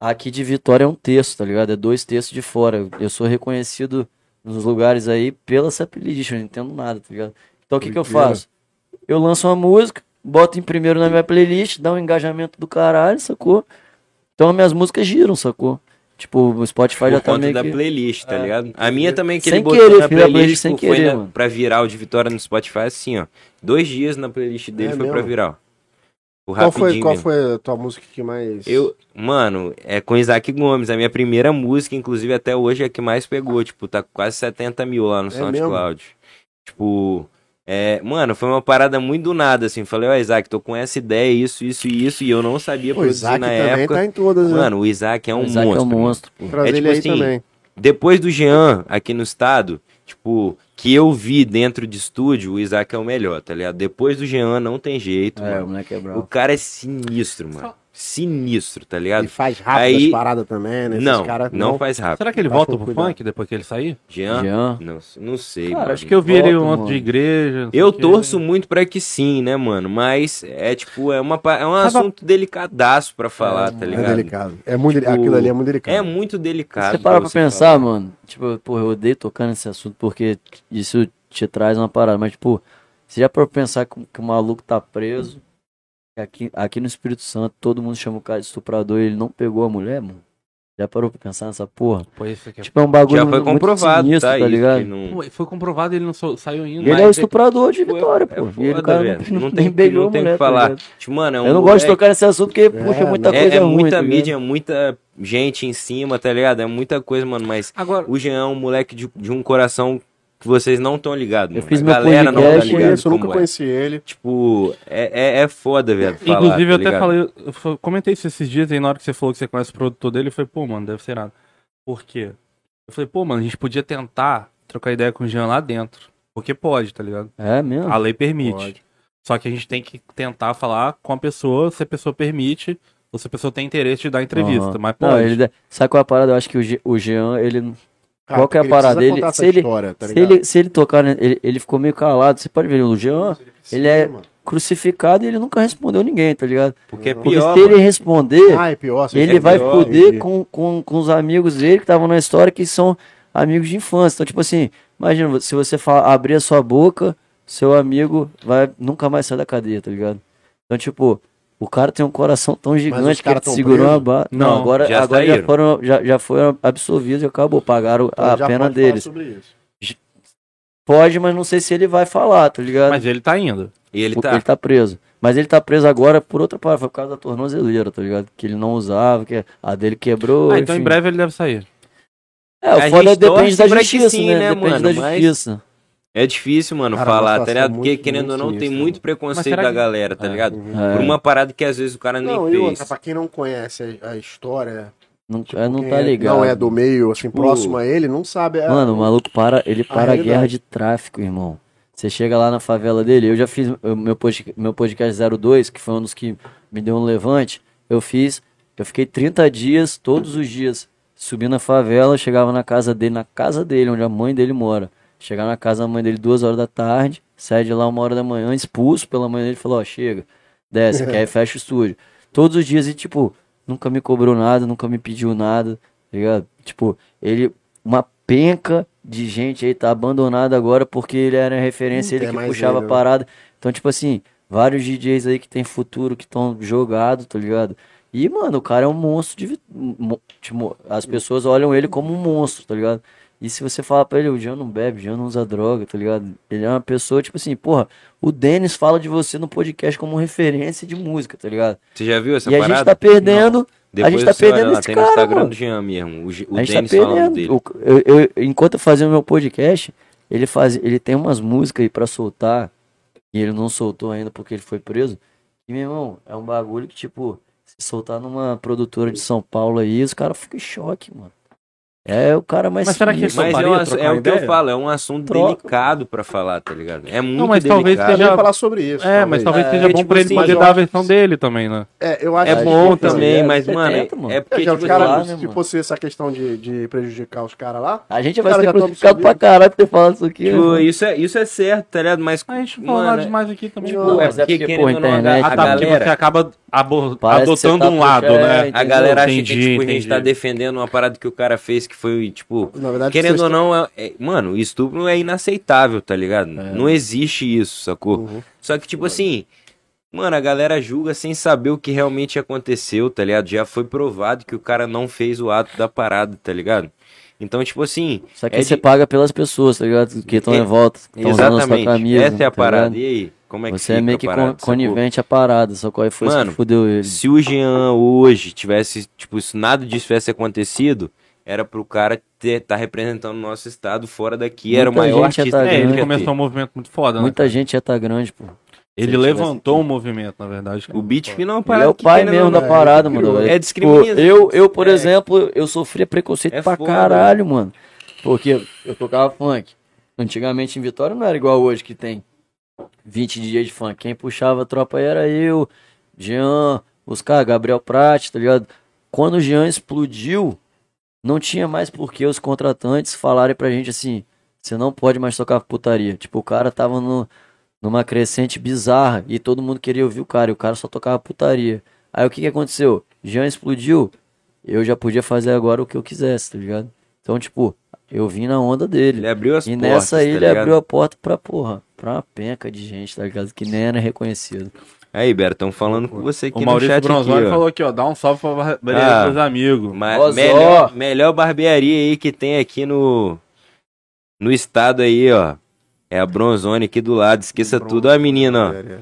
Speaker 4: aqui de Vitória é um texto, tá ligado? É dois textos de fora. Eu sou reconhecido nos lugares aí pela essa playlist, eu não entendo nada, tá ligado? Então o que, que eu
Speaker 1: Doideira.
Speaker 4: faço? Eu lanço uma música, boto em primeiro na minha playlist, dá um engajamento do caralho, sacou? Então minhas músicas giram, sacou? Tipo, o Spotify já
Speaker 3: Por
Speaker 4: tá
Speaker 3: conta
Speaker 4: meio
Speaker 3: da
Speaker 4: que... É.
Speaker 3: playlist, tá ligado? A minha também, que
Speaker 4: Sem
Speaker 3: ele botou
Speaker 4: querer,
Speaker 3: na
Speaker 4: fiz a
Speaker 3: playlist,
Speaker 4: playlist sem
Speaker 3: pô, foi
Speaker 4: querer,
Speaker 3: na-
Speaker 4: mano.
Speaker 3: pra viral de vitória no Spotify, assim, ó. Dois dias na playlist dele
Speaker 1: É
Speaker 3: foi pra
Speaker 1: mesmo?
Speaker 3: viral. O
Speaker 1: Qual foi,
Speaker 3: rapidinho
Speaker 1: qual
Speaker 3: mesmo.
Speaker 1: foi a tua música que mais...
Speaker 3: Eu, mano, é com Isaac Gomes, a minha primeira música, inclusive até hoje é a que mais pegou, tipo, tá com quase 70 mil
Speaker 1: É
Speaker 3: lá no SoundCloud. Tipo, é, mano, foi uma parada muito do nada, assim, falei, ó, Isaac, tô com essa ideia, isso, isso e isso, e eu não sabia
Speaker 1: O
Speaker 3: produzir
Speaker 1: Isaac
Speaker 3: na
Speaker 1: também
Speaker 3: época.
Speaker 1: tá em todas, né?
Speaker 3: Mano, o Isaac é um
Speaker 4: Isaac
Speaker 3: monstro.
Speaker 4: é um monstro. pô.
Speaker 1: Traz
Speaker 3: é
Speaker 1: ele
Speaker 3: tipo
Speaker 1: aí
Speaker 3: assim,
Speaker 1: também.
Speaker 3: Depois do Jean, aqui no estado, tipo, que eu vi dentro de estúdio, o Isaac é o melhor, tá ligado? Depois do Jean, não tem jeito,
Speaker 4: É, o
Speaker 3: mano.
Speaker 4: moleque é bravo.
Speaker 3: O cara é sinistro, mano. Sinistro, tá
Speaker 1: E
Speaker 3: ligado?
Speaker 1: faz rápido
Speaker 3: Aí-
Speaker 1: as paradas também, né? Esses
Speaker 3: Não,
Speaker 1: cara-
Speaker 3: não, faz rápido.
Speaker 2: Será que ele
Speaker 1: Acho
Speaker 2: volta
Speaker 1: que
Speaker 2: pro
Speaker 1: cuidado.
Speaker 2: funk depois que ele sair?
Speaker 3: Jean?
Speaker 4: Jean?
Speaker 3: Não, não sei,
Speaker 4: Cara,
Speaker 3: mano.
Speaker 2: Acho que eu vi ele
Speaker 4: volta,
Speaker 2: ontem de
Speaker 4: mano.
Speaker 2: igreja. não sei
Speaker 3: Eu
Speaker 2: o quê.
Speaker 3: torço muito pra que sim, né, mano? Mas é tipo, é, uma, pa- é um
Speaker 2: Sabe-
Speaker 3: assunto delicadaço pra falar, tá
Speaker 1: É
Speaker 3: ligado?
Speaker 1: delicado. É muito,
Speaker 3: Tipo,
Speaker 1: aquilo ali é muito delicado.
Speaker 3: É muito delicado.
Speaker 4: Se você parar pra
Speaker 3: você
Speaker 4: pensar,
Speaker 3: falar.
Speaker 4: mano, tipo, pô, eu odeio tocar nesse assunto porque isso te traz uma parada, mas, tipo, você já para pensar que, que o maluco tá preso, que aqui, aqui no Espírito Santo todo mundo chama o cara de estuprador e ele não pegou a mulher, mano? Já parou pra pensar nessa porra?
Speaker 2: Pô, esse aqui é-
Speaker 4: Tipo, é um bagulho
Speaker 3: Já foi
Speaker 4: muito
Speaker 3: comprovado,
Speaker 4: sinistro,
Speaker 3: tá?
Speaker 4: tá
Speaker 3: isso,
Speaker 4: ligado?
Speaker 3: que não-
Speaker 2: Pô, foi comprovado ele não so- saiu ainda.
Speaker 4: Ele é o
Speaker 3: Mas é-
Speaker 4: estuprador de
Speaker 3: Pô,
Speaker 4: Vitória,
Speaker 3: é
Speaker 4: pô.
Speaker 3: foda,
Speaker 4: e ele, cara,
Speaker 3: velho.
Speaker 4: não,
Speaker 3: Não
Speaker 4: tem
Speaker 3: tem-
Speaker 4: beijou
Speaker 3: não tem o
Speaker 4: a
Speaker 3: que
Speaker 4: mulher,
Speaker 3: falar.
Speaker 4: tá ligado?
Speaker 3: Tipo, Mano, é um
Speaker 4: Eu não gosto de
Speaker 3: moleque-
Speaker 4: tocar nesse assunto porque puxa muita
Speaker 1: não.
Speaker 4: coisa
Speaker 3: É, é
Speaker 4: ruim,
Speaker 3: muita
Speaker 4: tá ligado?
Speaker 3: mídia, é muita gente em cima, tá ligado? É muita coisa, mano. Mas
Speaker 2: Agora,
Speaker 3: o Jean é um moleque de, de um coração que vocês não estão ligados.
Speaker 4: Eu
Speaker 3: mano.
Speaker 4: fiz
Speaker 3: A
Speaker 4: meu
Speaker 3: galera não tá
Speaker 1: Eu
Speaker 4: podcast,
Speaker 3: ligada
Speaker 1: conheço, eu
Speaker 3: como
Speaker 1: nunca
Speaker 3: é.
Speaker 1: conheci ele.
Speaker 3: Tipo, é, é, é foda, velho. falar,
Speaker 2: inclusive,
Speaker 3: tá
Speaker 2: eu até
Speaker 3: ligado?
Speaker 2: falei, eu fa- comentei isso esses dias aí na hora que você falou que você conhece o produtor dele, eu falei, pô, mano, deve ser nada. Por quê? Eu falei, pô, mano, a gente podia tentar trocar ideia com o Jean lá dentro. Porque pode, tá ligado?
Speaker 4: É
Speaker 3: Ah,
Speaker 4: mesmo.
Speaker 2: A lei permite.
Speaker 1: Pode.
Speaker 2: Só que a gente tem que tentar falar com a pessoa, se a pessoa permite, ou se a pessoa tem interesse de dar entrevista.
Speaker 4: Aham.
Speaker 2: Mas
Speaker 4: Não,
Speaker 2: pode.
Speaker 4: ele dá- Sabe qual é a parada? Eu acho que o Ge- o Jean, ele não-
Speaker 1: Cara,
Speaker 4: Qual que é a
Speaker 1: ele
Speaker 4: parada
Speaker 1: precisa
Speaker 4: dele?
Speaker 1: contar essa
Speaker 4: Se ele-
Speaker 1: história, tá
Speaker 4: se,
Speaker 1: ligado?
Speaker 4: ele, se ele tocar, né, ele, ele ficou meio calado. Você pode ver, o Jean ele é-
Speaker 1: Mano.
Speaker 4: crucificado e ele nunca respondeu ninguém, tá ligado?
Speaker 3: Porque é
Speaker 1: Porque
Speaker 4: Porque
Speaker 3: pior.
Speaker 4: se ele
Speaker 3: mano.
Speaker 4: responder,
Speaker 1: Ah, é pior. você
Speaker 4: ele
Speaker 1: quer
Speaker 4: vai
Speaker 1: pior,
Speaker 4: foder
Speaker 1: entendi.
Speaker 4: com, com, com os amigos dele que estavam na história, que são amigos de infância. Então, tipo assim, imagina, se você fala- abrir a sua boca, seu amigo vai nunca mais sair da cadeia, tá ligado? Então, tipo, o cara tem um coração tão
Speaker 1: os
Speaker 4: gigante que
Speaker 1: caras
Speaker 4: ele
Speaker 1: tão
Speaker 4: segurou
Speaker 1: presos?
Speaker 4: uma barra. Não,
Speaker 2: Não,
Speaker 4: agora,
Speaker 3: já
Speaker 4: agora já,
Speaker 3: saíram.
Speaker 4: foram, já, já foram absolvidos e acabou, pagaram
Speaker 1: Então,
Speaker 4: a
Speaker 1: já
Speaker 4: pena
Speaker 1: pode falar
Speaker 4: deles.
Speaker 1: sobre isso.
Speaker 4: Pode, mas não sei se ele vai falar, tá ligado?
Speaker 2: Mas ele tá indo.
Speaker 3: E ele
Speaker 4: Porque
Speaker 3: tá.
Speaker 4: ele tá preso. Mas ele tá preso agora por outra parada, foi por causa da tornozeleira, tá ligado? Que ele não usava, que a dele quebrou.
Speaker 2: Ah, então em
Speaker 4: enfim.
Speaker 2: breve ele deve sair.
Speaker 4: É, o
Speaker 3: A
Speaker 4: foda
Speaker 3: gente
Speaker 4: depende
Speaker 3: torce
Speaker 4: da
Speaker 3: pra que
Speaker 4: justiça,
Speaker 3: sim,
Speaker 4: né?
Speaker 3: né,
Speaker 4: Depende
Speaker 3: mano?
Speaker 4: da
Speaker 3: Mas-
Speaker 4: justiça.
Speaker 3: É difícil, mano,
Speaker 1: Cara, é uma
Speaker 3: falar, tá
Speaker 1: situação
Speaker 3: ligado? Porque,
Speaker 1: muito,
Speaker 3: querendo
Speaker 1: muito
Speaker 3: ou não, tem
Speaker 1: sinistra,
Speaker 3: muito
Speaker 1: né?
Speaker 2: Mas
Speaker 3: preconceito
Speaker 2: será
Speaker 3: da
Speaker 2: que-
Speaker 3: galera, tá
Speaker 2: É.
Speaker 3: ligado?
Speaker 1: Uhum.
Speaker 4: É,
Speaker 3: Por uma parada que às vezes o cara nem
Speaker 1: Não, e outra,
Speaker 3: fez.
Speaker 1: pra quem não conhece a, a história,
Speaker 4: não, é, não
Speaker 1: quem
Speaker 4: tá
Speaker 1: é-
Speaker 4: ligado. Tipo,
Speaker 1: não é do meio, assim, próximo a ele, não sabe. é-
Speaker 4: Mano, o maluco para, ele para a,
Speaker 1: realidade.
Speaker 4: guerra de tráfico, irmão. Você chega lá na favela dele, eu já fiz eu- meu, pod- meu podcast 02, que foi um dos que me deu um levante. Eu fiz, eu fiquei 30 dias, todos os dias, subindo na favela, chegava na casa dele, na casa dele, onde a mãe dele mora. Chegava na casa da mãe dele duas horas da tarde, sai de lá uma hora da manhã, expulso pela mãe dele, falou, ó, chega, desce, que aí fecha o estúdio. Todos os dias, e tipo, nunca me cobrou nada, nunca me pediu nada, tá ligado? Tipo, ele, uma penca de gente aí tá abandonado agora porque ele era
Speaker 1: Não
Speaker 4: referência, ele
Speaker 1: tem
Speaker 4: que
Speaker 1: mais
Speaker 4: puxava
Speaker 1: ele,
Speaker 4: a
Speaker 1: né?
Speaker 4: parada. Então, tipo assim, vários DJs aí que tem futuro, que estão jogados, tá ligado? E, mano, o cara é um monstro de. vi- mo- Tipo, as pessoas olham ele como um monstro, tá ligado? E se você falar pra ele, o Jean não bebe, o Jean não usa droga, tá ligado? Ele é uma pessoa, tipo assim, porra, o Denis fala de você no podcast como referência de música, tá ligado?
Speaker 3: Você já viu essa
Speaker 4: e a
Speaker 3: parada?
Speaker 4: gente tá perdendo.
Speaker 3: Depois
Speaker 4: gente tá
Speaker 3: você olha
Speaker 4: perdendo
Speaker 3: lá,
Speaker 4: esse
Speaker 3: tem no
Speaker 4: cara,
Speaker 3: Instagram
Speaker 4: mano.
Speaker 3: do Jean mesmo, o, G- o
Speaker 4: a gente tá
Speaker 3: Dennis falando dele.
Speaker 4: perdendo. O- eu- eu- enquanto eu fazia o meu podcast, ele, fazia, ele tem umas músicas aí pra soltar, e ele não soltou ainda porque ele foi preso. E, meu irmão, é um bagulho que, tipo, se soltar numa produtora de São Paulo aí, os caras ficam em choque, mano. É o cara mais.
Speaker 2: Mas será que Só
Speaker 4: sinistro.
Speaker 3: Mas é,
Speaker 2: faria
Speaker 3: um ass-
Speaker 2: trocar
Speaker 3: é o que eu
Speaker 2: ideia?
Speaker 3: falo, é um assunto
Speaker 4: Troca.
Speaker 3: delicado pra falar, tá ligado? É muito
Speaker 2: mas
Speaker 3: delicado.
Speaker 2: talvez
Speaker 1: Eu
Speaker 2: seja-
Speaker 1: ia falar sobre isso.
Speaker 2: É, mas talvez
Speaker 4: É,
Speaker 2: seja bom
Speaker 3: tipo
Speaker 2: pra ele
Speaker 3: assim,
Speaker 2: poder
Speaker 1: mas eu
Speaker 2: dar a
Speaker 1: acho que
Speaker 2: versão
Speaker 1: se-
Speaker 2: dele também, né?
Speaker 1: É, eu acho
Speaker 3: É
Speaker 1: que- assim,
Speaker 3: bom
Speaker 4: Acho que
Speaker 3: também,
Speaker 4: é,
Speaker 3: mas,
Speaker 4: você
Speaker 3: mano,
Speaker 4: tenta, mano.
Speaker 3: é porque,
Speaker 1: Já, os
Speaker 3: tipo,
Speaker 4: lá,
Speaker 1: caras,
Speaker 4: né,
Speaker 1: se
Speaker 4: mano?
Speaker 1: fosse essa questão de, de prejudicar os caras lá,
Speaker 2: é um
Speaker 4: A gente vai
Speaker 1: Os caras
Speaker 4: ser
Speaker 1: já tão
Speaker 4: crucificado pra
Speaker 1: absorvidos.
Speaker 4: caralho por ter falado isso aqui.
Speaker 3: tipo,
Speaker 4: né?
Speaker 3: isso, é, isso é certo, tá ligado? Mas,
Speaker 2: A gente não fala nada
Speaker 3: mano,
Speaker 2: demais aqui também.
Speaker 4: Não,
Speaker 2: pô.
Speaker 3: é
Speaker 4: mas é
Speaker 3: porque,
Speaker 4: porque,
Speaker 3: querendo
Speaker 4: pô,
Speaker 3: ou não, a
Speaker 2: Ah,
Speaker 4: internet,
Speaker 2: tá, porque
Speaker 3: galera-
Speaker 2: você acaba abor-
Speaker 4: Parece que você
Speaker 2: adotando
Speaker 4: tá
Speaker 2: um lado,
Speaker 4: puxando- é,
Speaker 2: né?
Speaker 4: entendi.
Speaker 3: a galera acha que,
Speaker 2: Entendi,
Speaker 3: tipo, a gente tá
Speaker 2: entendi.
Speaker 3: defendendo uma parada que o cara fez que foi, tipo,
Speaker 1: na verdade...
Speaker 3: Querendo
Speaker 1: vocês
Speaker 3: ou não, é- é- mano, estupro é inaceitável, tá ligado?
Speaker 4: É.
Speaker 3: Não existe isso, sacou?
Speaker 1: Uhum.
Speaker 3: Só que, tipo assim, mano, a galera julga sem saber o que realmente aconteceu, tá ligado? Já foi provado que o cara não fez o ato da parada, tá ligado? Então, tipo assim.
Speaker 4: Só que
Speaker 3: é
Speaker 4: aí você
Speaker 3: de-
Speaker 4: paga pelas pessoas, tá ligado? Que estão
Speaker 3: É,
Speaker 4: em volta, que estão usando a sua
Speaker 3: Exatamente.
Speaker 4: camisa.
Speaker 3: Essa é a
Speaker 4: tá
Speaker 3: parada.
Speaker 4: ligado?
Speaker 3: E aí? Como é que
Speaker 4: Você é
Speaker 3: fica
Speaker 4: meio
Speaker 3: a
Speaker 4: que
Speaker 3: parada,
Speaker 4: con-
Speaker 3: sacou?
Speaker 4: conivente à parada, só qual foi isso
Speaker 3: Mano,
Speaker 4: que fudeu ele.
Speaker 3: Se o Jean hoje tivesse, tipo, se nada disso tivesse acontecido, era pro cara ter, tá representando o nosso estado fora daqui, era o
Speaker 4: Muita
Speaker 3: maior
Speaker 4: gente já
Speaker 3: artista
Speaker 4: tá
Speaker 3: que
Speaker 2: É,
Speaker 4: grande,
Speaker 2: ele
Speaker 3: ia ter.
Speaker 2: começou um movimento muito foda, né?
Speaker 4: Muita gente ia estar grande, pô.
Speaker 2: Ele
Speaker 4: Se ele
Speaker 2: levantou um movimento, na verdade.
Speaker 3: O Bitfin não é uma
Speaker 4: Ele é
Speaker 3: parada
Speaker 4: o
Speaker 3: que
Speaker 4: pai
Speaker 3: querendo
Speaker 4: mesmo
Speaker 3: ou não,
Speaker 4: da
Speaker 1: é,
Speaker 4: parada,
Speaker 1: criou.
Speaker 4: mano.
Speaker 3: É
Speaker 4: Tipo,
Speaker 3: discriminação.
Speaker 4: eu, eu, por
Speaker 3: É.
Speaker 4: exemplo, eu sofria preconceito
Speaker 3: É
Speaker 4: pra
Speaker 3: foda.
Speaker 4: caralho, mano. Porque eu tocava funk. Antigamente em Vitória não era igual hoje que tem 20 DJs de funk. Quem puxava a tropa aí era eu, Jean, os caras, Gabriel Prat, tá ligado? Quando o Jean explodiu, não tinha mais por que os contratantes falarem pra gente assim, você não pode mais tocar putaria. Tipo, o cara tava no, numa crescente bizarra e todo mundo queria ouvir o cara, e o cara só tocava putaria. Aí o que que aconteceu? Jean explodiu, eu já podia fazer agora o que eu quisesse, tá ligado? Então, tipo, eu vim na onda dele.
Speaker 3: Ele abriu as
Speaker 4: E
Speaker 3: portas.
Speaker 4: nessa
Speaker 3: tá
Speaker 4: aí ele
Speaker 3: ligado?
Speaker 4: abriu a porta pra, porra, pra uma penca de gente, tá ligado? Que nem era reconhecido.
Speaker 3: Aí, Berto, estão falando com você aqui
Speaker 2: O
Speaker 3: no
Speaker 2: Maurício
Speaker 3: chat.
Speaker 2: Bronzoni
Speaker 3: aqui, ó.
Speaker 2: falou aqui, ó, dá um salve pra
Speaker 3: Ah.
Speaker 2: barbearia dos amigos.
Speaker 3: Ma-
Speaker 4: Ó, Zó.
Speaker 3: melhor, melhor barbearia aí que tem aqui no no estado aí, ó. É a Bronzone aqui do lado. Esqueça é tudo. Ó, a menina, ó.
Speaker 1: né?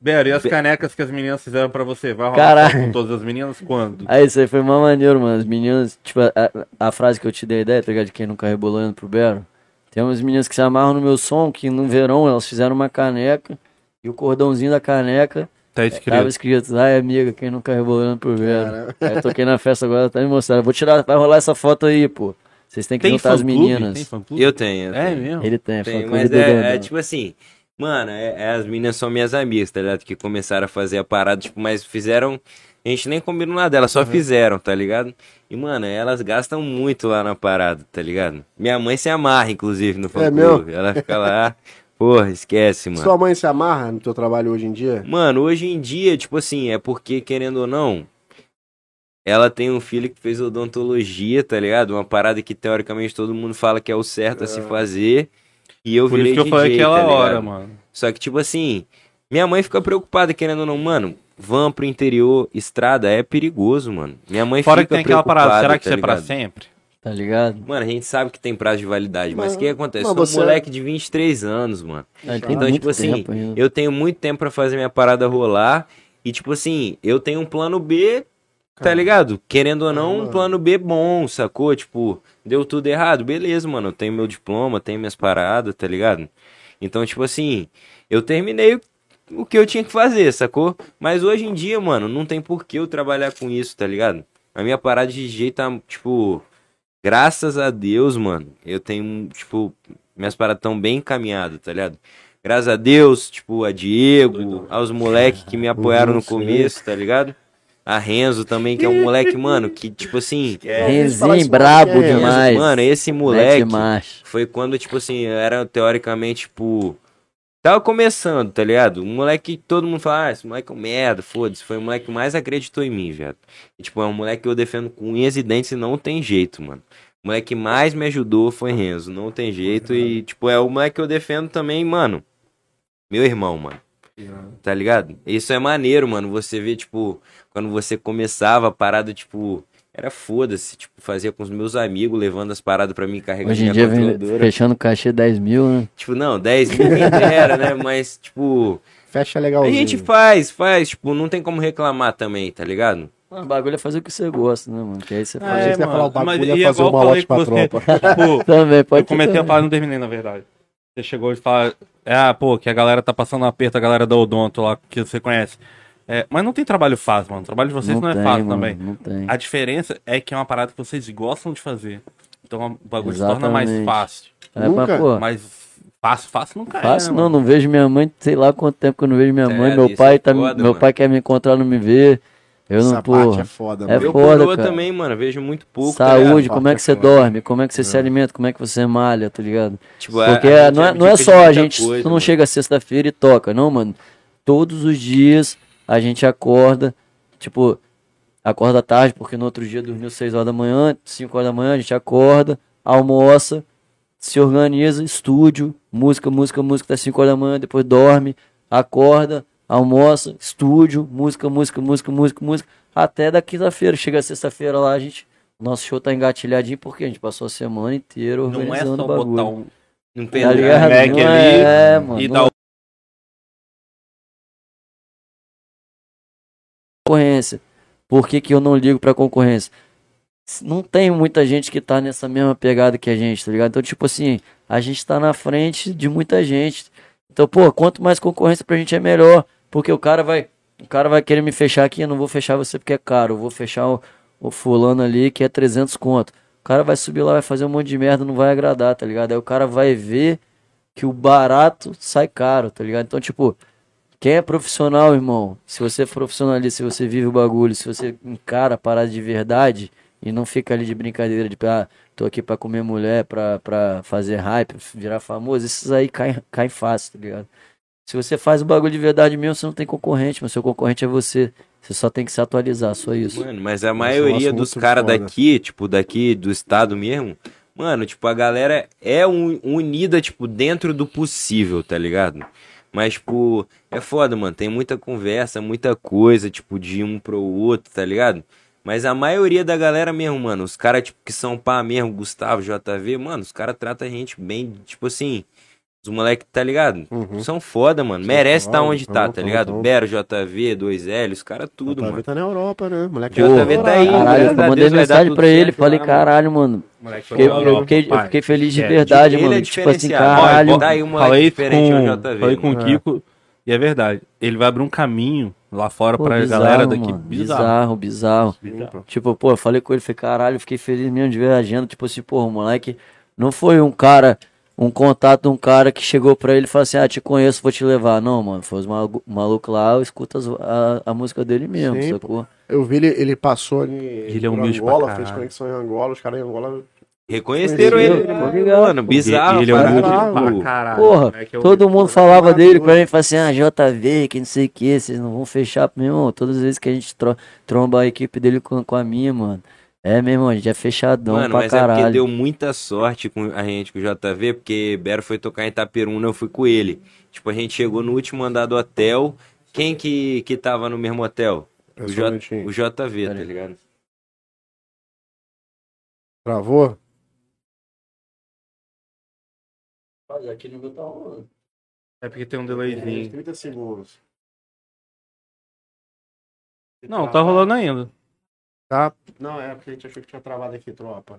Speaker 2: Bero, e as canecas que as meninas fizeram pra você? Vai rolar
Speaker 4: Caralho.
Speaker 2: com todas as meninas quando?
Speaker 4: Aí isso aí foi mó maneiro, mano. As meninas, tipo, a, a- a frase que eu te dei a ideia, tá ligado? De quem nunca rebolou indo pro Bero. Tem umas meninas que se amarram no meu som, que no verão elas fizeram uma caneca e o cordãozinho da caneca
Speaker 2: Tá escrito.
Speaker 4: tava escrito, ai amiga, quem nunca rebolou indo pro Bero. Aí eu toquei na festa agora, tá me mostrando. Vou tirar, vai rolar essa foto aí, pô. Vocês têm que juntar as
Speaker 2: fã-clube? Tem
Speaker 4: meninas.
Speaker 2: fã-clube?
Speaker 3: Eu tenho. eu
Speaker 2: É
Speaker 3: tenho.
Speaker 2: mesmo?
Speaker 4: Ele tem,
Speaker 3: Tem,
Speaker 4: fã-clube
Speaker 3: mas
Speaker 4: do né? Dedé.
Speaker 3: é, é tipo assim, mano, é- é, as meninas são minhas amigas, tá ligado? Que começaram a fazer a parada, tipo, mas fizeram. A gente nem combinou nada, elas só fizeram, tá ligado? E, mano, elas gastam muito lá na parada, tá ligado? Minha mãe se amarra, inclusive, no fã
Speaker 1: É
Speaker 3: Ela fica lá, porra, esquece, mano.
Speaker 1: Sua mãe se amarra no teu trabalho hoje em dia?
Speaker 3: Mano, hoje em dia, tipo assim, é porque, querendo ou não, ela tem um filho que fez odontologia, tá ligado? Uma parada que teoricamente todo mundo fala que é o certo a se fazer. E eu
Speaker 2: Por
Speaker 3: virei
Speaker 2: isso que eu
Speaker 3: DJ,
Speaker 2: falei aquela
Speaker 3: tá
Speaker 2: hora,
Speaker 3: ligado?
Speaker 2: mano.
Speaker 3: Só que, tipo assim, minha mãe fica preocupada, querendo ou não, mano. Van pro interior, estrada é perigoso, mano. Minha mãe
Speaker 2: Fora que
Speaker 3: fica
Speaker 2: tem aquela parada,
Speaker 3: preocupada,
Speaker 2: será que
Speaker 3: tá
Speaker 2: isso é pra
Speaker 3: ligado?
Speaker 2: sempre?
Speaker 4: tá ligado?
Speaker 3: Mano, a gente sabe que tem prazo de validade, mas
Speaker 1: Mas-
Speaker 3: o que acontece?
Speaker 1: mas
Speaker 3: Eu sou
Speaker 1: você-
Speaker 3: um moleque de 23 anos, mano.
Speaker 4: Ele
Speaker 1: Então,
Speaker 4: muito
Speaker 3: tipo assim,
Speaker 4: tempo ainda.
Speaker 3: Eu tenho muito tempo pra fazer minha parada rolar. E, tipo assim, eu tenho um plano B, tá
Speaker 1: Cara.
Speaker 3: ligado? Querendo ou não, um
Speaker 1: Caramba.
Speaker 3: plano B bom, sacou? Tipo, deu tudo errado. Beleza, mano. Eu tenho meu diploma, tenho minhas paradas, tá ligado? Então, tipo assim, eu terminei o que eu tinha que fazer, sacou? Mas hoje em dia, mano, não tem por que eu trabalhar com isso, tá ligado? A minha parada de DJ tá, tipo. Graças a Deus, mano, eu tenho, tipo, minhas paradas tão bem encaminhadas, tá ligado? Graças a Deus, tipo, a Diego, aos moleques que me apoiaram no
Speaker 1: Sim.
Speaker 3: começo, tá ligado? A Renzo também, que é um moleque, mano, que, tipo assim.
Speaker 1: falar isso
Speaker 4: Renzinho
Speaker 1: pra
Speaker 4: brabo
Speaker 1: quem?
Speaker 4: demais.
Speaker 3: Mano, esse
Speaker 4: Mete
Speaker 3: moleque
Speaker 4: marcha.
Speaker 3: foi quando, tipo assim, eu era teoricamente, tipo. Tava começando, tá ligado? Um moleque que todo mundo fala, ah, esse moleque é um merda, foda-se. Foi o moleque que mais acreditou em mim, viado. E, tipo, é um moleque que eu defendo com unhas e dentes e não tem jeito, mano. O moleque que mais me ajudou foi Renzo, não tem jeito. E, tipo, é o moleque que eu defendo também, mano. Meu irmão, mano. Tá ligado? Isso é maneiro, mano. Você vê, tipo, quando você começava a parada, tipo, era foda-se. Tipo, fazia com os meus amigos, levando as paradas pra mim, carregando
Speaker 4: Hoje em
Speaker 3: minha
Speaker 4: dia, vem
Speaker 3: controladora.
Speaker 4: fechando o cachê 10 mil, né?
Speaker 3: Tipo, não, 10 mil quem dera, né? Mas, tipo,
Speaker 1: Fecha
Speaker 3: a
Speaker 1: legalzinho.
Speaker 3: gente faz, faz. Tipo, não tem como reclamar também, tá ligado?
Speaker 4: Mano, o bagulho é fazer o que você gosta, né, mano? Que aí você
Speaker 1: A
Speaker 4: faz.
Speaker 1: gente
Speaker 2: É,
Speaker 1: vai falar o
Speaker 2: mano,
Speaker 1: bagulho
Speaker 2: mas-
Speaker 1: é
Speaker 2: e
Speaker 1: fazer
Speaker 2: igual
Speaker 1: um
Speaker 2: eu
Speaker 1: balote
Speaker 2: falei com
Speaker 1: pra
Speaker 2: você,
Speaker 1: tropa.
Speaker 2: Tipo,
Speaker 4: Também, pode
Speaker 2: eu comecei
Speaker 4: ser
Speaker 2: a falar e não terminei, na verdade. Você chegou e falar, ah, pô, que a galera tá passando um aperto, a galera da Odonto lá, que você conhece. É, mas não tem trabalho fácil, mano. O trabalho de vocês não, é
Speaker 4: tem,
Speaker 2: fácil
Speaker 4: mano,
Speaker 2: também.
Speaker 4: Não tem.
Speaker 2: A diferença é que é uma parada que vocês gostam de fazer. Então o bagulho se torna
Speaker 4: Exatamente.
Speaker 2: mais fácil.
Speaker 4: É, mas,
Speaker 1: Nunca-
Speaker 4: pô,
Speaker 2: Mas fácil, fácil nunca
Speaker 4: Fácil
Speaker 2: é. né,
Speaker 4: não,
Speaker 2: mano?
Speaker 4: não vejo minha mãe, sei lá quanto tempo que eu não vejo minha
Speaker 3: É,
Speaker 4: mãe. Meu
Speaker 3: isso
Speaker 4: pai
Speaker 3: é
Speaker 4: tá,
Speaker 3: foda,
Speaker 4: meu
Speaker 3: mano.
Speaker 4: pai quer me encontrar, não me vê. Eu não,
Speaker 1: Essa
Speaker 4: pô.
Speaker 1: parte é foda,
Speaker 4: é
Speaker 1: mano.
Speaker 3: eu
Speaker 4: foda,
Speaker 3: coroa
Speaker 4: cara.
Speaker 3: também, mano. Vejo muito pouco. tá
Speaker 4: Saúde,
Speaker 3: ligado?
Speaker 4: como é que você dorme, como é que você se alimenta, como é que você malha, tá ligado?
Speaker 3: Tipo, a-
Speaker 4: Porque
Speaker 3: a gente
Speaker 4: não é, não é
Speaker 3: abdica de
Speaker 4: só a
Speaker 3: muita
Speaker 4: gente,
Speaker 3: coisa,
Speaker 4: tu não
Speaker 3: mano.
Speaker 4: chega sexta-feira e toca, não, mano. Todos os dias a gente acorda, tipo, acorda tarde, porque no outro dia dormiu 6 horas da manhã, 5 horas da manhã, a gente acorda, almoça, se organiza, estúdio, música, música, música até 5 horas da manhã, depois dorme, acorda, almoça, estúdio, música, música, música, música, música, até da quinta-feira. Chega sexta-feira lá, a gente. Nosso show tá engatilhadinho porque a gente passou a semana
Speaker 2: Não
Speaker 4: inteira
Speaker 2: é
Speaker 4: organizando
Speaker 2: só
Speaker 4: o bagulho.
Speaker 2: botar um
Speaker 3: Não
Speaker 4: Tá ligado?
Speaker 2: Mac
Speaker 4: Não
Speaker 2: ali
Speaker 4: é, mano.
Speaker 2: e
Speaker 4: não
Speaker 2: dar
Speaker 4: é
Speaker 2: o
Speaker 4: concorrência. Por que, que eu não ligo pra concorrência? S- Não tem muita gente que tá nessa mesma pegada que a gente, tá ligado? Então, tipo assim, a gente tá na frente de muita gente. Então, pô, quanto mais concorrência pra gente é melhor. Porque o cara vai. O cara vai querer me fechar aqui, eu não vou fechar você porque é caro. Eu vou fechar o, o fulano ali que é 300 conto. O cara vai subir lá, vai fazer um monte de merda, não vai agradar, tá ligado? Aí o cara vai ver que o barato sai caro, tá ligado? Então, tipo, quem é profissional, irmão, se você é profissionalista, se você vive o bagulho, se você encara a parada de verdade e não fica ali de brincadeira, de, ah, tô aqui pra comer mulher, pra, pra fazer hype, virar famoso, esses aí caem, caem fácil, tá ligado? Se você faz o bagulho de verdade mesmo, você não tem concorrente, mas seu concorrente é você. Você só tem que se atualizar, só isso.
Speaker 3: Mano, mas a
Speaker 1: negócio
Speaker 3: maioria
Speaker 1: muito
Speaker 3: dos caras
Speaker 1: é um foda.
Speaker 3: daqui, tipo, daqui do estado mesmo, mano, tipo, a galera é un- unida, tipo, dentro do possível, tá ligado? Mas, tipo, é foda, mano. Tem muita conversa, muita coisa, tipo, de um pro outro, tá ligado? Mas a maioria da galera mesmo, mano, os caras, tipo, que são pá mesmo, Gustavo, JV, mano, os caras tratam a gente bem, tipo assim, os moleques, tá ligado?
Speaker 1: Uhum.
Speaker 3: São foda, mano.
Speaker 1: São
Speaker 3: Merece
Speaker 1: foda,
Speaker 3: tá onde tá,
Speaker 1: tão,
Speaker 3: tá
Speaker 1: tão,
Speaker 3: ligado?
Speaker 1: tão.
Speaker 3: Bero, JV, 2L, os caras tudo,
Speaker 1: JV
Speaker 3: mano.
Speaker 1: tá na Europa, né? Moleque
Speaker 3: JV
Speaker 1: na Europa.
Speaker 3: tá aí,
Speaker 4: Caralho,
Speaker 3: graças
Speaker 4: eu
Speaker 3: a Deus
Speaker 4: mandei
Speaker 3: vai dar
Speaker 4: mensagem
Speaker 3: tudo
Speaker 4: pra ele,
Speaker 3: certo
Speaker 4: falei,
Speaker 3: lá, mano.
Speaker 4: caralho, mano.
Speaker 2: moleque
Speaker 4: Fiquei,
Speaker 2: pra
Speaker 4: eu,
Speaker 2: Europa,
Speaker 4: fiquei, eu
Speaker 2: pai.
Speaker 4: fiquei feliz de
Speaker 2: É,
Speaker 4: verdade,
Speaker 3: ele é
Speaker 4: mano. tipo assim,
Speaker 3: diferenciado.
Speaker 4: caralho. né?
Speaker 2: Ó,
Speaker 3: Tá aí um moleque
Speaker 2: falei
Speaker 3: diferente
Speaker 2: com,
Speaker 3: ao JV,
Speaker 2: falei com o
Speaker 1: mano.
Speaker 2: Kiko e é verdade. Ele vai abrir um caminho lá fora
Speaker 4: Pô,
Speaker 2: pra
Speaker 4: bizarro,
Speaker 2: galera daqui.
Speaker 4: mano,
Speaker 2: Bizarro.
Speaker 4: bizarro, bizarro.
Speaker 1: Limpa.
Speaker 4: Tipo, pô, eu falei com ele, falei, caralho, fiquei feliz mesmo de ver a agenda. Tipo assim, pô, o moleque não foi um cara, um contato de um cara que chegou pra ele e falou assim, ah, te conheço, vou te levar. Não, mano, foi os malu- maluco lá, escuta as- a, a música dele mesmo,
Speaker 1: Sim,
Speaker 4: sacou?
Speaker 1: Eu vi ele, ele passou ali
Speaker 2: Ele é
Speaker 1: por
Speaker 2: humilde pra
Speaker 1: Angola,
Speaker 2: caralho.
Speaker 1: fez conexão em Angola, os caras em Angola...
Speaker 3: Reconheceram ele,
Speaker 4: Entendeu?
Speaker 3: mano.
Speaker 4: Obrigado.
Speaker 3: Mano, bizarro.
Speaker 2: E ele é
Speaker 3: parado,
Speaker 1: caralho.
Speaker 2: humilde pra
Speaker 3: tipo,
Speaker 2: caralho.
Speaker 4: Porra,
Speaker 2: Moleque é humilde.
Speaker 4: todo mundo falava
Speaker 1: Maravilhoso.
Speaker 4: dele pra mim, falava assim, ah, JV, que não sei o que, vocês não vão fechar, meu irmão, todas as vezes que a gente tro- tromba a equipe dele com, com a minha, mano, é, meu irmão, a gente é fechadão
Speaker 3: Mano,
Speaker 4: pra
Speaker 3: mas é porque
Speaker 4: caralho.
Speaker 3: deu muita sorte com a gente, com o JV, porque Bero foi tocar em Itaperuna, eu fui com ele. Tipo, a gente chegou no último andar do hotel. Quem que, que tava no mesmo hotel? O,
Speaker 1: Só um
Speaker 3: J, tá
Speaker 1: minutinho.
Speaker 3: o JV, tá ligado?
Speaker 1: Travou?
Speaker 4: Mas aqui no meu tá rolando.
Speaker 2: É porque tem um delayzinho.
Speaker 1: 30 segundos.
Speaker 2: Não, tá rolando ainda.
Speaker 1: Tá? Não, é porque a gente achou que tinha travado aqui, tropa.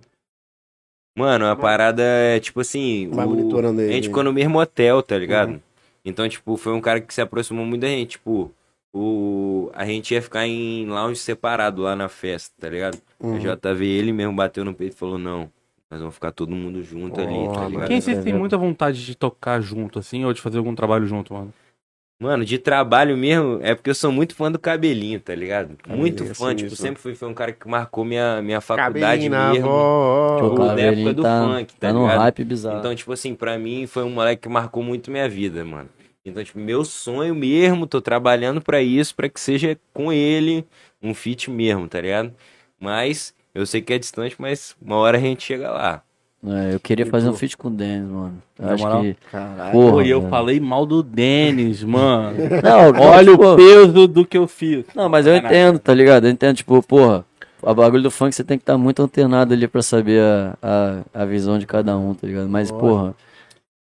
Speaker 3: Mano, a parada é tipo assim.
Speaker 1: Vai
Speaker 3: o-
Speaker 1: monitorando
Speaker 3: A
Speaker 1: ele.
Speaker 3: gente ficou no mesmo hotel, tá ligado? Então, tipo, foi um cara que se aproximou muito da gente. Tipo, o... a gente ia ficar em lounge separado lá na festa, tá ligado?
Speaker 1: Uhum.
Speaker 3: O JV, ele mesmo bateu no peito e falou: Não, nós vamos ficar todo mundo junto ali,
Speaker 1: Porra,
Speaker 3: tá ligado?
Speaker 2: Quem vocês têm muita vontade de tocar junto, assim, ou de fazer algum trabalho junto, mano?
Speaker 3: Mano, de trabalho mesmo, é porque eu sou muito fã do cabelinho, tá ligado?
Speaker 1: Cabelinho
Speaker 3: muito
Speaker 1: é
Speaker 3: fã, tipo,
Speaker 1: sinistro.
Speaker 3: sempre fui, foi um cara que marcou minha, minha faculdade
Speaker 1: Cabelinho na
Speaker 3: mesmo.
Speaker 1: avó.
Speaker 3: Tipo,
Speaker 4: Pô,
Speaker 3: da
Speaker 4: Claveirinho
Speaker 3: época do
Speaker 4: tá,
Speaker 3: funk, tá
Speaker 4: tá num
Speaker 3: ligado?
Speaker 4: hype bizarro.
Speaker 3: Então, tipo assim, pra mim foi um moleque que marcou muito minha vida, mano. Então, tipo, meu sonho mesmo, tô trabalhando pra isso, pra que seja com ele um fit mesmo, tá ligado? Mas eu sei que é distante, mas uma hora a gente chega lá.
Speaker 4: É, eu queria
Speaker 3: tipo,
Speaker 4: fazer um
Speaker 1: tu?
Speaker 4: feat com o Dennis, mano. Eu
Speaker 2: Na
Speaker 4: acho
Speaker 2: moral?
Speaker 4: que.
Speaker 1: Caralho.
Speaker 4: Porra,
Speaker 2: Pô, e eu
Speaker 4: mano.
Speaker 2: falei mal do Denis, mano.
Speaker 4: Não,
Speaker 2: Olha
Speaker 4: tipo,
Speaker 2: o peso do que eu fiz.
Speaker 4: Não, mas eu entendo, tá ligado? Eu entendo, tipo, porra, o bagulho do funk você tem que estar muito antenado ali pra saber a, a, a visão de cada um, tá ligado? Mas, porra,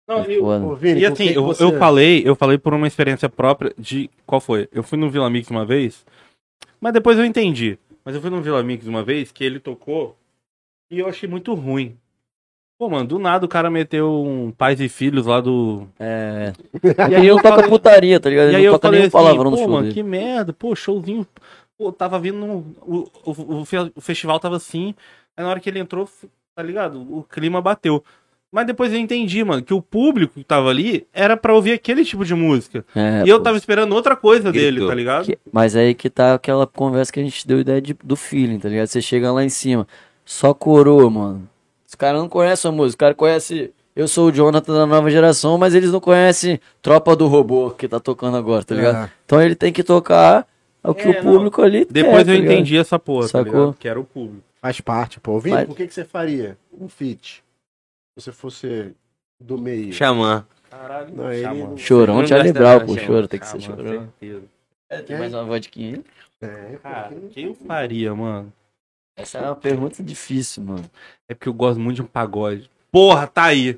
Speaker 2: Não,
Speaker 4: é foda.
Speaker 1: Ô, Vini,
Speaker 2: E
Speaker 1: com
Speaker 2: assim,
Speaker 1: quem que
Speaker 2: eu,
Speaker 1: você- é?
Speaker 2: eu falei, eu falei por uma experiência própria de qual foi? Eu fui no Vila Mix uma vez, mas depois eu entendi. Mas eu fui no Vila Mix uma vez que ele tocou e eu achei muito ruim. Pô, mano, do nada o cara meteu um pais e filhos lá do.
Speaker 4: É.
Speaker 2: E
Speaker 4: E
Speaker 2: aí
Speaker 4: aí
Speaker 2: eu
Speaker 4: não toca
Speaker 2: falei-
Speaker 4: putaria, tá ligado?
Speaker 2: e
Speaker 4: Ele
Speaker 2: aí
Speaker 4: não
Speaker 2: eu
Speaker 4: toca
Speaker 2: falei
Speaker 4: nenhum
Speaker 2: assim,
Speaker 4: palavrão no
Speaker 2: pô,
Speaker 4: show
Speaker 2: mano,
Speaker 4: dele.
Speaker 2: que merda, pô, showzinho. Pô, tava vindo. um- o, o, o fe- o festival tava assim. Aí na hora que ele entrou, f- tá ligado? O clima bateu. Mas depois eu entendi, mano, que o público que tava ali era pra ouvir aquele tipo de música.
Speaker 4: É,
Speaker 2: E eu
Speaker 4: pô.
Speaker 2: tava esperando outra coisa
Speaker 3: Gritou.
Speaker 2: dele, tá ligado?
Speaker 4: Que- Mas aí que tá aquela conversa que a gente deu ideia de- do feeling, tá ligado? Você chega lá em cima, só coroa, mano. Os caras não conhecem a música, os caras conhecem. Eu sou o Jonathan da nova geração, mas eles não conhecem Tropa do Robô que tá tocando agora, tá ligado?
Speaker 1: É.
Speaker 4: Então ele tem que tocar o que
Speaker 2: É,
Speaker 4: o público ali
Speaker 2: Depois
Speaker 4: quer, tá
Speaker 2: eu
Speaker 4: ligado?
Speaker 2: entendi essa porra,
Speaker 4: Sacou?
Speaker 2: tá ligado? Que era o público.
Speaker 1: Faz parte, pô. Vini,
Speaker 4: Faz.
Speaker 1: o que, que você faria? Um fit. Se você fosse do meio.
Speaker 3: Xamã.
Speaker 2: Caralho,
Speaker 1: Não, ele- Xamã.
Speaker 4: Chorão
Speaker 3: Não
Speaker 4: Charlie
Speaker 3: gosta,
Speaker 4: Brown,
Speaker 3: não,
Speaker 4: pô,
Speaker 3: Xamã.
Speaker 4: choro, tem que ser
Speaker 2: Xamã,
Speaker 4: chorão.
Speaker 2: certeza.
Speaker 4: É, tem mais uma vodquinha aí?
Speaker 1: É,
Speaker 2: Cara,
Speaker 1: porque-
Speaker 2: quem eu faria, mano?
Speaker 4: Essa é uma pergunta difícil, mano.
Speaker 2: É porque eu gosto muito de um pagode. Porra, tá aí.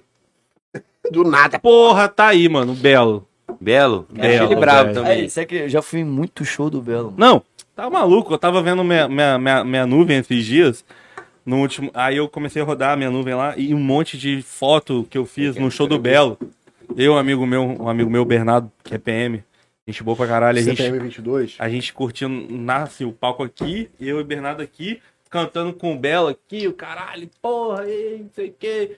Speaker 1: Do nada.
Speaker 2: Porra, tá aí, mano. Belo.
Speaker 3: Belo?
Speaker 2: Belo,
Speaker 3: Achei ele brabo
Speaker 2: velho.
Speaker 3: também.
Speaker 4: Aí, será É, que eu já fui em muito show do Belo, mano?
Speaker 2: Não, tá maluco. Eu tava vendo minha, minha, minha, minha nuvem esses dias. No último. Aí eu comecei a rodar a minha nuvem lá e um monte de foto que eu fiz no show do Belo. Eu, um amigo meu, um amigo meu, Bernardo, que é PM. Gente boa pra caralho. A
Speaker 4: é
Speaker 2: gente
Speaker 1: CPM22?
Speaker 2: A gente curtindo, nasce o palco aqui, eu e Bernardo aqui, cantando com o Belo aqui, o caralho, porra, e não sei o que.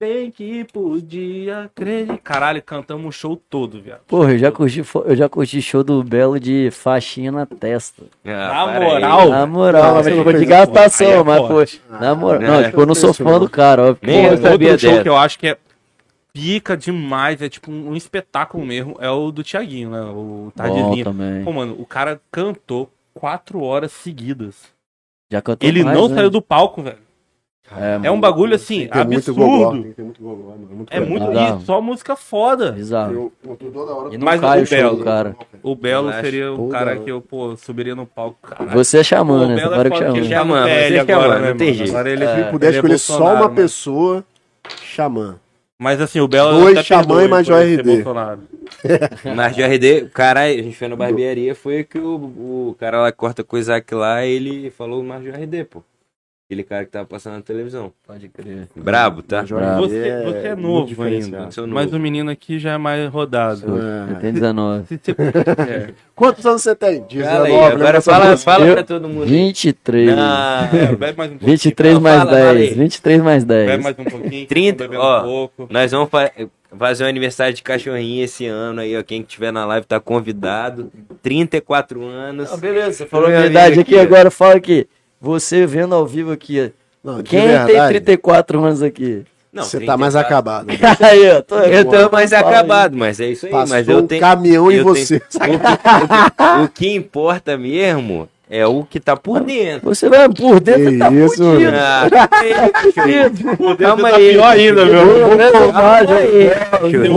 Speaker 2: Bem que podia acreditar. Caralho, cantamos o show todo, viado.
Speaker 4: Porra, eu já curti, fo- eu já curti show do Belo de faixinha na testa.
Speaker 3: Ah,
Speaker 2: Na
Speaker 3: para aí.
Speaker 2: moral,
Speaker 4: Na moral,
Speaker 1: Não,
Speaker 4: mas
Speaker 1: você não
Speaker 4: foi de
Speaker 1: fez
Speaker 2: isso,
Speaker 4: gastação,
Speaker 2: pô. Aí
Speaker 4: mas
Speaker 2: é
Speaker 4: pô.
Speaker 1: forte.
Speaker 4: Na moral,
Speaker 3: Ah,
Speaker 4: não,
Speaker 3: é.
Speaker 4: tipo, eu não sou fã do cara, ó. porque-
Speaker 3: Nem eu
Speaker 2: Porra,
Speaker 3: sabia
Speaker 2: outro show
Speaker 3: dessa.
Speaker 2: que eu acho que é pica demais, é tipo um espetáculo mesmo, é o do Tiaguinho, né? O
Speaker 4: Bom
Speaker 2: Tardezinha.
Speaker 4: também.
Speaker 2: Pô, mano, o cara cantou quatro horas seguidas.
Speaker 4: Já cantou
Speaker 2: Ele
Speaker 4: mais,
Speaker 2: não
Speaker 4: né?
Speaker 2: saiu do palco, velho. É um bagulho assim,
Speaker 1: Tem muito gogó,
Speaker 2: absurdo.
Speaker 1: tem- Tem muito gogó, mano. Muito
Speaker 2: É muito
Speaker 4: Bizarro.
Speaker 2: isso, só música foda.
Speaker 4: Bizarro.
Speaker 1: Eu, eu tô toda hora. um
Speaker 4: E não
Speaker 2: Mas
Speaker 4: cai
Speaker 2: o
Speaker 4: o show
Speaker 2: Belo-
Speaker 4: do cara.
Speaker 2: O Belo
Speaker 3: Eu
Speaker 2: seria o
Speaker 1: Pô,
Speaker 2: cara
Speaker 1: garoto.
Speaker 2: que eu, pô, subiria no palco, cara.
Speaker 4: Você é xamã,
Speaker 2: Pô,
Speaker 4: né?
Speaker 2: o Belo
Speaker 4: Agora que
Speaker 2: foda que
Speaker 4: xamã.
Speaker 2: ele
Speaker 4: né?
Speaker 2: já é
Speaker 3: Xamã,
Speaker 2: muito velho
Speaker 3: você que é
Speaker 2: agora,
Speaker 3: mano,
Speaker 2: né,
Speaker 3: não tem
Speaker 2: mano?
Speaker 3: jeito.
Speaker 2: Agora ele,
Speaker 1: Se ele
Speaker 2: ele
Speaker 1: puder
Speaker 2: é
Speaker 1: escolher só
Speaker 2: Bolsonaro,
Speaker 1: uma
Speaker 2: né?
Speaker 1: pessoa, xamã.
Speaker 2: Mas assim, o Belo...
Speaker 1: Dois
Speaker 2: até
Speaker 1: Xamã
Speaker 2: perdoa
Speaker 1: e mais
Speaker 2: por ele ser
Speaker 1: JRD.
Speaker 2: Bolsonaro.
Speaker 3: Mas de RD, caralho, a gente foi na barbearia, foi que o, o cara lá que corta com o Isaac lá, ele falou mais de RD, pô. Aquele cara que tava passando na televisão.
Speaker 4: Pode crer.
Speaker 3: Brabo, tá?
Speaker 4: Ah,
Speaker 2: Você, você é novo ainda,
Speaker 3: Sou novo.
Speaker 2: mas o menino aqui já é mais rodado.
Speaker 4: Eu tenho 19.
Speaker 2: Se- se- é.
Speaker 1: Quantos anos você tem? né?
Speaker 3: Fala aí,
Speaker 1: 19, lembra
Speaker 3: agora
Speaker 1: essa
Speaker 3: fala,
Speaker 1: música?
Speaker 3: fala
Speaker 4: Eu-
Speaker 3: pra todo mundo. Ah,
Speaker 4: 23.
Speaker 3: Não,
Speaker 2: Bebe mais um pouquinho.
Speaker 4: 23
Speaker 3: Não,
Speaker 4: mais
Speaker 3: fala, fala
Speaker 4: 10.
Speaker 3: aí.
Speaker 4: 23 mais
Speaker 2: Bebe
Speaker 4: 10.
Speaker 2: mais um pouquinho.
Speaker 3: 30,
Speaker 2: bebe um
Speaker 3: ó.
Speaker 2: pouco.
Speaker 3: nós vamos fa- fazer um aniversário de cachorrinho esse ano aí, ó. Quem que tiver na live tá convidado. 34 anos.
Speaker 4: beleza, você falou
Speaker 3: Meu
Speaker 4: minha idade
Speaker 3: amigo
Speaker 4: aqui,
Speaker 3: aqui, ó.
Speaker 4: agora fala aqui. Você vendo ao vivo aqui,
Speaker 1: Não,
Speaker 4: ó.
Speaker 1: de
Speaker 4: Quem tem
Speaker 1: verdade,
Speaker 4: 34 anos aqui?
Speaker 3: Não,
Speaker 1: Você tá mais
Speaker 3: 34.
Speaker 1: acabado.
Speaker 4: aí, ó, tô,
Speaker 3: Eu tô
Speaker 4: fala
Speaker 3: mais
Speaker 4: aí.
Speaker 3: acabado, mas é isso aí.
Speaker 1: Passou
Speaker 3: mas eu
Speaker 1: um
Speaker 3: tenho.
Speaker 1: caminhão em
Speaker 3: eu
Speaker 1: você.
Speaker 3: O que importa mesmo é o que tá por dentro.
Speaker 4: Você vai por dentro
Speaker 1: Que
Speaker 4: tá
Speaker 1: isso,
Speaker 4: fudido.
Speaker 1: velho.
Speaker 3: Ah,
Speaker 2: Calma
Speaker 3: Calma
Speaker 2: tá
Speaker 3: aí.
Speaker 2: pior ainda,
Speaker 4: né?
Speaker 2: meu.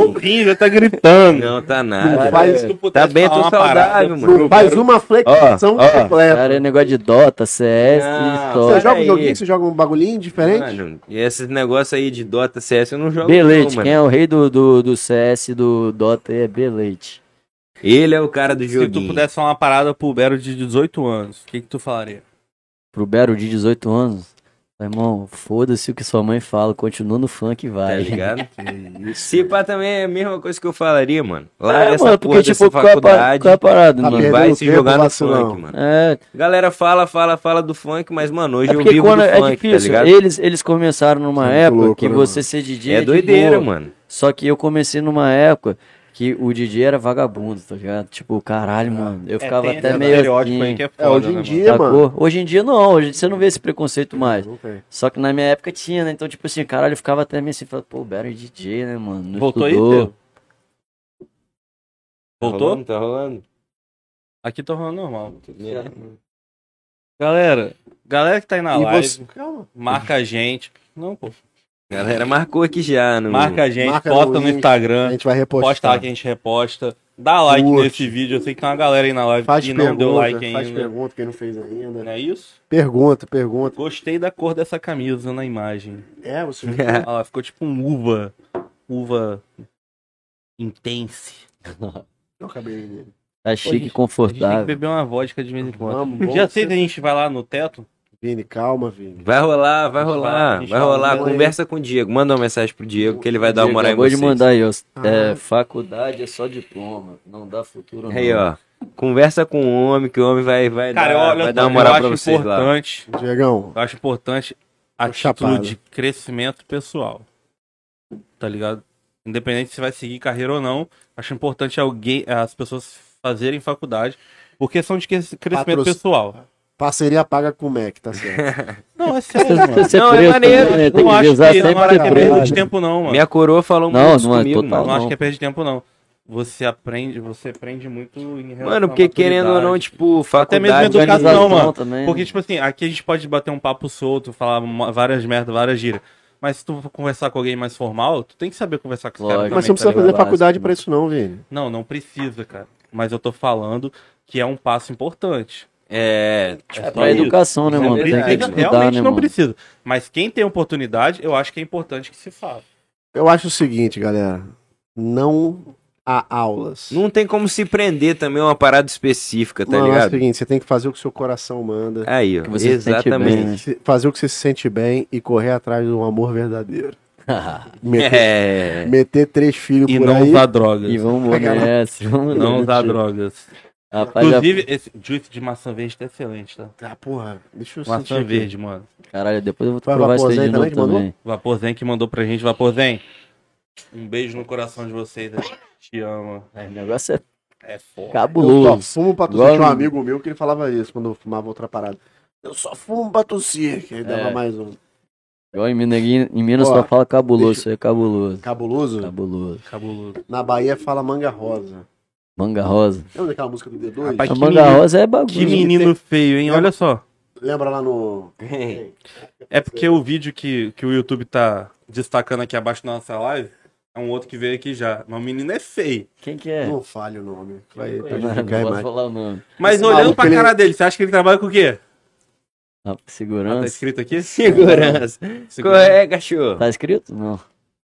Speaker 2: O rim já tá gritando.
Speaker 3: não tá
Speaker 4: é
Speaker 3: nada.
Speaker 1: Faz-
Speaker 3: Tá bem, tô saudável, mano.
Speaker 1: Faz uma flexão
Speaker 4: Ó, ó,
Speaker 1: completa.
Speaker 4: Cara, é negócio de Dota, CS,
Speaker 3: Não,
Speaker 4: Store.
Speaker 1: Você
Speaker 3: Olha
Speaker 1: joga um
Speaker 3: aí.
Speaker 1: joguinho, você joga um bagulhinho diferente?
Speaker 3: Mano, e esses negócios aí de Dota, CS, eu não jogo
Speaker 4: Belete,
Speaker 3: não,
Speaker 4: quem
Speaker 3: mano.
Speaker 4: é o rei do, do, do CS, do Dota aí é Belete.
Speaker 3: Ele é o cara do
Speaker 2: Se
Speaker 3: joguinho.
Speaker 2: tu pudesse falar uma parada pro Bero de 18 anos, o que, que tu falaria?
Speaker 4: Pro Bero de 18 anos, meu irmão, foda-se o que sua mãe fala, continua no funk e
Speaker 3: Tá
Speaker 4: vai. É,
Speaker 3: ligado? Se pá também é a mesma coisa que eu falaria, mano. Lá
Speaker 4: é,
Speaker 3: nessa
Speaker 4: mano,
Speaker 3: porra
Speaker 4: porque
Speaker 3: dessa
Speaker 4: tipo, qual é, a pa-
Speaker 3: faculdade,
Speaker 4: qual é a parada,
Speaker 1: Tá
Speaker 4: mano?
Speaker 1: bem.
Speaker 3: vai
Speaker 1: Perdeu
Speaker 3: se
Speaker 1: tempo,
Speaker 3: jogar no
Speaker 1: vacilão.
Speaker 3: funk, mano.
Speaker 4: É,
Speaker 3: Galera fala, fala, fala do funk, mas, mano, hoje
Speaker 4: é
Speaker 3: eu
Speaker 4: porque
Speaker 3: vivo
Speaker 4: quando
Speaker 3: do
Speaker 4: é
Speaker 3: funk, tá
Speaker 4: difícil,
Speaker 3: ligado?
Speaker 4: eles, eles começaram numa
Speaker 1: Muito
Speaker 4: época
Speaker 1: louco,
Speaker 4: que
Speaker 1: né,
Speaker 4: você ser DJ
Speaker 3: É
Speaker 4: de
Speaker 3: doideira,
Speaker 4: boa.
Speaker 3: mano.
Speaker 4: Só que eu comecei numa época que o DJ era vagabundo, tá ligado? Tipo, caralho, mano,
Speaker 3: É,
Speaker 4: eu ficava até meio assim,
Speaker 2: é
Speaker 1: É, hoje em dia, mano.
Speaker 4: sacou? Hoje em dia não, hoje você não vê esse preconceito mais.
Speaker 1: Não tem.
Speaker 4: Só que na minha época tinha, né? Então, tipo assim, caralho, eu ficava até meio assim, falando, pô, o Barry é DJ, né, mano? Não
Speaker 2: Voltou aí,
Speaker 4: estudou. Tá
Speaker 2: Teu? Voltou?
Speaker 3: Tá rolando?
Speaker 2: Aqui tá rolando normal.
Speaker 3: Tá rolando.
Speaker 2: Galera, galera que tá aí na
Speaker 1: E
Speaker 2: live,
Speaker 1: você- Calma.
Speaker 2: marca a gente. Não, pô.
Speaker 3: Galera, marcou aqui já. né, No...
Speaker 2: Marca a gente,
Speaker 1: Marca
Speaker 2: posta
Speaker 1: no
Speaker 2: no
Speaker 1: link, A
Speaker 2: Instagram,
Speaker 1: gente vai
Speaker 2: posta lá
Speaker 1: repostar.
Speaker 2: que a gente reposta. Dá like
Speaker 1: Curte.
Speaker 2: nesse vídeo. Eu sei que tem uma galera aí na live
Speaker 1: Faz
Speaker 2: que
Speaker 1: pergunta,
Speaker 2: não deu like
Speaker 1: faz
Speaker 2: ainda.
Speaker 1: pergunta, quem não fez ainda.
Speaker 2: Não é isso?
Speaker 1: Pergunta, pergunta.
Speaker 2: Gostei da cor dessa camisa na imagem.
Speaker 1: É, você...
Speaker 2: Ó, ficou tipo um uva. Uva. Intense.
Speaker 1: Não acabei dele.
Speaker 4: Tá chique e
Speaker 2: A gente tem que
Speaker 4: confortável.
Speaker 2: beber uma vodka de vez em quando.
Speaker 1: Vamos, vamos.
Speaker 2: Já sei que a gente vai lá no teto.
Speaker 1: Vini, calma, Vini.
Speaker 3: Vai rolar, vai
Speaker 2: A gente fala- a
Speaker 3: rolar,
Speaker 2: gente
Speaker 3: vai
Speaker 2: fala
Speaker 3: rolar.
Speaker 1: muito aí.
Speaker 3: Conversa com o Diego. Manda uma mensagem pro Diego que ele vai dar uma
Speaker 4: Diego,
Speaker 3: moral em
Speaker 4: acabou
Speaker 3: vocês.
Speaker 4: de mandar aí, ó. É,
Speaker 1: Ah.
Speaker 4: faculdade é só diploma, não dá futuro não.
Speaker 3: Aí, ó. Conversa com o homem, que o homem vai, vai,
Speaker 2: Cara,
Speaker 3: dar,
Speaker 2: olha,
Speaker 3: vai dar uma
Speaker 2: eu
Speaker 3: moral pra
Speaker 2: acho
Speaker 3: vocês lá.
Speaker 2: importante.
Speaker 1: Diegão,
Speaker 2: Eu acho importante a
Speaker 1: Tô chapado.
Speaker 2: título de crescimento pessoal. Tá ligado? Independente se vai seguir carreira ou não, acho importante alguém, as pessoas fazerem faculdade por questão de cres- crescimento
Speaker 1: Patroc-
Speaker 2: pessoal.
Speaker 1: parceria paga com o Mac, tá certo?
Speaker 2: Não, é
Speaker 4: Você-
Speaker 2: sério, mano.
Speaker 4: Você
Speaker 3: Não, é
Speaker 4: preso
Speaker 3: maneiro,
Speaker 4: também, né? Tem
Speaker 2: Não
Speaker 4: que
Speaker 2: acho
Speaker 4: visar
Speaker 2: que
Speaker 4: sempre
Speaker 2: agora
Speaker 4: ser
Speaker 2: é perda
Speaker 4: preso.
Speaker 2: de tempo, não, mano.
Speaker 3: Minha coroa falou
Speaker 4: Não,
Speaker 3: muito isso
Speaker 4: não é
Speaker 3: comigo,
Speaker 4: total.
Speaker 3: mano.
Speaker 2: Não acho
Speaker 4: não.
Speaker 2: que é perda de tempo, não. Você aprende, você aprende muito em relação
Speaker 3: Mano, porque
Speaker 2: à
Speaker 3: querendo ou não,
Speaker 2: é maturidade.
Speaker 3: tipo,
Speaker 2: Até mesmo
Speaker 3: faculdade... é
Speaker 2: educação,
Speaker 4: Organização
Speaker 2: mano.
Speaker 4: também,
Speaker 2: Porque,
Speaker 4: né?
Speaker 2: tipo assim, aqui a gente pode bater um papo solto, falar uma- várias merdas, várias gírias. Mas se tu for conversar com alguém mais formal, tu tem que saber conversar com os
Speaker 4: Lógico.
Speaker 2: caras.
Speaker 1: Mas
Speaker 2: Mas
Speaker 1: você não precisa fazer
Speaker 4: ligado?
Speaker 1: faculdade pra isso não, Vini.
Speaker 2: tá Não, não precisa, cara. Mas eu tô falando que é um passo importante.
Speaker 3: É, tipo,
Speaker 4: É pra educação, né,
Speaker 2: Não
Speaker 4: mano? Tem
Speaker 2: precisa-
Speaker 4: que estudar,
Speaker 2: realmente
Speaker 4: né,
Speaker 2: não
Speaker 4: mano?
Speaker 2: precisa. Mas quem tem oportunidade, eu acho que é importante que se faça.
Speaker 1: Eu acho o seguinte, galera. Não há aulas.
Speaker 3: não tem como se prender também a uma parada específica, tá
Speaker 1: Mano, é o
Speaker 3: ligado?
Speaker 1: seguinte, você tem que fazer o que o seu coração manda.
Speaker 3: Aí, ó,
Speaker 4: Que você se sente bem, né?
Speaker 3: exatamente.
Speaker 1: se- Fazer o que você se sente bem e correr atrás de um amor verdadeiro. Meter,
Speaker 3: É,
Speaker 1: meter três filhos
Speaker 2: E
Speaker 1: por
Speaker 2: não
Speaker 1: aí.
Speaker 2: usar drogas.
Speaker 4: E vamos nessa, vamos
Speaker 2: Tá Não
Speaker 4: nessa.
Speaker 2: usar drogas.
Speaker 4: Rapaz, já-
Speaker 2: Inclusive, esse juice de maçã verde tá excelente, tá?
Speaker 1: Ah, porra, deixa eu sentir
Speaker 2: Maçã
Speaker 1: aqui.
Speaker 2: verde, mano.
Speaker 4: Caralho, depois eu vou
Speaker 1: Vai,
Speaker 4: provar isso aí de
Speaker 1: Vaporzinho
Speaker 4: novo
Speaker 1: também,
Speaker 4: também.
Speaker 2: Vaporzen que mandou pra gente. Vaporzen, um beijo no coração de vocês. A gente te ama.
Speaker 4: É, O negócio é
Speaker 2: É
Speaker 1: Eu
Speaker 2: foda.
Speaker 1: só
Speaker 4: cabuloso.
Speaker 1: fumo pra tossir.
Speaker 4: Agora-
Speaker 1: Tinha um amigo meu que ele falava isso quando eu fumava outra parada. Eu só fumo pra tossir. Que aí dava
Speaker 4: É.
Speaker 1: mais um.
Speaker 4: Igual em Minas, em Minas
Speaker 1: Ó,
Speaker 4: só fala cabuloso,
Speaker 1: deixa-
Speaker 4: isso aí é cabuloso.
Speaker 1: Cabuloso?
Speaker 4: Cabuloso.
Speaker 2: Cabuloso.
Speaker 1: Na Bahia fala manga rosa.
Speaker 4: Manga rosa.
Speaker 1: Lembra daquela música do D2?
Speaker 2: Rapaz,
Speaker 4: A
Speaker 2: que
Speaker 4: manga
Speaker 2: menino-
Speaker 4: rosa é
Speaker 2: Que
Speaker 4: bagulho.
Speaker 2: menino feio, hein? Olha só.
Speaker 1: Lembra lá no.
Speaker 2: É porque o vídeo que, que o YouTube tá destacando aqui abaixo da nossa live é um outro que veio aqui já. Mas o menino é feio.
Speaker 4: Quem que é?
Speaker 1: Não falha o nome. Vai
Speaker 4: Eu Não,
Speaker 1: prejudicar a
Speaker 4: posso
Speaker 1: imagem.
Speaker 4: falar o nome.
Speaker 2: Mas
Speaker 1: Esse
Speaker 2: olhando
Speaker 1: maluco,
Speaker 2: pra
Speaker 1: ele-
Speaker 2: cara dele, você acha que ele trabalha com o quê?
Speaker 4: Ah,
Speaker 2: Ah, tá
Speaker 4: segurança.
Speaker 2: escrito aqui?
Speaker 3: segurança. Qual é, cachorro?
Speaker 4: Tá escrito? Não.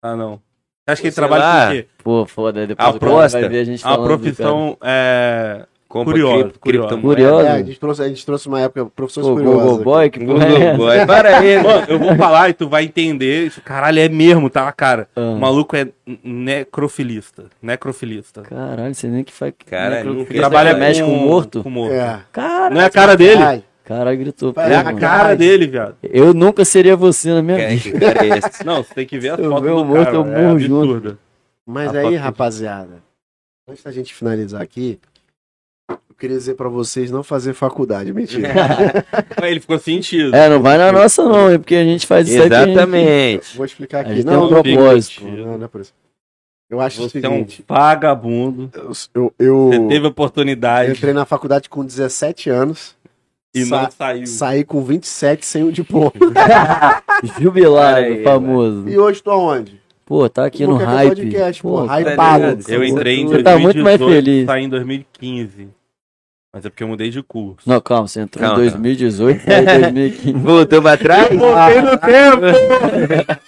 Speaker 2: Ah, não. Você acha que ele
Speaker 3: Sei
Speaker 2: trabalha
Speaker 3: lá.
Speaker 2: com o quê?
Speaker 4: Pô, foda. aí Depois
Speaker 3: A
Speaker 4: o cara vai
Speaker 3: aposta.
Speaker 4: ver a gente
Speaker 2: É uma
Speaker 4: falando do
Speaker 2: profissão é,
Speaker 3: Compra
Speaker 2: Curioso,
Speaker 3: cripto-
Speaker 2: curioso.
Speaker 4: cara.
Speaker 3: criptomoeda.
Speaker 1: É, a
Speaker 4: Curioso.
Speaker 1: gente trouxe, a gente trouxe uma época,
Speaker 4: O
Speaker 1: professores curiosos.
Speaker 4: Google Boy, que porra é
Speaker 3: Google
Speaker 4: essa?
Speaker 3: Boy. Para aí, mano.
Speaker 2: Mano, eu vou falar e tu vai entender. Isso, Caralho, é mesmo, tá na cara.
Speaker 4: Ah.
Speaker 2: O maluco é n- necrofilista. Necrofilista.
Speaker 4: Caralho, você nem que faz.
Speaker 3: Cara,
Speaker 4: nem que-
Speaker 3: nunca-
Speaker 4: que
Speaker 2: Trabalha
Speaker 4: você mexe com morto?
Speaker 2: com
Speaker 1: É.
Speaker 4: Caralho.
Speaker 2: Não é a cara dele?
Speaker 1: Ai,
Speaker 4: Caralho, gritou.
Speaker 1: Parece
Speaker 2: É
Speaker 4: pô,
Speaker 2: a
Speaker 4: mano.
Speaker 2: cara dele, viado.
Speaker 4: Eu nunca seria você na minha
Speaker 3: Cara,
Speaker 4: vida.
Speaker 3: que cara é esse?
Speaker 2: Não, você tem que ver a
Speaker 4: Se eu
Speaker 2: foto
Speaker 4: ver
Speaker 2: do
Speaker 4: o morto,
Speaker 2: cara.
Speaker 4: eu
Speaker 2: é
Speaker 4: morro junto.
Speaker 2: absurda.
Speaker 1: Mas
Speaker 2: A
Speaker 1: aí,
Speaker 2: foto-
Speaker 1: rapaziada, antes da gente finalizar aqui, eu queria dizer pra vocês não fazer faculdade. Mentira.
Speaker 2: Aí ele ficou sentido.
Speaker 4: É, não vai na nossa não, hein? Porque a gente faz isso aqui.
Speaker 3: Exatamente.
Speaker 1: Vou explicar
Speaker 4: A
Speaker 1: aqui.
Speaker 4: gente
Speaker 1: Não,
Speaker 4: tem um
Speaker 1: não,
Speaker 4: propósito.
Speaker 1: pô, não, não é por isso. Eu acho
Speaker 2: Você
Speaker 1: o
Speaker 2: é um
Speaker 1: seguinte.
Speaker 2: vagabundo.
Speaker 1: Eu, eu,
Speaker 2: Você teve
Speaker 1: eu
Speaker 2: oportunidade.
Speaker 1: entrei na faculdade com 17 anos.
Speaker 2: E
Speaker 1: Sa-
Speaker 2: não saiu.
Speaker 1: Saí com 27 sem o diploma.
Speaker 4: Uhum. Jubilar,
Speaker 3: Aí,
Speaker 4: famoso.
Speaker 1: e hoje tô onde?
Speaker 4: Pô, tá aqui no
Speaker 1: Boca do
Speaker 4: hype.
Speaker 1: é podcast, pô,
Speaker 4: Pô, tá
Speaker 1: hypado.
Speaker 3: ligado?
Speaker 2: Eu entrei em
Speaker 4: Você tá muito mais
Speaker 2: 2018,
Speaker 4: feliz.
Speaker 2: Saí em 2015. Mas é porque eu mudei de curso.
Speaker 4: Não, calma, você entrou
Speaker 3: Calma.
Speaker 4: em 2018, saiu em 2015.
Speaker 3: Voltou pra trás?
Speaker 1: voltei
Speaker 2: no tempo!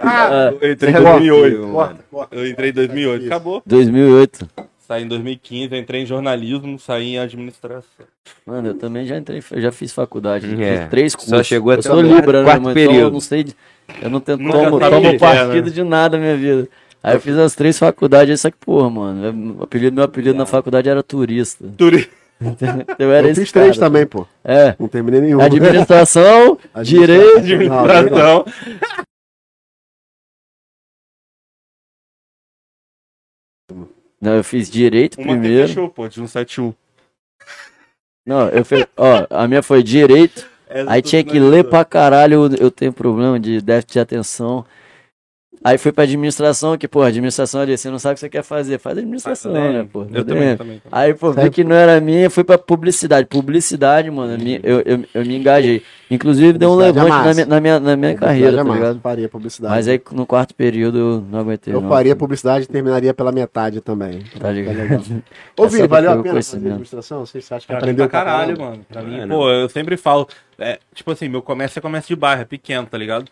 Speaker 1: Ah,
Speaker 4: é,
Speaker 2: Eu entrei em
Speaker 1: Você
Speaker 2: 2008.
Speaker 1: corta, corta.
Speaker 2: Eu entrei em 2008.
Speaker 1: Isso.
Speaker 2: Acabou.
Speaker 4: 2008.
Speaker 2: Saí em 2015, eu entrei em jornalismo, saí em administração.
Speaker 4: Mano, eu também já entrei, eu já fiz faculdade.
Speaker 3: É,
Speaker 4: Fiz três
Speaker 3: só
Speaker 4: cursos.
Speaker 3: chegou
Speaker 4: eu
Speaker 3: até
Speaker 4: sou
Speaker 3: o
Speaker 4: Libra, né,
Speaker 3: quarto
Speaker 4: mano? Então eu
Speaker 3: período.
Speaker 4: não sei. de- eu não tento,
Speaker 2: Nunca
Speaker 4: tomo,
Speaker 2: sabe
Speaker 4: tomo
Speaker 2: o que é,
Speaker 4: partido
Speaker 2: né?
Speaker 4: de nada na minha vida. Aí eu fiz as três faculdades, só que, porra, mano, eu- o apelido, meu apelido na faculdade era turista. Eu era
Speaker 1: Eu
Speaker 4: esse
Speaker 1: fiz três
Speaker 4: cara.
Speaker 1: também, pô.
Speaker 4: É.
Speaker 1: Não terminei nenhum.
Speaker 4: Administração, direito.
Speaker 1: Não, não.
Speaker 2: Administração.
Speaker 4: Não, eu fiz direito
Speaker 2: Uma que
Speaker 4: primeiro.
Speaker 2: fechou, pô, de 171.
Speaker 4: Não, eu fiz. Ó, a minha foi direito. Aí tinha que ler pra caralho. Eu- Eu tenho problema de déficit de atenção. Aí fui pra administração, que, pô, administração ali, você não sabe o que você quer fazer. Faz administração, né, pô?
Speaker 2: Eu Ah, também, também. também.
Speaker 4: Aí, pô, vi que não era minha, fui pra publicidade. Publicidade, mano, me- eu, eu, eu me engajei. Inclusive, deu um
Speaker 1: Publicidade é
Speaker 4: levante
Speaker 1: massa.
Speaker 4: na minha, na minha, na minha carreira,
Speaker 1: Publicidade
Speaker 4: tá
Speaker 1: é massa,
Speaker 4: ligado?
Speaker 1: faria publicidade.
Speaker 4: Mas aí, no quarto período, eu não aguentei.
Speaker 1: eu
Speaker 4: não.
Speaker 1: faria publicidade e terminaria pela metade também.
Speaker 4: Tá ligado?
Speaker 1: Ô,
Speaker 4: Essa
Speaker 1: Vini,
Speaker 4: foi
Speaker 1: valeu
Speaker 4: o
Speaker 1: a pena fazer
Speaker 4: conhecimento.
Speaker 1: administração? Você você acha que
Speaker 2: Pra mim,
Speaker 1: aprendeu
Speaker 2: pra caralho,
Speaker 1: mano?
Speaker 2: mano. Pra mim,
Speaker 3: É, né?
Speaker 2: pô, eu sempre falo. é, tipo assim, meu comércio é comércio de bairro, é pequeno, tá ligado?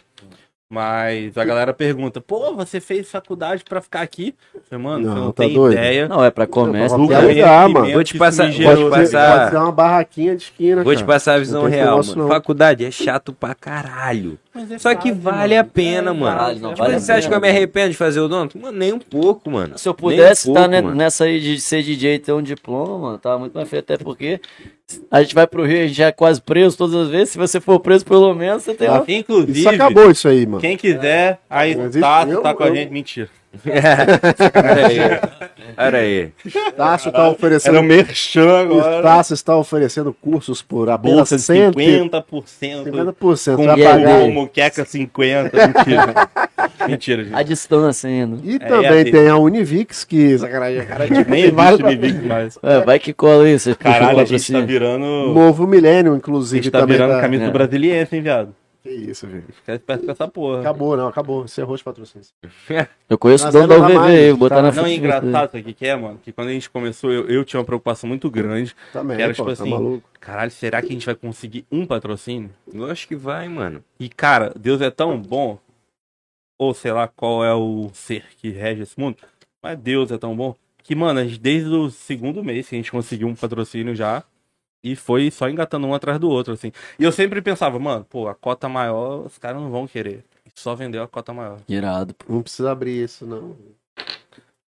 Speaker 2: Mas a galera pergunta, pô, você fez faculdade pra ficar aqui? Eu falei, mano,
Speaker 1: Não,
Speaker 2: você não
Speaker 1: tá
Speaker 2: tem
Speaker 1: doido.
Speaker 2: ideia.
Speaker 4: Não, é pra comércio.
Speaker 1: Não,
Speaker 2: do
Speaker 1: tem lugar,
Speaker 2: conhecimento
Speaker 1: mano.
Speaker 2: que
Speaker 3: Vou te
Speaker 2: isso me
Speaker 3: passar- vou te
Speaker 2: gerou, tá
Speaker 1: Pode
Speaker 2: ligado?
Speaker 1: ser,
Speaker 3: passar-
Speaker 1: pode ser uma barraquinha de esquina,
Speaker 3: Vou te
Speaker 1: cara.
Speaker 3: passar a visão
Speaker 1: Não tem esse
Speaker 3: real,
Speaker 1: negócio,
Speaker 3: mano.
Speaker 1: não.
Speaker 3: Faculdade é chato pra caralho.
Speaker 2: Mas é
Speaker 3: Só que
Speaker 2: fácil,
Speaker 3: vale
Speaker 2: mano.
Speaker 3: a pena,
Speaker 2: É,
Speaker 3: mano.
Speaker 4: né? Vale, não,
Speaker 2: Tipo,
Speaker 3: Tipo,
Speaker 4: vale a
Speaker 3: você acha que
Speaker 4: pena.
Speaker 3: eu me arrependo de fazer odonto? Mano, nem um pouco, mano.
Speaker 4: Se eu
Speaker 3: Nem um
Speaker 4: pudesse
Speaker 3: pouco,
Speaker 4: tá, né? estar ne-
Speaker 3: mano.
Speaker 4: nessa aí de ser DJ e ter um diploma, tava muito mais feio, até porque a gente vai pro Rio, a gente já é quase preso todas as vezes. Se você for preso, pelo menos você tem uma...
Speaker 2: Inclusive,
Speaker 1: Isso acabou isso aí, mano.
Speaker 2: quem quiser, aí
Speaker 1: Mas isso
Speaker 2: tá,
Speaker 1: eu-
Speaker 2: tá com
Speaker 1: eu-
Speaker 2: a gente. Mentira.
Speaker 3: Pera aí. Pera aí.
Speaker 1: Estácio tá oferecendo.
Speaker 2: Era o merchan agora.
Speaker 1: Estácio está oferecendo cursos por apenas
Speaker 2: Bolsa de
Speaker 1: 100 e-
Speaker 2: 50%.
Speaker 1: 50%.
Speaker 2: Com
Speaker 1: vai pagar.
Speaker 2: Google, moqueca 50%. Mentira. Mentira, gente.
Speaker 4: a distância ainda.
Speaker 1: E também
Speaker 2: assim.
Speaker 1: tem a Univix, que sacanagem, cara, tipo,
Speaker 2: Nem existe me vi mais.
Speaker 4: É, vai que cola aí, você puxa
Speaker 2: Caralho,
Speaker 4: um
Speaker 2: a gente tá
Speaker 4: patrocínio.
Speaker 2: virando.
Speaker 1: Novo Milênio,
Speaker 2: A
Speaker 1: inclusive,
Speaker 2: gente tá
Speaker 1: também.
Speaker 2: virando
Speaker 1: tá-
Speaker 2: camisa
Speaker 4: É.
Speaker 2: do brasiliense, hein, viado?
Speaker 1: Que isso, velho.
Speaker 2: Fica esperto com essa porra.
Speaker 1: Acabou, não, acabou. Encerrou os patrocínios.
Speaker 4: Eu conheço o
Speaker 1: Mas
Speaker 4: dono da
Speaker 1: ela vai
Speaker 4: UVV,
Speaker 1: mais,
Speaker 4: aí, vou botar
Speaker 1: tá?
Speaker 4: na
Speaker 2: Não, é
Speaker 4: frente. de você.
Speaker 2: engraçado sabe o que que é, mano? Que quando a gente começou, eu, eu tinha uma preocupação muito grande.
Speaker 1: Também, pô,
Speaker 2: Quero, tipo
Speaker 1: tá
Speaker 2: assim,
Speaker 1: maluco.
Speaker 2: Caralho, será que a gente vai conseguir um patrocínio?
Speaker 3: Eu acho que vai, mano.
Speaker 2: E, cara, Deus é tão bom, ou sei lá qual é o ser que rege esse mundo, mas Deus é tão bom que, mano, a gente- desde o segundo mês que a gente conseguiu um patrocínio já e foi só engatando um atrás do outro, assim. E eu sempre pensava, mano, pô, a cota maior os caras não vão querer. Só vendeu a cota maior.
Speaker 4: Irado, pô.
Speaker 1: Não precisa abrir isso, não.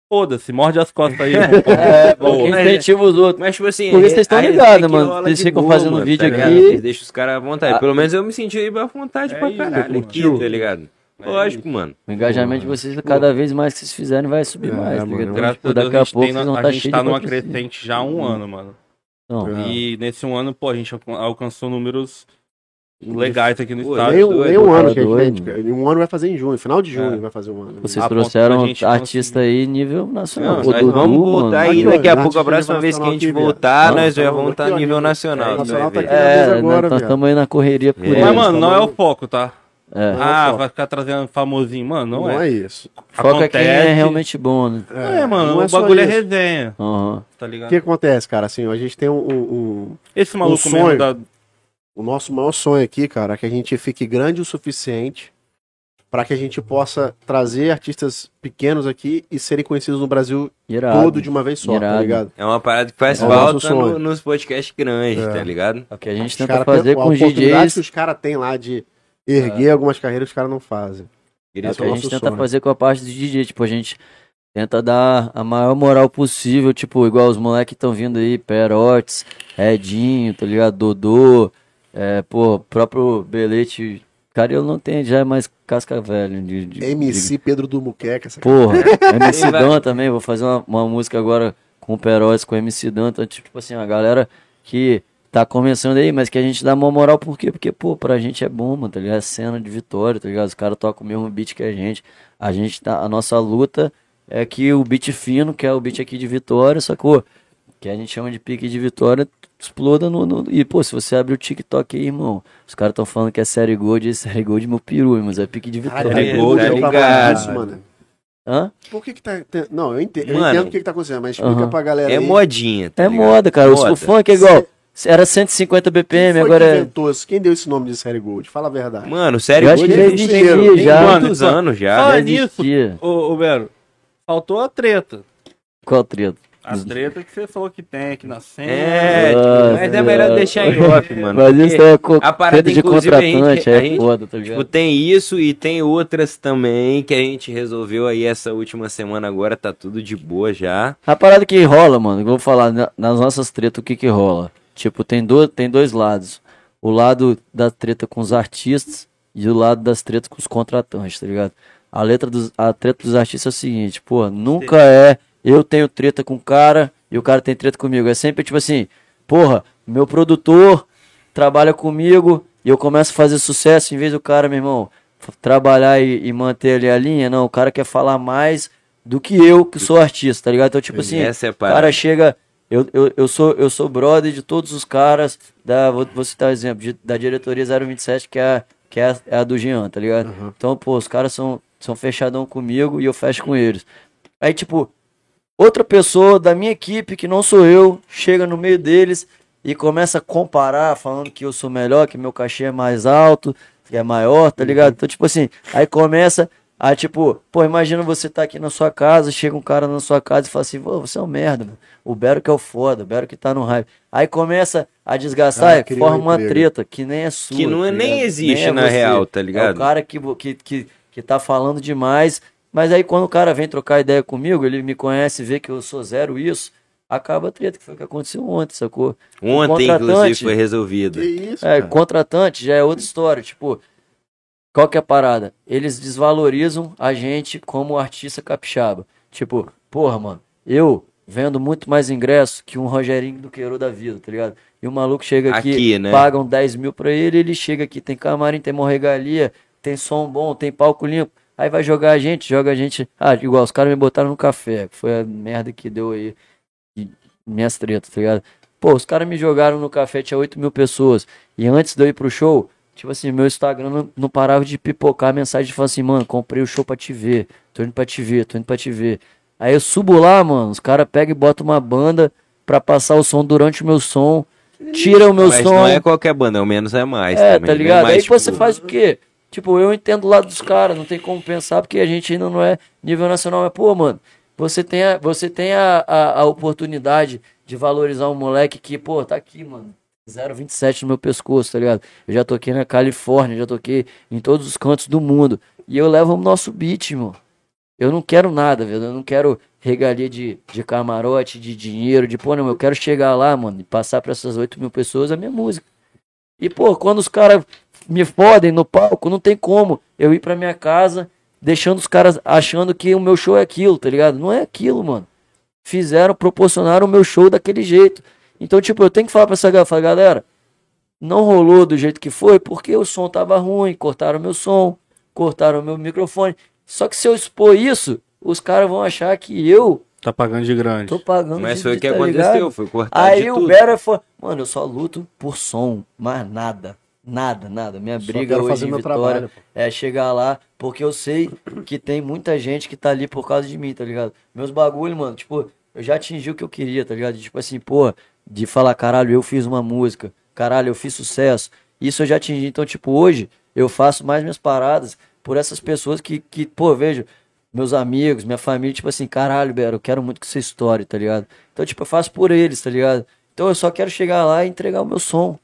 Speaker 2: Foda-se, morde as costas aí. irmão.
Speaker 4: É, bom,
Speaker 2: Pô,
Speaker 4: quem
Speaker 3: mas-
Speaker 4: incentiva os outros.
Speaker 3: Mas, tipo assim.
Speaker 4: Por isso vocês tão
Speaker 3: a resenha
Speaker 4: ligados,
Speaker 3: que
Speaker 4: mano.
Speaker 3: rola
Speaker 4: Vocês
Speaker 3: de
Speaker 4: ficam
Speaker 3: boa,
Speaker 4: fazendo
Speaker 3: mano,
Speaker 4: vídeo
Speaker 3: tá
Speaker 4: aqui.
Speaker 3: ligado? Vocês deixam os caras à vontade.
Speaker 4: Ah.
Speaker 3: Pelo menos eu me senti à vontade
Speaker 2: É
Speaker 3: pra
Speaker 2: isso,
Speaker 3: caralho
Speaker 2: curtiu.
Speaker 3: aqui, tá ligado?
Speaker 2: É
Speaker 3: Lógico, mano.
Speaker 4: O engajamento de vocês, cada vez mais que vocês fizerem, vai subir
Speaker 1: É,
Speaker 4: mais. tá
Speaker 1: mano,
Speaker 4: ligado?
Speaker 2: Graças
Speaker 4: Tipo,
Speaker 2: a Deus,
Speaker 4: daqui
Speaker 2: a
Speaker 4: a
Speaker 2: gente,
Speaker 4: pouco
Speaker 2: tem
Speaker 4: vocês
Speaker 2: na-
Speaker 4: vão
Speaker 2: a
Speaker 4: estar
Speaker 2: gente
Speaker 4: cheios
Speaker 2: tá
Speaker 4: de
Speaker 2: numa
Speaker 4: patrocínio.
Speaker 2: crescente já há um ano, mano.
Speaker 4: Não,
Speaker 1: É.
Speaker 2: E nesse um ano, pô, a gente alcan- alcançou números legais aqui no
Speaker 3: Pô,
Speaker 2: estado.
Speaker 1: Nem, um-
Speaker 3: doido,
Speaker 1: nem um
Speaker 4: tá
Speaker 1: ano que a
Speaker 4: doido,
Speaker 1: gente. Um ano vai fazer em junho, final de junho
Speaker 2: É.
Speaker 1: vai fazer um ano.
Speaker 4: Vocês
Speaker 2: A ponto
Speaker 4: trouxeram
Speaker 2: da gente
Speaker 4: artista aí nível nacional.
Speaker 3: Não,
Speaker 4: Pô,
Speaker 3: nós
Speaker 4: Dudu,
Speaker 3: vamos
Speaker 4: mano.
Speaker 3: voltar aí.
Speaker 1: Aqui, ó,
Speaker 3: Daqui a
Speaker 1: na
Speaker 3: pouco, a
Speaker 1: Argentina
Speaker 3: próxima vez que a
Speaker 1: Nacional
Speaker 3: gente
Speaker 1: aqui, viado.
Speaker 3: voltar,
Speaker 1: Não,
Speaker 3: nós já
Speaker 1: tá
Speaker 3: vamos
Speaker 1: aqui,
Speaker 3: estar
Speaker 1: ó,
Speaker 3: no nível
Speaker 1: nível-
Speaker 3: nacional.
Speaker 1: é, nacional
Speaker 3: tu vai
Speaker 1: tá aqui.
Speaker 3: ver.
Speaker 4: É,
Speaker 1: Beleza agora,
Speaker 4: nós
Speaker 1: viado.
Speaker 4: estamos aí na correria por
Speaker 3: É.
Speaker 4: isso.
Speaker 2: Mas, mano, não é o
Speaker 1: falando-
Speaker 2: foco, tá?
Speaker 4: É.
Speaker 1: Não,
Speaker 2: Ah,
Speaker 1: foco.
Speaker 2: vai ficar trazendo famosinho. Mano, não, é.
Speaker 1: isso.
Speaker 4: Foca quem é realmente bom, né?
Speaker 2: É, mano,
Speaker 1: não
Speaker 2: o
Speaker 1: é só
Speaker 2: bagulho é
Speaker 1: isso.
Speaker 2: resenha,
Speaker 4: Aham.
Speaker 2: tá
Speaker 1: O
Speaker 2: ligado?
Speaker 1: que acontece, cara? Assim, ó, a gente tem um- um- um
Speaker 2: Esse maluco
Speaker 1: Um
Speaker 2: mesmo
Speaker 1: sonho.
Speaker 2: da.
Speaker 1: O nosso maior sonho aqui, cara, é que a gente fique grande o suficiente para que a gente possa trazer artistas pequenos aqui e serem conhecidos no Brasil
Speaker 4: Irado.
Speaker 1: todo de uma vez só, tá
Speaker 4: Irado.
Speaker 1: ligado?
Speaker 3: É uma parada que faz
Speaker 1: É o nosso
Speaker 3: falta
Speaker 1: sonho.
Speaker 3: no- nos podcasts grandes,
Speaker 1: É.
Speaker 3: tá ligado?
Speaker 4: É o que a gente
Speaker 1: Os
Speaker 4: tenta
Speaker 1: cara tem-
Speaker 4: fazer com os
Speaker 1: A oportunidade
Speaker 4: DJs.
Speaker 1: que os caras têm lá de erguer algumas carreiras, os caras não fazem.
Speaker 4: É
Speaker 3: Queria
Speaker 4: o
Speaker 1: Esse
Speaker 4: que
Speaker 1: é
Speaker 4: a
Speaker 1: o
Speaker 4: gente
Speaker 1: nosso
Speaker 4: tenta
Speaker 1: sonho.
Speaker 4: fazer com a parte do DJ. Tipo, a gente tenta dar a maior moral possível. Tipo, igual os moleques que estão vindo aí, Perotes, Edinho, tá ligado? Dodô, é, pô, próprio Belete. Cara, eu não tenho, já é mais casca velha. De, de-
Speaker 1: MC Pedro do Muqueca, essa
Speaker 4: Porra, MC
Speaker 3: Vai.
Speaker 4: Dan também, vou fazer uma, uma música agora com o Peroz, com o MC Dan, então, tipo, tipo assim, a galera que tá começando aí, mas que a gente dá uma moral, por quê? Porque, pô, pra gente é bom, mano, tá ligado? É cena de vitória, tá ligado? Os caras tocam o mesmo beat que a gente, a gente tá, a nossa luta é que o beat fino, que é o beat aqui de vitória, sacou? que a gente chama de pique de vitória, exploda no, no- E, pô, se você abre o TikTok aí, irmão, os caras estão falando que é série Gold, e série Gold, meu peru, mas é pique de vitória.
Speaker 2: Caralho,
Speaker 1: é,
Speaker 2: é,
Speaker 1: Gold,
Speaker 3: tá
Speaker 1: eu tava
Speaker 3: ligado.
Speaker 1: nisso, mano.
Speaker 4: Hã?
Speaker 1: Por que que tá... tem- Não, eu entendo, eu
Speaker 3: Mano,
Speaker 1: entendo o que que tá acontecendo, mas explica
Speaker 4: aham.
Speaker 1: pra galera
Speaker 3: É
Speaker 1: aí.
Speaker 3: modinha, tá
Speaker 4: É
Speaker 3: ligado?
Speaker 4: moda, cara. O-
Speaker 3: Moda.
Speaker 4: O funk é igual. Era 150
Speaker 1: Quem
Speaker 4: BPM,
Speaker 1: foi
Speaker 4: agora
Speaker 1: que
Speaker 4: é.
Speaker 1: inventou isso? Quem deu esse nome de série Gold? Fala a verdade.
Speaker 3: Mano, série
Speaker 4: Eu acho
Speaker 3: Gold
Speaker 4: que já
Speaker 1: Gold
Speaker 3: existe
Speaker 1: existia,
Speaker 4: existia já. Ah,
Speaker 3: há
Speaker 2: mano.
Speaker 3: muitos anos já.
Speaker 2: Fala
Speaker 4: Já
Speaker 3: né?
Speaker 2: nisso.
Speaker 4: existia.
Speaker 2: Ô, ô, Vero, faltou a treta.
Speaker 4: Qual treta?
Speaker 2: A treta que você falou que tem aqui na cena.
Speaker 3: É,
Speaker 4: Ah,
Speaker 3: mas é
Speaker 4: Deus.
Speaker 3: melhor deixar em off, mano.
Speaker 4: Mas isso
Speaker 3: porque,
Speaker 4: é co-
Speaker 3: a parada,
Speaker 4: treta de
Speaker 3: inclusive, a gente-
Speaker 4: contratante,
Speaker 3: a
Speaker 4: é
Speaker 3: gente-
Speaker 4: foda, tá
Speaker 3: tipo,
Speaker 4: ligado?
Speaker 3: tem isso e tem outras também que a gente resolveu aí essa última semana agora, tá tudo de boa já.
Speaker 4: A parada que rola, mano, eu vou falar, na- nas nossas tretas, o que que rola? Tipo, tem, do, tem dois lados. O lado da treta com os artistas e o lado das tretas com os contratantes, tá ligado? A letra dos, a treta dos artistas é o seguinte, pô, nunca é eu tenho treta com o cara e o cara tem treta comigo. É sempre tipo assim, porra, meu produtor trabalha comigo e eu começo a fazer sucesso em vez do cara, meu irmão, f- trabalhar e, e manter ali a linha. Não, o cara quer falar mais do que eu, que sou artista, tá ligado? Então, tipo assim,
Speaker 3: Essa é a
Speaker 4: o
Speaker 3: parada.
Speaker 4: cara chega. Eu, eu, eu, sou, eu sou brother de todos os caras. Da, vou, vou citar um exemplo, de- da diretoria 027, que é, a- que é, a, é a do Jean, tá ligado? Então, pô, os caras são, são fechadão comigo e eu fecho com eles. Aí, tipo, outra pessoa da minha equipe, que não sou eu, chega no meio deles e começa a comparar, falando que eu sou melhor, que meu cachê é mais alto, que é maior, tá
Speaker 1: Uhum.
Speaker 4: ligado? Então, tipo assim, aí começa a, tipo, pô, imagina você tá aqui na sua casa, chega um cara na sua casa e fala assim, pô, você é um merda, mano. O Bero que é o foda, o Bero que tá no hype. Aí começa a desgastar,
Speaker 1: Ah,
Speaker 4: e
Speaker 1: cria
Speaker 4: forma
Speaker 1: um
Speaker 4: uma
Speaker 1: emprego.
Speaker 4: treta, que nem é sua.
Speaker 3: Que não é-
Speaker 4: tá
Speaker 3: nem
Speaker 4: ligado?
Speaker 3: existe,
Speaker 4: é
Speaker 3: na
Speaker 4: você.
Speaker 3: real, tá
Speaker 4: É
Speaker 3: ligado?
Speaker 4: o cara que, vo- que, que, que tá falando demais. Mas aí quando o cara vem trocar ideia comigo, ele me conhece, vê que eu sou zero isso, acaba a treta, que foi o que aconteceu ontem, sacou?
Speaker 3: Ontem, inclusive,
Speaker 4: contratante-
Speaker 3: foi resolvido.
Speaker 1: Que isso,
Speaker 4: É,
Speaker 1: cara?
Speaker 4: contratante já é outra história. Tipo, qual que é a parada? Eles desvalorizam a gente como artista capixaba. Tipo, porra, mano, eu vendo muito mais ingresso que um Rogerinho do Queiro da vida, tá ligado? E o maluco chega aqui,
Speaker 3: Aqui, né?
Speaker 4: pagam 10 mil pra ele, ele chega aqui, tem camarim, tem morregalia, tem som bom, tem palco limpo. Aí vai jogar a gente, joga a gente. Ah, igual, os caras me botaram no café, que foi a merda que deu aí. E minhas tretas, tá ligado? Pô, os caras me jogaram no café, tinha 8 mil pessoas. E antes de eu ir pro show, tipo assim, meu Instagram não, não parava de pipocar a mensagem de falar assim, mano, comprei o show pra te ver, tô indo pra te ver, tô indo pra te ver. Aí eu subo lá, mano, os caras pegam e botam uma banda pra passar o som durante o meu som, tiram o meu
Speaker 3: Mas
Speaker 4: som.
Speaker 3: não é qualquer banda, é o menos é mais
Speaker 4: É,
Speaker 3: também.
Speaker 4: tá
Speaker 3: né?
Speaker 4: ligado?
Speaker 3: Mas,
Speaker 4: Aí
Speaker 3: tipo,
Speaker 4: você faz o quê? Tipo, eu entendo o lado dos caras, não tem como pensar, porque a gente ainda não é nível nacional. Mas, pô, mano, você tem a, você tem a, a, a oportunidade de valorizar um moleque que, pô, tá aqui, mano. 0,27 no meu pescoço, tá ligado? Eu já toquei na Califórnia, já toquei em todos os cantos do mundo. E eu levo o nosso beat, mano. Eu não quero nada, velho. Eu não quero regalia de, de camarote, de dinheiro, de pô, não. Eu quero chegar lá, mano, e passar pra essas 8 mil pessoas a minha música. E, pô, quando os caras me fodem no palco, não tem como eu ir pra minha casa deixando os caras achando que o meu show é aquilo, tá ligado? Não é aquilo, mano. Fizeram, proporcionaram o meu show daquele jeito. Então, tipo, eu tenho que falar pra essa galera, falar, galera, não rolou do jeito que foi porque o som tava ruim, cortaram meu som, cortaram meu microfone. Só que se eu expor isso, os caras vão achar que eu
Speaker 2: Tá pagando de grande.
Speaker 4: tô pagando
Speaker 3: Mas
Speaker 4: de-
Speaker 3: foi o
Speaker 4: de-
Speaker 3: que
Speaker 4: tá
Speaker 3: aconteceu,
Speaker 4: ligado?
Speaker 3: foi cortado de
Speaker 4: Aí o
Speaker 3: tudo.
Speaker 4: Bera foi. Mano, eu só luto por som, mas nada. Nada, nada. Minha
Speaker 1: Só
Speaker 4: briga
Speaker 1: quero
Speaker 4: hoje
Speaker 1: fazer
Speaker 4: em
Speaker 1: meu
Speaker 4: Vitória
Speaker 1: trabalho, pô.
Speaker 4: é chegar lá, porque eu sei que tem muita gente que tá ali por causa de mim, tá ligado? Meus bagulho, mano, tipo, eu já atingi o que eu queria, tá ligado? Tipo assim, pô, de falar, caralho, eu fiz uma música, caralho, eu fiz sucesso. Isso eu já atingi. Então, tipo, hoje eu faço mais minhas paradas por essas pessoas que, que pô, vejo, meus amigos, minha família, tipo assim, caralho, Bero, eu quero muito que você estoure, tá ligado? Então, tipo, eu faço por eles, tá ligado? Então eu só quero chegar lá e entregar o meu som.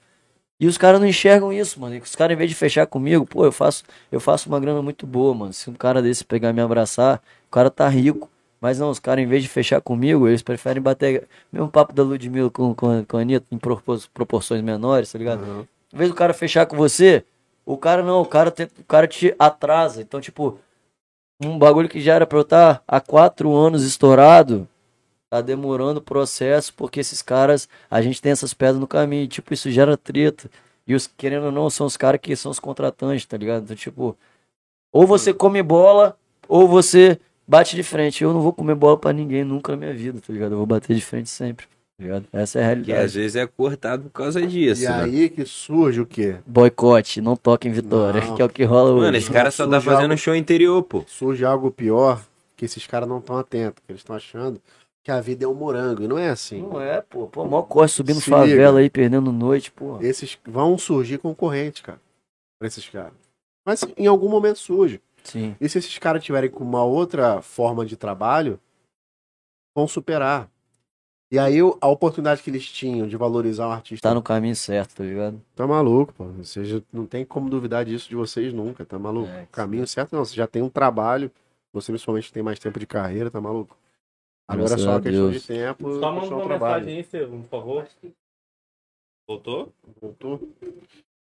Speaker 4: E os caras não enxergam isso, mano. E os caras, em vez de fechar comigo, pô, eu faço, eu faço uma grana muito boa, mano. Se um cara desse pegar e me abraçar, o cara tá rico. Mas não, os caras, em vez de fechar comigo, eles preferem bater. Mesmo papo da Ludmilla com, com, com a Anitta, em propor- proporções menores, tá ligado? Em vez do cara fechar com você, o cara não, o cara, tenta- o cara te atrasa. Então, tipo, um bagulho que já era pra eu estar há quatro anos estourado, tá demorando o processo, porque esses caras, a gente tem essas pedras no caminho, tipo, isso gera treta. E os, querendo ou não, são os caras que são os contratantes, tá ligado? Então, tipo, ou você come bola, ou você bate de frente. Eu não vou comer bola pra ninguém nunca na minha vida, tá ligado? Eu vou bater de frente sempre. tá ligado? Essa é a
Speaker 3: Que
Speaker 4: realidade.
Speaker 3: às vezes é cortado por causa disso.
Speaker 1: E
Speaker 3: né?
Speaker 1: aí que surge o quê?
Speaker 4: Boicote, não toca em Vitória,
Speaker 1: Não.
Speaker 4: que é o que rola hoje.
Speaker 3: Mano, esse cara só tá
Speaker 1: Surge
Speaker 3: fazendo
Speaker 1: algo-
Speaker 3: show interior, pô.
Speaker 1: Surge algo pior que esses caras não estão atentos, que eles estão achando que a vida é um morango, e não é assim.
Speaker 4: Não é, pô. Pô, mó corre subindo
Speaker 1: Se
Speaker 4: favela aí, perdendo noite, pô.
Speaker 1: Esses vão surgir concorrente, cara, pra esses caras. Mas em algum momento surge.
Speaker 4: Sim.
Speaker 1: E se esses caras tiverem com uma outra forma de trabalho, vão superar. E aí o- a oportunidade que eles tinham de valorizar um artista
Speaker 4: Tá no caminho certo, tá ligado?
Speaker 1: Tá maluco, pô. Ou seja, não tem como duvidar disso de vocês nunca, tá maluco?
Speaker 4: É,
Speaker 1: O Caminho certo não, você já tem um trabalho, você principalmente tem mais tempo de carreira, tá maluco? Agora é
Speaker 4: Graças
Speaker 1: só
Speaker 4: a
Speaker 1: uma questão
Speaker 4: Deus.
Speaker 1: de tempo,
Speaker 2: Só
Speaker 1: puxar
Speaker 2: manda
Speaker 1: o
Speaker 2: uma
Speaker 1: trabalho.
Speaker 2: mensagem aí, Estevam, por favor. Voltou?
Speaker 1: Voltou?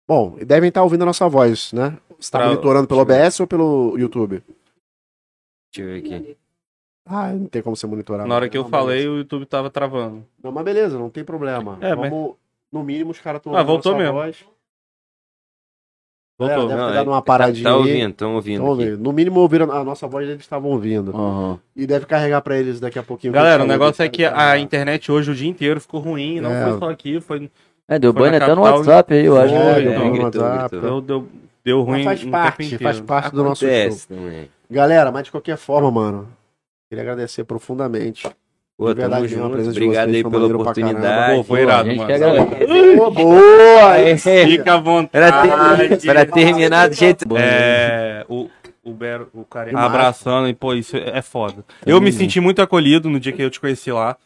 Speaker 1: Bom, e devem estar ouvindo a nossa voz, né? Você tá
Speaker 2: Pra-
Speaker 1: monitorando pelo OBS ou pelo YouTube?
Speaker 3: Deixa eu ver aqui.
Speaker 1: Ah, não tem como você monitorar. né?
Speaker 2: Na hora que eu
Speaker 1: Não, mas-
Speaker 2: falei, o YouTube tava travando.
Speaker 1: Não, mas beleza, não tem problema.
Speaker 2: É, mas-
Speaker 1: Vamos, no mínimo, os caras estão
Speaker 2: Ah, voltou mesmo.
Speaker 1: voz. Galera,
Speaker 2: Voltou.
Speaker 1: deve
Speaker 3: Não,
Speaker 1: ter
Speaker 3: é-
Speaker 1: dado uma
Speaker 3: Tá,
Speaker 1: paradinha
Speaker 3: tá
Speaker 1: aí.
Speaker 3: ouvindo, tão ouvindo.
Speaker 1: Tão
Speaker 3: aqui.
Speaker 1: ouvindo. No mínimo, ouviram a nossa voz, eles estavam ouvindo.
Speaker 4: Aham.
Speaker 1: E deve carregar pra eles daqui a pouquinho.
Speaker 2: Galera, o negócio é que a internet hoje o dia inteiro ficou ruim, não
Speaker 1: É.
Speaker 2: foi só aqui, foi
Speaker 4: É, deu
Speaker 2: Foi
Speaker 4: banho
Speaker 2: na
Speaker 4: até no
Speaker 2: capital,
Speaker 4: WhatsApp aí, eu
Speaker 1: Foi,
Speaker 4: acho.
Speaker 2: foi,
Speaker 4: né?
Speaker 2: então.
Speaker 1: no
Speaker 3: gritou,
Speaker 1: WhatsApp.
Speaker 3: gritou.
Speaker 2: deu, deu, deu ruim
Speaker 1: Mas faz
Speaker 2: no
Speaker 1: parte,
Speaker 2: tempo
Speaker 1: faz
Speaker 2: inteiro. Ah,
Speaker 1: parte do nosso show.
Speaker 3: Acontece também.
Speaker 1: Galera, mas de qualquer forma, mano, queria agradecer profundamente.
Speaker 3: Pô,
Speaker 1: De verdade
Speaker 3: tamo
Speaker 1: mesmo, a
Speaker 3: junto.
Speaker 1: presença de
Speaker 3: Obrigado
Speaker 1: vocês
Speaker 3: aí
Speaker 1: foi
Speaker 3: pela
Speaker 1: maneiro pra
Speaker 3: oportunidade.
Speaker 1: caramba.
Speaker 2: Pô, foi
Speaker 3: Pô,
Speaker 4: A
Speaker 2: irado,
Speaker 4: gente é
Speaker 2: mano.
Speaker 4: quer agradecer.
Speaker 1: Ô, boa! Fica-
Speaker 2: Fica à vontade.
Speaker 3: Pra, ter, pra terminar do jeito.
Speaker 4: né?
Speaker 2: É, o, o Bero, o cara
Speaker 1: massa.
Speaker 2: abraçando e, pô, isso é foda. Eu me senti muito acolhido no dia que eu te conheci lá.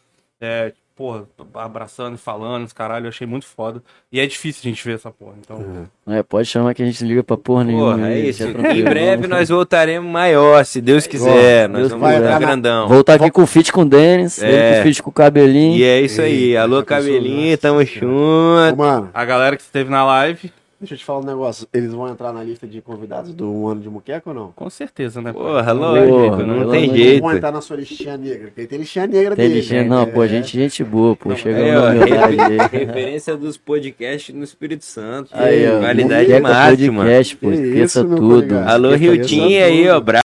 Speaker 2: É, porra, abraçando e falando, os caralho, eu achei muito foda. E é difícil a gente ver essa porra, então.
Speaker 4: É, pode chamar que a gente liga pra porra nenhuma.
Speaker 3: Porra, é
Speaker 4: aí,
Speaker 3: isso.
Speaker 4: já tranquilo.
Speaker 3: Em breve nós voltaremos maior, se Deus quiser. Nós
Speaker 4: Deus
Speaker 3: vamos
Speaker 1: quiser.
Speaker 3: voltar grandão.
Speaker 4: Voltar aqui com o fit com o Denis,
Speaker 3: É.
Speaker 4: ele com o fit com o cabelinho.
Speaker 3: E é isso aí.
Speaker 1: Eita,
Speaker 3: Alô,
Speaker 1: tá pensando,
Speaker 3: cabelinho,
Speaker 1: nossa
Speaker 3: tamo junto.
Speaker 1: Mano,
Speaker 2: A galera que esteve na live,
Speaker 1: deixa eu te falar um negócio. Eles vão entrar na lista de convidados do Um Ano de Muqueca ou não?
Speaker 2: com certeza, né? pô?
Speaker 3: Porra,
Speaker 4: Porra,
Speaker 3: lógico, não
Speaker 4: pelo
Speaker 3: tem
Speaker 4: amor de tá
Speaker 3: jeito.
Speaker 1: Vão entrar na sua listinha negra. Porque tem listinha negra
Speaker 4: Tem
Speaker 1: dele.
Speaker 4: gente,
Speaker 1: né?
Speaker 4: não, pô,
Speaker 1: É.
Speaker 4: gente, gente boa, pô. Chegamos
Speaker 3: Aí,
Speaker 4: na
Speaker 3: é, ó,
Speaker 4: verdade aí.
Speaker 3: Referência dos podcasts no Espírito Santo.
Speaker 4: Aí, ó.
Speaker 3: Qualidade
Speaker 4: Muqueca
Speaker 3: máxima.
Speaker 4: Podcast, pô,
Speaker 1: Que
Speaker 4: esqueça
Speaker 1: isso, meu
Speaker 4: tudo.
Speaker 1: colega.
Speaker 3: Alô,
Speaker 1: Esqueça
Speaker 3: Rio Tim
Speaker 1: isso,
Speaker 3: aí, ó.
Speaker 1: tudo.
Speaker 3: Brabo.